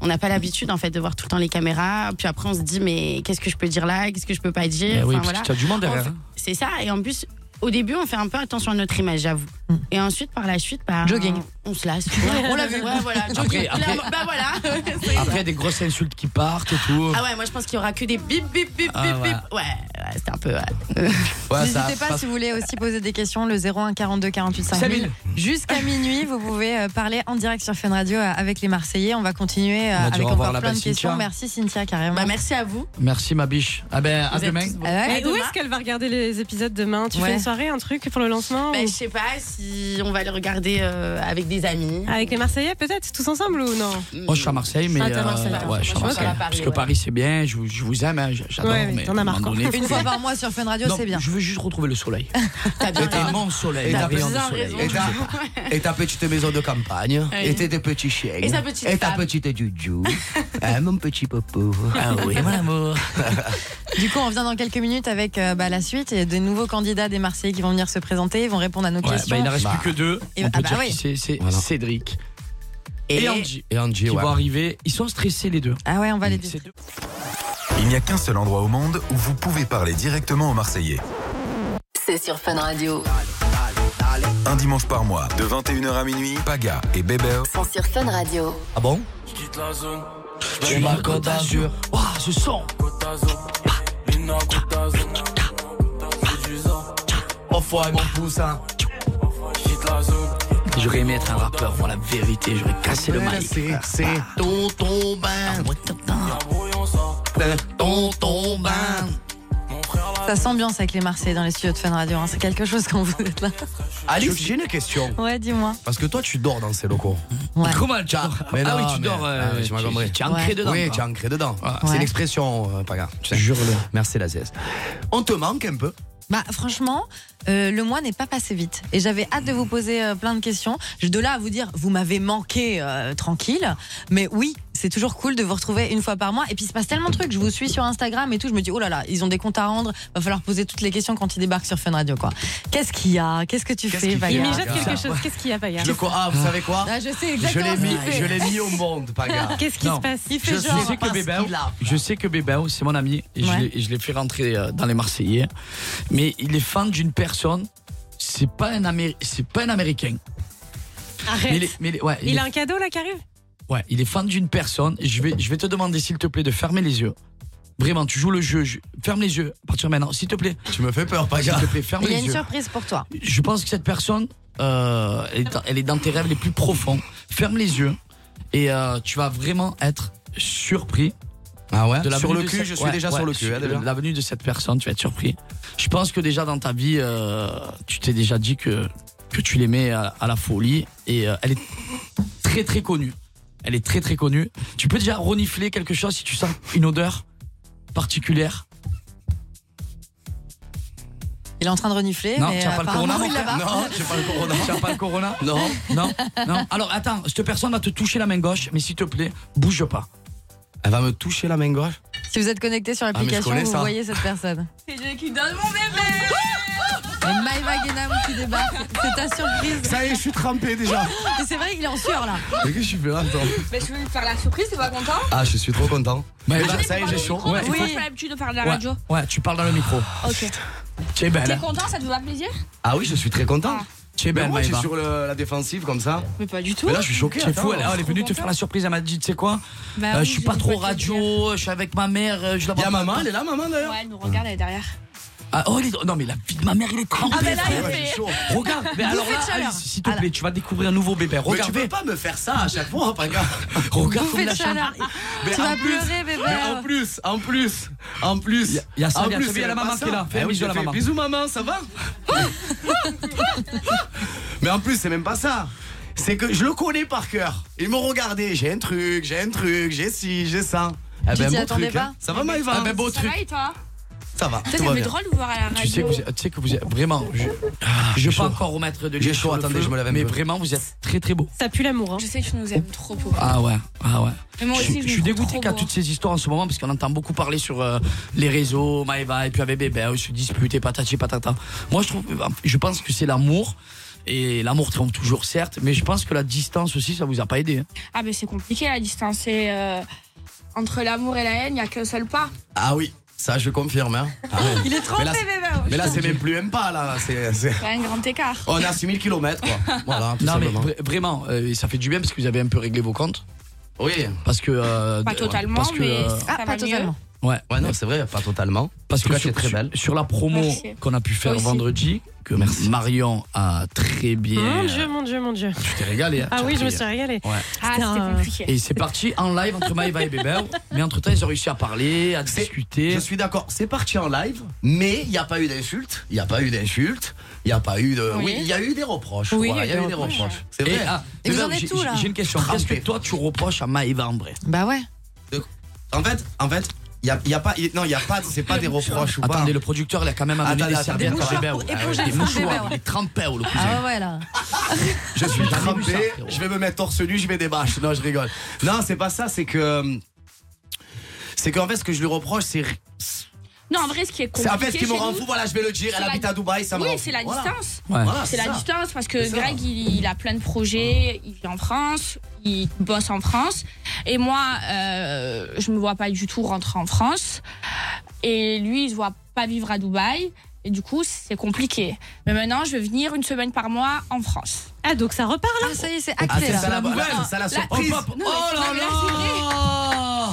S20: On n'a pas l'habitude en fait de voir tout le temps les caméras. Puis après, on se dit mais qu'est-ce que je peux dire là Qu'est-ce que je peux pas dire
S5: Eh oui,
S20: Enfin,
S5: parce
S20: voilà.
S5: que t'as du monde derrière,
S20: On fait-
S5: hein.
S20: C'est ça. Et en plus, au début, on fait un peu attention à notre image, j'avoue. Et ensuite, par la suite, bah,
S7: Mm. Jogging.
S20: On se lasse. Ouais,
S7: On l'a vu.
S20: Ouais, voilà.
S5: Après,
S20: Jogging.
S5: après-
S20: Clairement, bah voilà. C'est ça.
S5: Après, il y a des grosses insultes qui partent et tout.
S20: Ah ouais, moi je pense qu'il y aura que des bip bip bip
S5: Ah,
S20: bip
S5: voilà. Bah,
S20: bip. Ouais, ouais, c'était un peu. ouais.
S7: N'hésitez pas si vous voulez aussi poser des questions, le 01 42 48 5000.
S20: Sabine.
S7: Jusqu'à minuit, vous pouvez euh, parler en direct sur Fun Radio euh, avec les Marseillais. On va continuer euh,
S5: On va dire au
S7: avec
S5: revoir à
S7: encore
S5: la
S7: plein de
S5: belle
S7: questions.
S5: Cynthia.
S7: Merci Cynthia, carrément.
S20: Bah, merci à vous.
S5: Merci, ma biche. Ah ben, à
S20: Vous êtes
S5: demain.
S20: tous beaux.
S7: ouais,
S8: Mais où est-ce qu'elle va regarder les épisodes demain Tu
S20: Ouais.
S8: fais une soirée, un truc pour le lancement
S20: Bah,
S8: ou-
S20: je sais pas si on va le regarder euh, avec des amis.
S8: Avec les Marseillais peut-être tous ensemble ou non
S5: Moi, je suis à Marseille, mais.
S8: Ah, t'es à Marseille,
S5: euh,
S8: d'accord.
S5: ouais, je suis à
S8: Moi, je suis
S5: Marseille.
S8: à Paris,
S5: Parce que
S8: ouais.
S5: Paris, c'est bien, je, vous- je vous aime, hein, j'adore.
S8: Ouais, mais
S5: mais
S8: t'en as
S5: à un
S8: marre,
S5: moment
S8: quoi.
S5: donné,
S7: Une
S5: faut-
S7: fois par mois sur Fun Radio,
S5: Non,
S7: c'est bien.
S5: Je veux juste retrouver le soleil. C'est un immense soleil.
S6: Et
S5: un
S6: t'as
S5: brillant de
S6: bien
S5: soleil.
S6: raison. Et t'as- Et ta petite maison de campagne,
S20: Oui.
S6: et tes deux petits chiens,
S20: Et sa petite
S6: et ta
S20: femme.
S6: petite joujou, Ah, mon petit popo.
S5: Ah oui, mon amour.
S7: Du coup, on revient dans quelques minutes avec euh, bah, la suite et des nouveaux candidats des Marseillais qui vont venir se présenter, ils vont répondre à nos
S5: Ouais,
S7: questions.
S5: bah, il ne reste
S6: Bah.
S5: plus que deux.
S7: Et-
S5: On peut
S7: ah bah
S5: dire
S7: oui.
S5: qui c'est. C'est
S6: Voilà.
S5: Cédric et,
S7: Et-
S5: Angie.
S6: Et Angie,
S5: Qui
S6: ouais.
S5: vont arriver. Ils sont stressés, les deux.
S7: Ah ouais, on va les
S5: C'est-
S1: Il n'y a qu'un seul endroit au monde où vous pouvez parler directement aux Marseillais.
S4: C'est sur Fun Radio.
S1: Un dimanche par mois, de 21h à minuit, Paga et Bébert.
S4: Sont sur Fun Radio.
S1: Ah bon
S5: Je suis à Côte d'Azur. Waouh, ce son.
S6: Enfoiré mon poussin.
S5: J'aurais aimé être un rappeur, voilà la vérité. J'aurais cassé le mic.
S6: C'est- C'est ton ton bain. Euh, Ton ton bain.
S7: Ça s'ambiance avec les Marseillais dans les studios de Fun Radio. hein. C'est quelque chose quand vous êtes là.
S6: Alice, j'ai une question.
S7: Ouais, dis-moi.
S6: Parce que toi, tu dors dans ces locaux.
S7: Ouais.
S5: Comment tu dors
S6: Mais non,
S5: Ah oui, tu
S6: mais-
S5: dors. euh,
S6: ah oui, tu m'as
S5: tu-
S6: compris.
S5: Tu es ancré dedans.
S6: Oui,
S5: quoi.
S6: tu es ancré dedans.
S7: Ouais.
S6: C'est l'expression, euh, pas grave. tu sais.
S5: Jure-le.
S6: Merci la sieste. On te manque un peu.
S7: Bah franchement, euh, le mois n'est pas passé vite et j'avais hâte de vous poser euh, plein de questions. Je de là à vous dire, vous m'avez manqué euh, tranquille, mais oui, c'est toujours cool de vous retrouver une fois par mois. Et puis il se passe tellement de trucs. Je vous suis sur Instagram et tout. Je me dis oh là là, ils ont des comptes à rendre. Va falloir poser toutes les questions quand ils débarquent sur Fun Radio quoi. Qu'est-ce qu'il y a Qu'est-ce que tu
S6: Qu'est-ce
S7: fais
S6: qu'il
S7: Vaga
S8: Il
S6: y a
S8: mijote
S6: Regarde
S8: quelque
S6: ça.
S8: chose. Qu'est-ce qu'il y a, Paya
S6: Je crois- Ah, vous savez quoi
S7: Ah, je sais
S6: Je
S7: exactement
S6: l'ai
S7: ce
S6: mis,
S7: qu'il fait.
S6: je l'ai mis au monde, Paga.
S7: Qu'est-ce qu'il
S5: Non.
S7: se passe Il fait
S5: Je
S7: genre.
S5: sais que
S7: parce
S5: Bébert,
S7: qu'il a-
S6: hein.
S5: je sais que Bébert, c'est mon ami, et je
S7: Ouais.
S5: l'ai- je l'ai fait rentrer euh, dans les Marseillais. Mais il est fan d'une personne. C'est pas un Amé- c'est pas un américain. Mais il
S8: Arrête.
S5: est- mais il est- ouais, il
S8: Il
S5: est-
S8: a un cadeau là qui arrive
S5: Ouais, il est fan d'une personne. Je vais, je vais te demander, s'il te plaît, de fermer les yeux. Vraiment, tu joues le jeu. je- Ferme les yeux à partir de maintenant, s'il te plaît.
S6: Tu me fais peur,
S5: S'il
S6: Paga.
S5: te plaît, ferme
S7: Il y a
S5: les
S7: une
S5: yeux.
S7: surprise pour toi.
S5: Je pense que cette personne, euh, elle, est dans, elle est dans tes rêves les plus profonds. Ferme les yeux et euh, tu vas vraiment être surpris.
S6: Ah ouais
S5: de la
S6: Sur
S5: venue
S6: le
S5: de
S6: cul,
S5: cette-
S6: je suis
S5: ouais,
S6: déjà
S5: ouais,
S6: sur le cul. hein,
S5: de
S6: déjà.
S5: La venue de cette personne, tu vas être surpris. Je pense que déjà dans ta vie, euh, tu t'es déjà dit que, que tu l'aimais à, à la folie et euh, elle est très très connue. Elle est très très connue. Tu peux déjà renifler quelque chose si tu sens une odeur particulière.
S7: Il est en train de renifler.
S5: Non,
S7: mais
S5: tu n'as pas le
S7: apparemment,
S5: corona,
S7: il l'a
S5: mon frère.
S7: pas.
S6: Non, j'ai pas le corona.
S5: Tu n'as pas le corona
S6: Non.
S5: Non, non. Alors attends, cette personne va te toucher la main gauche, mais s'il te plaît, bouge pas.
S6: Elle va me toucher la main gauche.
S7: Si vous êtes connecté sur
S6: Ah, mais je
S7: l'application,
S6: connais
S7: vous
S6: ça.
S7: voyez cette personne.
S20: C'est Dieu qui donne mon bébé.
S7: Et Maïva Guénam qui débarque. C'est ta surprise.
S6: Ça y est, je suis trempé déjà.
S7: Et c'est vrai, il est en sueur là.
S6: Mais que je suis bien attends.
S21: Mais je voulais lui faire la surprise, t'es pas content
S6: Ah, je suis trop content.
S21: Ah,
S5: Mais
S6: Déjà, Bah, ça y est, j'ai chaud.
S5: Ouais,
S21: Moi,
S7: Oui.
S21: j'ai pas l'habitude de faire de la
S5: ouais,
S21: radio.
S5: ouais, tu parles dans le micro.
S21: Ok.
S5: Tu es belle.
S21: T'es
S5: hein.
S21: content, ça te fait pas plaisir
S6: Ah oui, je suis très content.
S5: Tu es
S6: Mais
S5: belle,
S6: moi, je suis
S5: Maëva.
S6: sur le- la défensive comme ça.
S21: Mais pas du tout.
S6: Mais là, je suis choqué.
S5: C'est fou,
S6: attends.
S5: elle, elle est venue te faire la surprise, elle m'a dit, tu sais quoi
S21: Bah
S5: Euh,
S21: oui,
S5: Je suis
S21: je
S5: pas
S21: veux
S5: trop
S21: pas te le
S5: radio, je suis avec ma mère, euh, je la vois
S6: Y'a
S5: pas.
S6: maman, elle est là, maman d'ailleurs.
S21: Ouais, elle nous regarde, elle est derrière.
S5: Ah, oh, elle est- Non mais la fille de ma mère, il est trempé.
S21: Ah, bah là, il
S5: frère.
S21: fait-
S6: Chaud.
S5: Regarde, mais alors
S7: Bouffée
S5: là,
S7: de
S6: ah
S7: chaleur.
S5: Alice, s'il te plaît, tu vas découvrir un nouveau bébé.
S6: Mais tu
S5: Regarde,
S6: peux pas me faire ça à chaque fois, Paga.
S5: regarde
S7: Bouffée
S5: comme
S7: de
S5: la chambre.
S7: chaleur.
S6: Mais
S7: Tu
S6: en
S7: vas
S6: plus-
S7: pleurer, bébé.
S6: Mais en plus, en plus, en plus.
S5: Y a- y a ça,
S6: en
S5: y a ça, y a la
S6: elle
S5: maman
S6: pas
S5: qui est là.
S6: ça.
S5: Fais un
S6: Eh oui,
S5: bisou à la
S6: je fais
S5: maman.
S6: Bisous maman, ça va Mais en plus, c'est même pas ça. C'est que je le connais par cœur. Ils m'ont regardé, j'ai un truc, j'ai un truc, j'ai ci, j'ai ça. Eh
S7: Tu t'y
S6: beau
S7: attendais
S6: truc, hein.
S7: pas
S6: Ça va Maïva
S5: Ah ben beau
S21: Eh Ça
S5: truc.
S21: va et toi
S6: Ça va.
S21: Ça,
S6: tout
S21: ça
S6: va
S21: m'est
S6: bien.
S21: drôle de vous voir à la radio.
S5: Tu sais que vous êtes, tu sais que vous êtes- vraiment, je
S6: Ah,
S5: ne vais pas encore remettre
S6: J'ai
S5: de l'huile
S6: chaud,
S5: sur le
S6: attendez,
S5: feu,
S6: je me lève un
S5: Mais
S6: peu.
S5: vraiment, vous êtes très très beau.
S8: Ça pue l'amour. hein.
S21: Je sais que je nous aime trop pour
S5: Ah ouais, ah ouais.
S21: Mais moi aussi, je
S5: je,
S21: me
S5: suis
S21: trouve
S5: dégoûté
S21: trop
S5: qu'à
S21: beau.
S5: toutes ces histoires en ce moment parce qu'on entend beaucoup parler sur euh, les réseaux, Maeva et puis avec Bébé, hein, ils se disputent et patati patata. Moi, je trouve, je pense que c'est l'amour et l'amour triomphe toujours certes, mais je pense que la distance aussi, ça vous a pas aidé. hein.
S21: Ah, mais c'est compliqué la distance. C'est, euh, entre l'amour et la haine, il n'y a qu'un seul pas.
S6: Ah oui, ça je confirme. hein. Ah ouais.
S21: Il est
S6: Mais
S21: trempé,
S6: là, c'est-
S21: bébé. oh,
S6: Mais là, c'est même plus même pas, là. c'est- c'est-
S21: C'est un grand écart.
S6: On a 6000 km, quoi. Voilà, tout
S5: non mais
S6: simplement.
S5: vra- vraiment, euh, ça fait du bien parce que vous avez un peu réglé vos comptes.
S6: Oui.
S5: Parce que. euh,
S21: Pas
S5: de-
S21: totalement,
S5: parce que,
S21: mais
S5: euh,
S7: Ah,
S21: ça va mieux.
S5: Ouais.
S6: Ouais, non, c'est vrai, pas totalement. En
S5: Parce
S6: tout
S5: que
S6: cas,
S5: sur,
S6: t'es très
S5: sur-
S6: belle.
S5: sur la promo
S8: Merci.
S5: qu'on a pu faire
S8: Toi aussi.
S5: vendredi, que Marion a très bien.
S8: Mon Dieu, mon Dieu, mon Dieu.
S5: Tu t'es régalé. hein,
S8: Ah
S5: euh, tu as
S8: oui,
S5: pris,
S8: je me
S5: hein.
S8: suis régalée.
S5: Ouais.
S8: Ah, c'était compliqué.
S5: Et c'est parti en live entre Maëva et Bébert. Mais entre temps, ils ont réussi à parler, à discuter.
S6: Je suis d'accord, c'est parti en live, mais il n'y a pas eu d'insultes. Il n'y a pas eu d'insultes. Il n'y a pas eu de.
S5: Oui.
S6: Oui, il y a eu des reproches.
S5: Oui,
S6: voilà, il y a eu des
S5: reproches.
S6: reproches. C'est vrai.
S5: Et, ah,
S6: C'est
S5: Bébert,
S6: vrai.
S5: j'ai- j'ai- J'ai une question. Qu'est-ce que toi, tu reproches à Maëva en vrai
S7: Bah ouais.
S6: En fait, en fait, il y a, il y a pas. il- non, il n'y a pas. C'est pas des reproches ou pas.
S5: Attendez, le producteur, il a quand même amené
S6: Attendez,
S5: des
S6: attendez,
S5: serviettes à
S6: attendez.
S5: Bébert.
S6: Éponger le fond
S5: Des
S6: de Bébert,
S5: mouchoirs,
S6: Ah ouais.
S5: il est trempé au cousin.
S7: Ah ouais, ouais, là.
S6: Oh Je suis trempé, je vais me mettre torse nu, je vais des bâches. Non, je rigole. Non, c'est pas ça, c'est que. C'est qu'en fait, ce que je lui reproche, c'est.
S21: Non, en vrai, ce qui est
S6: C'est
S21: compliqué.
S6: en fait ce qui me
S21: chez
S6: rend
S21: nous,
S6: fou, voilà, je vais le dire.
S21: c'est
S6: Elle
S21: la-
S6: habite à Dubaï, ça me
S21: Oui,
S6: rend fou.
S21: c'est la
S6: Voilà.
S21: distance.
S6: Ouais. Voilà,
S21: c'est
S6: c'est
S21: la
S6: ça.
S21: distance parce que
S6: C'est ça.
S21: Greg, il, il a plein de projets, il vit en France, il bosse en France. Et moi, euh, je me vois pas du tout rentrer en France. Et lui, il se voit pas vivre à Dubaï. Et du coup, c'est compliqué. Mais maintenant, je vais venir une semaine par mois en France.
S8: Ah, donc ça repart
S21: là
S7: Ah, ça y est, c'est
S6: Ah,
S7: acté
S6: c'est
S7: là.
S6: ça la nouvelle, c'est ça la surprise.
S7: hop, hop.
S6: Oh là là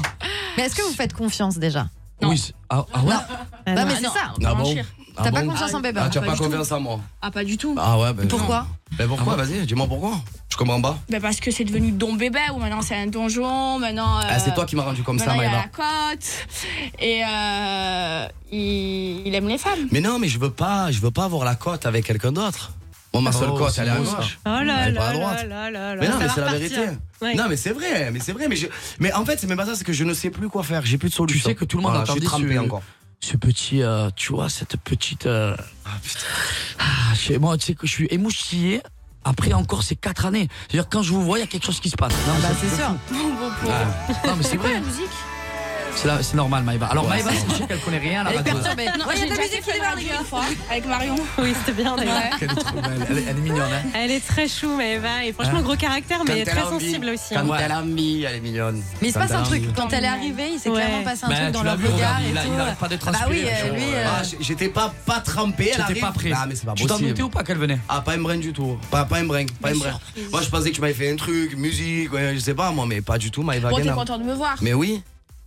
S7: Mais est-ce que vous faites confiance déjà
S5: Oui, c'est- ah, ah ouais
S7: Non. Bah, mais c'est ça.
S6: Ah bon Ah
S7: T'as pas
S6: bon
S7: confiance en Bébé
S6: Ah, tu as pas confiance en moi.
S21: Ah, pas du tout.
S6: Ah ouais, ben.
S21: Pourquoi
S6: Ben pourquoi
S5: Ah
S6: Vas-y, dis-moi pourquoi. Je comprends pas.
S21: Ben, parce que c'est devenu don bébé ou maintenant c'est un donjon
S7: Euh,
S21: maintenant euh,
S6: Ah, c'est toi qui m'as rendu comme ça,
S21: maintenant, il a
S6: Maëva.
S21: la cote et euh, il, il aime les femmes
S6: Mais non, mais je veux pas, je veux pas avoir la cote avec quelqu'un d'autre. Moi, ma seule
S5: Oh,
S6: cote,
S5: c'est
S6: elle est à
S5: beau, ça.
S6: gauche.
S8: Oh là
S6: elle est pas
S8: là
S6: à droite.
S8: là là là là.
S6: Mais non,
S8: Ça
S6: mais
S8: va
S6: c'est la
S8: repartir.
S6: vérité.
S8: Ouais.
S6: Non, mais c'est vrai, mais c'est vrai. Mais, je- mais en fait, c'est même pas ça, c'est que je ne sais plus quoi faire. J'ai plus de
S5: Tu
S6: solution.
S5: sais que tout le monde
S6: Voilà,
S5: entendait
S6: Je suis trempé
S5: ce,
S6: encore.
S5: ce petit, euh, tu vois, cette petite. euh, Ah, je sais- moi, tu sais que je suis émoustillé après encore ces 4 années. C'est-à-dire, quand je vous vois, il y a quelque chose qui se passe. Non,
S6: Ah
S7: bah,
S5: c'est
S7: sûr.
S21: Mon gros pauvre.
S5: Ah. Non, mais c'est
S21: quoi
S5: vrai.
S21: la musique
S5: C'est la- c'est normal, Maïva. Alors,
S6: Ouais,
S5: Maïva,
S6: c'est
S5: je sais qu'elle connaît rien à la radio.
S21: Non,
S7: Ouais,
S21: j'ai
S7: y a de la
S21: déjà fait
S7: musique qui
S21: la
S7: démarre,
S21: radio
S7: les gars.
S21: une fois avec Marion
S8: Oui, c'était bien d'ailleurs.
S5: Elle est trop belle. Elle, est- elle est mignonne, hein.
S8: Elle est très chou, Maëva. Et franchement,
S5: Ouais.
S8: gros caractère, mais
S6: Quand
S8: très
S6: elle a envie,
S8: sensible aussi.
S6: Quand
S8: hein.
S6: elle a envie, elle est mignonne.
S7: Mais il se
S6: Quand
S7: passe
S6: elle a
S7: un truc.
S6: envie.
S7: Quand elle est arrivée, il s'est
S8: Ouais.
S7: clairement passé un
S6: Ben,
S5: Bah,
S7: truc dans
S5: tu l'as
S7: leur
S5: vu,
S7: regard
S5: regarde,
S7: et
S5: il a-
S7: tout.
S5: il arrête pas de
S7: Bah oui,
S5: transpirer,
S7: euh,
S5: genre,
S7: lui.
S5: ouais.
S7: euh,
S6: Ah, j- j'étais pas, pas trempé, elle
S5: J'étais
S6: arrive.
S5: pas prêt.
S6: Ah, mais c'est pas
S5: tu t'en
S6: possible.
S5: doutais ou pas qu'elle venait
S6: Ah, pas un brin du tout. Pas, pas un brin, pas un
S21: Mais
S6: brin.
S21: surprise.
S6: Moi, je pensais que tu m'avais fait un truc, musique, ouais, je sais pas, moi, mais pas du tout, Maëva
S21: bon t'es
S6: Guénard.
S21: content de me voir
S6: Mais oui.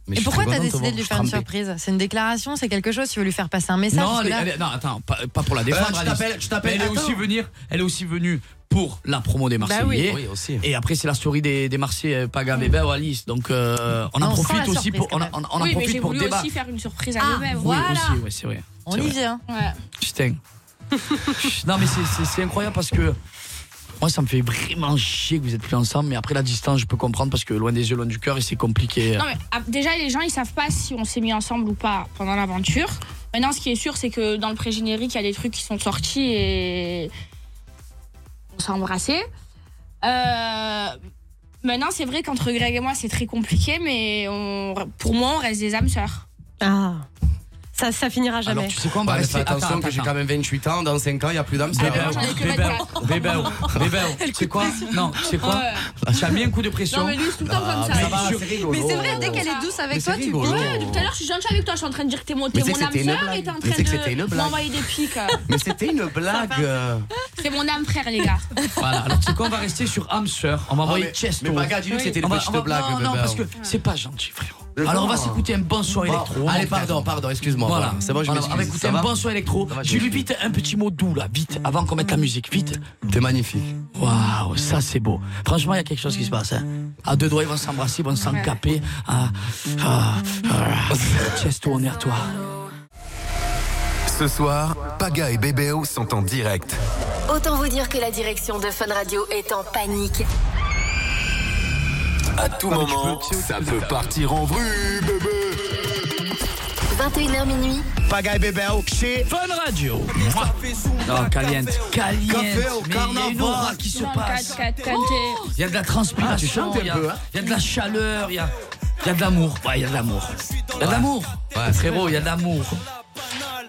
S6: Mais je
S7: Et
S6: suis
S7: pourquoi
S6: très
S7: t'as
S6: content
S7: décidé
S6: voir,
S7: de
S6: je
S7: lui
S6: suis
S7: faire une
S6: trempé.
S7: surprise C'est une déclaration, c'est quelque chose, tu veux lui faire passer un message
S5: Non,
S7: parce que
S5: elle-
S7: là-
S5: elle- non, attends, pas, pas pour la défendre.
S6: tu
S5: Alice.
S6: t'appelles- tu t'appelles-
S5: Mais Elle est
S6: attends.
S5: aussi venue. Elle est aussi venue pour la promo des Marseillais.
S6: oui. Oui, aussi.
S5: Et après, c'est la story des, des Marseillais, Paga, Bébé ou Alice. Donc, euh, on en
S7: On sent la
S5: profite aussi
S7: surprise
S5: pour,
S7: quand
S5: on, en-
S7: même.
S5: on en
S21: oui mais j'ai
S5: profite pour
S21: voulu
S5: débattre.
S21: aussi faire une surprise à
S7: Ah,
S21: bébé
S5: Oui,
S21: voilà
S5: aussi, ouais, c'est vrai.
S7: On
S5: C'est
S7: y
S5: vrai.
S7: vient.
S21: Ouais.
S5: Putain. non, mais c'est- c'est c'est incroyable parce que moi, ça me fait vraiment chier que vous êtes plus ensemble. Mais après, la distance, je peux comprendre parce que loin des yeux, loin du cœur, et c'est compliqué.
S21: non mais ah, déjà les gens ils savent pas si on s'est mis ensemble ou pas pendant l'aventure maintenant ce qui est sûr c'est que dans le pré-générique il y a des trucs qui sont sortis et on s'est embrassés Euh, maintenant c'est vrai qu'entre Greg et moi c'est très compliqué mais on... pour moi on reste des âmes sœurs
S8: Ah. Ça, ça finira jamais.
S5: Alors, tu sais quoi, on va
S6: Bah,
S5: rester-
S6: fais attention
S5: attends,
S6: que j'ai
S5: attends.
S6: quand même 28 ans, dans 5 ans, il n'y a plus d'âme.
S5: Bébé,
S6: sœur.
S21: ai que
S5: bébé,
S21: vingt-quatre.
S5: bébé, bébé, eh ben, oh, tu sais quoi Non, tu sais quoi Tu as mis un coup de pression.
S21: non mais lui c'est tout le temps
S6: Ah,
S21: comme ça
S6: mais
S21: il
S6: va,
S5: sur-
S6: c'est rigolo.
S7: Mais c'est vrai, dès qu'elle est douce
S6: Mais
S7: avec
S6: c'est
S7: toi, tu
S6: rigolo.
S7: Ouais,
S21: Tout à l'heure, je suis gentille avec toi, je suis en train de dire que t'es mon, t'es
S6: Mais c'est
S21: mon
S6: que
S21: âme
S6: c'était une
S21: sœur
S6: blague.
S21: et t'es en
S6: Mais c'est que
S21: train
S6: c'était une
S21: de
S6: blague.
S21: m'envoyer des pics.
S6: Mais c'était une blague. euh.
S21: C'est mon âme frère, les gars.
S5: Voilà, alors tu sais quoi, on va rester sur hamster. On va envoyer
S6: mais-
S5: Chesto.
S6: mais Baga, dis-lui que c'était une
S5: On va-
S6: petite
S5: on va-
S6: blague,
S5: Non,
S6: bébé.
S5: non, parce que c'est pas gentil, frérot. Alors on va s'écouter un bon son
S6: Bon,
S5: électro.
S6: allez,
S5: mon frère.
S6: pardon, pardon, excuse-moi.
S5: Voilà,
S6: C'est bon, je
S5: Voilà,
S6: m'excuse.
S5: On va écouter
S6: ça
S5: un
S6: va
S5: bon son électro.
S6: Ça va, je
S5: Dis-lui
S6: m'excuse.
S5: vite un petit mot doux, là, vite, avant qu'on mette la musique, vite.
S6: T'es magnifique.
S5: Waouh, ça c'est beau. Franchement, il y a quelque chose qui se passe. hein. À deux doigts, ils vont s'embrasser, ils vont s'encaper. Ah, ah, ah. Chesto, on est à toi.
S1: Ce soir, Paga et Bébéo sont en direct.
S4: Autant vous dire que la direction de Fun Radio est en panique.
S1: À
S6: Ah,
S1: tout moment, ça peut partir en vrille, bébé.
S4: 21h minuit,
S2: Pagaille bébé chez Fun Radio.
S5: Oh,
S6: Ah,
S5: caliente, caliente.
S2: Café au
S5: Mais Il y a une aura
S2: carnaval.
S5: qui se
S2: Non,
S5: passe.
S2: quatre, quatre,
S5: Oh Il y a de la
S2: Ah, tu
S5: transpiration,
S2: chantes
S5: il y,
S2: un
S5: a-
S2: peu, hein
S5: il y a de la chaleur, il y a, il y a de l'amour. Ouais, il y a de l'amour. Il y a de l'amour. Frérot, Ah il y a de l'amour.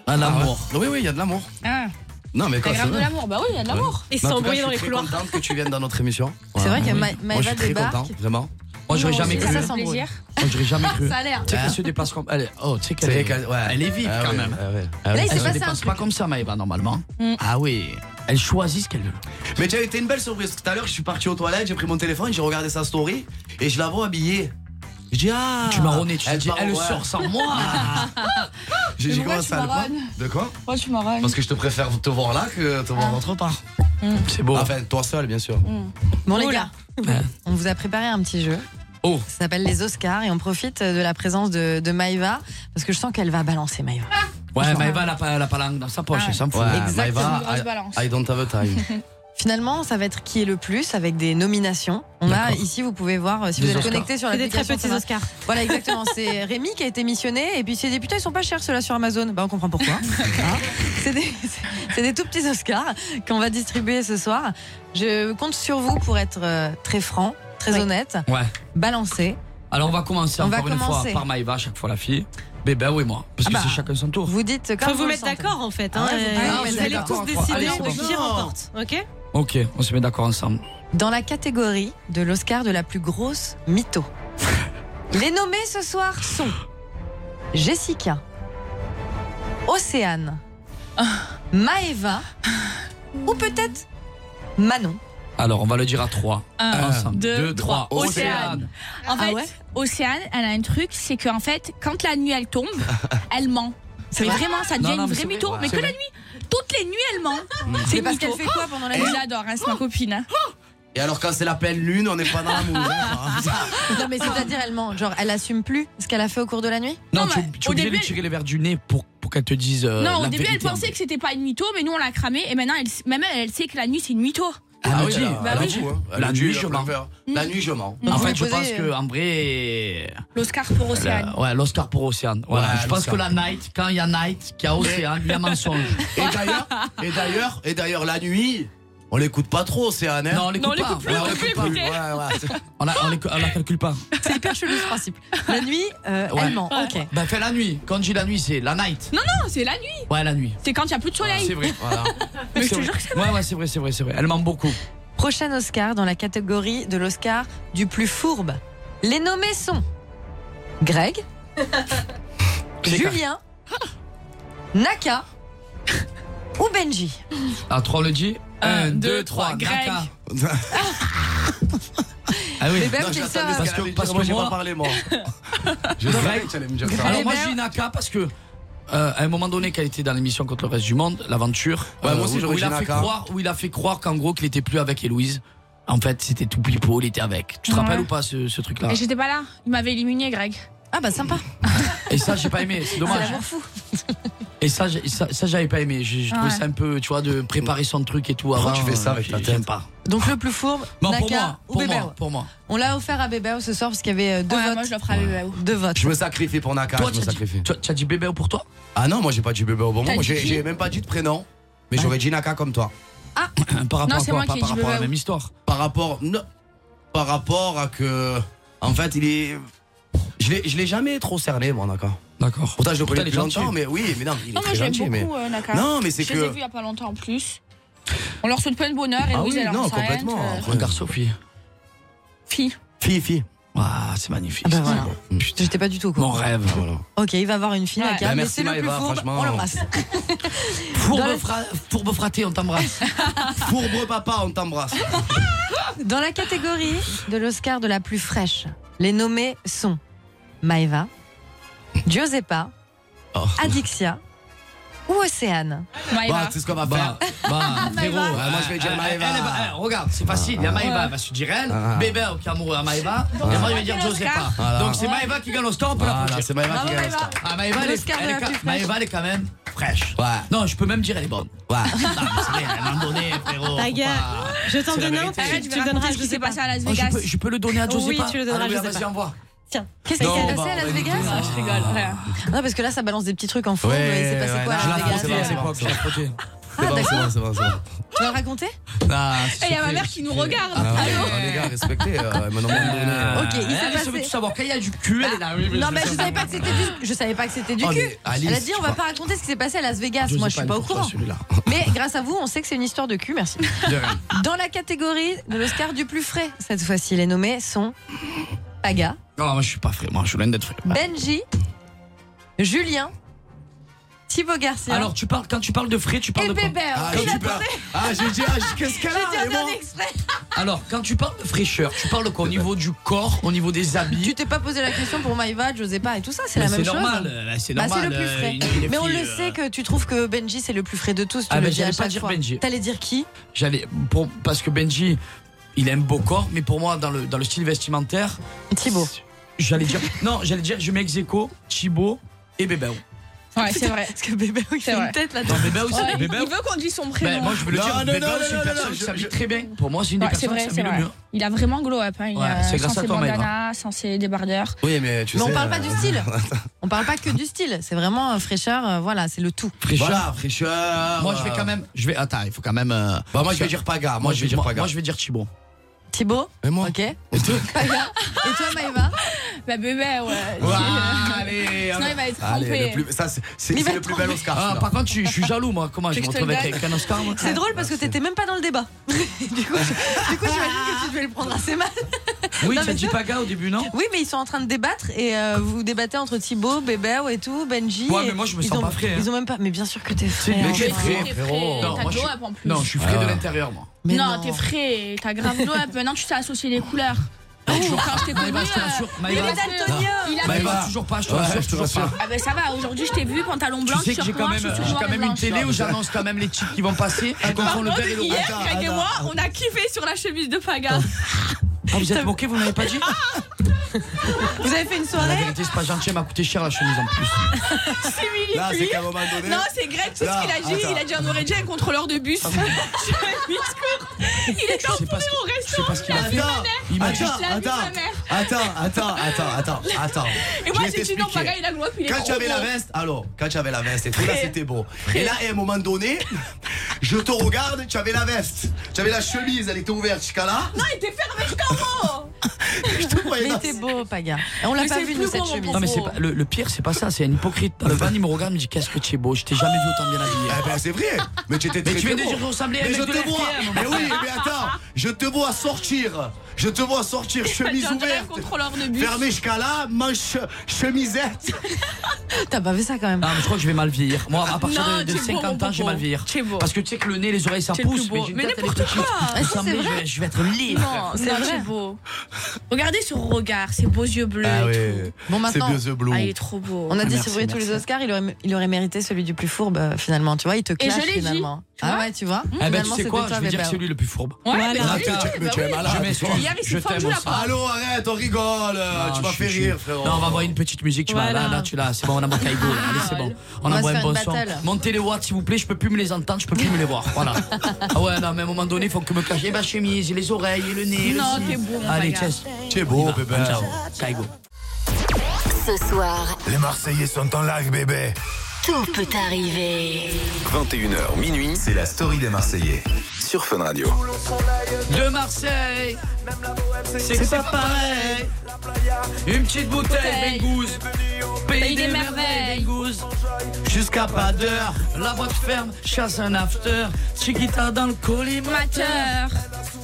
S5: Un amour.
S6: Oui, oui, il y a de l'amour.
S21: Ah,
S6: Non, mais
S21: t'as
S6: quoi, c'est
S21: grave de
S6: vrai.
S21: l'amour. Bah oui, il y a de l'amour.
S6: Mais en tout cas, je suis très contente que tu viennes dans notre émission.
S21: C'est vrai que Ma-
S6: Moi, je
S21: Maëva
S6: suis très
S21: débarque.
S6: content, vraiment.
S5: Moi, j'aurais jamais cru.
S21: Ça sent plaisir.
S5: Moi, j'aurais jamais cru.
S21: Ça a l'air.
S5: Tu sais
S6: Hein
S5: qu'elle se déplace comme. Elle est, oh, tu sais qu'elle
S6: C'est
S5: est,
S6: qu'elle- ouais.
S5: elle est vive
S6: Ah
S5: quand
S6: ouais,
S5: même.
S6: ah ouais, ah
S5: elle
S6: ouais. Là, il s'est
S5: se
S6: passé
S5: déplace
S6: un
S5: pas comme ça, Maëva, normalement. Ah oui. Elle choisit ce qu'elle veut.
S6: Mais tu as été une belle surprise. Parce que Tout à l'heure, je suis parti aux toilettes, j'ai pris mon téléphone, j'ai regardé sa story et je la vois habillée. Je dis ah
S5: Tu marronnais, tu te dis,
S6: part-
S5: elle
S6: ouais.
S5: sort sans moi. Ah,
S6: J'ai
S21: Mais
S6: dit
S21: pourquoi
S6: comment
S21: tu
S6: ça le prend
S21: marronnes
S6: De quoi
S21: Moi, tu m'en râles.
S6: Parce que je te préfère te voir là que te
S21: Ah.
S6: voir autre part.
S21: Mm.
S5: C'est beau.
S6: Enfin, toi seul, bien sûr.
S8: Mmh.
S7: Bon
S8: Oh
S7: les gars, on vous a préparé un petit jeu.
S6: Oh.
S7: Ça s'appelle les Oscars et on profite de la présence de, de Maïva parce que je sens qu'elle va balancer Maïva.
S5: Ouais, Maëva, elle a pas, elle a pas la langue dans sa poche,
S7: Ah
S5: elle s'en fout.
S7: ouais. Exactement.
S6: Maëva,
S7: Une grosse balance.
S6: I, I don't have a time.
S7: Finalement, ça va être qui est le plus avec des nominations. On a ici, vous pouvez voir euh, si
S6: Des
S7: vous êtes
S6: Oscars.
S7: connecté sur
S8: C'est
S7: la
S8: des très petits Oscars.
S7: Voilà, exactement. C'est Rémi qui a été missionné et puis c'est des putain, ils sont pas chers ceux-là sur Amazon. Bah, on comprend pourquoi. Hein c'est des, c'est- c'est des tout petits Oscars qu'on va distribuer ce soir. Je compte sur vous pour être euh, très franc, très honnête,
S5: Ouais.
S7: balancé.
S5: Alors, on va commencer
S7: On va
S5: encore une
S7: commencer.
S5: fois par Maëva, à chaque fois la fille. Bébé, oui, moi. Parce que c'est chacun son tour.
S7: Vous dites
S8: Faut vous mettre d'accord en fait. hein.
S7: Ah ouais,
S8: Euh,
S7: vous pouvez vous
S8: vous
S7: mettre
S8: allez
S7: d'accord.
S8: tous
S7: Allez,
S8: décider
S7: c'est
S8: de
S7: bon.
S8: qui remporte. Ok
S5: Ok, on se met d'accord ensemble.
S7: Dans la catégorie de l'Oscar de la plus grosse mytho, les nommés ce soir sont Jessica, Océane,
S21: Ah.
S7: Maeva ou peut-être Manon.
S5: Alors, on va le dire à trois.
S21: Un,
S5: Ensemble.
S21: deux,
S5: trois.
S21: Océane. En
S7: Ah
S21: fait, Océane, elle a un truc, c'est qu'en fait, quand la nuit elle tombe, elle ment.
S7: C'est
S21: mais
S7: vrai
S21: vraiment, ça
S7: Non,
S21: devient
S7: non,
S21: une
S7: mais
S21: vraie
S7: c'est vrai,
S21: mytho.
S7: ouais.
S21: Mais
S7: C'est
S21: que
S7: vrai.
S21: la nuit, toutes les nuits, elle ment.
S6: Mais
S21: C'est une
S7: parce
S21: mytho.
S7: qu'elle fait quoi pendant la nuit Oh
S21: Je l'adore, hein, c'est ma copine. hein.
S6: Et alors, quand c'est la pleine lune, on n'est pas dans l'amour.
S5: Ah,
S6: hein.
S7: Non mais c'est-à-dire elle ment, genre elle assume plus ce qu'elle a fait au cours de la nuit
S5: Non,
S21: Non,
S5: tu,
S21: mais
S5: tu es
S21: au
S5: obligé de
S21: début,
S5: lui tirer les verres du nez pour, pour qu'elle te dise. euh,
S21: non, au
S5: la
S21: début, elle
S5: vérité.
S21: pensait que c'était pas une mytho, mais nous, on l'a cramée. Et maintenant, elle, même elle, elle sait que la nuit, c'est une mytho.
S5: Elle
S6: Ah
S5: a
S6: oui,
S5: dit,
S6: elle a-
S5: elle
S6: elle
S5: a
S6: a dit,
S5: dit,
S6: hein.
S5: La
S6: Elle a
S5: nuit,
S6: dit,
S5: je
S6: elle
S5: mens.
S6: peut faire. La nuit, je mens.
S5: En
S6: Donc,
S5: fait,
S6: vous
S5: je
S6: posez,
S5: pense que
S6: euh,
S5: en vrai.
S21: L'Oscar pour Océane.
S5: euh, ouais, l'Oscar pour Océane. Ouais,
S6: Ouais,
S5: je pense que
S6: l'Oscar.
S5: la night, quand il y a night, qu'il y a Océane, il y a mensonge.
S6: Et d'ailleurs, et d'ailleurs, et d'ailleurs, la nuit, on l'écoute pas trop, Océane. hein.
S5: Non, on l'écoute Non, on pas. l'écoute plus,
S6: Ouais,
S5: on peut
S6: l'écoute
S5: plus
S6: plus.
S5: écouter.
S6: Ouais, ouais.
S5: On la, on l'éc- on la calcule pas.
S7: C'est hyper chelou ce principe. La nuit, euh,
S5: Ouais.
S7: elle ment, ok.
S5: Bah, fais la nuit. Quand je dis la nuit, c'est la night.
S21: Non, non, c'est la nuit.
S5: Ouais, la nuit.
S21: C'est quand il n'y a plus de soleil.
S5: Ah, C'est vrai. Voilà.
S21: Mais je
S5: C'est
S21: te
S5: vrai.
S21: jure que c'est
S5: Ouais, ouais, c'est vrai, c'est vrai, c'est vrai. Elle ment beaucoup.
S7: Prochain Oscar dans la catégorie de l'Oscar du plus fourbe. Les nommés sont Greg, Julien, Naka ou Benji.
S5: À 3, on le dit. 1, 2, 3,
S7: Greg.
S5: Naka. Ah oui,
S7: Mais même quelle sœur,
S5: parce que, parce que
S6: moi, j'ai
S5: moi,
S6: pas parlé, moi. Je
S5: Greg.
S6: savais que tu allais me dire ça.
S5: Alors moi je dis Naka parce que euh, à un moment donné qu'elle était dans l'émission contre le reste du monde, l'aventure,
S6: Ouais, moi
S5: euh,
S6: aussi,
S5: où,
S6: j'aurais
S5: où il a
S6: dit
S5: fait
S6: Naka.
S5: croire, où il a fait croire qu'en gros qu'il était plus avec Héloïse. En fait, c'était tout pipo, il était avec. Tu te
S21: Ouais.
S5: rappelles ou pas ce, ce truc-là
S21: Et j'étais pas là. Il m'avait éliminé, Greg. Ah,
S7: Ah bah sympa.
S5: Et ça, j'ai pas aimé, c'est dommage.
S7: fou.
S5: Et ça, j'ai- ça, ça, j'avais pas aimé. J'ai j'ai trouvé
S21: Ouais.
S5: ça un peu, tu vois, de préparer son truc et tout avant.
S6: Pourquoi tu fais ça avec ta
S5: J'aime
S6: tête
S5: pas.
S7: Donc le plus fourbe,
S5: Non,
S7: Naka
S5: pour moi,
S7: ou
S5: pour
S7: Bébéo.
S5: moi, pour moi.
S7: On l'a offert à Bébéo ce soir parce qu'il y avait euh, deux votes.
S21: Moi, je l'offre à Bébéo.
S7: Deux votes.
S6: Je me sacrifie pour Naka,
S5: Toi,
S6: je me
S5: t'as dit-
S6: sacrifie.
S5: Tu as dit bébé pour toi
S6: Ah non, moi j'ai pas dit bébé au bon
S21: T'as
S6: moment.
S21: dit
S6: J'ai
S21: qui
S6: j'ai même pas dit de prénom. Mais j'aurais dit Naka comme toi.
S5: Par rapport
S21: Non,
S5: à
S21: c'est
S5: quoi
S21: moi
S5: Pas
S21: qui ai
S5: par
S21: dit
S5: rapport à la
S21: Bébéo.
S5: même histoire.
S6: Par rapport. non. Par rapport à que. En fait, il est. Je l'ai- je l'ai jamais trop cerné, moi, Naka.
S5: D'accord.
S6: Pourtant, je le connais
S5: Putain, il est
S6: depuis longtemps,
S5: gentil.
S6: mais oui, mais non, il est
S21: Non, moi,
S6: très
S21: je l'aime
S6: gentil. mais-
S21: beaucoup, euh, Naka.
S6: Non, mais c'est
S21: Je les ai vus
S6: que.
S21: il y a pas longtemps en plus. On leur souhaite plein de bonheur. Et
S6: Ah
S21: Louise,
S6: oui,
S21: elle a
S6: non,
S21: enceinte,
S6: complètement.
S21: euh,
S5: Regarde Sophie.
S21: Fille.
S6: Fille, fille.
S5: Waouh, c'est magnifique.
S7: ben voilà. J'étais pas du tout au
S5: Mon
S7: courant.
S5: rêve.
S7: Ok, il va avoir une fille,
S21: Ouais.
S7: Naka,
S6: Bah,
S7: mais
S6: merci,
S7: c'est le plus
S6: Maëva,
S7: fourbe.
S6: franchement.
S7: On l'embrasse. Dans
S5: Fourbe,
S7: la-
S5: fra... Fourbe fraté, on t'embrasse.
S6: Fourbre papa, on t'embrasse.
S7: Dans la catégorie de l'Oscar de la plus fraîche, les nommés sont Maeva, Giuseppa,
S6: Oh.
S7: Adixia ou Océane.
S6: Bah,
S21: Maëva.
S6: tu sais ce qu'on va
S5: Bah,
S6: faire.
S5: bah, frérot,
S6: Ouais, moi, je vais dire
S5: elle-
S6: Maëva.
S5: elle- elle- elle- regarde, c'est facile. Il y a Maëva, elle va se dire elle.
S6: Ah.
S5: Bébé qui est amoureux à Maëva. Et moi, je vais dire
S21: Voilà.
S5: Josepha.
S6: Voilà.
S5: Donc, c'est Maëva qui gagne l'Oscar, on peut
S6: Voilà,
S5: l'applaudir.
S6: c'est Maëva qui gagne
S21: Maëva.
S6: l'Oscar.
S5: Ah, Maëva, elle est,
S7: L'Oscar de
S5: elle est
S7: la
S5: ca-
S7: plus fraîche.
S5: Maëva, elle est quand même fraîche.
S6: Ouais,
S5: Non, je peux même dire elle est bonne.
S6: ouais.
S5: Non, mais c'est vrai, à un moment donné, frérot.
S8: Ta
S5: faut
S8: gueule.
S5: pas-
S8: Je t'en
S5: C'est la
S8: donne un,
S5: vérité.
S8: tu,
S21: Arrête, tu
S8: tu le
S21: vas
S8: donneras,
S21: raconter ce
S8: je
S21: qui
S8: sais
S20: s'est
S8: pas.
S20: passé à Las
S5: Oh, je,
S20: Vegas.
S5: peux, je peux le donner à
S8: Oui,
S5: Josepha
S8: tu le donneras à
S5: Ah, oui,
S8: Josepha.
S5: Vas-y, envoie.
S8: Tiens.
S7: Qu'est-ce qui
S8: Non,
S7: s'est
S8: bah,
S7: passé à
S8: on
S7: Las
S8: va
S7: Vegas
S8: éviter. Ah, je rigole, voilà.
S7: Non, parce que là, ça balance des petits trucs en fond. mais il s'est passé quoi à Las Vegas
S6: C'est bon, c'est bon, c'est bon, c'est bon.
S7: Tu vas le raconter
S5: Eh,
S6: Ah,
S7: Et il y a ma mère qui nous regarde.
S6: Ah, ouais, les gars, respectez. euh, maintenant, on va
S21: Ah.
S6: donner-
S7: Ok, il s'est
S5: Elle, elle
S7: passé.
S5: se veut tout savoir. Quand il y a du cul, elle est là. Oui,
S7: non mais
S5: sais
S7: je
S5: ça.
S7: savais pas que c'était du, je savais pas que c'était du
S5: Oh,
S7: cul.
S5: mais Alice,
S7: Elle a dit on
S5: tu
S7: va
S5: vois.
S7: pas raconter ce qui s'est passé à Las Vegas.
S5: Je
S7: Moi je
S5: sais
S7: suis
S5: pas
S7: pas au
S5: pour toi,
S7: courant.
S5: celui-là.
S7: Mais grâce à vous on sait que c'est une histoire de cul. Merci. Dans la catégorie de l'Oscar du plus frais cette fois-ci les nommés sont Paga,
S5: Non, moi je suis pas frais. Moi je suis loin d'être frais.
S7: Benji, Julien, Thibaut Garcia.
S5: Alors tu parles quand tu parles de frais, tu parles de
S7: et
S5: quoi
S7: Hein Eh, Bébert.
S5: Ah,
S7: Il
S5: je-
S7: attendait.
S5: Ah, j'ai dit, ah, qu'est-ce qu'elle a,
S7: J'ai dit,
S5: mais
S7: on a
S5: bon.
S7: un extrait.
S5: Alors quand tu parles de fraîcheur, tu parles de quoi au niveau du corps, au niveau des habits
S7: Tu t'es pas posé la question pour Maïva, José pas et tout ça, c'est
S5: Mais
S7: la même
S5: c'est
S7: chose.
S5: normal, euh, c'est
S7: Bah,
S5: normal,
S7: le plus
S5: euh,
S7: frais.
S5: une- une
S7: Mais on
S5: fille,
S7: le sait que tu trouves que Benji c'est le plus frais de tous. Tu
S5: Ah,
S7: le
S5: mais
S7: dis à
S5: j'allais pas
S7: chaque
S5: dire
S7: fois.
S5: Benji.
S7: T'allais dire qui
S5: J'allais pour- parce que Benji, il a un beau corps, mais pour moi dans le dans le style vestimentaire,
S7: Thibaut.
S5: J'allais dire non, j'allais dire je mets Execo, Thibaut et Bébéo.
S21: Ouais, c'est vrai.
S7: Parce que bébé, il fait
S21: une
S7: tête là.
S5: Non, Bébéo, c'est-
S21: Ouais,
S5: Bébéo.
S21: Il veut qu'on dise son prénom.
S5: Ben, moi je veux le
S6: Non,
S5: dire,
S6: non,
S5: Bébéo,
S6: non,
S5: c'est
S6: non,
S5: une
S6: non,
S5: personne
S6: non,
S5: qui
S6: je-
S5: s'habille
S6: je-
S5: très bien. Pour moi, c'est une des
S21: Ouais, c'est
S5: personnes
S21: vrai,
S5: qui
S21: c'est
S5: s'habille le
S21: vrai.
S5: mieux.
S21: Il a vraiment glow up. hein. Il
S5: Ouais,
S21: a
S5: c'est
S21: sans
S5: grâce à
S21: ses
S5: toi, Maïva.
S21: bandanas, sans ses débardeurs.
S6: Oui, mais tu
S7: Mais
S6: sais.
S7: on parle pas
S6: euh,
S7: du style. On parle pas que du style. C'est vraiment euh, fraîcheur. euh, Voilà, c'est le tout.
S5: Fraîcheur.
S6: Voilà, fraîcheur.
S5: Moi je vais quand même, je vais attends, il faut quand même. euh,
S6: Bah, moi, je vais dire Paga, moi, je vais dire
S5: moi,
S6: Paga.
S5: moi, je vais dire Thibaut.
S7: Thibaut.
S6: Et moi
S7: Ok. Paga. Et toi Maïva
S21: Bah, bébé, ouais.
S6: Ouah, allez,
S21: Sinon, il va être
S6: allez,
S21: trempé.
S6: le plus- ça, c'est- c'est
S7: Mais il va
S6: c'est le
S7: être
S6: plus bel
S7: trempé.
S6: Oscar.
S5: Ah,
S6: celui-là.
S5: par contre, je, je suis jaloux, moi. Comment je
S7: Tu
S5: me
S7: veux que
S5: retrouve
S7: je te le
S5: avec, avec un Oscar moi
S7: C'est drôle parce que t'étais même pas dans le débat. du coup, je- du coup, j'imagine que tu devais le prendre assez mal.
S5: Oui,
S7: Non,
S5: tu
S7: mais
S5: as dit
S7: tu-
S5: Paga au début, non
S7: Oui, mais ils sont en train de débattre et euh, vous débattez entre Thibaut, Bébert et tout, Benji.
S5: Ouais,
S7: et
S5: mais moi, je me
S7: ils
S5: sens
S7: ont-
S5: pas frais, hein.
S7: Ils ont même pas. Mais bien sûr que t'es frais.
S5: mais
S7: hein.
S5: quel
S21: frais,
S5: frais, Non,
S21: frérot. T'as
S5: moi,
S21: de
S5: je suis-
S21: l'eau en plus.
S5: non, je suis frais de
S6: Ah.
S5: l'intérieur, moi.
S7: Mais
S21: non,
S7: non.
S21: t'es frais, t'as grave glow up. Maintenant, tu sais associer les couleurs.
S5: Non,
S21: Ouh,
S5: toujours
S21: quand je t'ai connu,
S5: Ah, oh, Maïva, je te
S21: euh,
S5: rassure,
S21: il
S5: Maïva. Ah,
S21: avait
S7: Daltonien.
S21: Il a
S5: Maïva, toujours pas, je te
S6: Ouais,
S5: rassure,
S6: je te
S5: toujours
S6: rassure.
S5: pas.
S21: Ah ben ça va, aujourd'hui je t'ai vu, pantalon
S5: Tu
S21: blanc,
S5: sais que
S21: t-shirt
S5: j'ai quand
S21: noir,
S5: même,
S21: chaussures
S5: j'ai
S21: noires
S5: quand
S21: et
S5: même une
S21: blanches.
S5: télé où j'annonce quand même les titres qui vont passer. Je
S21: Par
S5: confonds le
S21: contre,
S5: père et le
S21: hier,
S5: Attends,
S21: Greg et
S5: attends.
S21: moi, on a kiffé sur la chemise de Paga.
S5: Ah, vous êtes moqué, vous m'avez pas dit
S7: Vous avez fait une
S5: La
S7: soirée
S5: vérité, c'est pas gentil, elle m'a coûté cher la chemise en plus.
S21: C'est
S6: Là, c'est
S21: ridicule.
S6: qu'à un moment donné.
S21: Non, c'est Greg, tout ce qu'il
S6: Là,
S21: a dit,
S6: attends.
S21: il a dit on aurait déjà un contrôleur de bus. J'ai un discours. Il était
S5: Je sais pas
S21: enfoncé
S5: ce-
S21: au
S5: je sais
S21: restaurant,
S5: pas ce
S21: il
S5: qu'il
S21: a
S5: a
S21: vu
S5: fait.
S21: ma mère.
S5: Il m'a
S21: Je
S6: Attends,
S21: l'ai vu, ma
S6: attends,
S21: mère.
S6: attends, attends, attends, attends, attends.
S21: Et
S6: Je
S21: moi
S6: vais
S21: j'ai dit non,
S6: t'expliquer.
S21: Paga, il a glow up, il est
S6: Quand
S21: trop
S6: j'avais la
S21: beau.
S6: veste, alors, quand j'avais la veste et tout, là c'était beau. Et là, à un moment donné, je te regarde, tu avais la veste, tu avais la chemise, elle était ouverte jusqu'à là.
S21: Non, il était fermé jusqu'en haut.
S6: Je te voyais
S7: Mais
S6: dans-
S7: t'es beau, Paga. On l'a
S21: Mais
S7: pas
S21: c'est plus
S7: vu nous
S21: beau,
S7: cette
S21: mon
S7: chemise.
S5: Non, mais c'est pas, le, le pire, c'est pas ça, c'est un hypocrite. Dans le van, il me regarde, il me dit Qu'est-ce que tu es beau, je t'ai jamais vu autant bien habillé.
S6: Eh ben c'est vrai, mais tu étais
S5: Mais
S6: très
S5: tu viens
S6: très
S5: de dire
S6: beau.
S5: que vous ressemblez à un
S6: Mais
S5: mec
S6: je
S5: de
S6: te vois,
S5: l'FKM,
S6: mais oui, mais attends, je te vois sortir, je te vois sortir, chemise
S21: J'ai un
S6: ouverte,
S21: contrôleur de bus.
S6: fermée jusqu'à là, manche, chemisette.
S7: T'as pas vu ça quand même.
S5: Non, mais je crois que je vais mal vieillir. Moi, à partir
S21: Non,
S5: de, de
S21: tu es beau,
S5: 50
S21: mon
S5: ans, je vais mal
S21: beau.
S5: vieillir.
S21: Tu es beau.
S5: Parce que tu sais que le nez, les oreilles, ça
S21: Tu es le plus
S5: pousse.
S21: beau.
S5: j'ai une
S21: Mais
S5: tête, elle est
S21: n'importe
S5: petite.
S21: quoi.
S5: Je vais ressembler, je vais- Je vais être libre.
S21: Non,
S7: C'est
S21: non,
S7: vrai.
S21: t'es beau. Regardez ce regard, ses beaux yeux bleus. et
S7: Bon maintenant,
S6: yeux
S21: tout. Ah, il est trop beau.
S7: on a
S5: Ah, merci,
S7: distribué tous les
S5: merci.
S7: Oscars. Il aurait, il aurait mérité celui du plus fourbe euh, finalement. Tu vois, il te clash
S21: je l'ai dit,
S7: finalement.
S21: tu
S7: ah
S21: vois.
S7: ouais, tu vois.
S5: Eh ben, tu
S7: finalement,
S5: sais
S7: de
S5: quoi Je
S7: toi,
S5: vais dire que
S7: Bébert.
S5: c'est lui le plus fourbe.
S21: Ouais,
S7: Voilà.
S21: mais
S7: Ah,
S21: oui,
S6: tu- tu-
S21: bah
S6: mais tu es
S21: oui.
S6: malade.
S5: Je m'excuse.
S21: Hier, il
S5: Je
S21: s'est fendu
S5: t'aime,
S21: la
S5: Oscar.
S21: part.
S6: Allô, arrête, on rigole, euh,
S5: Non,
S6: tu m'as
S5: je
S6: fait
S5: suis-
S6: rire, frérot.
S5: Non, on va avoir une petite musique, tu vois.
S8: Voilà.
S5: Là, là, tu l'as, c'est bon, on a mon caïdo. là. Allez, c'est bon.
S7: On
S5: On
S7: va
S5: envoie
S7: se
S5: un
S7: faire
S5: bon
S7: une
S5: son.
S7: battle.
S5: Montez les watts, s'il vous plaît, je peux plus me les entendre, je peux plus me les voir. Voilà. Ah ouais, non, mais à un moment donné, faut que me cache et ma chemise, et les oreilles, et le nez.
S21: Non,
S5: le
S21: t'es
S5: ci.
S21: beau, mon
S5: Allez,
S21: gars.
S5: tchess.
S6: Tu es beau, bébé.
S5: Ciao. Caïgo.
S4: Ce soir,
S1: Les Marseillais sont en live, bébé.
S4: tout peut arriver.
S1: 21h, minuit, c'est la story des Marseillais sur Fun Radio.
S5: De Marseille, c'est que c'est pas pareil. Une petite bouteille, Bengouze. Pays des merveilles, Bengouze. Jusqu'à pas d'heure, la boîte ferme, chasse un after. Chiquita dans le collimateur.
S21: Amateur.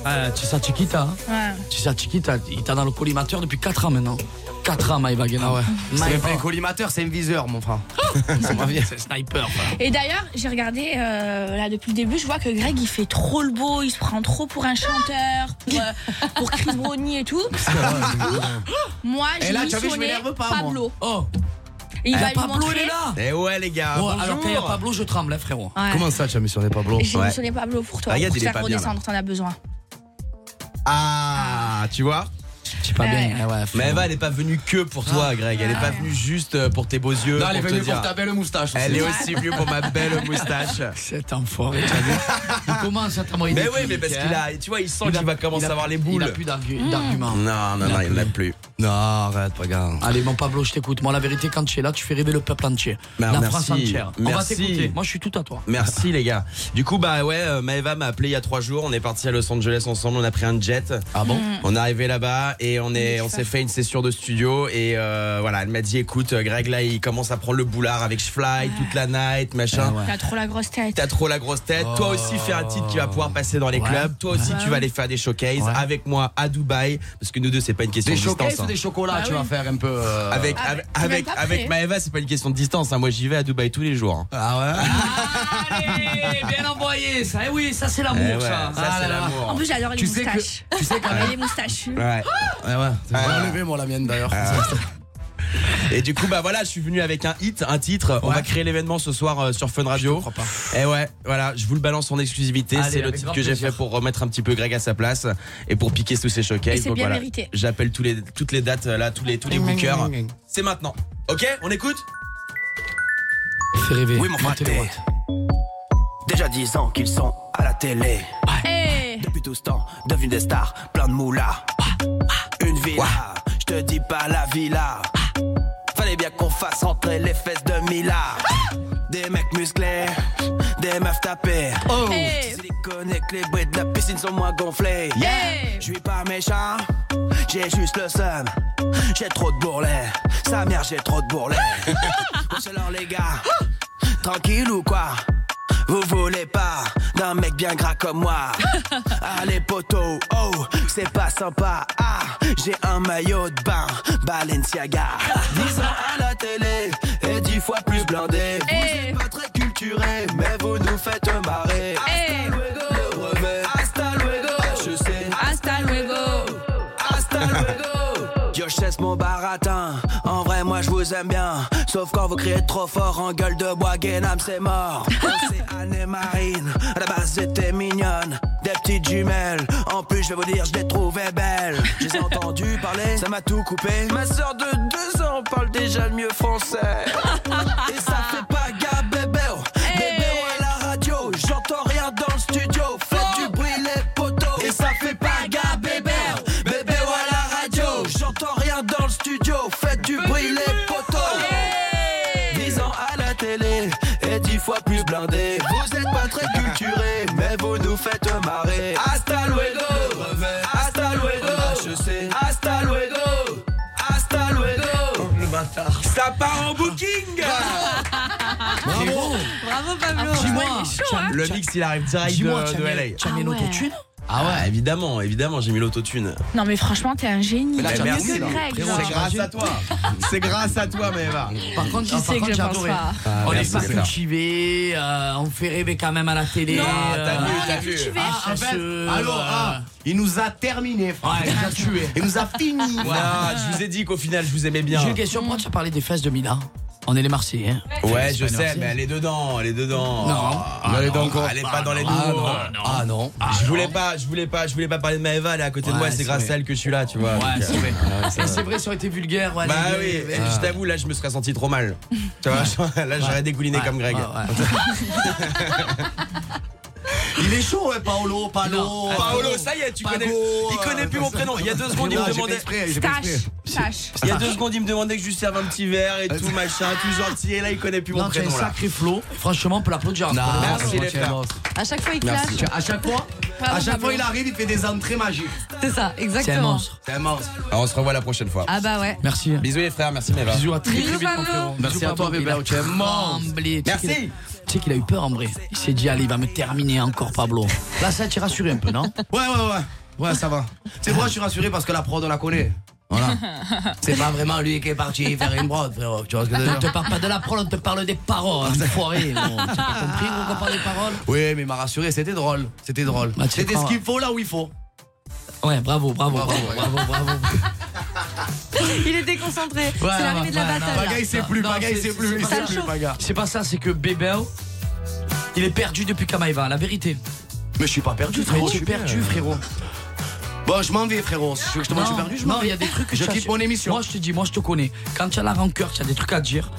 S5: Ah, tu sais, Chiquita, hein
S21: Ouais.
S5: Tu sais, Tiki, t'as- il t'a dans le collimateur depuis 4 ans maintenant. 4 ans, Maïva Guéna.
S6: C'est même
S5: Maïva.
S6: pas un collimateur, c'est un viseur, mon frère.
S5: Ah. C'est un sniper. voilà.
S21: Et d'ailleurs, j'ai regardé euh, là depuis le début, je vois que Greg il fait trop le beau, il se prend trop pour un chanteur, pour, euh, pour Chris Brownie et tout. Moi,
S6: Et
S21: j'ai
S6: là,
S21: mis
S6: tu as vu,
S21: sur
S6: je
S21: les
S6: m'énerve pas, moi.
S21: Pablo.
S5: Oh,
S21: Et il
S5: eh,
S21: va lui
S5: Pablo, il
S21: montrer.
S5: est là
S6: Eh ouais, les gars.
S5: Ouais, Alors qu'il y a Pablo, je tremble, hein, frérot.
S7: Ouais.
S6: Comment ça, tu as mis sur les Pablo
S21: J'ai mis sur les Pablo pour toi,
S6: Regarde,
S21: pour
S6: il
S21: te
S6: est
S21: faire
S6: pas bien, là.
S21: redescendre, t'en as besoin.
S6: Ah, tu vois
S5: C'est pas bien. ah ouais, faut- Ah.
S6: Mais Eva, elle n'est pas venue que pour toi, Greg. Elle n'est pas venue juste euh, pour tes beaux yeux.
S5: Non, elle est
S6: te
S5: venue
S6: dire.
S5: pour ta belle moustache
S6: Elle
S5: aussi.
S6: est aussi venue pour ma belle moustache.
S5: Cet enfoiré, tu as vu Il commence à t'envoyer
S6: Mais
S5: des
S6: oui, mais
S5: clics,
S6: parce
S5: hein.
S6: qu'il a, tu vois, il sent
S5: Il a-
S6: qu'il va commencer
S5: il a-
S6: à avoir les
S5: Il
S6: boules.
S5: a plus d'argu-
S6: Mm.
S5: d'arguments.
S6: Non, non, non, il en a plus. Non, arrête, regarde.
S5: Allez, mon Pablo, je t'écoute. Moi, la vérité, quand tu es là, tu fais rêver le peuple entier.
S6: Ben,
S5: la
S6: merci.
S5: France entière. On va
S6: Merci.
S5: t'écouter. Moi, je suis tout à toi.
S6: Merci les gars.
S9: Du coup, bah ouais, euh, Maeva m'a appelé il y a trois jours. On est parti à Los Angeles ensemble. On a pris un jet.
S5: Ah bon
S6: Mm.
S9: On est arrivé là-bas et on est, on s'est fait une session de studio. Et euh, voilà, elle m'a dit, écoute, euh, Greg là, il commence à prendre le boulard avec Fly toute la night,
S6: Ah
S9: machin.
S21: T'as trop la grosse tête.
S9: T'as trop la grosse tête. Toi aussi, fais un titre qui va pouvoir passer dans les
S6: Oh. Ouais.
S9: clubs. Toi aussi,
S6: Ouais.
S9: tu vas aller faire des showcases avec moi à Dubaï. Parce que nous deux, c'est pas une question
S6: Des
S9: de distance.
S6: showcases ou
S9: hein.
S6: des chocolats, tu vas faire un peu. euh,
S9: Avec, avec, avec,
S6: pas prêt.
S9: avec Maeva, c'est pas une question de distance. hein. Moi, j'y vais à Dubaï tous les jours. Ah ouais
S5: Allez, Eh, bien envoyé, ça. Eh oui, ça, c'est l'amour,
S9: Eh ouais,
S5: ça. Ah
S9: ça, c'est l'amour.
S21: En plus, j'adore les
S6: Tu sais que-
S21: moustaches.
S6: tu sais quand-
S21: les moustaches.
S9: Ouais. ouais, ouais.
S6: J'ai enlevé, moi, la mienne d'ailleurs.
S9: Et du coup, bah voilà, je suis venu avec un hit, un titre. On va créer l'événement ce soir euh, sur Fun Radio. Et ouais, voilà, je vous le balance en exclusivité.
S6: Allez,
S9: C'est le
S6: avec
S9: titre
S6: grand
S9: que j'ai
S6: plaisir.
S9: fait pour remettre un petit peu Greg à sa place et pour piquer tous ses showcases.
S6: Et c'est
S9: Donc
S6: bien
S9: voilà,
S6: mérité.
S9: J'appelle tous les, toutes les dates euh, là, tous les, tous les
S6: Ding, ding,
S9: bookers.
S6: ding, ding.
S9: C'est maintenant. Ok, on écoute
S5: Fais rêver.
S17: Oui, mon frère. Déjà 10 ans qu'ils sont à la télé.
S21: Eh,
S17: Depuis tout ce temps, devenus des stars, plein de moulas. Une villa, je te dis pas la villa. Fallait bien qu'on fasse rentrer les fesses de Mila. Des mecs musclés, des meufs tapées.
S12: Oh.
S17: Tu silicones que les bruits de la piscine sont moins gonflés. Je suis pas méchant, j'ai juste le seum. J'ai trop de bourrelets, sa mère j'ai trop de bourrelets. Bon, c'est alors les gars, tranquille ou quoi Vous voulez pas d'un mec bien gras comme moi Allez poteau, oh, c'est pas sympa. Ah, j'ai un maillot de bain, Balenciaga. 10 ans à la télé et 10 fois plus blindé. Vous êtes pas très culturé, mais vous nous faites marrer. Hasta luego, le remets. Eh. Hasta luego, je sais. Hasta luego, hasta luego. Yo, je cesse mon baratin. En vrai, moi, je vous aime bien. Sauf quand vous criez trop fort en gueule de bois, Guénam, c'est mort. Océane et Marine, à la base, j'étais mignonne. Des petites jumelles. En plus, je vais vous dire, je les trouvais belles. Je les ai entendues parler, ça m'a tout coupé. Ma sœur de deux ans parle déjà le mieux français. Et ça fait pas gars, bébé. oh. Bébé, oh, à la radio, j'entends rien dans le studio. Faites du bruit, les poteaux. Et ça fait pas gars, bébé. oh. Bébé, oh, à la radio, j'entends rien dans le studio. Faites du bruit, Eh. les poteaux. 10 ans à la télé et 10 fois plus blindé. Vous êtes pas très culturé, mais vous nous faites marrer. Hasta luego, hasta luego, je sais, hasta luego. Hasta luego Le bâtard Ça part en booking
S5: Bravo.
S12: Bravo Pablo
S5: Dis-moi,
S9: Le mix, il arrive direct de,
S5: Dis-moi, tu as
S9: de
S5: mis-
S9: LA.
S5: tu as mis Ah ouais. l'autotune
S9: Ah ouais, évidemment, évidemment, j'ai mis l'autotune.
S21: Non, mais franchement, t'es un génie.
S9: Mais là,
S21: T'es
S9: t'as
S21: mieux
S9: merci,
S21: que
S9: là.
S21: Greg.
S9: Frérot,
S21: genre.
S9: c'est grâce à toi. C'est grâce à toi, Maëva.
S5: Par contre,
S21: Qui
S5: ah,
S21: sait
S5: par contre,
S21: que je
S5: j'ai
S21: pense
S5: adoré.
S21: pas
S9: Ah,
S5: on n'est
S9: merci,
S5: pas
S9: c'est ça.
S5: cultivé, euh, on fait rêver quand même à la télé.
S6: Non, t'as vu,
S5: euh,
S6: t'as vu.
S5: cultivé,
S6: Ah, en fait,
S5: chasseux,
S6: alors, ah, il nous a terminé, frère.
S5: Ouais, il nous a tué.
S6: Il nous a fini.
S9: Non, je vous ai dit qu'au final, je vous aimais bien.
S5: J'ai une question, pourquoi tu as parlé des fesses de Mila On est les Marseillais. hein.
S9: Ouais, je
S5: C'est pas
S9: sais,
S5: une
S9: mais elle est dedans, elle est dedans.
S5: Non.
S9: Ah,
S5: Elle est
S9: non,
S5: dans quoi
S9: Elle est pas dans les
S5: Ah,
S9: deux.
S5: non,
S9: Ah non. Je voulais pas, je voulais pas, je voulais pas parler de Maëva, elle est à côté de
S5: Ouais,
S9: moi, c'est
S5: c'est
S9: grâce
S5: vrai.
S9: à elle que je suis là, tu vois.
S5: Ouais,
S9: Donc,
S5: c'est
S9: euh,
S5: vrai.
S6: Ah,
S9: ouais, c'est
S5: Et
S9: vrai.
S5: Ah, c'est vrai, ça aurait été vulgaire. Ouais,
S9: Bah
S5: les- Ah.
S9: oui,
S5: les-
S9: eh, je t'avoue, là, je me serais senti trop mal. Tu vois, là, j'aurais dégouliné comme Greg.
S6: Il est chaud, ouais, Paolo, Paolo.
S9: Non. Paolo, ça y est, tu connais- il connaît plus mon prénom. Il y a deux secondes, il me demandait-
S21: Stache.
S9: Il y a deux secondes, il me demandait que je lui serve un petit verre et tout, machin, tout gentil. Et là, il connaît plus mon
S5: Non, tu as un
S9: prénom. là.
S5: sacré flow. Franchement, on peut l'applaudir.
S9: Non,
S5: Bravo.
S9: merci,
S5: Bravo,
S9: les
S5: tu es un
S9: frères.
S5: monstre.
S7: À chaque fois, il
S5: Merci.
S7: clash.
S6: À chaque fois,
S7: Bravo,
S6: à chaque fois,
S7: Pablo.
S6: il arrive, il fait des entrées magiques.
S7: C'est ça, exactement.
S6: C'est un monstre.
S9: Alors, on se revoit la prochaine fois.
S7: Ah bah ouais.
S5: Merci.
S9: Bisous les frères, merci Meva.
S5: Bisous à très,
S7: Bisous,
S5: très vite, mon
S7: Pablo.
S5: frérot.
S6: Merci
S5: Bisous,
S6: à toi,
S5: Pablo.
S6: bébé.
S5: Il a
S6: Tu es mort.
S5: tremblé. Tu sais qu'il a-
S6: Merci.
S5: Tu sais qu'il a eu peur en vrai. Il s'est dit, allez, il va me terminer encore, Pablo. Là, ça t'a rassuré un peu, non
S6: Ouais, ouais, ouais. Ouais, ça va. C'est moi, je suis rassuré parce que la prod, on la connaît. Voilà. C'est pas vraiment lui qui est parti faire une prod, frérot. Tu vois ce que je veux
S5: On te
S6: dire Ah,
S5: parle pas de la prole, on te parle des paroles. Enfoiré. bon. T'as pas compris qu'on parle des paroles
S6: Oui, mais il m'a rassuré, c'était drôle. C'était drôle.
S5: Bah, tu
S6: C'était
S5: prends-
S6: ce qu'il faut là où il faut.
S5: Ouais, bravo, bravo, bravo, bravo, bravo.
S7: Il était concentré. c'est
S5: Ouais,
S7: l'arrivée
S5: ouais,
S7: de la
S5: ouais,
S7: bataille.
S5: non,
S7: là.
S5: non, non, c'est- c'est pas
S7: Ça le
S5: ça.
S7: chauffe.
S5: C'est pas ça, c'est que Bébéo, il est perdu depuis Kamaïva, la vérité.
S6: Mais je suis pas perdu,
S5: frérot. Mais tu es perdu, frérot.
S6: Bon, je m'en vais, frérot. Si tu veux que je te
S5: Non,
S6: mange perdu, je m'en
S5: non,
S6: vais.
S5: il y a des trucs que
S6: Je
S5: tu as-
S6: quitte mon émission.
S5: Moi, je te dis, moi, je te connais. Quand tu as la rancœur, tu as des trucs à dire.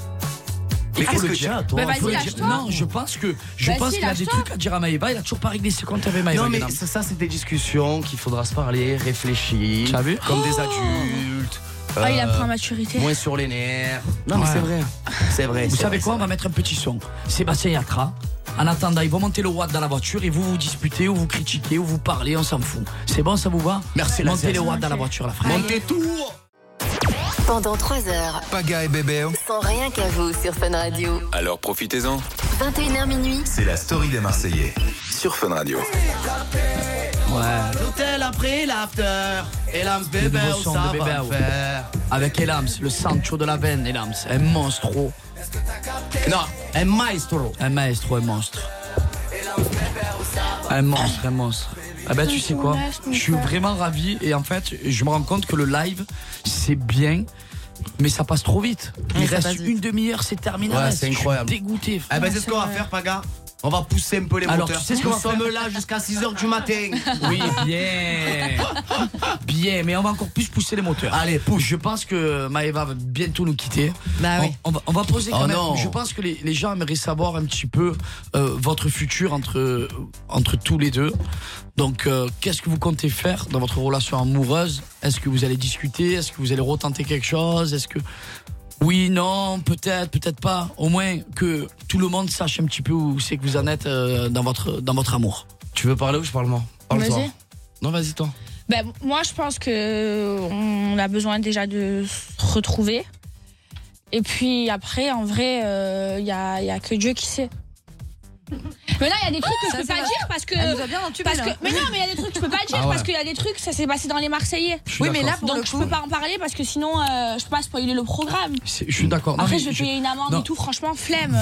S6: Mais
S5: Il faut
S6: qu'est-ce
S5: le
S6: que
S5: dire.
S6: t'as, toi
S5: Il faut
S6: Bah, vas-y,
S5: le dire.
S6: lâche-toi.
S5: Non, je pense que je
S6: Vas-y,
S5: pense qu'il a des
S6: lâche-toi.
S5: trucs à dire à Maëva. Il a toujours pas réglé ses comptes avec Maëva.
S6: Non, mais
S5: Guénam.
S6: ça, ça, c'est des discussions qu'il faudra se parler, réfléchir.
S5: T'as vu
S6: Comme des
S5: Oh.
S6: adultes.
S21: Ah, il
S6: euh,
S21: a pris maturité.
S6: Moins sur les nerfs. Non, mais
S5: Ouais.
S6: c'est vrai. C'est vrai.
S5: Vous
S6: c'est
S5: savez
S6: vrai,
S5: quoi On va mettre un petit son. Sébastien Yatra. En attendant, ils vont monter le watt dans la voiture et vous vous disputez ou vous critiquez ou vous parlez, on s'en fout. C'est bon, ça vous va
S6: Merci, la
S5: Montez
S6: Zaz.
S5: le watt dans la voiture, la frère.
S6: Montez tout
S4: Pendant 3 heures,
S1: Paga et Bébert.
S4: sans rien qu'à vous sur Fun Radio.
S1: Alors profitez-en.
S4: 21h minuit,
S1: C'est la story des Marseillais sur Fun Radio.
S5: Ouais.
S6: L'hôtel après l'after. Et l'âme
S5: Le
S6: bébé,
S5: nouveau
S6: on
S5: son
S6: s'en
S5: de Bébé
S6: va
S5: Ao.
S6: faire.
S5: Avec Elams, le Sancho de la veine, Elams. Un monstro.
S6: Non, un maestro.
S5: Un maestro, un monstre. Un monstre, un monstre. Ah ben tu sais quoi Je suis vraiment ravi et en fait je me rends compte que le live c'est bien mais ça passe trop vite. Il
S6: Ouais, Ah, ça
S5: reste
S6: passe
S5: une demi-heure, c'est terminé.
S6: Ouais,
S5: Là,
S6: c'est
S5: je suis
S6: incroyable.
S5: Dégoûté.
S6: Eh ben, c'est ce qu'on va faire, Paga. On va pousser un peu les
S5: Alors,
S6: moteurs.
S5: tu sais ce qu'on
S6: Nous
S5: va faire
S6: sommes là jusqu'à 6h du matin.
S5: Oui, bien. Bien, mais on va encore plus pousser les moteurs. Allez, pousse. Je pense que Maëva va bientôt nous quitter.
S7: Bah
S5: on,
S7: oui.
S5: on va, on va poser quand
S6: Oh
S5: même.
S6: non.
S5: Je pense que les, les gens aimeraient savoir un petit peu euh, votre futur entre, euh, entre tous les deux. Donc, euh, qu'est-ce que vous comptez faire dans votre relation amoureuse Est-ce que vous allez discuter Est-ce que vous allez retenter quelque chose Est-ce que. Oui, non, peut-être, peut-être pas. Au moins que tout le monde sache un petit peu où c'est que vous en êtes euh, dans, votre, dans votre amour.
S6: Tu veux parler ou je parle moi Parle-toi.
S21: Vas-y.
S6: Non, vas-y, toi.
S21: Ben, moi, je pense que euh, on a besoin déjà de se retrouver. Et puis après, en vrai, il n'y a, y a que Dieu qui sait. Mais là, il y a des trucs que
S7: Ça,
S21: je peux
S7: ça
S21: pas
S7: va.
S21: dire parce que.
S7: Elle nous a bien entubés,
S21: parce que-
S7: là.
S21: Mais non, mais il y a des trucs que je peux pas dire
S7: Ah ouais.
S21: parce qu'il y a des trucs, ça s'est passé dans les Marseillais.
S5: suis Oui, mais d'accord. là, pour
S21: Donc
S5: le
S21: je peux pas en parler parce que sinon, euh, je peux pas spoiler le programme.
S5: C'est- Je suis d'accord. Non,
S21: Après,
S5: mais
S21: je vais
S5: je-
S21: payer une amende
S5: non.
S21: et tout, franchement, flemme.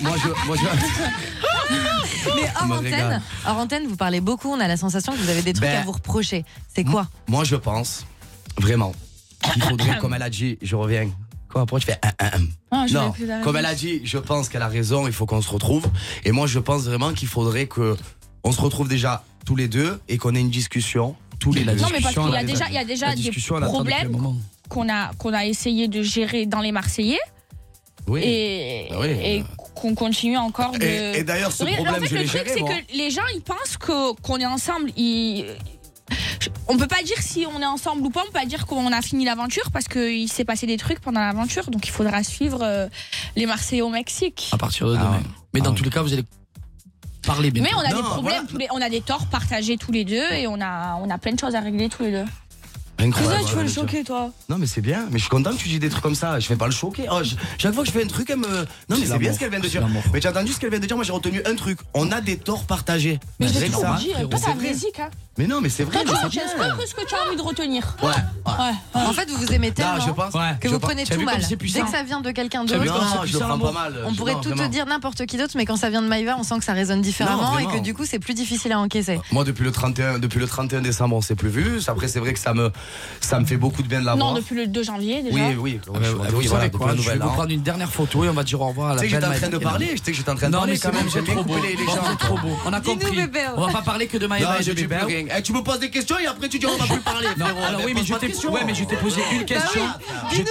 S6: Moi, je. Moi, je...
S7: Mais
S6: Je
S7: hors
S6: me
S7: antenne,
S6: régale.
S7: hors antenne, vous parlez beaucoup, on a la sensation que vous avez des trucs
S6: Ben,
S7: à vous reprocher. C'est quoi
S6: Moi, je pense, vraiment, qu'il faudrait, comme elle a dit, je reviens. Quoi, pourquoi tu fais un, un, un
S21: Ah, je
S6: Non,
S21: l'ai plus la
S6: comme elle a
S21: réponse.
S6: dit, je pense qu'elle a raison, il faut qu'on se retrouve. Et moi, je pense vraiment qu'il faudrait que on se retrouve déjà tous les deux et qu'on ait une discussion tous les deux.
S21: Non, mais parce qu'il y a déjà, il y a déjà
S6: La
S21: des
S6: discussion, elle attend depuis
S21: problèmes
S6: un moment.
S21: qu'on a, qu'on a essayé de gérer dans les Marseillais.
S6: Oui.
S21: Et,
S6: Bah oui.
S21: et qu'on continue encore de.
S6: Et- et d'ailleurs, ce
S21: Mais
S6: problème,
S21: en fait,
S6: je l'ai
S21: le truc,
S6: géré,
S21: c'est
S6: moi.
S21: que les gens, ils pensent que- qu'on est ensemble. Ils... je- On peut pas dire si on est ensemble ou pas, on peut pas dire qu'on a fini l'aventure parce qu'il s'est passé des trucs pendant l'aventure, donc il faudra suivre euh, les Marseillais au Mexique.
S5: À partir de demain. Mais dans tous les cas, vous allez parler bien.
S21: Mais on a des problèmes, tous les- on a des torts partagés tous les deux et on a, on a plein de choses à régler tous les deux.
S6: Incroyable.
S21: Cousin, tu veux le choquer, toi
S6: Non, mais c'est bien. Mais je suis content que tu dis des trucs comme ça. Je vais pas le choquer. Oh, je- chaque fois que je fais un truc, elle me. Non, mais
S5: C'est
S6: c'est bien
S5: l'amour,
S6: ce qu'elle vient de
S5: c'est
S6: dire.
S5: l'amour.
S6: Mais j'ai entendu ce qu'elle vient de dire. Moi, j'ai retenu un truc. On a des torts partagés.
S21: Mais je
S6: Malgré
S21: l'ai toujours
S6: ça.
S21: dit,
S6: Mais
S21: toi
S6: Bah, c'est
S21: t'as
S6: vrai.
S21: amnésique, hein
S6: Mais non, mais c'est vrai.
S21: Toi,
S6: je sais
S21: tu
S6: bien.
S21: retiens que ce que tu as envie de retenir.
S6: Ouais.
S7: En fait, vous vous aimez tellement
S6: je pense- ouais,
S7: que
S6: je
S7: vous
S6: pense-
S7: prenez
S6: t'as
S7: tout
S6: vu comme
S7: mal.
S6: c'est
S7: Dès
S6: puissant
S7: que ça vient de quelqu'un
S6: T'as vu
S7: d'autre,
S6: comme c'est Non, je le puissant, prends pas l'amour mal,
S7: on
S6: je-
S7: pourrait
S6: non,
S7: tout
S6: vraiment.
S7: te dire n'importe qui d'autre, mais quand ça vient de Maïva, on sent que ça résonne différemment
S6: Non,
S7: et
S6: vraiment.
S7: que du coup, c'est plus difficile à encaisser.
S6: Moi, depuis le 31, depuis le 31 décembre, on s'est plus vu. Après, c'est vrai que ça me, ça me fait beaucoup de bien de l'avoir.
S21: Non, depuis le 2 janvier déjà.
S6: Oui, oui.
S5: Ah bah,
S6: Je-
S5: vous
S6: oui,
S5: savez
S6: voilà, depuis
S5: quoi,
S6: le
S5: je vais
S6: nouvel
S5: vous
S6: an.
S5: prendre une dernière photo et on va dire au revoir à Ah, la
S6: Tu sais que j'étais
S5: belle
S6: en train de
S5: Maëva
S6: parler,
S5: Guénam.
S6: tu sais que j'étais en train de
S5: Non,
S6: parler
S5: mais c'est
S6: quand même,
S5: bon,
S6: j'aime
S5: c'est
S6: bien
S5: trop
S6: couper
S5: beau.
S6: les- les
S5: Bon,
S6: gens.
S5: c'est trop beau. On a
S6: Dis-nous,
S5: compris.
S6: bébé.
S5: On va pas parler que de
S6: Non,
S5: Maëva et
S6: je
S5: de
S6: dis plus
S5: bébé.
S6: rien. Eh, tu me poses des questions et après tu dis on va plus parler.
S5: Non,
S6: frérot.
S5: alors
S6: Eh,
S5: oui,
S6: pose
S5: mais je
S6: pas de
S5: t'ai
S6: questions.
S5: ouais, mais je t'ai posé une
S6: Bah oui.
S5: question. Je-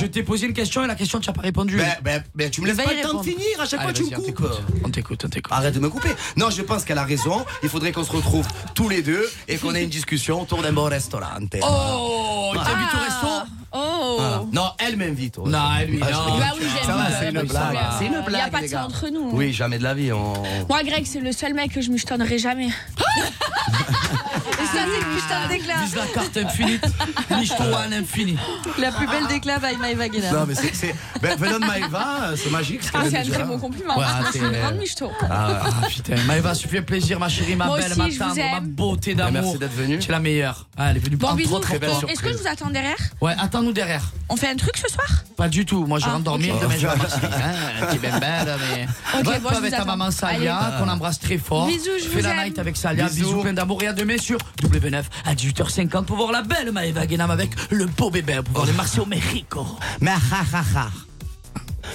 S5: Je t'ai posé une question et la question tu n'as pas répondu.
S6: Ben, ben, ben, tu me laisses
S5: Va y
S6: pas le temps de
S5: répondre.
S6: finir, à chaque
S5: Allez,
S6: fois tu me
S5: vas-y, on
S6: coupes.
S5: t'écoute. On t'écoute, on t'écoute.
S6: Arrête de me couper. Non, je pense qu'elle a raison. Il faudrait qu'on se retrouve tous les deux et qu'on ait une discussion autour d'un bon restaurant. Ah.
S5: Oh,
S6: Voilà.
S5: t'habites au resto
S21: Oh
S6: Voilà. Ah. Non, elle m'invite. au
S5: Non,
S6: restaurant.
S5: elle, lui,
S6: Ah, je
S5: non.
S6: rigole.
S21: Bah oui, j'aime
S6: Ça va, c'est une
S21: bien, ça
S6: blague.
S21: va.
S6: C'est une
S21: Il y a
S6: blague,
S21: pas de
S6: les
S21: ça
S6: gars.
S21: entre nous. hein.
S6: Oui, jamais de la vie. On...
S21: Moi, Greg, c'est le seul mec que je me jetonnerai jamais.
S7: Et ça, c'est le putain de déclat.
S5: Vise la carte infinite. Niche
S6: Euh.
S5: toi un infini.
S7: La plus belle déclat by Maïva Guénam.
S6: Non, mais c'est. c'est- Ben, venant de Maëva, euh, c'est magique. ce
S21: Ah,
S6: qu'elle
S21: c'est
S6: vient
S21: un
S6: de dire,
S21: très
S6: hein.
S21: bon compliment.
S6: Ouais,
S21: Ah, c'est
S6: c'est-
S21: une grande michto.
S6: Ah,
S5: Ah putain, Maëva, ça fait plaisir, ma chérie, ma
S21: Moi
S5: belle,
S21: aussi, je vous
S5: ma tendre, ma
S21: aime.
S5: beauté d'amour.
S6: Bah, merci d'être venue.
S5: Tu es la meilleure. Ah, elle est venue
S21: Bon,
S5: prendre
S21: bisous.
S5: trop, très belle
S21: Coco. Est-ce que je
S5: surprise.
S21: vous attends derrière
S5: Ouais, attends-nous derrière.
S21: On fait un truc ce soir
S5: Pas du tout, moi je
S21: Ah,
S5: rentre dormir,
S21: ok.
S5: demain je vais à Marseille. Hein, petit bembelle, mais.
S21: Ok,
S5: Va
S21: bon, je vous
S5: avec ta
S21: attends.
S5: maman Salia,
S21: Allez.
S5: qu'on embrasse très fort.
S21: Bisous, je
S5: Fais
S21: vous
S5: la
S21: aime.
S5: night avec Salia, bisous,
S6: Ah. Bisous.
S5: plein d'amour et à demain sur W9 à 18h50 pour voir la belle
S6: ah,
S5: Maëva Guénam avec le beau bébé, pour voir les Marseillais au Mexico.
S6: Mais ha ha ha.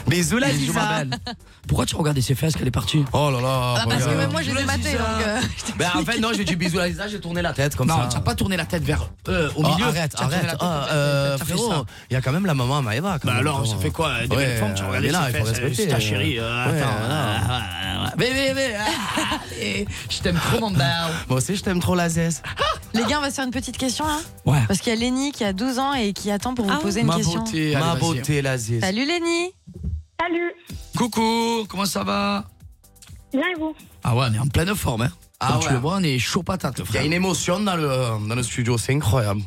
S6: Mais Zola
S5: Mais Zola
S6: Lisa.
S5: Bell. Pourquoi tu regardais ses fesses qu'elle est partie Ah
S6: Oh là là.
S7: Ah, parce que même moi, je les ai matées, donc. euh, je t'ai-
S6: Ben, en fait, non, j'ai dit bisous à Lisa, j'ai tourné la tête comme
S5: Non,
S6: ça.
S5: t'as pas tourné la tête vers eux, au
S6: Oh,
S5: milieu.
S6: arrête,
S5: T'as tourné la
S6: arrête.
S5: tête
S6: Oh,
S5: vers-
S6: euh,
S5: t'as fait ça.
S6: frérot, il y a quand même la maman à Maëva. quand
S5: Bah
S6: même,
S5: alors,
S6: attends.
S5: ça fait quoi euh, Des
S6: Ouais,
S5: belles formes, tu
S6: euh,
S5: regardes
S6: mais là,
S5: ses
S6: il faut
S5: fesses, euh,
S6: respecter.
S5: c'est ta chérie. euh,
S6: Ouais,
S5: attends,
S6: euh,
S5: euh, Bébé, bébé, ah, et je t'aime trop, mon bel.
S6: Moi aussi, je t'aime trop la zeste.
S7: Ah Les gars, on va se faire une petite question là.
S6: Ouais.
S7: Parce qu'il y a Lenny qui a 12 ans et qui attend pour vous poser une
S6: Ma
S7: question.
S6: beauté, ma beauté, la zeste.
S7: Salut Lenny.
S19: Salut.
S5: Coucou, comment ça va
S19: Bien et vous
S5: Ah ouais, on est en pleine forme. Hein.
S6: Ah
S5: Comme tu
S6: ouais.
S5: le vois, on est chaud patate, le
S6: Il y
S5: frère.
S6: a une émotion dans le, dans le studio, c'est incroyable.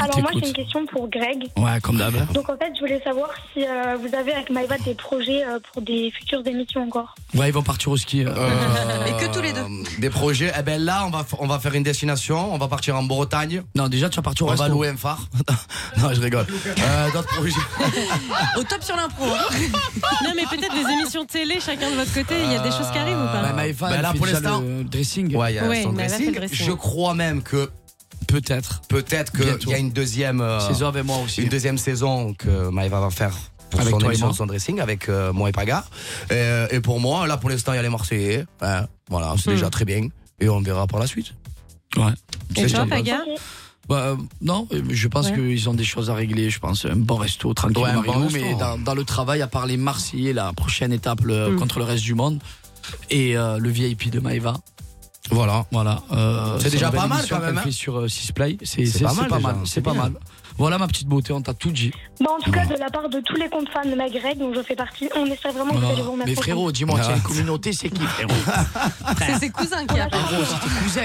S19: Alors moi j'ai
S6: t'écoute.
S19: une question pour Greg.
S5: Ouais, comme d'hab.
S19: Donc en fait je voulais savoir si euh, vous avez avec Maïva des projets euh, pour des futures émissions encore.
S5: Ouais, ils vont partir au ski. euh.
S6: Euh.
S7: Euh,
S6: Et que tous les deux. Des projets. Eh ben là, on va, f- on va faire une destination. On va partir en Bretagne.
S5: Non, déjà, tu vas partir au
S6: On va
S5: resto.
S6: louer un phare. non, je rigole. Euh, D'autres projets.
S7: Au top sur l'impro. hein.
S8: non, mais peut-être des émissions télé, chacun de votre côté, il y a des choses qui arrivent ou pas
S6: Bah, Maëva,
S5: elle
S6: là,
S5: fait
S6: pour
S5: déjà
S6: l'instant.
S5: le dressing.
S6: Ouais, il y a
S8: Ouais,
S6: son
S8: Maëva fait
S6: dressing.
S8: le dressing.
S6: Je crois même que.
S5: Peut-être.
S6: Peut-être qu'il y a une deuxième. euh,
S5: Saison avec moi aussi.
S6: Une deuxième saison que Maëva va faire. Pour
S5: Avec
S6: son
S5: toi et
S6: émission
S5: moi.
S6: de son dressing avec euh, moi et Paga. Et, et pour moi, là pour l'instant, il y a les Marseillais. Ouais, voilà, c'est déjà très bien. Et on verra par la suite.
S5: Ouais.
S8: Hmm. Et
S5: C'est
S8: toi,
S5: génial.
S8: Paga
S5: Bah, euh, non, euh, je pense
S8: Ouais.
S5: qu'ils ont des choses à régler. Je pense un bon resto, tranquille,
S6: Ouais, un
S5: Marilou,
S6: bon resto.
S5: mais dans, dans le travail, à part les Marseillais, la prochaine étape le-
S6: Mm.
S5: contre le reste du monde et euh, le VIP de Maeva.
S6: Voilà,
S5: voilà. euh,
S6: c'est déjà
S5: une belle
S6: pas mal
S5: émission
S6: quand même.
S5: qu'elle fait
S6: hein.
S5: sur euh, Six Play,
S6: C'est
S5: c'est c'est- c'est
S6: pas
S5: pas
S6: mal
S5: mal.
S6: déjà, c'est
S5: C'est pas
S6: bien.
S5: mal. Voilà ma petite beauté, on t'a tout dit.
S19: Bah en tout cas de la part de tous les comptes fans de ma Greg dont je fais partie, on espère vraiment que vous allez vous remettre.
S5: mais
S19: ensemble.
S5: frérot, dis-moi,
S6: Ah.
S5: tiens, une communauté, c'est qui, frérot
S7: C'est ses cousins
S19: Ah,
S7: qui appellent.
S5: Cousin,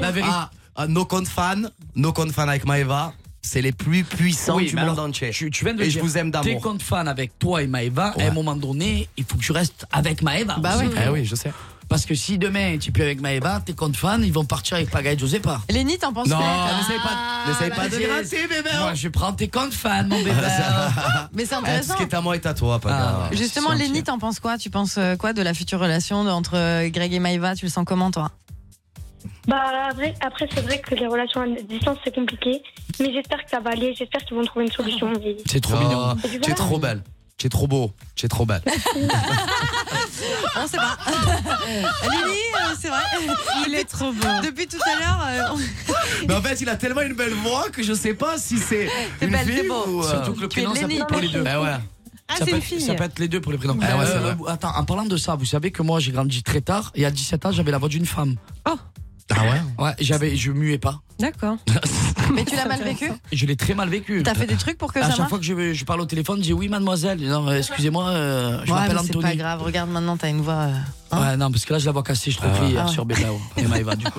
S5: la vérité.
S6: Ah, ah, nos comptes fans, nos comptes fans avec Maeva, c'est les plus puissants
S5: Oui,
S6: du
S5: mais
S6: monde
S5: alors,
S6: entier.
S5: Tu, tu viens de le
S6: et je
S5: dire.
S6: vous aime
S5: T'es
S6: d'amour.
S5: compte fan avec toi et Maëva, à un moment donné, il faut que tu restes avec Maëva.
S7: Bah
S5: aussi,
S7: ouais.
S5: frérot.
S6: Eh oui, je sais.
S5: Parce que si demain tu plus avec Maëva, tes comptes fans, ils vont partir avec Paga et Josépa.
S7: Lenny, t'en penses
S5: Non,
S7: quoi
S6: n'essaye
S7: Ah,
S19: Ah.
S6: pas, n'essaye
S7: bah,
S6: pas de les rater, bébé.
S5: Moi, je prends tes comptes fans, mon bébé. Ah,
S7: Mais c'est
S6: Eh, tout ce
S7: intéressant.
S6: qui est à moi est à toi, Paga. Ah,
S7: Justement, Lenny, t'en penses quoi Tu penses euh, quoi de la future relation de- entre euh, Greg et Maïva Tu le sens comment, toi
S19: Bah après, après, c'est vrai que les relations à distance c'est compliqué, mais j'espère que ça va aller, j'espère qu'ils vont trouver une solution. et-
S5: C'est trop mignon.
S19: Et puis
S6: euh, Tu es
S19: voilà.
S6: Ah. trop belle. Tu es trop beau. Tu es trop belle.
S7: On sait pas. Lenny, euh, c'est vrai.
S8: Il est trop beau.
S7: Depuis tout à l'heure, euh,
S6: Mais en fait, il a tellement une belle voix que je sais pas si c'est
S7: T'es
S6: une
S7: belle, t'es
S6: fille
S7: beau.
S6: ou. euh,
S5: Surtout que le
S7: Tu es
S5: prénom, ça peut
S7: Lenny.
S5: être pour les deux.
S6: Eh ouais.
S8: Ah,
S5: Ça
S8: c'est
S5: peut,
S8: une
S5: être,
S8: fille.
S5: ça peut être les deux pour les prénoms.
S6: Ah ouais, c'est
S5: Euh, attends, en parlant de ça, vous savez que moi j'ai grandi très tard et à 17 ans j'avais la voix d'une femme.
S8: Oh.
S6: Ah ouais
S5: Ouais, j'avais, je muais pas.
S8: D'accord.
S7: mais tu l'as mal vécu
S5: Je l'ai très mal vécu.
S7: T'as fait des trucs pour que
S5: à
S7: ça
S5: chaque
S7: marche
S5: fois que je, je parle au téléphone, je dis oui, mademoiselle. Non, euh, excusez-moi, euh, je
S7: Ouais,
S5: m'appelle
S7: mais c'est
S5: Anthony.
S7: pas grave. Regarde maintenant, t'as une voix. euh.
S5: Ouais, non, parce que là, je la vois cassée, je trouve,
S7: ouais.
S5: hier
S7: Ah ouais.
S5: sur Bébao et Maëva, du coup.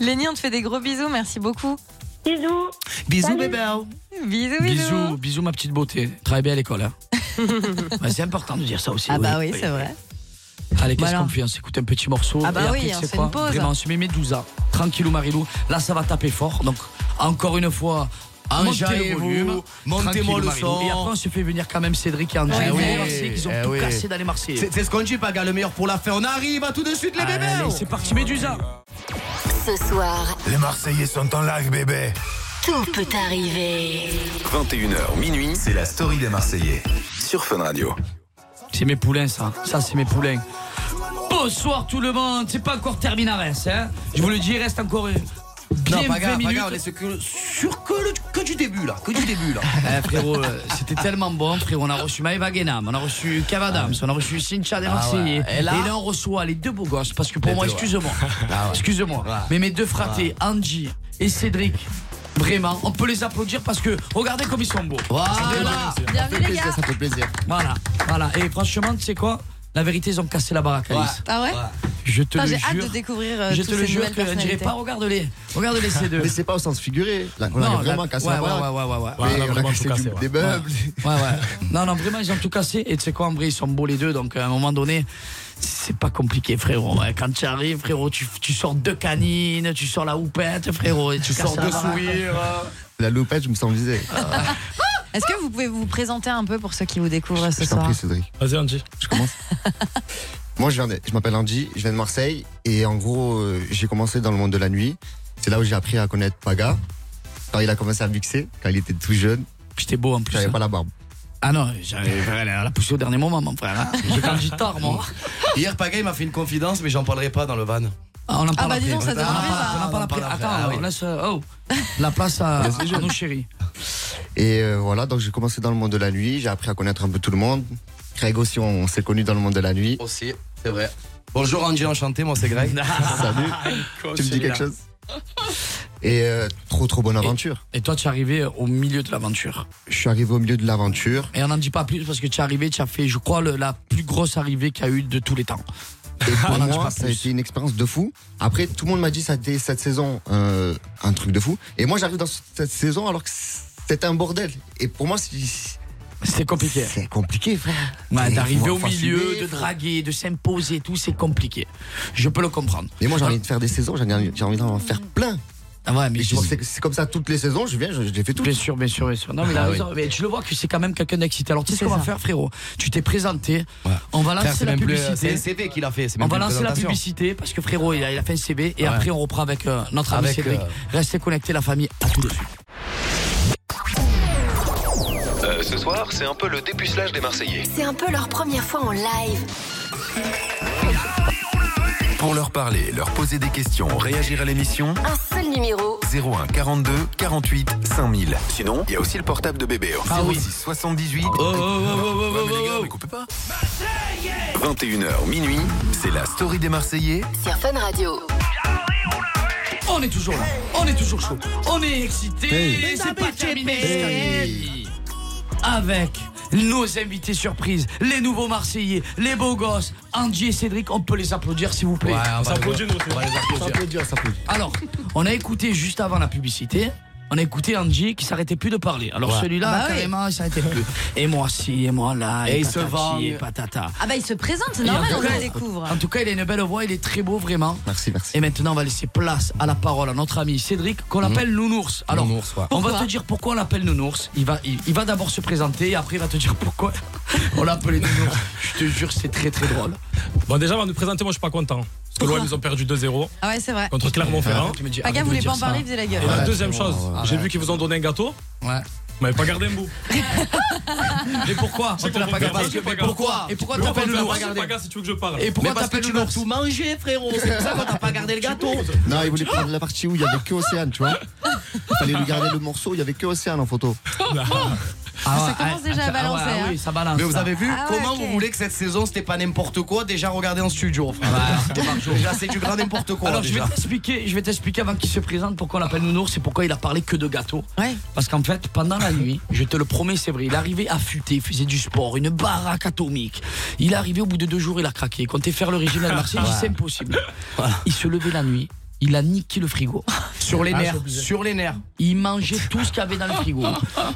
S7: Lenny, on te fait des gros bisous. Merci beaucoup.
S19: Bisous.
S6: Bisous,
S7: Salut.
S6: bébé.
S7: Bisous, bisous.
S5: bisous, bisous, ma petite beauté. Travaille bien à l'école. Hein. Ouais, c'est important de dire ça aussi.
S7: Ah bah oui, c'est vrai.
S5: Allez, qu'est-ce
S7: Voilà.
S5: qu'on fait On s'écoute un petit morceau.
S7: Ah bah
S5: et
S7: oui,
S5: après,
S7: on
S5: tu sais
S7: fait
S5: quoi
S7: une pause.
S5: Vraiment, on se met Medusa. Tranquillou, Marilou. Là, ça va taper fort. Donc, encore une fois. Montez le
S6: Enjaillez-vous,
S5: volume,
S6: montez-moi
S5: Tranquillou,
S6: le
S5: Marilou.
S6: son.
S5: Et après, on se fait venir quand même Cédric et Angèle.
S6: Eh
S5: Les
S6: oui.
S5: Marseillais, ils ont
S6: Eh
S5: tout
S6: oui.
S5: cassé dans les Marseillais.
S6: C'est c'est ce qu'on dit, Paga, le meilleur pour la fin. On arrive à tout de suite, les bébés.
S5: Allez, c'est parti, Medusa.
S4: Ce soir,
S1: Les Marseillais sont en live, bébé.
S4: tout peut arriver.
S1: 21h, minuit, c'est la story des Marseillais. Sur Fun Radio.
S5: C'est mes poulains, ça. Ça, c'est mes poulains. Bonsoir tout le monde. C'est pas encore Terminares, hein. Je vous le dis, il reste encore euh, bien
S6: Non, Paga,
S5: 20 minutes.
S6: Paga, on est sur que- sur que, le- que du début, là. Que du début, là.
S5: Eh, frérot, euh, c'était tellement bon, frérot. On a reçu Maëva Guénam, on a reçu Cavadams, on a reçu Cynthia des
S6: Ah
S5: Marseillais.
S6: ouais. Et
S5: Et
S6: là
S5: là, on reçoit les deux beaux gosses. Parce que pour
S6: Les
S5: moi,
S6: deux, ouais.
S5: excuse-moi,
S6: Ah ouais.
S5: excuse-moi,
S6: Ouais.
S5: mais mes deux fratés, Angie et Cédric, vraiment, on peut les applaudir parce que regardez comme ils sont beaux.
S6: Voilà.
S7: Bienvenue, les gars.
S6: fait plaisir.
S5: Voilà, voilà. Et franchement, tu sais quoi La vérité, ils ont cassé la baraque, Alice.
S7: Ah ouais
S5: Je te
S7: Putain,
S5: le
S7: J'ai
S5: jure.
S7: hâte de découvrir. euh,
S5: Je
S7: toutes
S5: te le
S7: ces
S5: jure
S7: nouvelles
S5: que je dirais
S7: personnalités.
S5: pas, regarde-les. Regarde-les ces deux.
S13: Mais c'est pas au sens figuré. Là, on
S5: Non,
S13: a vraiment
S5: là-
S13: cassé
S5: ouais,
S13: la
S5: ouais,
S13: baraque.
S5: ouais, ouais, ouais, ouais.
S13: Mais
S5: Ouais,
S13: on a
S5: vraiment
S13: cassé du-
S5: tout cassé, ouais.
S13: des meubles.
S5: Ouais, ouais. Non, non, vraiment, ils ont tout cassé. Et tu sais quoi, en vrai, ils sont beaux les deux. Donc, à un moment donné, c'est pas compliqué, frérot. Ouais, Quand tu arrives, frérot, tu, tu sors deux canines, tu sors la houppette, frérot. Et tu, casses
S13: sors
S5: la
S13: deux
S5: baraque.
S13: La loupette, je me sens visé.
S7: Est-ce que vous pouvez vous présenter un peu pour ceux qui vous découvrent ce
S13: Je t'en
S7: soir
S13: prie, Cédric.
S9: Vas-y, Angie.
S13: Je commence. Moi, je, viens de- je m'appelle Andy, je viens de Marseille. Et en gros, euh, j'ai commencé dans le monde de la nuit. C'est là où j'ai appris à connaître Paga. Quand il a commencé à mixer, quand il était tout jeune.
S5: J'étais beau en plus.
S13: J'avais
S5: hein.
S13: pas la barbe.
S5: Ah non, j'avais frère, elle a elle a poussé au dernier moment, mon frère. hein. J'ai grandi tard, moi.
S6: Hier, Pagaille m'a fait une confidence, mais j'en parlerai pas dans le van.
S5: Ah, on en
S6: Ah,
S5: parle
S6: bah, dis
S5: après.
S6: donc, ça donne
S5: On en
S6: envie,
S5: parle-
S6: ça.
S5: on en parle après.
S6: après.
S5: Attends,
S6: Ah oui.
S5: on laisse, euh, oh, la place à,
S13: Laisse les
S5: à nos chéris.
S13: Et euh, voilà, donc j'ai commencé dans le monde de la nuit, j'ai appris à connaître un peu tout le monde. Craig aussi, on, on s'est connus dans le monde de la nuit.
S6: Aussi, c'est vrai. Bonjour Angie, enchanté, moi c'est Greg.
S13: Salut. Tu me dis quelque chose Et euh, trop, trop bonne aventure.
S5: Et toi, tu es arrivé au milieu de l'aventure.
S13: Je suis arrivé au milieu de l'aventure.
S5: Et on n'en dit pas plus parce que tu es arrivé, tu as fait, je crois, le- la plus grosse arrivée qu'il y a eu de tous les temps.
S13: Et
S5: On
S13: pour
S5: n'en dit
S13: moi,
S5: pas
S13: ça a
S5: Ah, plus.
S13: été une expérience de fou. Après, tout le monde m'a dit ça a été cette saison euh, un truc de fou. Et moi, j'arrive dans cette saison alors que c'était un bordel. Et pour moi,
S5: c'est compliqué.
S13: C'est compliqué, frère.
S5: Ouais,
S13: Et
S5: d'arriver
S13: faut-
S5: au
S13: faut
S5: milieu,
S13: assumer,
S5: de
S13: faut-
S5: draguer, de s'imposer, et tout, c'est compliqué. Je peux le comprendre.
S13: Et moi, j'ai envie de faire des saisons, j'ai envie, j'ai envie d'en faire plein.
S5: Ah ouais, mais
S13: je pense que c'est- c'est comme ça toutes les saisons, je viens, je, je les fais toutes. Ah
S5: Bien sûr, bien sûr, bien sûr. Non, mais, il a raison. Ah Mais tu le vois que c'est quand même quelqu'un d'excité. Alors, tu sais ce
S13: C'est
S5: qu'on va
S13: ça.
S5: faire, frérot Tu t'es présenté. On va
S6: Frère,
S5: lancer
S6: c'est
S5: la
S6: même
S13: euh,
S6: plus- euh,
S5: publicité.
S6: c'est un CV qu'il a fait, c'est même
S5: On va
S6: plus une
S5: lancer la
S6: présentation.
S5: publicité parce que, frérot, il a, il a fait un CV. Et
S6: Ouais.
S5: après, on reprend avec euh, notre ami
S6: Avec,
S5: Cédric.
S6: euh,
S5: Restez connectés, la famille, à tout de suite.
S3: Euh, ce soir, c'est un peu le dépucelage des Marseillais.
S4: C'est un peu leur première fois en live.
S1: Pour leur parler, leur poser des questions, réagir à l'émission,
S4: Un seul numéro.
S1: 01 42 48 5000. Sinon, il y a aussi le portable de Bébéo.
S4: Ah oui.
S1: 06 78. Ouais, mais les gars, mais coupez pas. 21h minuit, c'est la story des Marseillais
S4: Sur Fun Radio.
S5: On est toujours là. On est toujours chaud. On est excité.
S12: Hey.
S5: C'est pas terminé. Avec nos invités surprises, les nouveaux Marseillais, les beaux gosses, Andy et Cédric, on peut les applaudir s'il vous plaît.
S6: on va
S5: s'applaudit,
S6: les- on va les applaudir.
S5: Alors, on a écouté juste avant la publicité. On a écouté Angie qui s'arrêtait plus de parler. Alors
S6: Ouais.
S5: celui-là,
S7: Bah oui.
S5: carrément, il s'arrêtait plus. Et moi ci, et moi là, et,
S6: Et il se
S5: patati,
S6: vend.
S5: et patata.
S7: Ah bah il se présente, c'est
S5: Et
S7: normal,
S5: en
S7: on
S5: tout cas-
S7: le découvre.
S5: En tout cas, il a une belle voix, il est très beau vraiment.
S13: Merci, merci.
S5: Et maintenant, on va laisser place à la parole à notre ami Cédric, qu'on l'appelle Mhm. Nounours. Alors,
S6: Nounours, ouais.
S5: on va
S6: Pourquoi
S5: te dire pourquoi on l'appelle Nounours. Il va, il, il va d'abord se présenter, et après, il va te dire pourquoi on l'appelait Nounours. Je te jure, c'est très très drôle.
S10: Bon, déjà, avant de nous présenter, moi, je suis pas content. Parce que l'OM, ils ont perdu 2-0
S7: Ah ouais, c'est vrai.
S10: contre Clermont-Ferrand.
S7: Paga voulait pas en parler, il faisait la
S10: Et
S7: gueule.
S10: la deuxième chose, j'ai vu
S5: ouais.
S10: qu'ils vous ont donné un gâteau.
S5: Ouais.
S10: Vous m'avez pas gardé un bout.
S5: Mais pourquoi
S10: J'ai
S5: On te l'a
S10: compris,
S5: pas gardé.
S10: parce que-
S5: Mais
S10: Paga.
S5: pourquoi Et pourquoi
S10: Mais
S5: t'appelles
S10: on va
S5: le
S10: faire
S5: nounours
S10: passer
S5: Regardez.
S10: Paga si tu veux que je parle.
S5: Et pourquoi t'appelles
S6: Tu vas tout manger, frérot. C'est pour ça qu'on t'a pas gardé le gâteau.
S13: Non, il voulait prendre la partie où il y avait que Océane, tu vois. Il fallait lui garder le morceau, il y avait que Océane en photo.
S5: Bah, ah
S7: ça commence déjà à balancer. hein.
S6: Mais vous avez vu
S7: Ah ouais,
S6: comment
S7: ok.
S6: vous voulez que cette saison c'était pas n'importe quoi déjà regardez en studio.
S5: Ah
S6: frère. déjà c'est du grand n'importe quoi.
S5: Alors je vais
S6: déjà.
S5: t'expliquer, je vais t'expliquer avant qu'il se présente pourquoi on l'appelle nounours et pourquoi il a parlé que de gâteau. Parce qu'en fait, pendant la nuit, je te le promets, c'est vrai, il arrivait affûté, il faisait du sport, une baraque atomique. Il est arrivé au bout de deux jours, il a craqué. Il comptait faire le régime à Marseille, j'ai dit,
S6: Ouais.
S5: c'est impossible. Il se levait la nuit, il a niqué le frigo. Sur les
S6: Ah,
S5: nerfs,
S6: je suis obligé.
S5: sur les nerfs. Il mangeait tout ce qu'il y avait dans le frigo,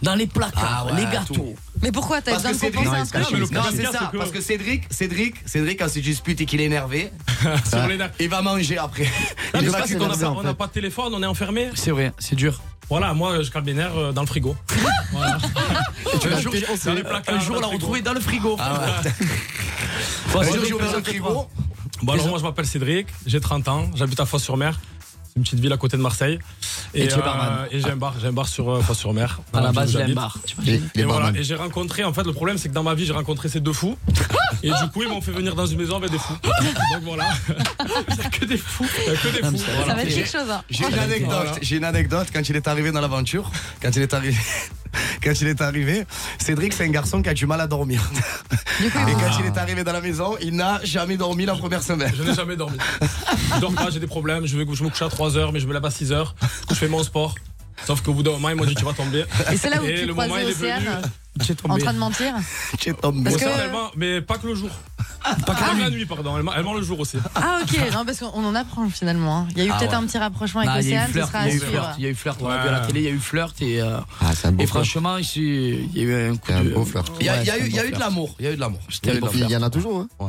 S5: dans les placards,
S6: Ah ouais,
S5: les gâteaux.
S7: Mais pourquoi t'as
S6: Parce
S7: besoin
S6: que
S7: de compenser
S6: Cédric,
S7: un truc
S6: non, c'est ça. Parce que Cédric, Cédric, Cédric, quand c'est dispute et qu'il est énervé,
S10: Sur les nerfs.
S6: il va manger après.
S10: Non,
S6: Il
S10: mais
S6: va
S10: parce
S6: se
S10: qu'on a
S6: énerver,
S10: pas-
S6: en
S10: on n'a
S6: fait.
S10: pas de téléphone, on est enfermé.
S5: C'est vrai, c'est dur.
S10: Voilà, moi, je calme les nerfs euh, dans le frigo. Voilà.
S5: l'as
S10: Un jour,
S5: fait, on
S10: dans les placards,
S5: Un jour, on l'a
S10: dans le frigo.
S5: retrouvé dans le frigo. Bon,
S10: Un
S5: c'est
S10: jour,
S5: bon,
S10: j'ai ouvert le frigo.
S5: présente-toi.
S10: Bon, alors moi je m'appelle Cédric, j'ai 30 ans, j'habite à Foix-sur-Mer. C'est une petite ville à côté de Marseille. euh,
S5: Et tu es barman.
S10: et j'ai un bar, j'ai un bar sur euh, Foix-sur-mer.
S5: À la
S10: Voilà,
S5: base,
S10: où
S5: il a un
S10: j'habite.
S5: bar. tu
S13: Les,
S10: Et,
S13: les
S10: voilà,
S13: barman.
S10: et j'ai rencontré, en fait, le problème c'est que dans ma vie j'ai rencontré ces deux fous. Et du coup, ils m'ont fait venir dans une maison avec des fous. Donc voilà. Il y a que des fous. Il y a que des fous.
S7: Ça va être quelque chose. hein.
S10: Oh,
S6: J'ai une anecdote. J'ai une anecdote quand il est arrivé dans l'aventure. Quand il est arrivé. Quand il est arrivé, Cédric c'est un garçon qui a du mal à dormir. Et quand il est arrivé dans la maison, il n'a jamais dormi la première semaine.
S10: Je n'ai jamais dormi. Je dors pas, j'ai des problèmes. Je, vais, je me couche à 3h, mais je me lève à 6h. Du coup, je fais mon sport. Sauf qu'au bout d'un moment, ils m'ont dit tu vas tomber.
S7: Et c'est là où tu
S10: le moment,
S7: croises
S10: il est venu.
S7: Océane
S13: Ah.
S10: J'ai
S7: en
S10: tombé.
S7: train de mentir.
S6: J'ai
S7: Parce
S10: Bon,
S7: que-
S10: ça, elle ment, mais pas que le jour. Pas que la nuit, pardon. Elle ment, elle ment le jour aussi.
S7: Ah ok, non parce qu'on en apprend finalement. hein. Il y a eu
S5: Ah
S7: peut-être
S5: ouais.
S7: un petit rapprochement
S5: Non,
S7: avec
S5: Il y a
S7: Océane,
S5: eu
S7: ce
S5: flirt, il y
S7: sera à
S5: a eu
S7: suivre.
S5: flirt, il y a eu flirt, on l'a vu à la
S6: Ouais.
S5: télé, il y a eu flirt et, euh, et franchement, ici, il y a eu un coup de.
S6: Il y a, il y a
S5: Ouais,
S6: eu, il y a eu de
S5: flirt.
S6: l'amour. Il y a eu de l'amour.
S5: C'était un
S6: Il y a eu de
S5: bon
S6: l'amour.
S5: flirt.
S13: Il y en a toujours, hein.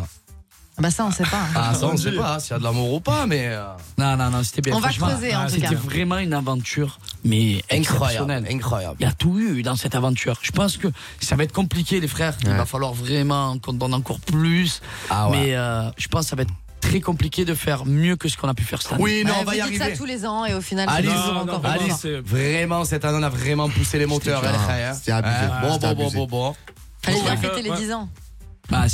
S7: Bah ça on sait pas. hein.
S6: Ah, ça, on sait pas hein, s'il y a de l'amour ou pas, mais. euh,
S5: Non, non, non, c'était bien.
S7: On va
S5: franchement, Ah,
S7: creuser, en tout
S5: C'était
S7: cas.
S5: vraiment une aventure, mais
S6: Incroyable,
S5: exceptionnelle.
S6: incroyable.
S5: Il y a tout eu dans cette aventure. Je pense que ça va être compliqué, les frères. Il
S6: Ouais.
S5: va falloir vraiment qu'on donne encore plus.
S6: Ah ouais.
S5: Mais euh, je pense que ça va être très compliqué de faire mieux que ce qu'on a pu faire cette année.
S6: Oui, non, on
S7: Ouais,
S6: va y
S7: Bah, vous dites ça
S6: arriver.
S7: tous les ans et au final c'est
S6: Alice,
S7: toujours encore plus fort.
S5: euh,
S6: Alice, vraiment, cette année, on a vraiment poussé les moteurs.
S13: dur,
S6: elle,
S13: hein.
S6: elle, hein.
S13: C'était abusé,
S6: Ouais. Bon,
S13: c'était
S6: bon, bon,
S13: abusé.
S6: bon, bon.
S7: Fallait
S10: Ouais.
S7: bien fêter les
S10: Ouais.
S7: 10 ans.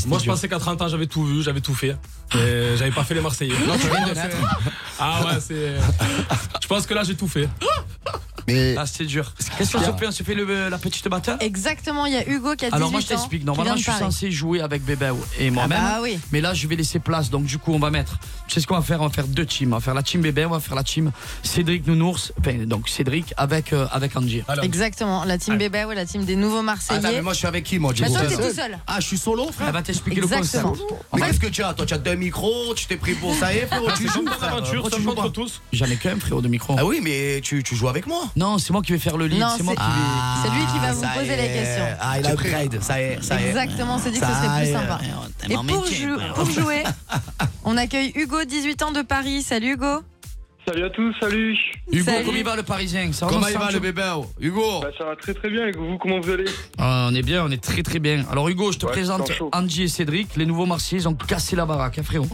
S10: Moi, je pensais qu'à 30 ans, j'avais tout vu, j'avais tout fait. Et j'avais pas fait les Marseillais.
S12: Non, tu viens de
S10: c'est-
S12: naître.
S10: Ah ouais, c'est. Je pense que là, j'ai tout fait.
S13: Mais.
S10: Ah, c'était dur.
S5: Qu'est-ce qu'on se
S10: fait On se fait la petite bataille
S7: Exactement, il y a Hugo qui a 18 ans.
S5: Alors moi je t'explique,
S7: qui
S5: normalement
S7: vient de
S5: je suis
S7: Paris.
S5: censé jouer avec Bébé et moi-même.
S7: Ah bah oui.
S5: Mais là je vais laisser place, donc du coup on va mettre. Tu sais ce qu'on va faire On va faire deux teams. On va faire la team Bébé, on va faire la team Cédric Nounours, enfin donc Cédric avec, euh, avec Angie.
S7: Exactement, la team bébé ou la team des
S5: Ah,
S7: nouveaux Marseillais.
S6: suis avec qui, Ah, moi
S7: Bah, toi, t'es tout seul.
S6: Ah, je suis solo, frère
S5: Elle va t'expliquer bah, le
S6: Exactement.
S5: concept.
S6: Mais qu'est-ce que tu as Toi, tu as deux micros, tu t'es pris pour ça, et frérot, tu
S5: C'est
S6: joues,
S5: ton
S6: frère.
S5: aventure,
S6: Pourquoi
S5: ça
S6: tu joues
S5: me contre
S6: pas
S5: tous. J'en ai qu'un frérot de micro.
S6: Ah oui, mais tu, tu joues avec moi
S5: Non, c'est moi qui vais faire le lead.
S7: Non,
S5: c'est moi
S7: c'est-
S5: qui vais-
S7: c'est lui qui va vous
S5: ça
S7: poser
S5: y
S7: les
S5: est.
S7: questions.
S6: Ah, il a upgrade, ça y est, ça y est.
S7: Exactement, on s'est dit que ce
S6: Ça
S7: serait
S6: y
S7: plus
S6: est.
S7: sympa. Et
S6: mon
S7: pour,
S6: métier,
S7: jou-
S6: frère.
S7: pour jouer, on accueille Hugo, 18 ans de Paris. Salut Hugo.
S14: Salut à tous, salut
S5: Hugo, comment il va le Parisien Ça va,
S14: Comment
S5: on se
S14: il va,
S5: sent,
S14: le
S5: tu-
S14: Hugo Bah, Ça va très très bien, et vous, comment vous allez
S5: Ah, on est bien, on est très très bien. Alors Hugo, je te
S14: Ouais,
S5: présente
S14: c'est chaud.
S5: Angie et Cédric, les nouveaux Marseillais, ils ont cassé la baraque, hein, frérot.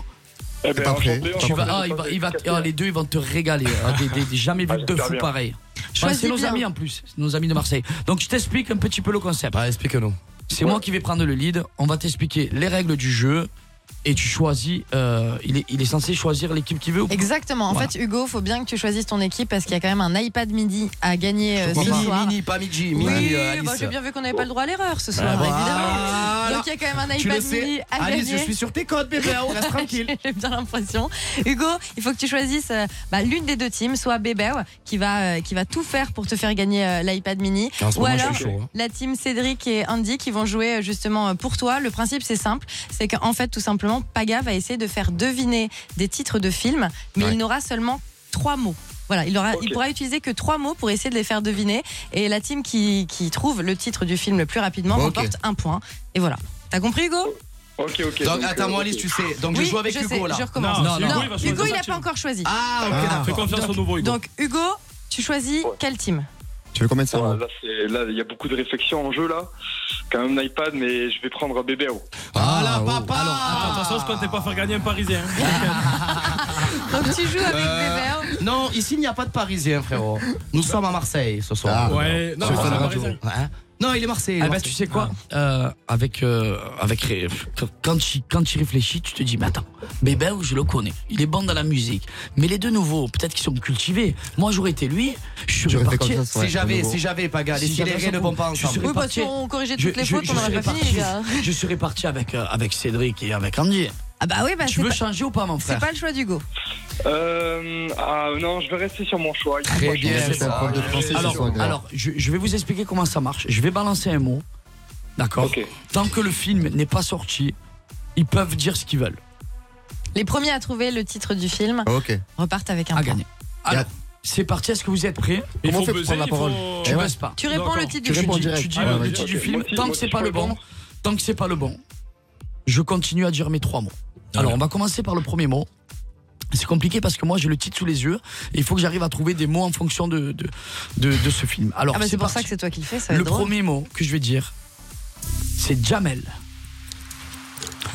S14: Eh ben, enchanté,
S5: Tu vas,
S14: enchanté. hein.
S5: ah, il va, il va- ah, les deux, ils vont te régaler. hein, des- des- des- jamais vu
S14: Ah,
S5: deux
S14: j'espère
S5: fous
S14: bien.
S5: pareils. Enfin,
S14: Choisis
S5: c'est nos
S14: bien.
S5: amis en plus, c'est nos amis de Marseille. Donc je t'explique un petit peu le concept.
S6: explique-nous.
S5: C'est moi qui vais prendre le lead. On va t'expliquer les règles du jeu et tu choisis. euh, il, est, il est censé choisir l'équipe qu'il veut. ou pas.
S7: Exactement. En
S5: Voilà.
S7: fait, Hugo, faut bien que tu choisisses ton équipe parce qu'il y a quand même un iPad midi à gagner euh, ce
S6: Mini,
S7: soir.
S6: mini, pas Midji,
S7: Oui,
S6: mini, euh, Alice.
S7: bah, j'ai bien vu qu'on n'avait pas le droit à l'erreur ce soir,
S6: Ah,
S7: évidemment. Donc il y a quand même un
S6: Tu
S7: iPad
S6: le sais.
S7: mini à
S6: Alice,
S7: gagner.
S6: je suis sur tes codes, bébé, hein, on reste tranquille.
S7: J'ai bien l'impression. Hugo, il faut que tu choisisses euh, bah, l'une des deux teams, soit Bébé qui va euh, qui va tout faire pour te faire gagner euh, l'iPad mini,
S12: En ce
S7: ou
S12: moment, je
S7: alors
S12: suis chaud, hein.
S7: la team Cédric et Andy qui vont jouer euh, justement euh, pour toi. Le principe c'est simple, c'est qu'en fait tout simplement Paga va essayer de faire deviner des titres de films, mais il n'aura seulement trois mots. Voilà, il, aura, il pourra utiliser que trois mots pour essayer de les faire deviner. Et la team qui, qui trouve le titre du film le plus rapidement
S6: Bon, ok.
S7: remporte un point. Et voilà. T'as compris, Hugo
S14: Ok, ok. euh,
S6: Donc, attends, moi, Alice, tu sais. Donc, je
S7: Oui,
S6: joue avec
S7: je
S6: Hugo,
S7: sais,
S6: là.
S7: Je recommence.
S6: Non, non, non.
S7: Hugo, il n'a pas encore choisi.
S6: Ah,
S14: ok, d'accord. Fais confiance
S7: donc,
S14: au nouveau Hugo.
S7: Donc, Hugo, tu choisis quelle team
S14: Tu veux combien de ça Là, c'est- là, il y a beaucoup de réflexion en jeu, là. Quand même, un iPad, mais je vais prendre bébé.
S6: Ah là, papa
S10: Ah, de toute façon, je comptais pas faire gagner un Parisien. hein.
S7: Donc tu joues avec
S6: Euh, Non, ici il n'y a pas de Parisien, frérot. Nous sommes à Marseille ce soir.
S5: Ah, Ouais, non,
S6: Sur
S5: non,
S6: Fun
S5: c'est un
S6: Radio. Hein Non, il est Marseille. il est
S5: Ah bah,
S6: Marseille.
S5: tu sais quoi Euh, Avec euh, avec ré- quand tu quand tu réfléchis, tu te dis mais attends, Bébé je le connais. Il est bon dans la musique. Mais les deux nouveaux, peut-être qu'ils sont cultivés. Moi j'aurais été lui. Je
S6: Tu
S5: serais
S6: aurais fait
S5: parti.
S6: comme ça, Si ouais, j'avais- nouveau. si j'avais, Paga, les
S5: j'avais
S6: Silérés ne
S5: ça,
S6: vont pas
S5: je
S6: ensemble.
S5: serais
S6: Oui, parce
S5: parti-
S7: qu'on corrigeait toutes les fautes, bah, on n'aurait
S5: serais
S7: pas fini, les
S5: parti- Je serais parti avec euh, avec Cédric et avec Andy.
S7: Ah bah oui, bah
S5: tu
S7: c'est
S5: veux
S7: pas-
S5: changer ou pas mon frère
S7: C'est pas le choix d'Hugo.
S14: Euh, ah, non, je vais rester sur mon choix. Il faut pas changer.
S5: Alors, alors, je, je vais vous expliquer comment ça marche. Je vais balancer un mot, d'accord Tant que le film n'est pas sorti, ils peuvent dire ce qu'ils veulent.
S7: Les premiers à trouver le titre du film
S6: Ah
S5: Ok.
S7: repartent avec un
S5: À
S7: point.
S5: gagner. Alors, c'est parti. Est-ce que vous êtes prêts
S7: Il Comment faut on fait pour buzzer, prendre la il parole faut-
S5: Tu
S7: Ouais.
S5: buzz pas.
S7: Tu réponds D'accord. le titre du
S5: Tu
S7: film.
S5: dis-
S7: direct.
S5: Tu dis
S7: Ah,
S5: le
S7: ouais,
S5: titre
S7: ok.
S5: du film.
S7: Moi aussi,
S5: Tant
S7: moi
S5: que c'est
S7: aussi,
S5: pas
S7: je
S5: le bon, tant que c'est pas le bon, je continue à dire mes trois mots. Alors, on va commencer par le premier mot. C'est compliqué parce que moi j'ai le titre sous les yeux et il faut que j'arrive à trouver des mots en fonction de, de, de, de ce film. Alors
S7: Ah bah, c'est pour
S5: parti.
S7: ça que c'est toi qui le fais, ça va
S5: Le
S7: être drôle.
S5: premier mot que je vais dire, c'est Jamel.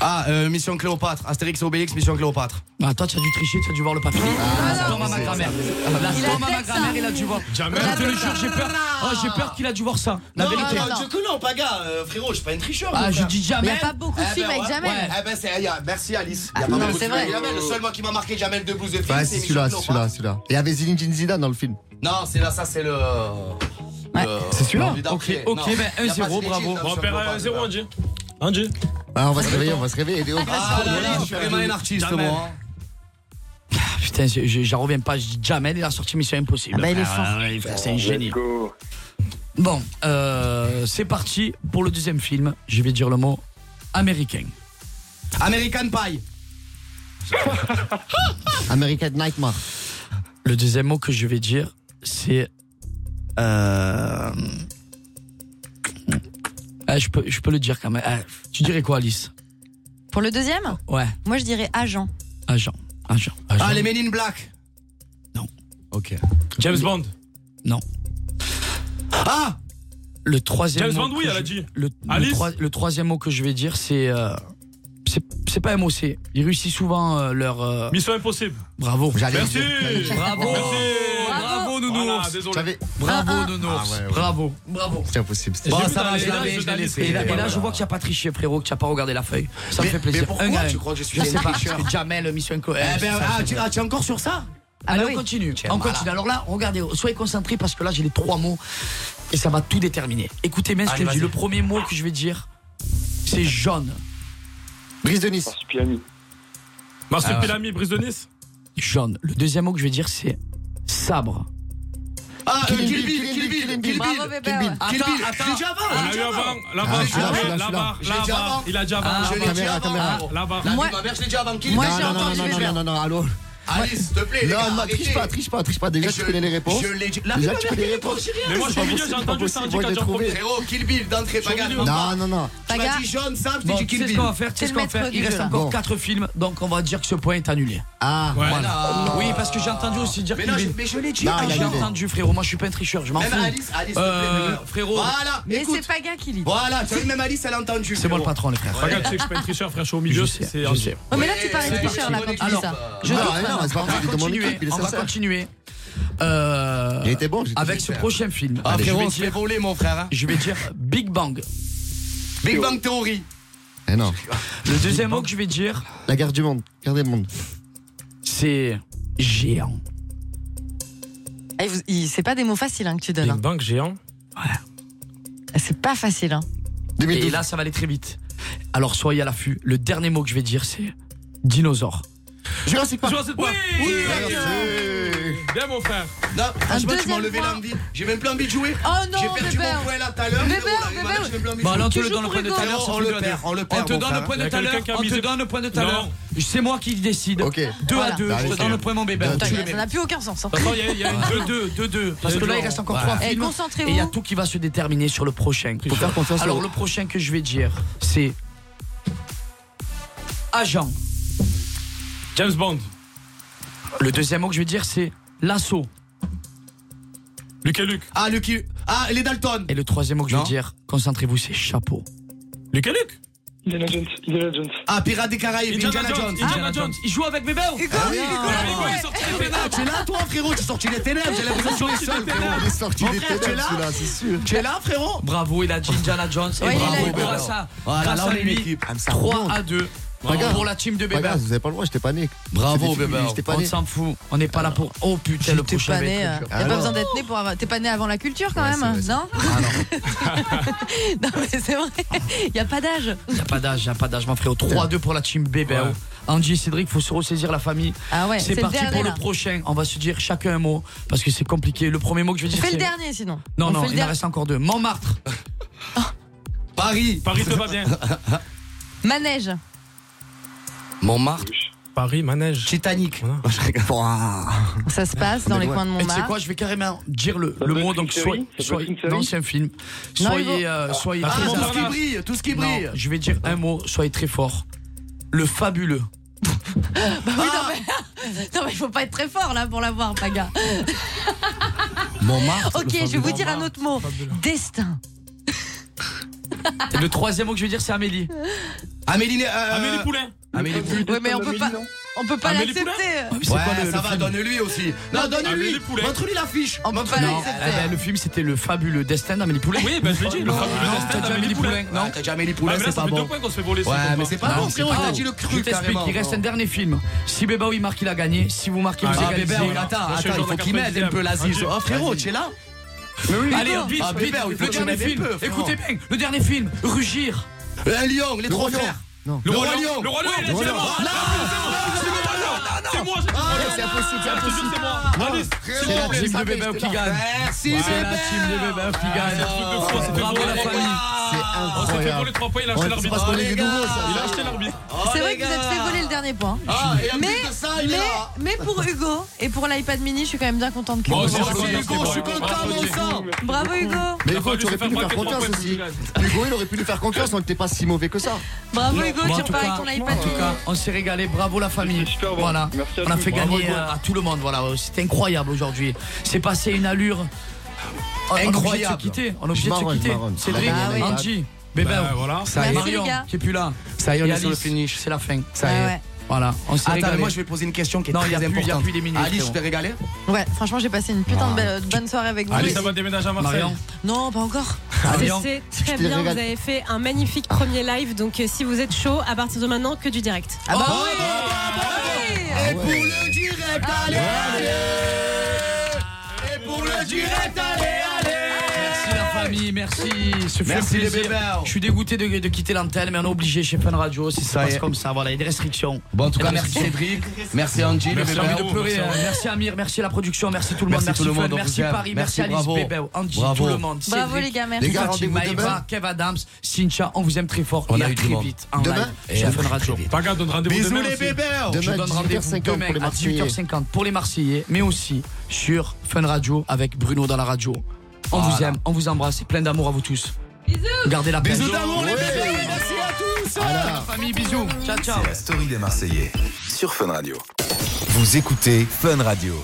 S6: Ah, euh, Mission Cléopâtre. Astérix et Obélix, Mission Cléopâtre.
S5: Bah, toi, tu as dû tricher, tu as dû voir le papier.
S13: Ah,
S5: La tombe à ma grand-mère. La
S6: Il a
S5: tombe à
S6: fait
S5: ma
S6: ça.
S5: grand-mère, il a dû voir.
S6: Jamel.
S5: Je te le jure, j'ai peur. Oh, j'ai peur qu'il a dû voir ça. La
S6: non,
S5: vérité.
S6: non, non, que non, Paga, euh, frérot, je suis pas un tricheur.
S5: Ah,
S6: mon
S5: je
S6: frère.
S5: dis Jamel. Mais y a pas beaucoup de
S6: Eh
S5: films
S6: ben,
S5: avec
S6: ouais,
S5: Jamel.
S6: ouais. Eh ben, c'est- eh, merci Alice. Y a
S13: Ah,
S6: pas
S13: non,
S6: beaucoup de
S13: c'est
S6: films avec
S13: vrai.
S6: Jamel. Le seul moi qui m'a marqué Jamel de Blues de film,
S13: Bah,
S6: c'est
S13: c'est
S6: Mission
S13: celui-là,
S6: Cléopâtre.
S13: celui-là, celui-là. Et il y avait Zinedine Zidane dans le film.
S6: Non, c'est là, ça, c'est le. euh,
S13: C'est celui-là
S6: l'envie d'après.
S13: Ok,
S6: Non,
S13: ok, ben,
S6: y a pas
S13: 1-0,
S6: de
S13: bravo.
S6: Zidane,
S13: On
S6: Mission
S10: perd
S6: Cléopâtre.
S10: 1-0, Andy. Andy
S13: Ah, on va se réveiller, on va se réveiller. Léo.
S6: Ah là là, je suis vraiment un artiste,
S5: Jamel.
S6: moi. hein.
S5: Ah, Putain, je- je- j'en reviens pas. Je dis Jamel, il a sorti Mission Impossible.
S6: Ah bah, il est
S5: Ah,
S6: fort.
S5: ouais, frère, C'est
S6: Oh,
S5: un
S6: let's
S5: génie. Bon, euh, c'est parti pour le deuxième film. Je vais dire le mot américain.
S6: American Pie.
S5: American Nightmare. Le deuxième mot que je vais dire, c'est. euh, ah, je, peux, je peux le dire quand même. Ah, tu dirais quoi, Alice
S7: Pour le deuxième
S5: Ouais,
S7: Moi, je dirais agent.
S5: agent. Agent. agent.
S6: Ah, les Men in Black.
S5: Ok.
S10: James Bond.
S5: Non.
S6: Ah
S5: Le troisième
S10: James
S5: mot
S10: Bond, oui,
S5: que
S10: elle a
S5: je-
S10: dit.
S5: Le, le
S10: Alice
S5: troi- le troisième mot que je vais dire, c'est. euh, c'est- c'est pas MOC. Ils réussissent souvent euh, leur. euh,
S10: Mission impossible.
S5: Bravo.
S10: Merci.
S5: Bravo.
S10: Merci.
S5: Bravo,
S10: Nounours.
S13: J'avais-
S5: Bravo,
S13: Ah
S5: Nounours.
S13: ouais, ouais.
S5: Bravo. Bravo.
S13: C'est impossible.
S5: Bon, ça va, je l'avais, je l'ai laissé. Et là, et là, je vois que tu n'as pas triché, frérot, que tu n'as pas regardé la feuille. Ça me fait plaisir.
S6: mais pourquoi
S5: Un à
S6: tu
S5: un.
S6: crois que je suis
S5: Je
S6: un
S5: sais pas,
S6: tricheur
S5: parce que Jamel, Mission Co.
S6: Eh ben, ah, tu- ah, tu es encore sur ça
S5: Allez, on continue. On
S6: malin.
S5: continue. Alors là, regardez, soyez concentrés parce que là, j'ai les trois mots et ça va tout déterminer. Écoutez bien ce
S6: Allez,
S5: que je dis.
S6: vas-y.
S5: Le premier mot que je vais dire, c'est jaune.
S13: Brise de Nice.
S10: Marcel
S5: Ah.
S10: Pellamy, Brise de Nice
S5: Jaune. Le deuxième mot que je vais dire, c'est sabre.
S6: Ah,
S5: Kill
S6: euh, Kill
S5: Bill,
S6: Bill, Kill Bill, Kill Bill.
S5: Bravo, bébé,
S6: Kill Bill,
S5: ouais.
S6: Kill Bill.
S5: Attends,
S6: Je l'ai dit avant,
S10: On
S6: je l'ai
S10: l'a
S6: dit
S10: eu
S6: avant.
S10: avant, là-bas,
S6: Ah, je l'ai
S10: là-bas,
S6: dit avant,
S10: là-bas,
S6: celui-là. Je l'ai
S10: là-bas.
S6: dit avant.
S10: Il a dit avant,
S6: Ah, je l'ai
S10: là-bas.
S6: dit
S10: Caméra,
S6: avant.
S10: caméra.
S6: Ah,
S10: Là-bas.
S6: la vie
S10: Moi-
S6: de ma mère, je l'ai dit avant. Kill
S13: Moi,
S6: Bill.
S13: j'ai entendu les verts. Non, non, non, allô.
S6: Allez, s'il te plaît, les
S13: Non,
S6: gars,
S13: non, triche
S6: arrêtez.
S13: pas, triche pas, triche pas. Déjà,
S6: Mais
S13: tu
S6: je-
S13: connais les réponses.
S6: je l'ai dit- La vie
S13: Déjà,
S6: de ma
S13: tu
S6: mère,
S13: connais les
S6: quelle
S13: réponses.
S6: réponse, j'ai rien.
S10: Mais moi, je suis au milieu, j'ai entendu ça,
S13: Moi,
S10: indicateur premier.
S6: Frérot, Kill Bill, d'entrée, Paga.
S13: Non, non, non.
S6: Tu m'as
S7: Paga.
S6: dit jaune, simple, je t'ai
S5: Bon,
S6: dit
S5: tu
S6: Kill
S5: sais ce
S6: Bill.
S5: qu'on va faire, tu sais
S7: C'est
S5: ce
S7: le
S5: qu'on va faire.
S7: maître
S5: Il
S7: du
S5: reste
S7: jeu,
S5: encore
S7: là.
S5: 4 films, donc on va dire que ce point est annulé.
S13: Ah,
S10: Ouais,
S5: voilà.
S6: non.
S5: Oui, parce que j'ai entendu aussi dire
S6: Mais
S5: Kill
S6: non,
S5: Bill.
S6: je- mais je l'ai dit,
S5: Non,
S6: ah,
S5: hein. J'ai
S6: j'ai
S5: entendu, frérot. Moi, je suis pas un tricheur, je m'en
S6: Même
S5: fous.
S6: Alice, Alice, s'il te plaît,
S5: Euh,
S6: mais non.
S5: frérot.
S6: Voilà,
S7: Mais
S6: écoute.
S7: c'est Paga qui lit.
S6: Voilà, tu as vu, même Alice, elle a entendu.
S5: C'est moi le
S6: frérot.
S5: patron, les frères.
S10: Regarde, tu sais que je suis pas un tricheur, frère, je suis au milieu.
S5: Je sais,
S10: c'est
S5: je
S10: un-
S5: sais.
S7: Ouais, mais là, tu parais
S6: Ouais,
S7: tricheur, là, quand tu dis
S5: Alors,
S7: ça.
S5: je
S13: Non,
S5: doute
S13: non,
S5: maintenant.
S13: c'est pas
S5: on
S13: vrai, il est
S5: va
S13: dans mon
S5: continuer.
S13: équipe, il est
S5: on va
S13: sincère.
S5: continuer. Euh,
S13: Il était bon, j'étais
S5: Avec ce
S13: sincère.
S5: prochain film.
S6: Ah,
S5: Allez, je
S6: frérot,
S5: vais
S6: on se fait
S5: dire-
S6: voler, mon frère. hein.
S5: je vais dire Big Bang.
S6: Big Bang Theory.
S13: Eh non.
S5: Le deuxième mot que je vais dire,
S13: La guerre du monde. Gardez le monde.
S5: c'est géant.
S7: Eh, vous- il- C'est pas des mots faciles hein, que tu donnes.
S9: Big
S7: hein.
S9: Bang géant.
S7: C'est pas facile. hein.
S5: Et
S13: 2012.
S5: là, ça va aller très vite. Alors, soyez à l'affût. Le dernier mot que je vais dire, c'est dinosaure.
S13: Jurassic Park.
S10: Jurassic Park.
S6: Oui,
S10: Bien, mon frère.
S6: Non, franchement, tu m'as
S7: deuxième
S6: enlevé
S7: point.
S6: l'envie. J'ai même plus envie de jouer.
S7: Oh non,
S6: J'ai perdu
S7: Bébert.
S6: mon point là tout à l'heure.
S7: Bébert,
S6: Frérot, là, il m'a dit,
S7: Bébert.
S6: j'ai même plus envie de
S5: Bon,
S6: jouer.
S5: Bah, alors, on te
S7: toujours
S5: le donne le point de
S7: pour
S5: tout à l'heure.
S6: rigoler.
S5: c'est
S6: On
S5: plus
S6: le
S5: de la
S6: perd,
S5: dire.
S6: on le
S5: On
S6: perd,
S5: te
S6: mon
S5: donne le
S6: frère.
S5: point
S10: Il
S5: de
S10: y a
S5: tout à l'heure.
S10: quelqu'un qui a
S5: On te
S10: misé.
S5: donne le point de tout à
S10: Non.
S5: l'heure. C'est moi qui décide.
S13: Ok.
S5: 2 à
S7: Voilà.
S6: Bah,
S5: 2. Je te donne le point, mon bébé.
S7: Putain,
S5: Tu
S7: gars,
S5: le mets.
S7: Ça n'a plus aucun sens. hein.
S10: De toute façon, il y a- il y a une 2-2, 2-2.
S5: Parce que là, il reste encore
S6: Voilà.
S5: trois
S7: Eh,
S5: films. Et
S7: Concentrez-vous.
S5: il y a tout qui va se déterminer sur le prochain.
S13: Faut faire confiance
S5: Alors,
S13: au-
S5: le prochain que je vais dire, c'est. Agent.
S10: James Bond,
S5: Le deuxième mot que je vais dire, c'est l'assaut.
S10: Luc et Luc.
S6: Ah, Lucky. Ah, les Dalton.
S5: Et le troisième mot que
S6: Non.
S5: je vais dire, concentrez-vous, c'est chapeau.
S10: Luc et Luc.
S14: Indiana Jones. Indiana Jones.
S6: Ah, Pirates des Caraïbes. Indiana Jones.
S10: Indiana Jones.
S5: Il joue avec Bébé
S6: Ah, oui, Nicolas,
S10: Hugo, il est sorti des pénales.
S6: Ah, Tu es là, toi, frérot. Tu es sorti des ténèbres. J'ai l'impression que tu es seul. frérot.
S13: Il est sorti
S6: Mon
S13: des
S6: frère,
S13: têtes
S6: tu es là
S13: là, c'est sûr.
S6: Tu es là, frérot
S5: Bravo, il a dit Indiana Jones. Et
S7: Ouais, il
S5: bravo,
S7: a eu
S5: grâce
S6: peur.
S5: à-
S6: Voilà,
S5: grâce
S6: là,
S5: à
S6: on est une
S5: lui,
S6: équipe.
S13: Ah, mais ça
S5: 3
S13: remonte.
S5: à 2.
S13: Pas grave.
S5: Pour la team de
S13: Pas
S5: Bébé.
S13: grave, vous avez pas le droit, j'étais pas né.
S6: Bravo,
S13: J'étais-
S6: Bébert.
S13: J'étais pas
S5: On
S13: né.
S5: s'en fout. On n'est pas là pour. Oh putain, le
S7: T'es
S5: prochain.
S7: pas
S5: va être
S7: né.
S5: trop
S7: euh,
S6: Ah
S5: dur.
S7: y a pas
S13: Alors.
S7: besoin d'être né pour avoir. T'es pas né avant la culture quand
S13: Ouais,
S7: même,
S13: c'est
S7: non
S6: Ah
S7: Non, mais c'est vrai. Il y a pas d'âge.
S5: Il n'y a pas d'âge, il n'y a pas d'âge, mon frérot. 3-2 pour la team Bébé.
S10: Ouais.
S5: Angie et Cédric, faut se ressaisir la famille.
S7: Ah ouais.
S5: c'est
S7: C'est le
S5: parti
S7: dernier.
S5: pour le
S7: là.
S5: prochain. On va se dire chacun un mot parce que c'est compliqué. Le premier mot que je vais
S7: On
S5: dire,
S7: fait
S5: c'est.
S7: le dernier sinon.
S5: Non,
S7: On
S5: non,
S7: fait le
S5: il en
S7: dernier.
S5: reste encore deux. Montmartre,
S6: Paris.
S10: Paris te va bien.
S7: Manège.
S6: Montmartre.
S10: Paris, manège.
S6: Titanic.
S7: Ça se passe dans
S13: Mais
S7: les
S13: ouais.
S7: coins de
S5: Et tu sais
S7: Montmartre.
S5: quoi, je vais carrément dire le,
S14: Ça
S5: le
S14: peut
S5: mot,
S14: être
S5: donc
S14: une série
S5: soyez.
S14: Ça peut
S5: soyez-
S14: être une série
S5: Non, c'est un film.
S7: Non,
S5: Soyez. euh, soyez
S6: Ah,
S5: très
S6: tout ce
S5: actifs.
S6: qui brille. Tout ce qui brille.
S5: Non, Bah je vais dire un mot, soyez très fort. Le fabuleux.
S7: Ah. Non, mais il faut pas être très fort là pour l'avoir, Paga.
S6: Montmartre.
S7: Ok, je vais vous dire un autre mot. Destin.
S5: Et le troisième mot que je vais dire, c'est Amélie.
S6: Amélie. euh,
S10: Amélie Poulain.
S6: Amélie
S5: Euh,
S6: Poulain.
S7: Oui, mais on peut pas. On peut
S6: Ah,
S7: pas
S10: Amélie Poulain
S7: l'accepter.
S5: Mais c'est
S6: Ouais,
S5: quoi le-
S6: ça
S5: le
S6: va,
S5: film
S6: donne-lui aussi. Non,
S10: Amélie
S6: donne-lui.
S10: Poulain.
S6: Montre-lui l'affiche.
S7: On peut pas
S5: Non,
S7: l'accepter.
S5: eh ben, le film c'était le fabuleux destin d'Amélie Poulain.
S10: Oui, ben je l'ai dit, le
S5: Non,
S10: fabuleux
S5: non,
S10: destin
S5: t'as dit
S10: d'Amélie
S5: Amélie Poulain.
S10: Poulain.
S5: Non,
S6: Ouais, T'as dit Amélie
S10: Ah,
S5: Bah,
S6: Poulain,
S10: mais là,
S6: c'est
S10: ça
S6: pas
S10: fait deux
S6: bon.
S10: points qu'on se fait voler.
S6: Ouais, mais
S10: c'est
S6: c'est pas bon, frérot. T'as dit le
S5: Je
S6: cru,
S5: t'explique,
S6: carrément.
S5: il reste un dernier film. Si Bébaoui marque, il a gagné. Si vous marquez, vous
S6: Ah,
S5: égalisez.
S6: bébé, on attend,
S10: Moi, je suis
S6: attends,
S10: le
S6: il
S10: genre
S6: faut
S10: de
S6: qu'il m'aide un peu là.
S10: Vas-y.
S6: Oh, frérot, tu es là
S5: Allez, vite,
S6: Ah,
S5: vite,
S6: Bébert, il faut
S5: le
S6: que
S5: dernier
S6: je m'aide
S5: film.
S6: un peu, frérot.
S5: Écoutez bien, le dernier film, Rugir.
S6: Un lion, les trois
S13: Lion.
S6: frères.
S13: Non.
S10: Le roi
S6: Le
S10: lion.
S6: Roi
S10: Le roi lion, il a
S13: Lion.
S10: dit à moi.
S6: Là,
S10: C'est moi, c'est moi, c'est moi.
S6: Ah, c'est impossible, c'est
S10: Je te jure,
S6: impossible.
S10: c'est moi. Allez, c'est
S13: C'est
S10: moi.
S13: la
S5: Jim
S13: team
S5: de
S13: de
S5: Bébert
S13: Bébé
S5: qui
S13: qui gagne.
S5: gagne.
S6: Merci,
S5: C'est la team de
S6: Bébert.
S5: Bébert qui gagne.
S10: Truc de fou, on s'est fait
S5: Bravo
S10: voler.
S5: la famille.
S10: On s'est fait voler
S13: incroyable.
S10: trois points, il a
S13: Ouais,
S10: acheté
S13: c'est parce
S10: l'arbitre.
S13: qu'on est des
S6: Oh,
S13: nouveaux,
S6: les
S13: ça.
S10: Il a acheté l'arbitre.
S7: C'est vrai que vous êtes fait voler le dernier point.
S6: Oh, Ah, et en
S7: Mais-
S6: plus de ça, il est
S7: Mais,
S6: là.
S7: mais pour Hugo et pour l'iPad mini, je suis quand même bien contente que.
S10: Moi
S6: Oh,
S10: aussi,
S6: c'est
S10: je suis
S6: Hugo,
S10: content,
S6: je suis
S10: c'est bon.
S6: content, mon sang.
S7: Bravo Hugo.
S13: Mais
S10: Il a
S13: Hugo,
S10: fallu
S13: tu
S10: se
S13: aurais pu
S10: faire
S13: lui faire
S10: braquer trois
S13: confiance
S10: points pour
S13: aussi.
S10: que tu
S13: Hugo, il aurait pu lui faire confiance, on n'était pas si mauvais que ça.
S7: Bravo Hugo,
S5: Bon, en
S7: tu
S5: tout
S7: repars
S5: cas,
S7: avec ton iPad
S5: En tout
S7: mini.
S5: cas, on s'est régalé. Bravo la famille.
S14: Super bon.
S5: Voilà.
S14: Merci à
S5: on a
S14: tous.
S5: fait
S14: Bravo,
S5: gagner
S14: Hugo.
S5: euh, à tout le monde. Voilà, euh, c'était incroyable aujourd'hui. C'est passé une allure on- On est obligé de se
S6: Incroyable.
S5: quitter. On est obligé
S13: Je
S5: de se
S13: marronne,
S5: quitter.
S13: je marronne.
S5: Cédric,
S7: Ah oui.
S5: Angie, Bébé,
S10: Voilà.
S6: Ça y est.
S7: Merci les
S5: Marion,
S7: gars.
S5: qui est plus là.
S6: Ben, Ça y est, on
S5: Et
S6: est sur le
S5: Alice,
S6: finish.
S5: C'est la fin.
S6: Ça y
S7: Ouais,
S6: est.
S7: ouais.
S5: Voilà, on s'est
S6: Attends,
S5: régalé.
S6: mais moi je vais poser une question qui est
S5: Non,
S6: très
S5: y a plus-
S6: importante.
S5: y a plus des minutes,
S6: Alice,
S5: frérot.
S6: je t'ai régalé
S7: Ouais, franchement, j'ai passé une
S6: Ah.
S7: putain de belle- de bonne soirée avec vous.
S6: Allez,
S7: Et-
S6: ça va déménager à Marseille Marion.
S7: Non, pas encore.
S8: Ah, C'est- C'est très bien, vous avez fait un magnifique premier live, donc euh, si vous êtes chaud, à partir de maintenant, que du direct.
S7: Ah bah
S12: oui,
S6: Et pour le direct, allez, allez Et pour le direct, allez,
S5: Merci la famille, merci. Ce fut
S6: Merci
S5: un
S6: les
S5: plaisir.
S6: bébés.
S5: Je suis dégoûté de, de quitter l'antenne, mais on est obligé chez Fun Radio. Si ça,
S6: y
S5: passe
S6: est.
S5: comme ça, voilà, il y a des restrictions.
S6: Bon, en tout
S5: Il y a
S6: cas,
S5: des
S6: merci
S5: restrictions.
S6: Cédric, merci Angie, les
S5: merci,
S6: bébés.
S5: j'ai envie de pleurer,
S6: Merci.
S5: hein. merci Amir, merci la production, merci tout le monde,
S6: Merci
S5: merci,
S6: tout le
S5: Fun,
S6: monde, on
S5: merci
S6: vous aime.
S5: Paris,
S6: Merci,
S5: merci, Alice
S6: bravo.
S5: Bébé, Angie,
S6: Bravo.
S5: tout le monde.
S7: Bravo,
S5: Cédric,
S7: les gars, merci. Les gars,
S5: Fatih,
S7: rendez-vous
S5: Maëva,
S7: demain.
S5: Kev Adams, Cynthia, on vous aime très fort.
S6: On
S5: et
S6: a
S5: à
S6: eu du
S5: très
S6: monde.
S5: vite. en
S6: Demain
S5: live
S6: Et
S5: chez
S6: à
S5: Fun
S6: très
S5: Radio.
S6: vite.
S10: Paga donne rendez-vous
S5: Bisous
S10: demain
S5: les
S10: aussi.
S5: bébés Je
S10: Demain,
S5: donne
S10: 18h50
S5: rendez-vous
S10: pour
S5: demain
S10: les
S5: à
S10: Marseillais.
S5: 18h50 pour les Marseillais, mais aussi sur Fun Radio avec Bruno dans la radio. On
S6: Voilà.
S5: vous aime, on vous embrasse et plein d'amour à vous tous. Bisous Gardez la paix.
S6: Bisous d'amour, les
S5: Ouais.
S6: bébés. Merci à tous.
S5: Voilà, la famille, bisous. Ciao, ciao.
S1: C'est la story des Marseillais sur Fun Radio. Vous écoutez Fun Radio.